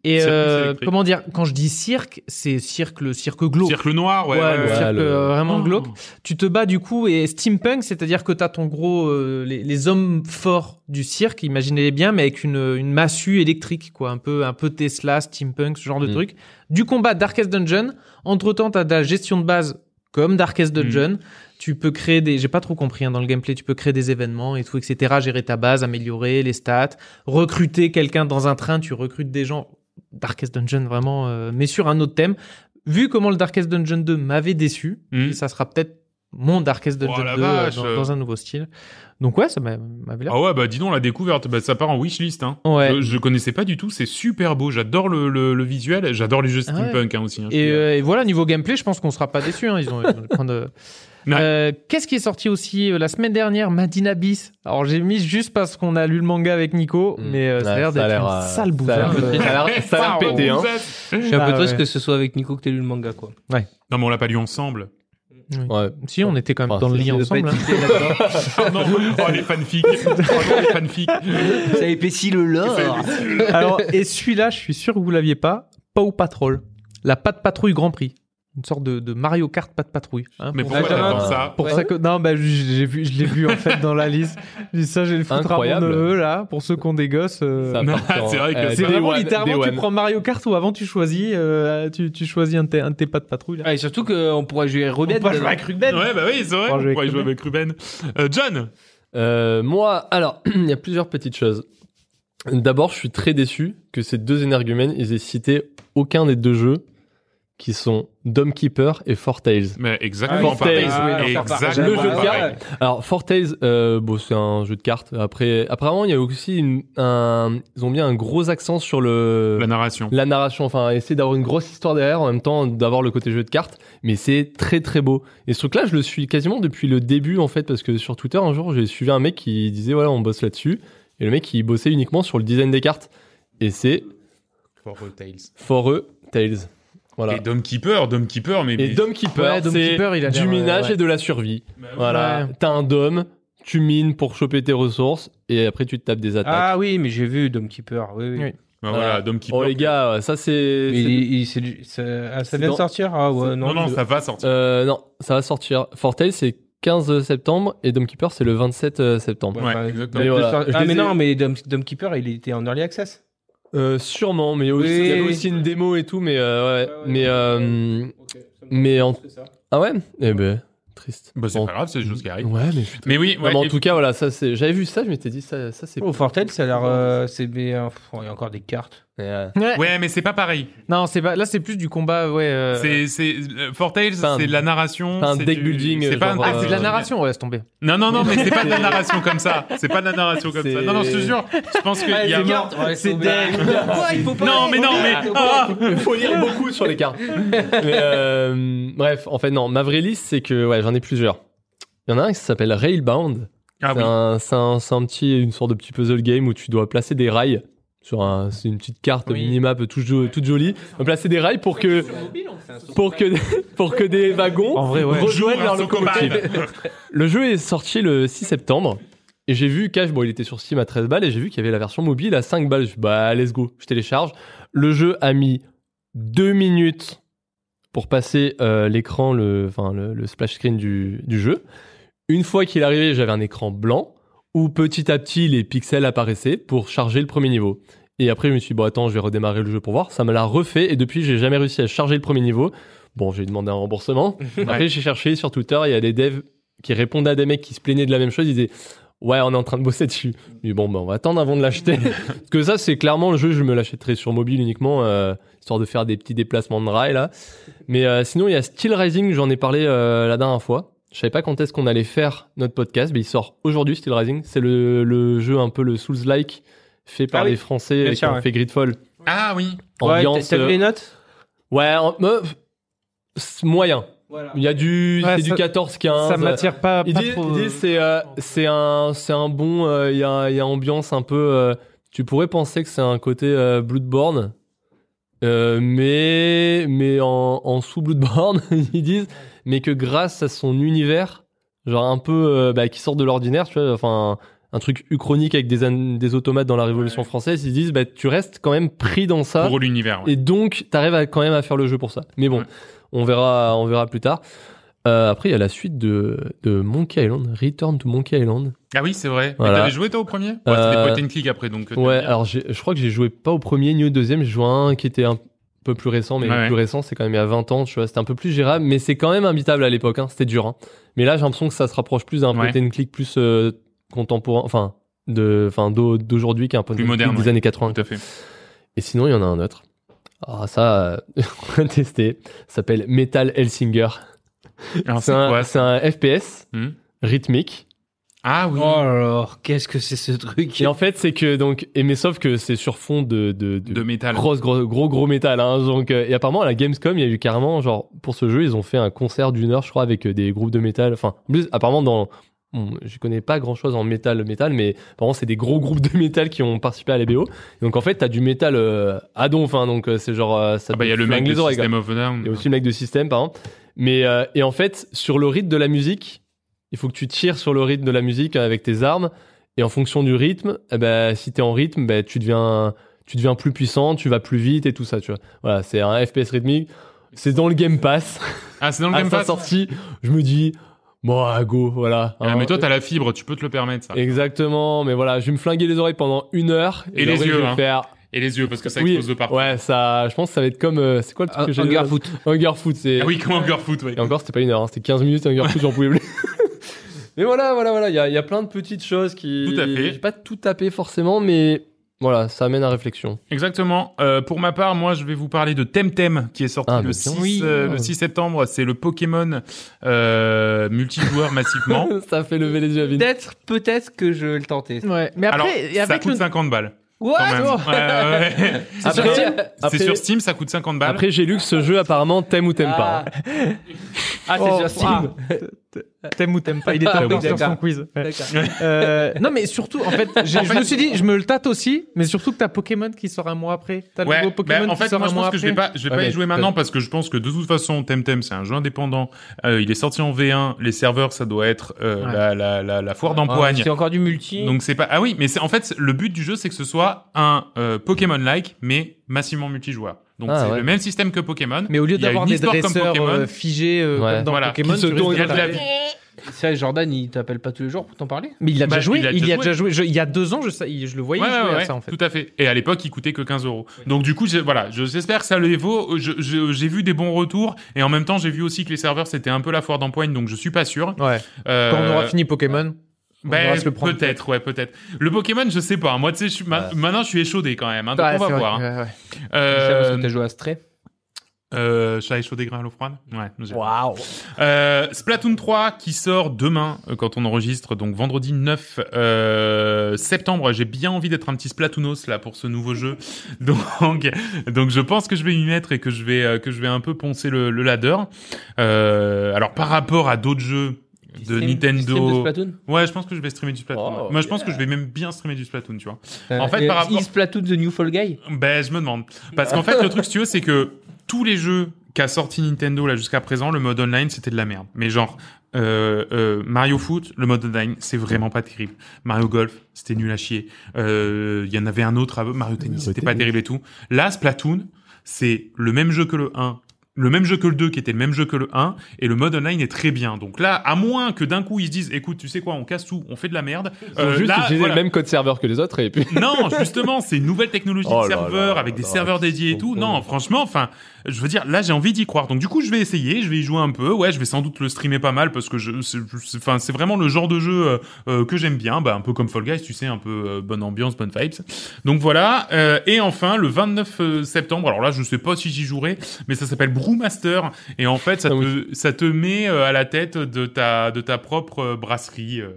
C: Et
A: Cirque,
C: euh,
A: c'est électrique.
C: comment dire, quand je dis cirque, c'est cirque, le cirque glauque.
A: Cirque noir, ouais.
C: Ouais, le
A: ouais.
C: cirque
D: le-
C: euh, vraiment
A: Oh.
C: glauque. Tu te bats du coup et steampunk, c'est-à-dire que t'as ton gros euh, les, les hommes forts du cirque, imaginez-les bien, mais avec une, une massue électrique, quoi, un peu un peu Tesla, steampunk, ce genre de
D: Mm.
C: truc. Du combat Darkest Dungeon. Entre temps, t'as de la gestion de base comme Darkest Dungeon. Tu peux créer des, j'ai pas trop compris hein, dans le gameplay, tu peux créer des événements et tout, etc. Gérer ta base, améliorer les stats, recruter quelqu'un dans un train, tu recrutes des gens. Darkest Dungeon vraiment, euh, mais sur un autre thème. Vu comment le Darkest Dungeon 2 m'avait déçu,
A: Mhm.
C: et ça sera peut-être mon Darkest Dungeon
A: Oh, la
C: 2 euh,
A: vache.
C: dans, dans un nouveau style. Donc ouais, ça m'a- m'avait l'air.
A: Ah ouais, bah dis donc, la découverte, bah, ça part en wishlist. Hein.
C: Ouais.
A: Je, je connaissais pas du tout, c'est super beau. J'adore le, le, le visuel, j'adore les jeux
C: Ah ouais.
A: steampunk hein, aussi. hein, je
C: Et,
A: dis.
C: euh, et voilà, niveau gameplay, je pense qu'on sera pas déçus. hein, ils ont, ils ont le point de-
A: Ouais.
C: Euh, Qu'est-ce qui est sorti aussi euh, la semaine dernière Madina Bis. Alors j'ai mis juste parce qu'on a lu le manga avec Nico,
D: Mm.
C: mais euh, ça a
D: Ouais,
C: l'air d'être une
D: euh,
C: sale
D: ça a l'air-
C: bouffe.
D: Ça a l'air-
A: euh,
D: ça a l'air pété, hein.
B: Je suis un peu
C: Ah,
B: triste
C: ouais.
B: que ce soit avec Nico que t'aies lu le manga, quoi.
A: Non, mais on l'a pas lu ensemble.
D: Ouais.
C: Si, on était quand même
D: Enfin,
C: dans le
D: c'est-
C: lit
D: c'est de
C: ensemble.
B: pas
C: hein.
A: Oh non, oh les fanfics. Oh non, les fanfics.
B: ça épaissit le lore.
C: Alors, et celui-là, je suis sûr que vous l'aviez pas. Pau Patrol. La Patte Patrouille Grand Prix. Une sorte de, de Mario Kart Patte Patrouille. hein,
A: Mais
C: pour-
A: pourquoi
B: Ah,
A: t'attends
D: ouais.
A: ça
C: pour
B: Ouais.
C: ça que non bah je- j'ai vu je l'ai vu en fait dans la liste J'ai dit ça j'ai le foutre à mon
D: Incroyable.
C: neveu là pour ceux qui ont des gosses euh,
D: Ça
A: Non,
D: part en-
A: c'est vrai que
D: euh,
C: c'est
D: Day
C: vraiment
D: One,
C: littéralement
D: Day
C: tu
D: One.
C: prends Mario Kart ou avant tu choisis euh, tu, tu choisis un de tes, un de tes pas de patrouille là.
B: Ah, et surtout qu'on pourrait jouer Ruben.
C: pourrait jouer avec
B: Ruben.
A: Ouais, bah oui, c'est vrai.
C: Bon, je vais
A: On pourrait
C: avec
A: jouer avec Ruben. Euh, John
D: Euh, moi, alors, il y a plusieurs petites choses. D'abord, je suis très déçu que ces deux énergumènes, ils aient cité aucun des deux jeux qui sont Dome Keeper et Four Tales.
A: Mais
D: Ah
A: exactement
D: oui, Fortnite,
A: pareil.
D: oui,
B: non,
A: exactement
B: Fortnite,
D: Le jeu de
A: pareil.
D: cartes. Alors, Four Tales, euh, bon, c'est un jeu de cartes. Après, apparemment, il y a aussi une, un, ils ont mis un gros accent sur le,
A: La narration.
D: Hein. la narration, enfin essayer d'avoir une grosse histoire derrière, en même temps d'avoir le côté jeu de cartes, mais c'est très très beau. Et ce truc-là, je le suis quasiment depuis le début en fait, parce que sur Twitter un jour, j'ai suivi un mec qui disait voilà, on bosse là-dessus, et le mec il bossait uniquement sur le design des cartes, et c'est For eux Tales. Voilà.
A: Et Dome Keeper, Dome Keeper, mais.
D: Et Dome Keeper,
C: Ouais, Dome
D: c'est
C: Keeper, il a
D: du
C: l'air, euh,
D: minage
C: ouais.
D: et de la survie.
A: Bah oui.
D: Voilà,
C: Ouais.
D: t'as un dôme, tu mines pour choper tes ressources, et après tu te tapes des attaques.
B: Ah oui, mais j'ai vu Dome Keeper. Oui, oui.
C: Oui.
A: Bah voilà,
D: Voilà.
A: Dome Keeper.
D: oh les gars, ça c'est...
B: Mais
D: c'est-
B: il- il- c'est du- c'est- ah, ça
D: C'est
B: vient de
D: dans-
B: sortir Ah ouais,
D: c'est-
A: Non, non,
B: non.
A: ça va sortir.
D: Euh, non, ça va sortir. Fortale, c'est 15 septembre et Dome Keeper, c'est le 27 euh, septembre.
A: Ouais,
B: bah,
A: exactement.
B: Dome-
D: Mais voilà,
B: Dome-
D: je
B: Ah,
D: les
B: mais
D: ai-
B: non, mais Dome, Dome Keeper, il était en early access.
D: Euh, sûrement, mais aussi, il y avait
B: Oui.
D: aussi une démo et tout, mais euh, ouais,
B: Ouais, ouais,
D: mais
B: ouais.
D: euh, mais en... ah ouais, eh ben triste.
A: Bah, c'est
D: Bon.
A: pas grave, c'est des choses qui arrivent.
D: Ouais, Oh, mais je suis.
A: Mais oui,
D: Non,
A: ouais,
D: mais en
A: et-
D: tout cas, voilà, ça c'est. J'avais vu ça, je m'étais dit ça, ça c'est.
B: Au Fortel, ça a l'air. euh, c'est bien. Pff, Il y a encore des cartes.
D: Mais, euh,
C: Ouais.
A: Ouais, mais c'est pas pareil.
C: non c'est pas là c'est plus du combat ouais euh,
A: C'est, c'est, euh, Four Tales,
D: c'est un-
A: c'est de la narration.
D: c'est un
A: du-
D: deck building,
A: C'est
D: euh,
A: pas un
D: genre,
A: deck
C: ah, c'est de la
D: euh,
C: narration ouais laisse tomber
A: Non, non, non, mais c'est pas de la
D: C'est-
A: narration comme ça. C'est pas de la narration comme ça.
D: C'est-
A: Non, non, je te jure. Je pense qu'il y a.
B: c'est
C: dingue.
B: Pourquoi il faut pas
A: Non, mais non, mais. Ah
D: Il faut lire beaucoup sur les cartes. Mais, euh, bref, en fait, non, ma vraie liste, c'est que ouais, j'en ai plusieurs. Il y en a un qui s'appelle Railbound.
A: Ah
D: C'est
A: oui.
D: un, c'est un- c'est un petit, une sorte de petit puzzle game où tu dois placer des rails sur un, c'est une petite carte
B: Oui.
D: minimap toute, jo- toute jolie. Donc là, c'est des rails pour que, pour que, pour que des wagons
C: En vrai, ouais.
D: rejoignent
A: Bonjour,
D: leur
A: un socobad.
D: locomotive. Le jeu est sorti le 6 septembre. Et j'ai vu Cash, bon, il était sur Steam à 13 balles, et j'ai vu qu'il y avait la version mobile à 5 balles. Je suis, bah, let's go, je télécharge. Le jeu a mis 2 minutes pour passer euh, l'écran, le, enfin, le, le splash screen du, du jeu. Une fois qu'il est arrivé, j'avais un écran blanc où petit à petit les pixels apparaissaient pour charger le premier niveau. Et après, je me suis dit, bon, attends, je vais redémarrer le jeu pour voir. Ça me l'a refait, et depuis, j'ai jamais réussi à charger le premier niveau. Bon, j'ai demandé un remboursement. Après, j'ai cherché sur Twitter, il y a des devs qui répondait à des mecs qui se plaignaient de la même chose, ils disaient Ouais, on est en train de bosser dessus. Mais bon, bah, on va attendre avant de l'acheter. Parce que ça, c'est clairement le jeu, je me l'achèterai sur mobile uniquement, euh, histoire de faire des petits déplacements de rail là. Mais euh, sinon, il y a Steel Rising, j'en ai parlé euh, la dernière fois. Je savais pas quand est-ce qu'on allait faire notre podcast, mais il sort aujourd'hui Steel Rising. C'est le, le jeu un peu le Souls-like fait par
B: Ah oui.
D: les Français
B: Bien
D: euh, qui
B: sûr,
D: ont
B: ouais.
D: fait Gridfall.
A: Ah oui.
B: Ouais, t'as-
D: Ambiance.
B: t'as vu les
D: euh,
B: notes
D: ouais, en- me- c'est moyen. Il y a du,
C: Ouais,
D: c'est du
C: ça-
D: 14-15.
C: Ça m'attire pas,
D: hein, Il
C: pas
D: dit,
C: trop.
D: il dit,
C: euh,
D: c'est euh, c'est un c'est un bon euh, il y a il y a ambiance un peu euh, tu pourrais penser que c'est un côté euh, Bloodborne euh, mais mais en, en sous Bloodborne ils disent mais que grâce à son univers genre un peu euh, bah, qui sort de l'ordinaire tu vois enfin un truc uchronique avec des an- des automates dans la Révolution française ils disent bah tu restes quand même pris dans ça
A: Pour l'univers. ouais. Mm.
D: et donc, t'arrives à- quand même à faire le jeu pour ça. Mais bon,
A: Ouais.
D: on verra, on verra plus tard. Euh, après, il y a la suite de, de Monkey Island, Return to Monkey Island.
A: Ah oui, c'est vrai.
D: Voilà.
A: Mais t'avais joué toi au premier Ouais,
D: Euh,
A: c'était point and click après donc. euh,
D: ouais,
A: t'as bien.
D: alors j'ai- je crois que j'ai joué pas au premier ni au deuxième, j'ai joué à un qui était un peu plus récent, mais
A: Ouais,
D: le plus
A: ouais.
D: récent, c'est quand même il y a 20 ans, tu vois, c'était un peu plus gérable, mais c'est quand même imbitable à l'époque, hein, c'était dur. hein. Mais là, j'ai l'impression que ça se rapproche plus d'un
A: Ouais.
D: point and click plus euh, contemporain, enfin, de, enfin, d'au- d'aujourd'hui qu'un point and
A: Plus
D: click
A: moderne,
D: des
A: ouais.
D: années 80.
A: Tout à fait.
D: Et sinon, il y en a un autre. Ah, ça, euh, on l'a testé. Ça s'appelle Metal Hellsinger.
A: Alors
D: C'est
A: c'est
D: un,
A: quoi
D: c'est un FPS
A: Hmm.
D: rythmique.
A: Ah
B: Oh
A: oui.
B: là là, qu'est-ce que c'est ce truc
D: Et en fait, c'est que donc, et mais sauf que c'est sur fond de, de, de
A: De métal.
D: grosse, gros, gros, gros métal. hein. donc, euh, et apparemment, à la Gamescom, il y a eu carrément, genre, pour ce jeu, ils ont fait un concert d'une heure, je crois, avec euh, des groupes de métal. Enfin, en plus, apparemment, dans. bon, je connais pas grand chose en métal, métal, mais apparemment, c'est des gros groupes de métal qui ont participé à la BO. Donc, en fait, t'as du métal euh, à donf. hein. donc, euh, c'est genre. euh, ça
A: Ah bah il y a
D: te
A: le
D: flingue
A: mec de
D: les oreilles, quoi.
A: System of a Down.
D: Il y a aussi le mec de système, par exemple. Mais, euh, et en fait, sur le rythme de la musique, il faut que tu tires sur le rythme de la musique avec tes armes. Et en fonction du rythme, eh ben, si t'es en rythme, ben, tu deviens, tu deviens plus puissant, tu vas plus vite et tout ça, tu vois. Voilà, c'est un FPS rythmique. C'est dans le Game Pass.
A: Ah c'est dans le
D: à
A: Game
D: sa
A: Pass.
D: sortie, je me dis, bon, ah, go, voilà.
A: Ah,
D: Hein.
A: mais toi t'as la fibre, tu peux te le permettre ça.
D: Exactement, mais voilà, je vais me flinguer les oreilles pendant une heure.
A: Et les
D: après,
A: yeux,
D: je vais
A: hein.
D: faire-
A: Et les yeux parce que ça
D: Oui,
A: explose de partout.
D: Ouais, ça, je pense que ça va être comme, euh, c'est quoi le truc
B: Un-
D: que j'ai
B: Ah, Hunger Foot.
D: Hunger Foot, c'est.
A: Ah oui, comme Hungerfoot, oui.
D: Et encore, c'était pas une heure, hein, c'était 15 minutes, un garçon, j'en pouvais plus. Mais voilà, voilà, voilà, il y a- il y, a plein de petites choses qui.
A: Tout à fait.
D: J'ai pas tout tapé forcément, mais voilà, ça amène à réflexion.
A: Exactement. Euh, pour ma part, moi, je vais vous parler de Temtem qui est sorti
D: Ah,
A: le,
D: bah,
A: 6,
D: bien. Oui.
A: euh, le 6 septembre. C'est le Pokémon euh, multijoueur massivement.
D: ça fait lever les yeux à vide.
B: Peut-être, peut-être que je vais le tenter.
C: Ouais. Mais
A: Alors,
C: après, et
A: ça
C: avec
A: coûte
C: le.
A: 50 balles.
B: What
A: quand même. Ouais, ouais, ouais.
C: C'est sur Steam
B: ah.
A: C'est Bah, sur Steam, ça coûte 50 balles.
D: Après, j'ai lu que ce jeu apparemment t'aimes ou t'aimes pas. hein.
B: Ah, c'est
C: Oh,
B: sur Steam.
C: T'aimes ou t'aimes pas, il est
A: Ah,
C: top
A: oui,
C: dans sur
B: d'accord.
C: son quiz. Ouais.
B: D'accord.
C: Euh, non, mais surtout, en fait, j'ai- je me suis dit, je me le tâte aussi, mais surtout que t'as Pokémon qui sort un mois après. T'as le
A: Ouais,
C: nouveau Pokémon
A: bah, en
C: qui
A: fait,
C: sort
A: moi,
C: un
A: je
C: mois
A: pense que
C: après.
A: je vais pas, je vais
D: Ouais,
A: pas
D: mais-
A: y jouer maintenant parce que je pense que de toute façon, Temtem, c'est un jeu indépendant. Euh, il est sorti en V1. Les serveurs, ça doit être euh,
C: Ouais.
A: la, la, la, la foire
B: Ah,
A: d'empoigne.
B: C'est encore du multi.
A: Donc c'est pas ah oui mais c'est en fait le but du jeu c'est que ce soit un euh, Pokémon like mais massivement multijoueur. Donc
D: Ah,
A: c'est
D: ouais.
A: le même système que Pokémon.
C: Mais au lieu
A: Il y a
C: d'avoir
A: une
C: des
A: histoire comme
C: dresseurs
A: Pokémon.
C: euh, figés euh,
D: Ouais.
C: comme dans
A: Voilà.
C: Pokémon,
D: Qui se
C: tu risques
D: tournent,
C: de
A: il y a de la
C: taper.
A: vie.
B: Ça, Jordan, il t'appelle pas tous les jours pour t'en parler
C: bah, Mais il a déjà
A: Bah,
C: joué,
A: il a
C: il y
A: déjà
C: a
A: joué.
C: déjà joué. Je- il y a deux ans, je, sais- je le voyais
A: Ouais,
C: jouer
A: ouais,
C: à
A: ouais,
C: ça en fait.
A: tout à fait. Et à l'époque, il coûtait que 15 euros. Donc du coup, j'ai- voilà, je- j'espère que ça le vaut. Je- je- J'ai vu des bons retours et en même temps, j'ai vu aussi que les serveurs c'était un peu la foire d'empoigne, donc je suis pas sûr.
C: Ouais.
A: Euh,
C: Quand on aura fini Pokémon, on
A: ben,
C: aura se le prendre.
A: peut-être, ouais, peut-être. Le Pokémon, je sais pas. Moi, tu sais, je suis ma-
D: Ouais.
A: maintenant, je suis échaudé quand même. hein, donc
C: Ouais,
A: on va
C: c'est vrai.
A: voir. hein.
C: Ouais, ouais.
B: Ça, parce
A: Euh,
B: que t'as joué à Stray.
A: euh, chat échaudé grain à l'eau froide. Ah, Ouais. j'ai-
D: Waouh.
A: Euh, Splatoon 3 qui sort demain euh, quand on enregistre, donc vendredi 9 euh, septembre. J'ai bien envie d'être un petit Splatoonos là pour ce nouveau jeu. Donc, donc je pense que je vais m'y mettre et que je vais euh, que je vais un peu poncer le, le ladder. Euh, alors par rapport à d'autres jeux
B: Tu
A: de
B: stream- tu stream
A: Nintendo.
B: de Splatoon
A: Ouais, je pense que je vais streamer du Splatoon.
D: Oh,
A: ouais. Moi, je pense que je vais même bien streamer du Splatoon, tu vois.
B: Euh,
A: fait,
B: et-
A: par rapport-
B: Is Splatoon The New Fall Guy
A: Ben, je me demande. Parce qu'en fait, le truc, si tu veux, c'est que tous les jeux qu'a sorti Nintendo là jusqu'à présent, le mode online, c'était de la merde. Mais genre, euh, euh, Mario Foot, le mode online, c'est vraiment pas terrible. Mario Golf, c'était nul à chier. Euh, Il y en avait un autre, à- Mario Tennis, c'était pas terrible et tout. Là, Splatoon, c'est le même jeu que le 1. Le même jeu que le 2, qui était le même jeu que le 1, et le mode online est très bien. Donc là, à moins que d'un coup ils se disent, écoute, tu sais quoi, on casse tout, on fait de la merde.
D: Ils ont
A: euh,
D: juste
A: là,
D: utilisé
A: voilà.
D: le même code serveur que les autres et puis.
A: Non, justement, c'est une nouvelle technologie
D: Oh
A: de
D: là
A: serveurs
D: là
A: avec des
D: là,
A: serveurs
D: ils
A: dédiés et
D: sont
A: tout.
D: cons.
A: Non, franchement, enfin, je veux dire, là, j'ai envie d'y croire. Donc, du coup, je vais essayer, je vais y jouer un peu. Ouais, je vais sans doute le streamer pas mal parce que je, c'est- c'est- enfin, c'est vraiment le genre de jeu euh, euh, que j'aime bien. Bah, un peu comme Fall Guys, tu sais, un peu euh, bonne ambiance, bonne vibes. Donc voilà. Euh, et enfin, le 29 septembre. Alors là, je sais pas si j'y jouerai, mais ça s'appelle Brewmaster. Et en fait, ça,
D: Ah
A: te,
D: oui.
A: ça te met euh, à la tête de ta, de ta propre euh, brasserie. euh,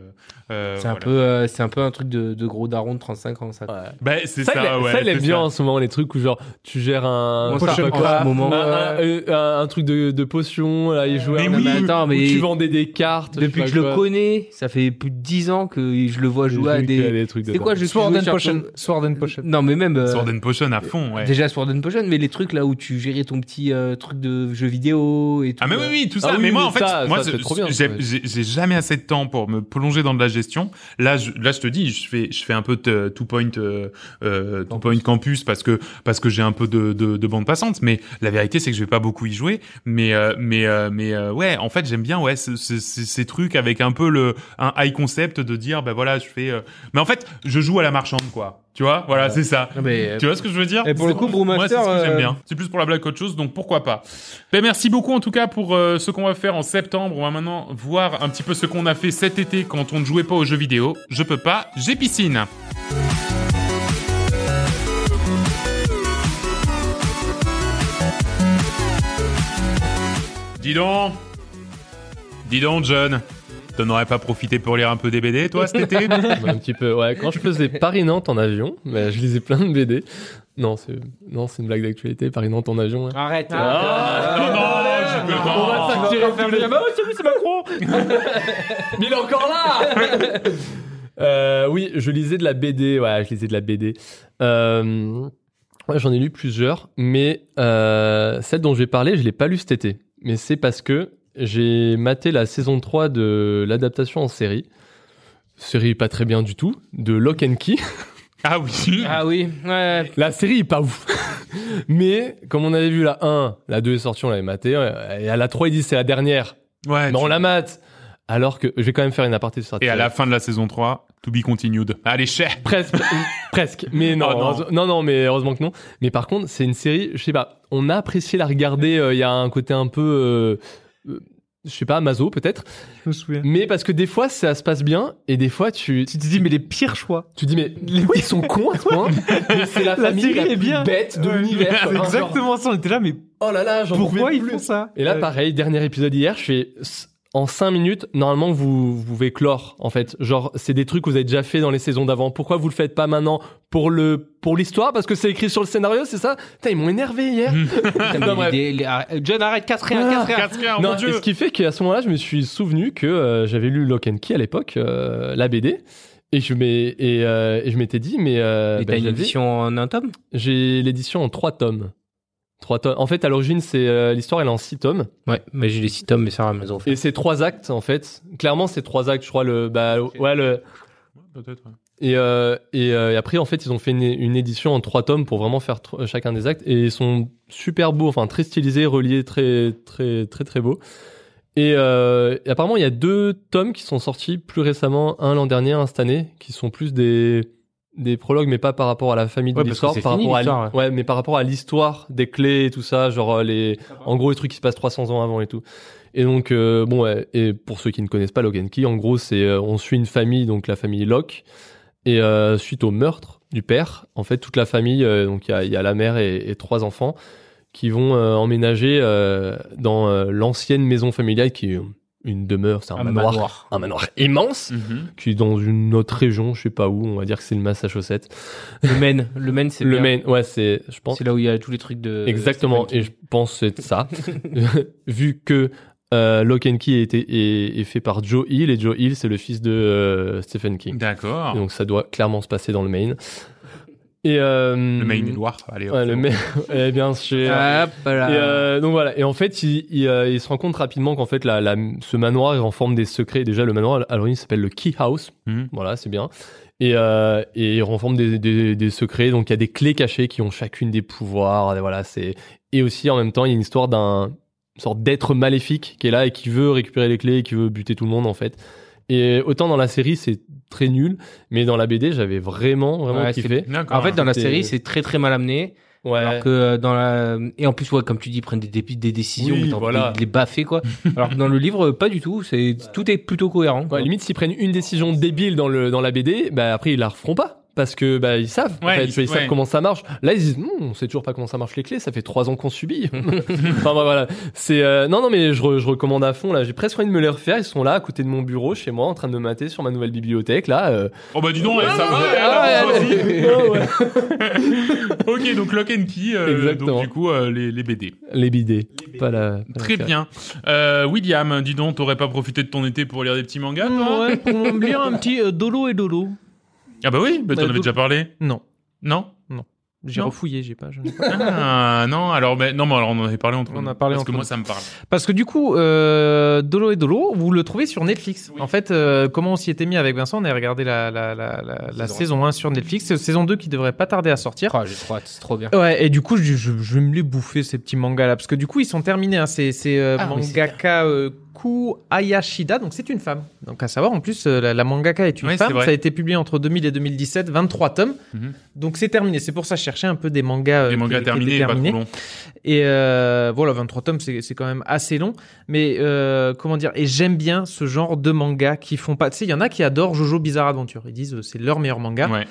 A: euh,
B: C'est un,
A: voilà.
B: peu, euh, c'est un peu un truc de, de gros daron de 35 ans, ça.
A: Bah, c'est ça,
D: il a-
A: ouais.
D: il aime
A: c'est
D: bien
A: ça.
D: en ce moment les trucs où genre tu gères un
B: Bon, ça,
D: je sais
B: en
D: pas,
B: ce moment,
D: un, un- un- un truc de, de potion là il jouait
A: Mais
D: à un
A: oui.
D: truc
B: attends,
D: où
B: mais-
D: tu vendais des cartes
B: Depuis que je le connais, ça fait plus de 10 ans que je le vois jouer à des.
D: trucs
B: C'est quoi, je
C: Sword and
B: sur
C: Potion.
B: ton-
C: Sword and Potion.
B: Non, mais même. euh,
A: Sword and Potion à fond, ouais.
B: Déjà Sword and Potion, mais les trucs là où tu gérais ton petit euh, truc de jeu vidéo et tout.
A: Ah mais
B: là.
A: oui oui tout ça
D: Ah oui,
A: mais moi
D: oui,
A: en fait
D: ça,
A: moi
D: ça,
A: je-
D: c'est trop bien,
A: j'ai
D: ça, ouais.
A: j'ai- j'ai jamais assez de temps pour me plonger dans de la gestion là je, là je te dis je fais je fais un peu de two point euh, euh, two point campus parce que parce que j'ai un peu de, de de bande passante mais la vérité c'est que je vais pas beaucoup y jouer mais euh, mais euh, mais euh, ouais en fait j'aime bien ouais ce- ce- ce- ces trucs avec un peu le un high concept de dire bah voilà je fais euh, mais en fait je joue à la marchande quoi tu vois voilà c'est ça
B: Ah, mais, euh,
A: tu vois ce que je veux dire
B: Et pour le coup, Brewmaster,
A: Moi, c'est ce que j'aime
B: euh,
A: bien. C'est plus pour la blague qu'autre chose, donc pourquoi pas. Ben, merci beaucoup en tout cas pour euh, ce qu'on va faire en septembre. On va maintenant voir un petit peu ce qu'on a fait cet été quand on ne jouait pas aux jeux vidéo. Je peux pas, j'ai piscine. Dis donc Dis donc, John T'en aurais pas profité pour lire un peu des BD, toi, cet été
D: un petit peu ouais quand je faisais Paris Nantes en avion mais je lisais plein de BD non c'est non c'est une blague d'actualité Paris Nantes en avion hein.
B: Arrête.
A: Ah, non, non, je peux pas.
D: On va
B: Tu vas
D: s'attirer
B: encore faire
D: tous les-
B: le gamin, Oh, salut, c'est Macron.
D: Mais il est encore là Euh, Oui, je lisais de la BD. Ouais, je lisais de la BD. Euh, ouais, J'en ai lu plusieurs, mais euh, celle dont je vais parler, je l'ai pas lue cet été. Mais c'est parce que j'ai maté la saison 3 de l'adaptation en série. Série pas très bien du tout, de Lock and Key.
A: Ah oui
B: Ah oui. Ouais.
D: La série est pas ouf. Mais comme on avait vu la 1, la 2 est sortie, on l'avait matée. Et à la 3, ils disent c'est la dernière.
A: Ouais,
D: Mais on la mate. Alors que je vais quand même faire une aparté sur ça.
A: Et à la fin de la saison 3, to be continued. Allez, cher
D: Presque, presque. Mais non,
A: Oh non.
D: heureuse- non, non, mais heureusement que non. Mais par contre, c'est une série, je sais pas, on a apprécié la regarder, euh, il y a un côté un peu, euh, euh, je sais pas, maso peut-être.
C: Je me souviens.
D: Mais parce que des fois, ça se passe bien, et des fois, tu,
C: Tu te dis, mais les pires choix.
D: tu dis, mais oui, ils sont cons à ce point, mais c'est
C: La
D: la, famille
C: série
D: la
C: est
D: plus
C: bien.
D: bête de
C: Ouais.
D: l'univers.
C: C'est
D: Genre,
C: exactement ça. On était là, mais
D: Oh là là, j'en
C: pourquoi
D: pouvais
C: ils
D: plus.
C: font ça
A: Euh,
D: Et là,
C: Ouais.
D: pareil, dernier épisode hier, je fais en 5 minutes, normalement, vous, vous pouvez clore, en fait. Genre, c'est des trucs que vous avez déjà fait dans les saisons d'avant. Pourquoi vous le faites pas maintenant pour le pour l'histoire Parce que c'est écrit sur le scénario, c'est ça Putain, ils m'ont énervé hier.
A: Mm.
B: Putain, mais
D: Non, bref. Ah,
B: les- les- arrête- John, arrête 4 rien, 4 rien.
A: Cascar, Oh
D: non,
A: mon
D: et
A: dieu
D: ce qui fait qu'à ce moment-là, je me suis souvenu que euh, j'avais lu Lock and Key à l'époque, euh, la BD. Et je m'ai- et, euh, et je m'étais dit, mais... euh,
B: Mais
D: bah,
B: t'as une
D: j'avais-
B: édition en un tome
D: J'ai l'édition en 3 tomes. Trois tomes. En fait, à l'origine, c'est euh, l'histoire, elle est en 6 tomes.
B: Ouais, mais j'ai les 6 tomes, mais ça va, maison.
D: Et c'est trois actes en fait. Clairement, c'est trois actes, je crois. Le, bah, ouais, le, et, euh, et, euh, et après, en fait, ils ont fait une, une édition en trois tomes pour vraiment faire tro- chacun des actes. Et ils sont super beaux, enfin très stylisés, reliés, très très très très beaux. Et, euh, et apparemment, il y a deux tomes qui sont sortis plus récemment, un l'an dernier, un cette année, qui sont plus des des prologues, mais pas par rapport à la famille de
B: Ouais, parce que
D: l'histoire,
B: c'est
D: par
B: fini,
D: rapport à
B: l'histoire,
D: l'hi- ouais, mais par rapport à l'histoire des clés et tout ça, genre euh, les, en gros, les trucs qui se passent 300 ans avant et tout. Et donc, euh, bon, ouais, et pour ceux qui ne connaissent pas Logan Key, en gros, c'est euh, on suit une famille, donc la famille Locke, et euh, suite au meurtre du père, en fait, toute la famille, euh, donc il y a, il y a la mère et, et trois enfants, qui vont euh, emménager euh, dans euh, l'ancienne maison familiale qui est une demeure, c'est un, manoir, un manoir immense, qui est dans une autre région, je sais pas où, on va dire que c'est le Massachusetts.
B: Le Maine. Le Maine, c'est
D: Le
B: bien. euh,
D: Maine, ouais, c'est, je pense.
B: C'est là où il y a tous les trucs de.
D: Exactement,
B: Stephen
D: et je pense que c'est ça. Vu que Euh, Lock and Key est, est- est fait par Joe Hill et Joe Hill c'est le fils de euh, Stephen King.
A: D'accord.
D: Donc ça doit clairement se passer dans le Maine. Et euh,
A: Le Maine Edouard. Allez, hop.
D: ouais, le Maine. eh bien sûr.
B: Hop là.
D: Et euh, donc voilà. Et en fait, il, il, euh, il se rend compte rapidement qu'en fait, la, la- ce manoir est en forme des secrets. Déjà, le manoir à l'origine s'appelle le Key House.
A: Mhm.
D: Voilà, c'est bien. Et, euh, et il renforme des, des, des secrets. Donc il y a des clés cachées qui ont chacune des pouvoirs. Et voilà, c'est. Et aussi, en même temps, il y a une histoire d'un une sorte d'être maléfique qui est là et qui veut récupérer les clés et qui veut buter tout le monde en fait. Et autant dans la série, c'est très nul, mais dans la BD, j'avais vraiment vraiment
B: Ouais,
D: kiffé.
A: D'accord.
B: En fait, dans la
D: c'était-
B: série, c'est très très mal amené.
D: Ah, Ouais.
B: Alors que euh, dans la et en plus ouais comme tu dis ils prennent des, dé- des décisions
D: Oui,
B: mais t'as envie
D: voilà.
B: de les baffer quoi. Alors que dans le livre euh, pas du tout c'est tout est plutôt cohérent. quoi.
D: Ouais, limite, s'ils prennent une décision débile dans, le, dans la BD, bah, après, ils la referont pas. Parce que bah, ils savent, en
A: Ouais,
D: fait,
A: ils-
D: tu vois, ils
A: ouais.
D: savent comment ça marche. Là, ils disent, Hmm, on sait toujours pas comment ça marche les clés. Ça fait trois ans qu'on subit. enfin bah, voilà, c'est euh, non non mais je, re- je recommande à fond là. J'ai presque envie de me les refaire. Ils sont là à côté de mon bureau chez moi, en train de me mater sur ma nouvelle bibliothèque là. euh.
A: Oh bah dis donc, eh, ça va. eh,
D: Ah,
A: la
D: ouais,
A: bourgeoisie.
D: ouais, ouais.
A: Ok, donc Lock and Key. euh,
D: Exactement.
A: donc du coup, euh, les, les BD.
D: Les bidés, pas la. pas la
A: Très
D: série.
A: bien. Euh, William, dis donc, t'aurais pas profité de ton été pour lire des petits mangas toi
C: Ouais, pour me lire un petit euh, Dolo et Dolo.
A: Ah bah oui, bah, t'en
C: Bah,
A: avais
C: tout-
A: déjà parlé.
C: Non,
A: Non
C: j'ai
A: Non.
C: refouillé, j'ai pas. je n'ai pas.
A: Ah non, alors mais non, mais alors on en avait parlé entre
C: On
A: nous,
C: a parlé
A: parce
C: entre
A: que moi
C: nous.
A: ça me parle.
C: Parce que du coup, euh, Dolo et Dolo, vous le trouvez sur Netflix. En fait, euh, comment on s'y était mis avec Vincent On avait regardé la, la, la, la, la
B: Saison un.
C: saison 1 sur Netflix, C'est saison 2 qui devrait pas tarder à
A: Ah.
C: sortir.
B: Oh, j'ai trop hâte, c'est trop bien.
C: Ouais, et du coup, je, je, je vais me les bouffer, ces petits mangas là, parce que du coup, ils sont terminés. Hein. C'est c'est, euh,
B: Ah, oui, c'est
C: mangaka euh, Ku Ayashida, donc c'est une femme. Donc à savoir, en plus, euh, la, la mangaka est une
A: Ouais, c'est
C: femme.
A: vrai.
C: Ça a été publié entre 2000 et 2017, 23 tomes.
A: Mhm.
C: Donc c'est terminé. C'est pour ça, je cherchais un peu des mangas. euh,
A: Les
C: qui-
A: mangas
C: qui
A: terminés,
C: étaient
A: pas trop long.
C: et euh, voilà, 23 tomes, c'est c'est quand même assez long. Mais euh, comment dire Et j'aime bien ce genre de manga qui font pas. Tu sais, il y en a qui adorent Jojo Bizarre Adventure. Ils disent euh, c'est leur meilleur manga.
A: Ouais.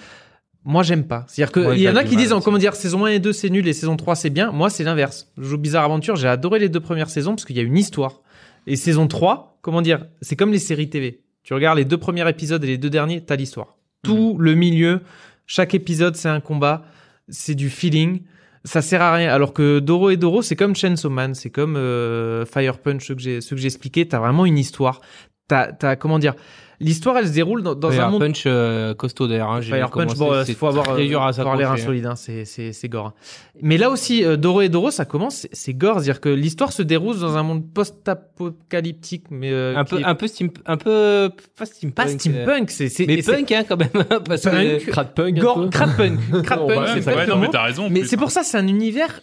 C: Moi, j'aime pas. C'est-à-dire qu'il
B: Ouais,
C: y en
B: t'as
C: a
B: du
C: qui
B: mal
C: disent
B: aussi.
C: comment dire saison 1 et 2 c'est nul et saison 3 c'est bien. Moi, c'est l'inverse. Jojo Bizarre Adventure, j'ai adoré les deux premières saisons parce qu'il y a une histoire. Et saison 3, comment dire C'est comme les séries TV. Tu regardes les deux premiers épisodes et les deux derniers, t'as
B: Mhm.
C: l'histoire. Tout le milieu, chaque épisode, c'est un combat, c'est du feeling ça sert à rien. Alors que Doro et Doro, c'est comme Chainsaw Man, c'est comme euh, Fire Punch, ceux que j'ai, ceux que j'ai expliqué. T'as vraiment une histoire. T'as, t'as comment dire L'histoire, elle se déroule dans, dans
B: Fire
C: un monde.
B: punch euh, costaud d'ailleurs. Hein, j'ai
C: Fire
B: vu
C: Punch,
B: comment
C: bon,
B: c'est,
C: euh,
B: c'est
C: faut avoir,
B: très
C: euh,
B: dur à
C: faut avoir l'air
B: s'accrocher, hein.
C: insolide, hein, c'est, c'est, c'est gore. hein. Mais là aussi, euh, Doro et Doro, ça commence, c'est, c'est gore, c'est-à-dire que l'histoire se déroule dans un monde post-apocalyptique, mais euh,
B: Un
C: qui
B: peu,
C: est
B: un peu steam, un peu pas steampunk.
C: pas
B: euh,
C: steampunk, c'est, c'est,
B: mais
C: et c'est
B: punk hein quand même parce que
C: Punk.
D: Crade punk. un peu.
C: gore, crap punk, crap
D: Bon,
C: punk,
D: bah,
A: Ouais,
C: c'est
A: ouais,
C: pas le
A: non,
C: mot.
A: mais t'as raison. en
C: Euh, Mais
A: plus.
C: c'est pour ça, c'est un univers.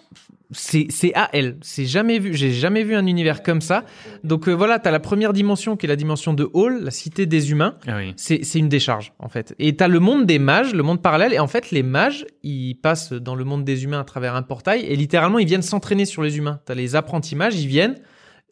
C: C'est c'est AL. C'est jamais vu. J'ai jamais vu un univers comme ça. Donc euh, voilà, t'as la première dimension qui est la dimension de Hall, la cité des humains.
A: Ah oui.
C: C'est c'est une décharge en fait. Et t'as le monde des mages, le monde parallèle. Et en fait, les mages, ils passent dans le monde des humains à travers un portail et littéralement ils viennent s'entraîner sur les humains. T'as les apprentis mages, ils viennent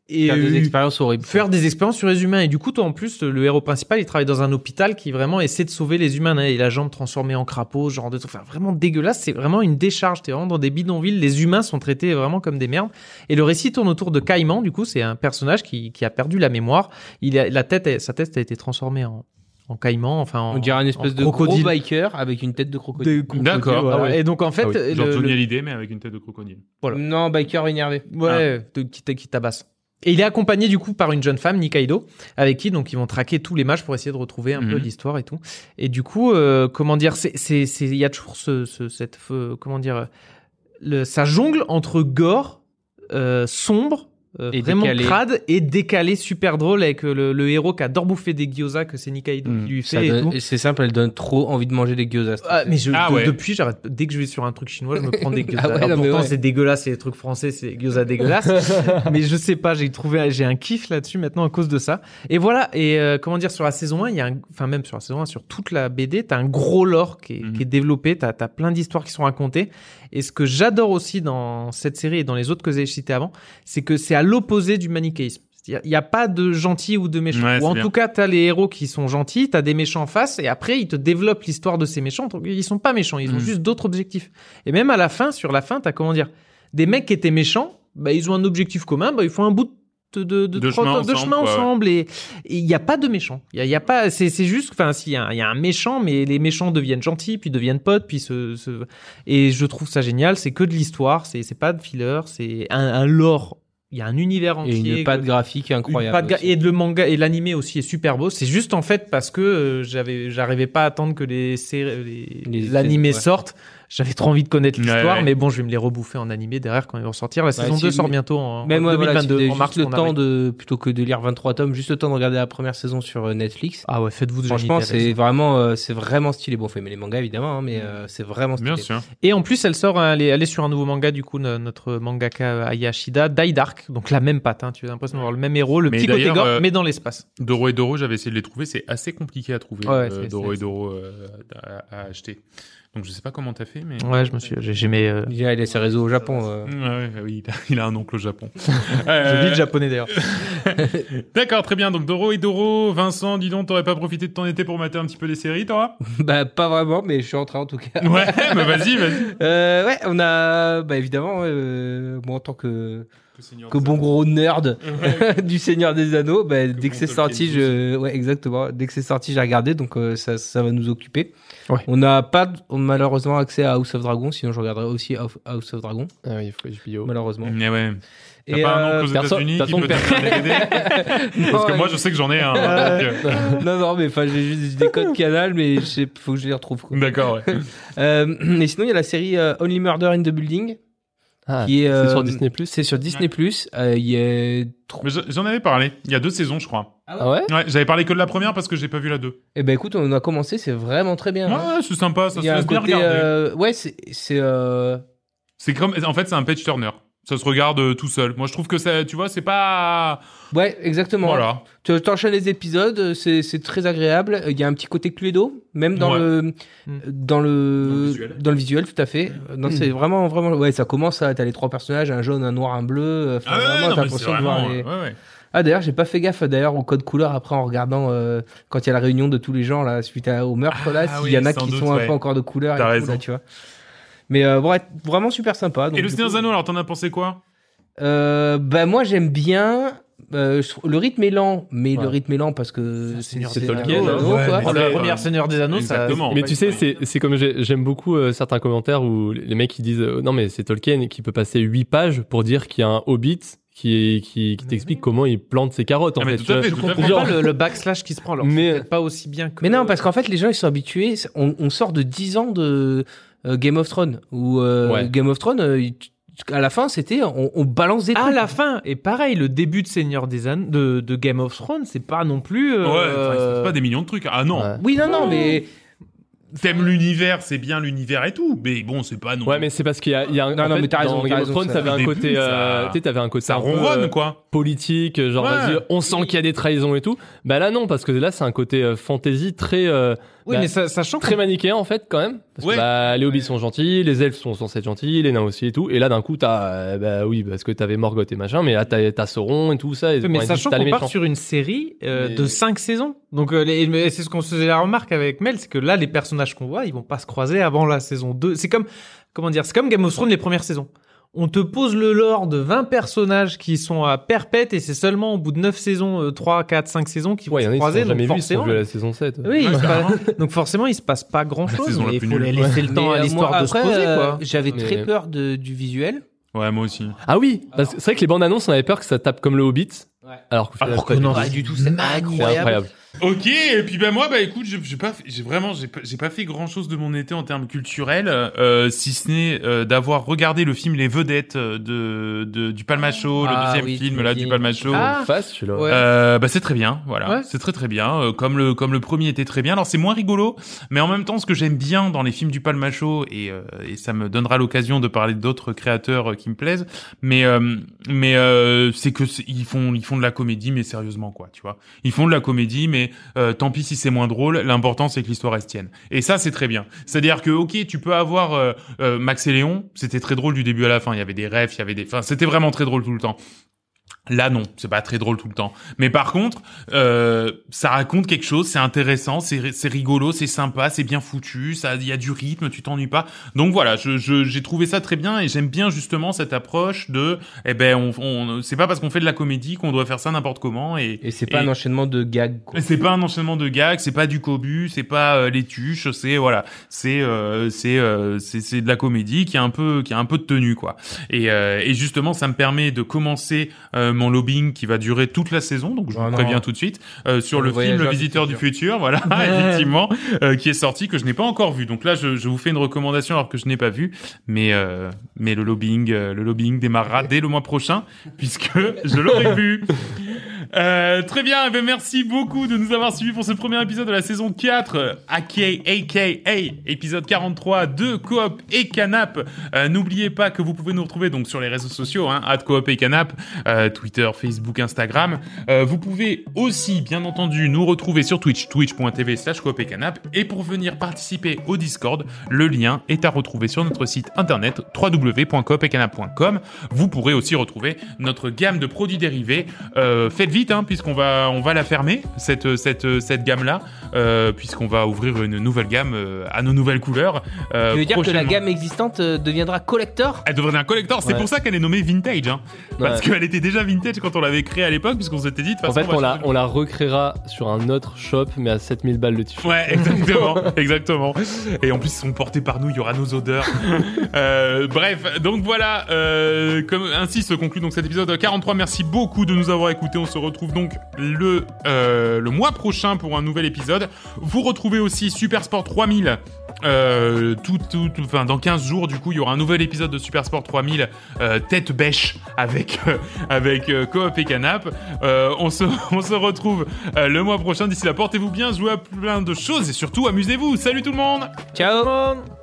C: et
B: faire des
C: euh,
B: expériences horribles.
C: faire des expériences sur les humains. Et du coup, toi, en plus, le héros principal, il travaille dans un hôpital qui vraiment essaie de sauver les humains. hein. Il a la jambe transformée en crapaud, ce genre de truc. Enfin, vraiment dégueulasse. C'est vraiment une décharge. T'es vraiment dans des bidonvilles. Les humains sont traités vraiment comme des merdes. Et le récit tourne autour de Caïman. Du coup, c'est un personnage qui, qui a perdu la mémoire. Il a, la tête, sa tête a été transformée en, en caïman. Enfin, en,
B: On dirait un espèce
C: en
B: de gros
C: crocodile.
B: biker avec une tête de crocodile.
A: D'accord.
C: Voilà.
D: Ah ouais.
C: Et donc, en fait,
D: Ah oui.
C: le-
A: Genre
C: le-
A: Johnny Hallyday, mais avec une tête de crocodile.
C: voilà.
B: ah Non, biker énervé.
C: Ouais,
B: Ah.
C: de- qui, t- qui tabasse. Et il est accompagné du coup par une jeune femme, Nikaido, avec qui donc ils vont traquer tous les matchs pour essayer de retrouver un peu
A: Mhm.
C: l'histoire et tout. Et du coup, euh, comment dire, c'est c'est c'est- il y a toujours ce, ce- cette euh, comment dire euh, le, ça jongle entre gore euh, sombre. euh,
B: Et
C: vraiment
B: décalé.
C: crade et décalé, super drôle avec euh, le, le héros qui adore bouffer des gyoza que c'est Nikaido
A: Mhm.
C: qui
B: Mm.
C: lui
B: Mmh. Ça
C: fait. et
B: donne-
C: tout.
B: et c'est simple, elle donne trop envie de manger des gyozas. cette
C: Ah, mais je-
A: Ah
C: de-
A: ouais.
C: depuis, j'arrête. Dès que je vais sur un truc chinois, je me prends des gyoza.
B: Ah ouais,
C: Alors
B: non, mais
C: pourtant,
B: ouais.
C: c'est dégueulasse, c'est des trucs français, c'est gyoza dégueulasse. mais je sais pas, j'ai trouvé, j'ai un kiff là-dessus maintenant à cause de ça. Et voilà. Et euh, comment dire, sur la saison 1, il y a un, enfin, même sur la saison 1, sur toute la BD, t'as un gros lore qui est,
A: Mhm.
C: qui est développé, t'as as plein d'histoires qui sont racontées. Et ce que j'adore aussi dans cette série et dans les autres que j'ai citées avant, c'est que c'est à l'opposé du manichéisme. C'est-à-dire, Il n'y a pas de gentil ou de méchant.
A: Ouais,
C: ou en
A: c'est bien.
C: tout cas, t'as les héros qui sont gentils, t'as des méchants en face, et après, ils te développent l'histoire de ces méchants. Donc, Ils sont pas méchants, ils ont
A: Mhm.
C: juste d'autres objectifs. Et même à la fin, sur la fin, t'as comment dire Des mecs qui étaient méchants, bah, ils ont un objectif commun, bah, ils font un bout de, de, de,
A: De
C: trotto-
A: chemin ensemble,
C: chemin
A: quoi, ouais.
C: ensemble. Et et il n'y a pas de méchant. Il y a, il y a pas, c'est c'est juste, enfin, s'il y, a un- il y a un méchant, mais les méchants deviennent gentils, puis deviennent potes, puis se, se- Et je trouve ça génial, c'est que de l'histoire, c'est c'est pas de filler, c'est un, un lore il y a un univers
B: Et
C: entier.
B: une patte graphique
C: Une
B: incroyable.
C: patte gra-
B: aussi.
C: et le manga et l'animé aussi est super beau. C'est juste en fait parce que euh, j'avais, j'arrivais pas à attendre que les séries, les-
B: Les-
C: l'animé
B: ouais.
C: sorte. J'avais trop envie de connaître
A: Ouais,
C: l'histoire,
A: ouais.
C: mais bon, je vais me les rebouffer en animé derrière quand ils vont sortir. La saison
B: Bah, si
C: 2 sort
B: vous-
C: bientôt en,
B: Même
C: en
B: ouais, voilà, si
C: 2022,
B: vous avez
C: en mars.
B: juste le
C: on
B: temps
C: arrive.
B: de plutôt que de lire 23 tomes, juste le temps de regarder la première saison sur euh, Netflix.
C: Ah ouais, faites-vous de
B: Franchement,
C: Johnny Depp.
B: c'est vraiment, euh, c'est vraiment stylé. Bon, on fait mais les mangas évidemment, hein, mais
C: Mmh.
B: euh, c'est vraiment stylé.
A: Bien sûr.
C: Et en plus, elle sort, hein, elle est, elle est sur un nouveau manga du coup, no- notre mangaka Ayashida, Die Dark. Donc la même patte, hein, tu as l'impression d'avoir le même héros, le
A: Mais
C: petit côté
A: d'ailleurs,
C: gore,
A: euh,
C: mais dans l'espace.
A: Doro et Doro, j'avais essayé de les trouver. C'est assez compliqué à trouver.
C: Ouais,
A: euh,
C: c'est-
A: Doro
C: c'est-
A: et Doro euh, à, à acheter. Donc je sais pas comment t'as fait, mais.
C: Ouais, je me suis, j'ai- j'ai mes, euh,
B: Déjà, il a ses réseaux au Japon. euh.
A: Ouais, ouais, oui, il a, il a un oncle au Japon.
C: je
A: Euh,
C: lis le japonais d'ailleurs.
A: D'accord, très bien. Donc Doro et Doro, Vincent, dis donc, t'aurais pas profité de ton été pour mater un petit peu les séries, toi
B: bah, pas vraiment, mais je suis en train en tout cas.
A: Ouais, bah vas-y, vas-y.
B: Euh, ouais, on a, bah évidemment, euh, moi en tant que, que bon gros nerd du Seigneur des Anneaux, bah, dès que
A: bon
B: c'est
A: Tolkien
B: sorti,
A: douze.
B: je, ouais, exactement, dès que c'est sorti, j'ai regardé, donc euh, ça, ça va nous occuper.
C: Ouais.
B: On n'a pas on a malheureusement accès à House of Dragon, sinon je regarderais aussi House- House of Dragon,
D: Ah oui, il faut HBO.
B: malheureusement.
A: Mais ouais. Mm. T'as
B: Et,
A: pas
B: euh,
A: un oncle aux
D: perso-
A: États-Unis qui
D: perso-
A: peut t'acheter un DVD Parce que
B: non,
A: moi, je sais que j'en ai un. donc, euh,
B: non, non, mais enfin, j'ai juste des codes canal, mais je sais- faut que je les retrouve. Quoi.
A: D'accord, ouais.
B: Euh, et sinon, il y a la série euh, Only Murder in the Building,
D: Ah,
B: qui est,
D: c'est sur
B: euh,
D: Disney Plus.
B: c'est sur Disney+. Euh, Il y a trois.
A: Mais je- j'en avais parlé. Il y a deux saisons, je crois.
D: Ah ouais
A: Ouais, j'avais parlé que de la première parce que j'ai pas vu la deux.
B: Eh ben écoute, on a commencé, c'est vraiment très bien. hein.
A: Ouais, c'est sympa, ça
B: Il
A: se
B: y a un
A: laisse bien
B: côté,
A: regarder.
B: euh, ouais, c'est, c'est, euh,
A: C'est comme, en fait, c'est un page turner. Ça se regarde euh, tout seul. Moi, je trouve que ça, tu vois, c'est pas.
B: ouais, exactement.
A: Voilà.
B: Tu t'enchaînes les épisodes, c'est, c'est très agréable. Il y a un petit côté Cluedo, même dans
A: Ouais. Hmm.
B: le,
C: Mm.
A: Dans
B: dans le,
A: le visuel.
B: dans le visuel, tout à fait.
A: Hmm.
B: Non, c'est vraiment, vraiment, ouais, ça commence à, t'as les trois personnages, un jaune, un noir, un bleu. Enfin,
A: Ah ouais,
B: Ah,
A: non,
B: vraiment, t'as
A: mais c'est
B: l'impression de voir
A: vraiment,
B: les-
A: ouais, ouais.
B: Ah d'ailleurs, j'ai pas fait gaffe d'ailleurs au code couleur après en regardant euh, quand il y a la réunion de tous les gens là suite à, au meurtre là,
A: Ah
B: s'il
A: oui,
B: y en a
A: sans
B: qui
A: doute,
B: sont un
A: ouais.
B: peu encore de couleur et
A: T'as
B: tout,
A: raison.
B: là, tu vois. Mais euh, ouais, vraiment super sympa. donc,
A: Et le
B: du
A: Seigneur
B: coup,
A: Zano, alors, t'en as pensé quoi
B: euh, bah moi j'aime bien. euh, je trouve- le rythme est lent, mais le
D: Ouais.
B: rythme est lent parce que
C: Seigneur
B: c'est
C: des
B: un
D: Tolkien, hein.
B: anneau,
A: Ouais,
B: quoi.
A: mais
C: Pour la
A: c'est-
C: première
A: euh,
C: Seigneur des Anneaux, ça.
A: exactement.
D: Mais tu sais, c'est c'est comme j'ai- j'aime beaucoup euh, certains commentaires où les les mecs qui disent euh, non mais c'est Tolkien qui peut passer 8 pages pour dire qu'il y a un hobbit qui qui, qui t'explique comment il plante ses carottes en
A: Ah, mais
D: fait.
A: tout
D: tu
A: à
D: vois.
A: fait,
C: Je
A: tout à
C: comprends
A: fait.
C: pas le, le backslash qui se prend. Alors,
D: Mais-
C: mais pas aussi bien que.
B: Mais non, parce qu'en fait, les gens, ils sont habitués. C'est- On, on sort de 10 ans de euh, Game of Thrones. Ou
D: Ouais.
B: Game of Thrones, euh, il- à la fin, c'était on, on balance
D: Ah
B: des
C: à
B: trucs.
C: Ah, la fin, et pareil, le début de Seigneur des Anneaux, de, de Game of Thrones, c'est pas non plus. euh,
A: Ouais, enfin, il se passe pas des millions de trucs. Ah non,
D: Ouais.
B: Oui, non, non, mais
A: t'aimes l'univers, c'est bien l'univers et tout, mais bon, c'est pas non.
D: Ouais, mais c'est parce qu'il y a, il y a un,
B: Non,
D: en
B: non,
D: fait,
B: mais t'as raison,
D: dans
B: t'as
D: Game
B: raison,
D: of Thrones,
B: ça-
D: t'avais
A: au
D: un
A: début,
D: côté, euh,
A: ça-
D: tu sais, t'avais un côté
A: ça
D: un peu,
A: ronronne,
D: euh,
A: quoi.
D: politique, euh, genre
A: Ouais.
D: vas-y, on sent qu'il y a des trahisons et tout. Bah là non, parce que là c'est un côté euh, fantasy très euh,
C: Oui,
D: bah,
C: mais ça- sachant que.
D: très manichéen en fait quand même. Parce
A: Ouais.
D: que bah, les hobbits sont gentils, les elfes sont censés être gentils, les nains aussi et tout. Et là d'un coup t'as euh, bah oui parce que t'avais Morgoth et machin, mais là t'as t'as Sauron et tout ça. Et,
C: Mais
D: ouais,
C: sachant
D: t'as les
C: qu'on part
D: méchants.
C: sur une série euh,
D: Mais-
C: de 5 saisons. Donc, euh, les- mais c'est ce qu'on se faisait la remarque avec Mel, c'est que là, les personnages qu'on voit, ils vont pas se croiser avant la saison 2. C'est comme, comment dire, c'est comme Game of Thrones, les premières saisons. On te pose le lore de 20 personnages qui sont à perpète et c'est seulement au bout de 9 saisons, euh, 3, 4, 5 saisons qui vont
D: Ouais, y
C: se
D: en a qui sont
C: croiser. donc
D: jamais vus, ils sont
C: forcément,
D: vus à la saison 7.
C: Oui, il
A: Ouais,
C: se
A: carrément.
C: passe- donc forcément, il se passe pas grand
A: La
C: chose.
A: saison la
C: mais Il
A: plus
C: faut
A: nulle.
C: laisser le
B: Mais,
C: temps à
B: euh, moi,
C: l'histoire de se
B: après,
C: poser,
B: euh,
C: quoi.
B: J'avais
D: Mais-
B: très peur de, du visuel.
A: Ouais, moi aussi.
D: Ah oui, parce que c'est vrai que les bandes annonces on avait peur que ça tape comme le Hobbit.
B: Ouais.
D: Alors qu'au final,
C: Alors
D: Ah, pas
C: que
D: du
C: non,
D: tout.
B: Pas du tout, c'est
D: c'est incroyable.
A: Ok, et puis bah moi, bah écoute, j'ai j'ai pas, fait- j'ai vraiment, j'ai pas, j'ai pas fait grand chose de mon été en termes culturels, euh, si ce n'est euh, d'avoir regardé le film Les Vedettes euh, de, de du Palmacho,
B: Ah
A: le deuxième
B: oui, tu
A: film
B: m'as
A: là
B: dit.
A: du Palmacho.
C: Ah.
D: Face, celui
C: Ouais.
A: Euh, bah c'est très bien, voilà.
C: Ouais.
A: C'est très très bien. euh, comme le comme le premier était très bien. Alors c'est moins rigolo, mais en même temps, ce que j'aime bien dans les films du Palmacho et euh, et ça me donnera l'occasion de parler d'autres créateurs euh, qui me plaisent. Mais euh, mais euh, c'est que c'est- ils font ils font de la comédie, mais sérieusement quoi, tu vois. Ils font de la comédie, mais euh, tant pis si c'est moins drôle. L'important c'est que l'histoire reste tienne. Et ça c'est très bien. C'est-à-dire que ok, tu peux avoir euh, euh, Max et Léon, c'était très drôle du début à la fin. Il y avait des rêves, il y avait des. Enfin, c'était vraiment très drôle tout le temps. Là non, c'est pas très drôle tout le temps. Mais par contre, euh, ça raconte quelque chose, c'est intéressant, c'est c'est rigolo, c'est sympa, c'est bien foutu, ça il y a du rythme, tu t'ennuies pas. Donc voilà, je je- j'ai trouvé ça très bien et j'aime bien justement cette approche de eh ben on, on c'est pas parce qu'on fait de la comédie qu'on doit faire ça n'importe comment et
B: Et c'est pas un enchaînement de gags. quoi.
A: et C'est pas un enchaînement de gags, c'est pas du cobu, c'est pas euh, les tuches, c'est voilà, c'est euh, c'est euh, c'est c'est de la comédie qui a un peu qui a un peu de tenue quoi. Et euh, et justement, ça me permet de commencer euh, mon lobbying qui va durer toute la saison, donc je
B: Oh
A: vous
B: non.
A: préviens tout de suite euh, sur
B: Le
A: le, film
B: Voyageur
A: Le
B: du
A: Visiteur du
B: futur.
A: futur, voilà, effectivement, euh, qui est sorti que je n'ai pas encore vu. Donc là, je, je vous fais une recommandation alors que je n'ai pas vu, mais euh, mais le lobbying euh, le lobbying démarrera dès le mois prochain puisque je l'aurais vu. Euh, très bien, eh bien, merci beaucoup de nous avoir suivis pour ce premier épisode de la saison 4, euh, aka, aka, épisode 43 de Coop et Canap. Euh, N'oubliez pas que vous pouvez nous retrouver donc sur les réseaux sociaux, hein, at Coop et Canap, euh, Twitter, Facebook, Instagram. Euh, vous pouvez aussi, bien entendu, nous retrouver sur Twitch, twitch.tv slash Coop et Canap. Et pour venir participer au Discord, le lien est à retrouver sur notre site internet www.coopetcanap.com. Vous pourrez aussi retrouver notre gamme de produits dérivés euh, faites vite, hein, puisqu'on va, on va la fermer, cette, cette, cette gamme-là, euh, puisqu'on va ouvrir une nouvelle gamme euh, à nos nouvelles couleurs. euh,
B: Tu veux dire que la
A: prochainement.
B: gamme existante euh, deviendra collector
A: Elle devrait être un collector, c'est
D: Ouais.
A: pour ça qu'elle est nommée vintage, hein, parce
D: Ouais.
A: qu'elle était déjà vintage quand on l'avait créée à l'époque, puisqu'on s'était dit de toute
D: En
A: façon,
D: fait,
A: va
D: on la,
A: changer-
D: on la recréera sur un autre shop, mais à 7000 balles le t-shirt.
A: Ouais, exactement, exactement. Et en plus, ils sont portés par nous, il y aura nos odeurs. Euh, bref, donc voilà, euh, comme, ainsi se conclut donc cet épisode 43. Merci beaucoup de nous avoir écoutés. On se retrouve donc le, euh, le mois prochain pour un nouvel épisode. Vous retrouvez aussi Super Sport 3000. euh, tout, tout, tout- enfin, dans 15 jours, du coup, il y aura un nouvel épisode de Super Sport 3000 euh, tête bêche avec euh, avec euh, Coop et Canap. Euh, on se on se retrouve euh, le mois prochain. D'ici là, portez-vous bien, jouez à plein de choses et surtout amusez-vous. Salut tout le monde.
B: Ciao
C: Bon.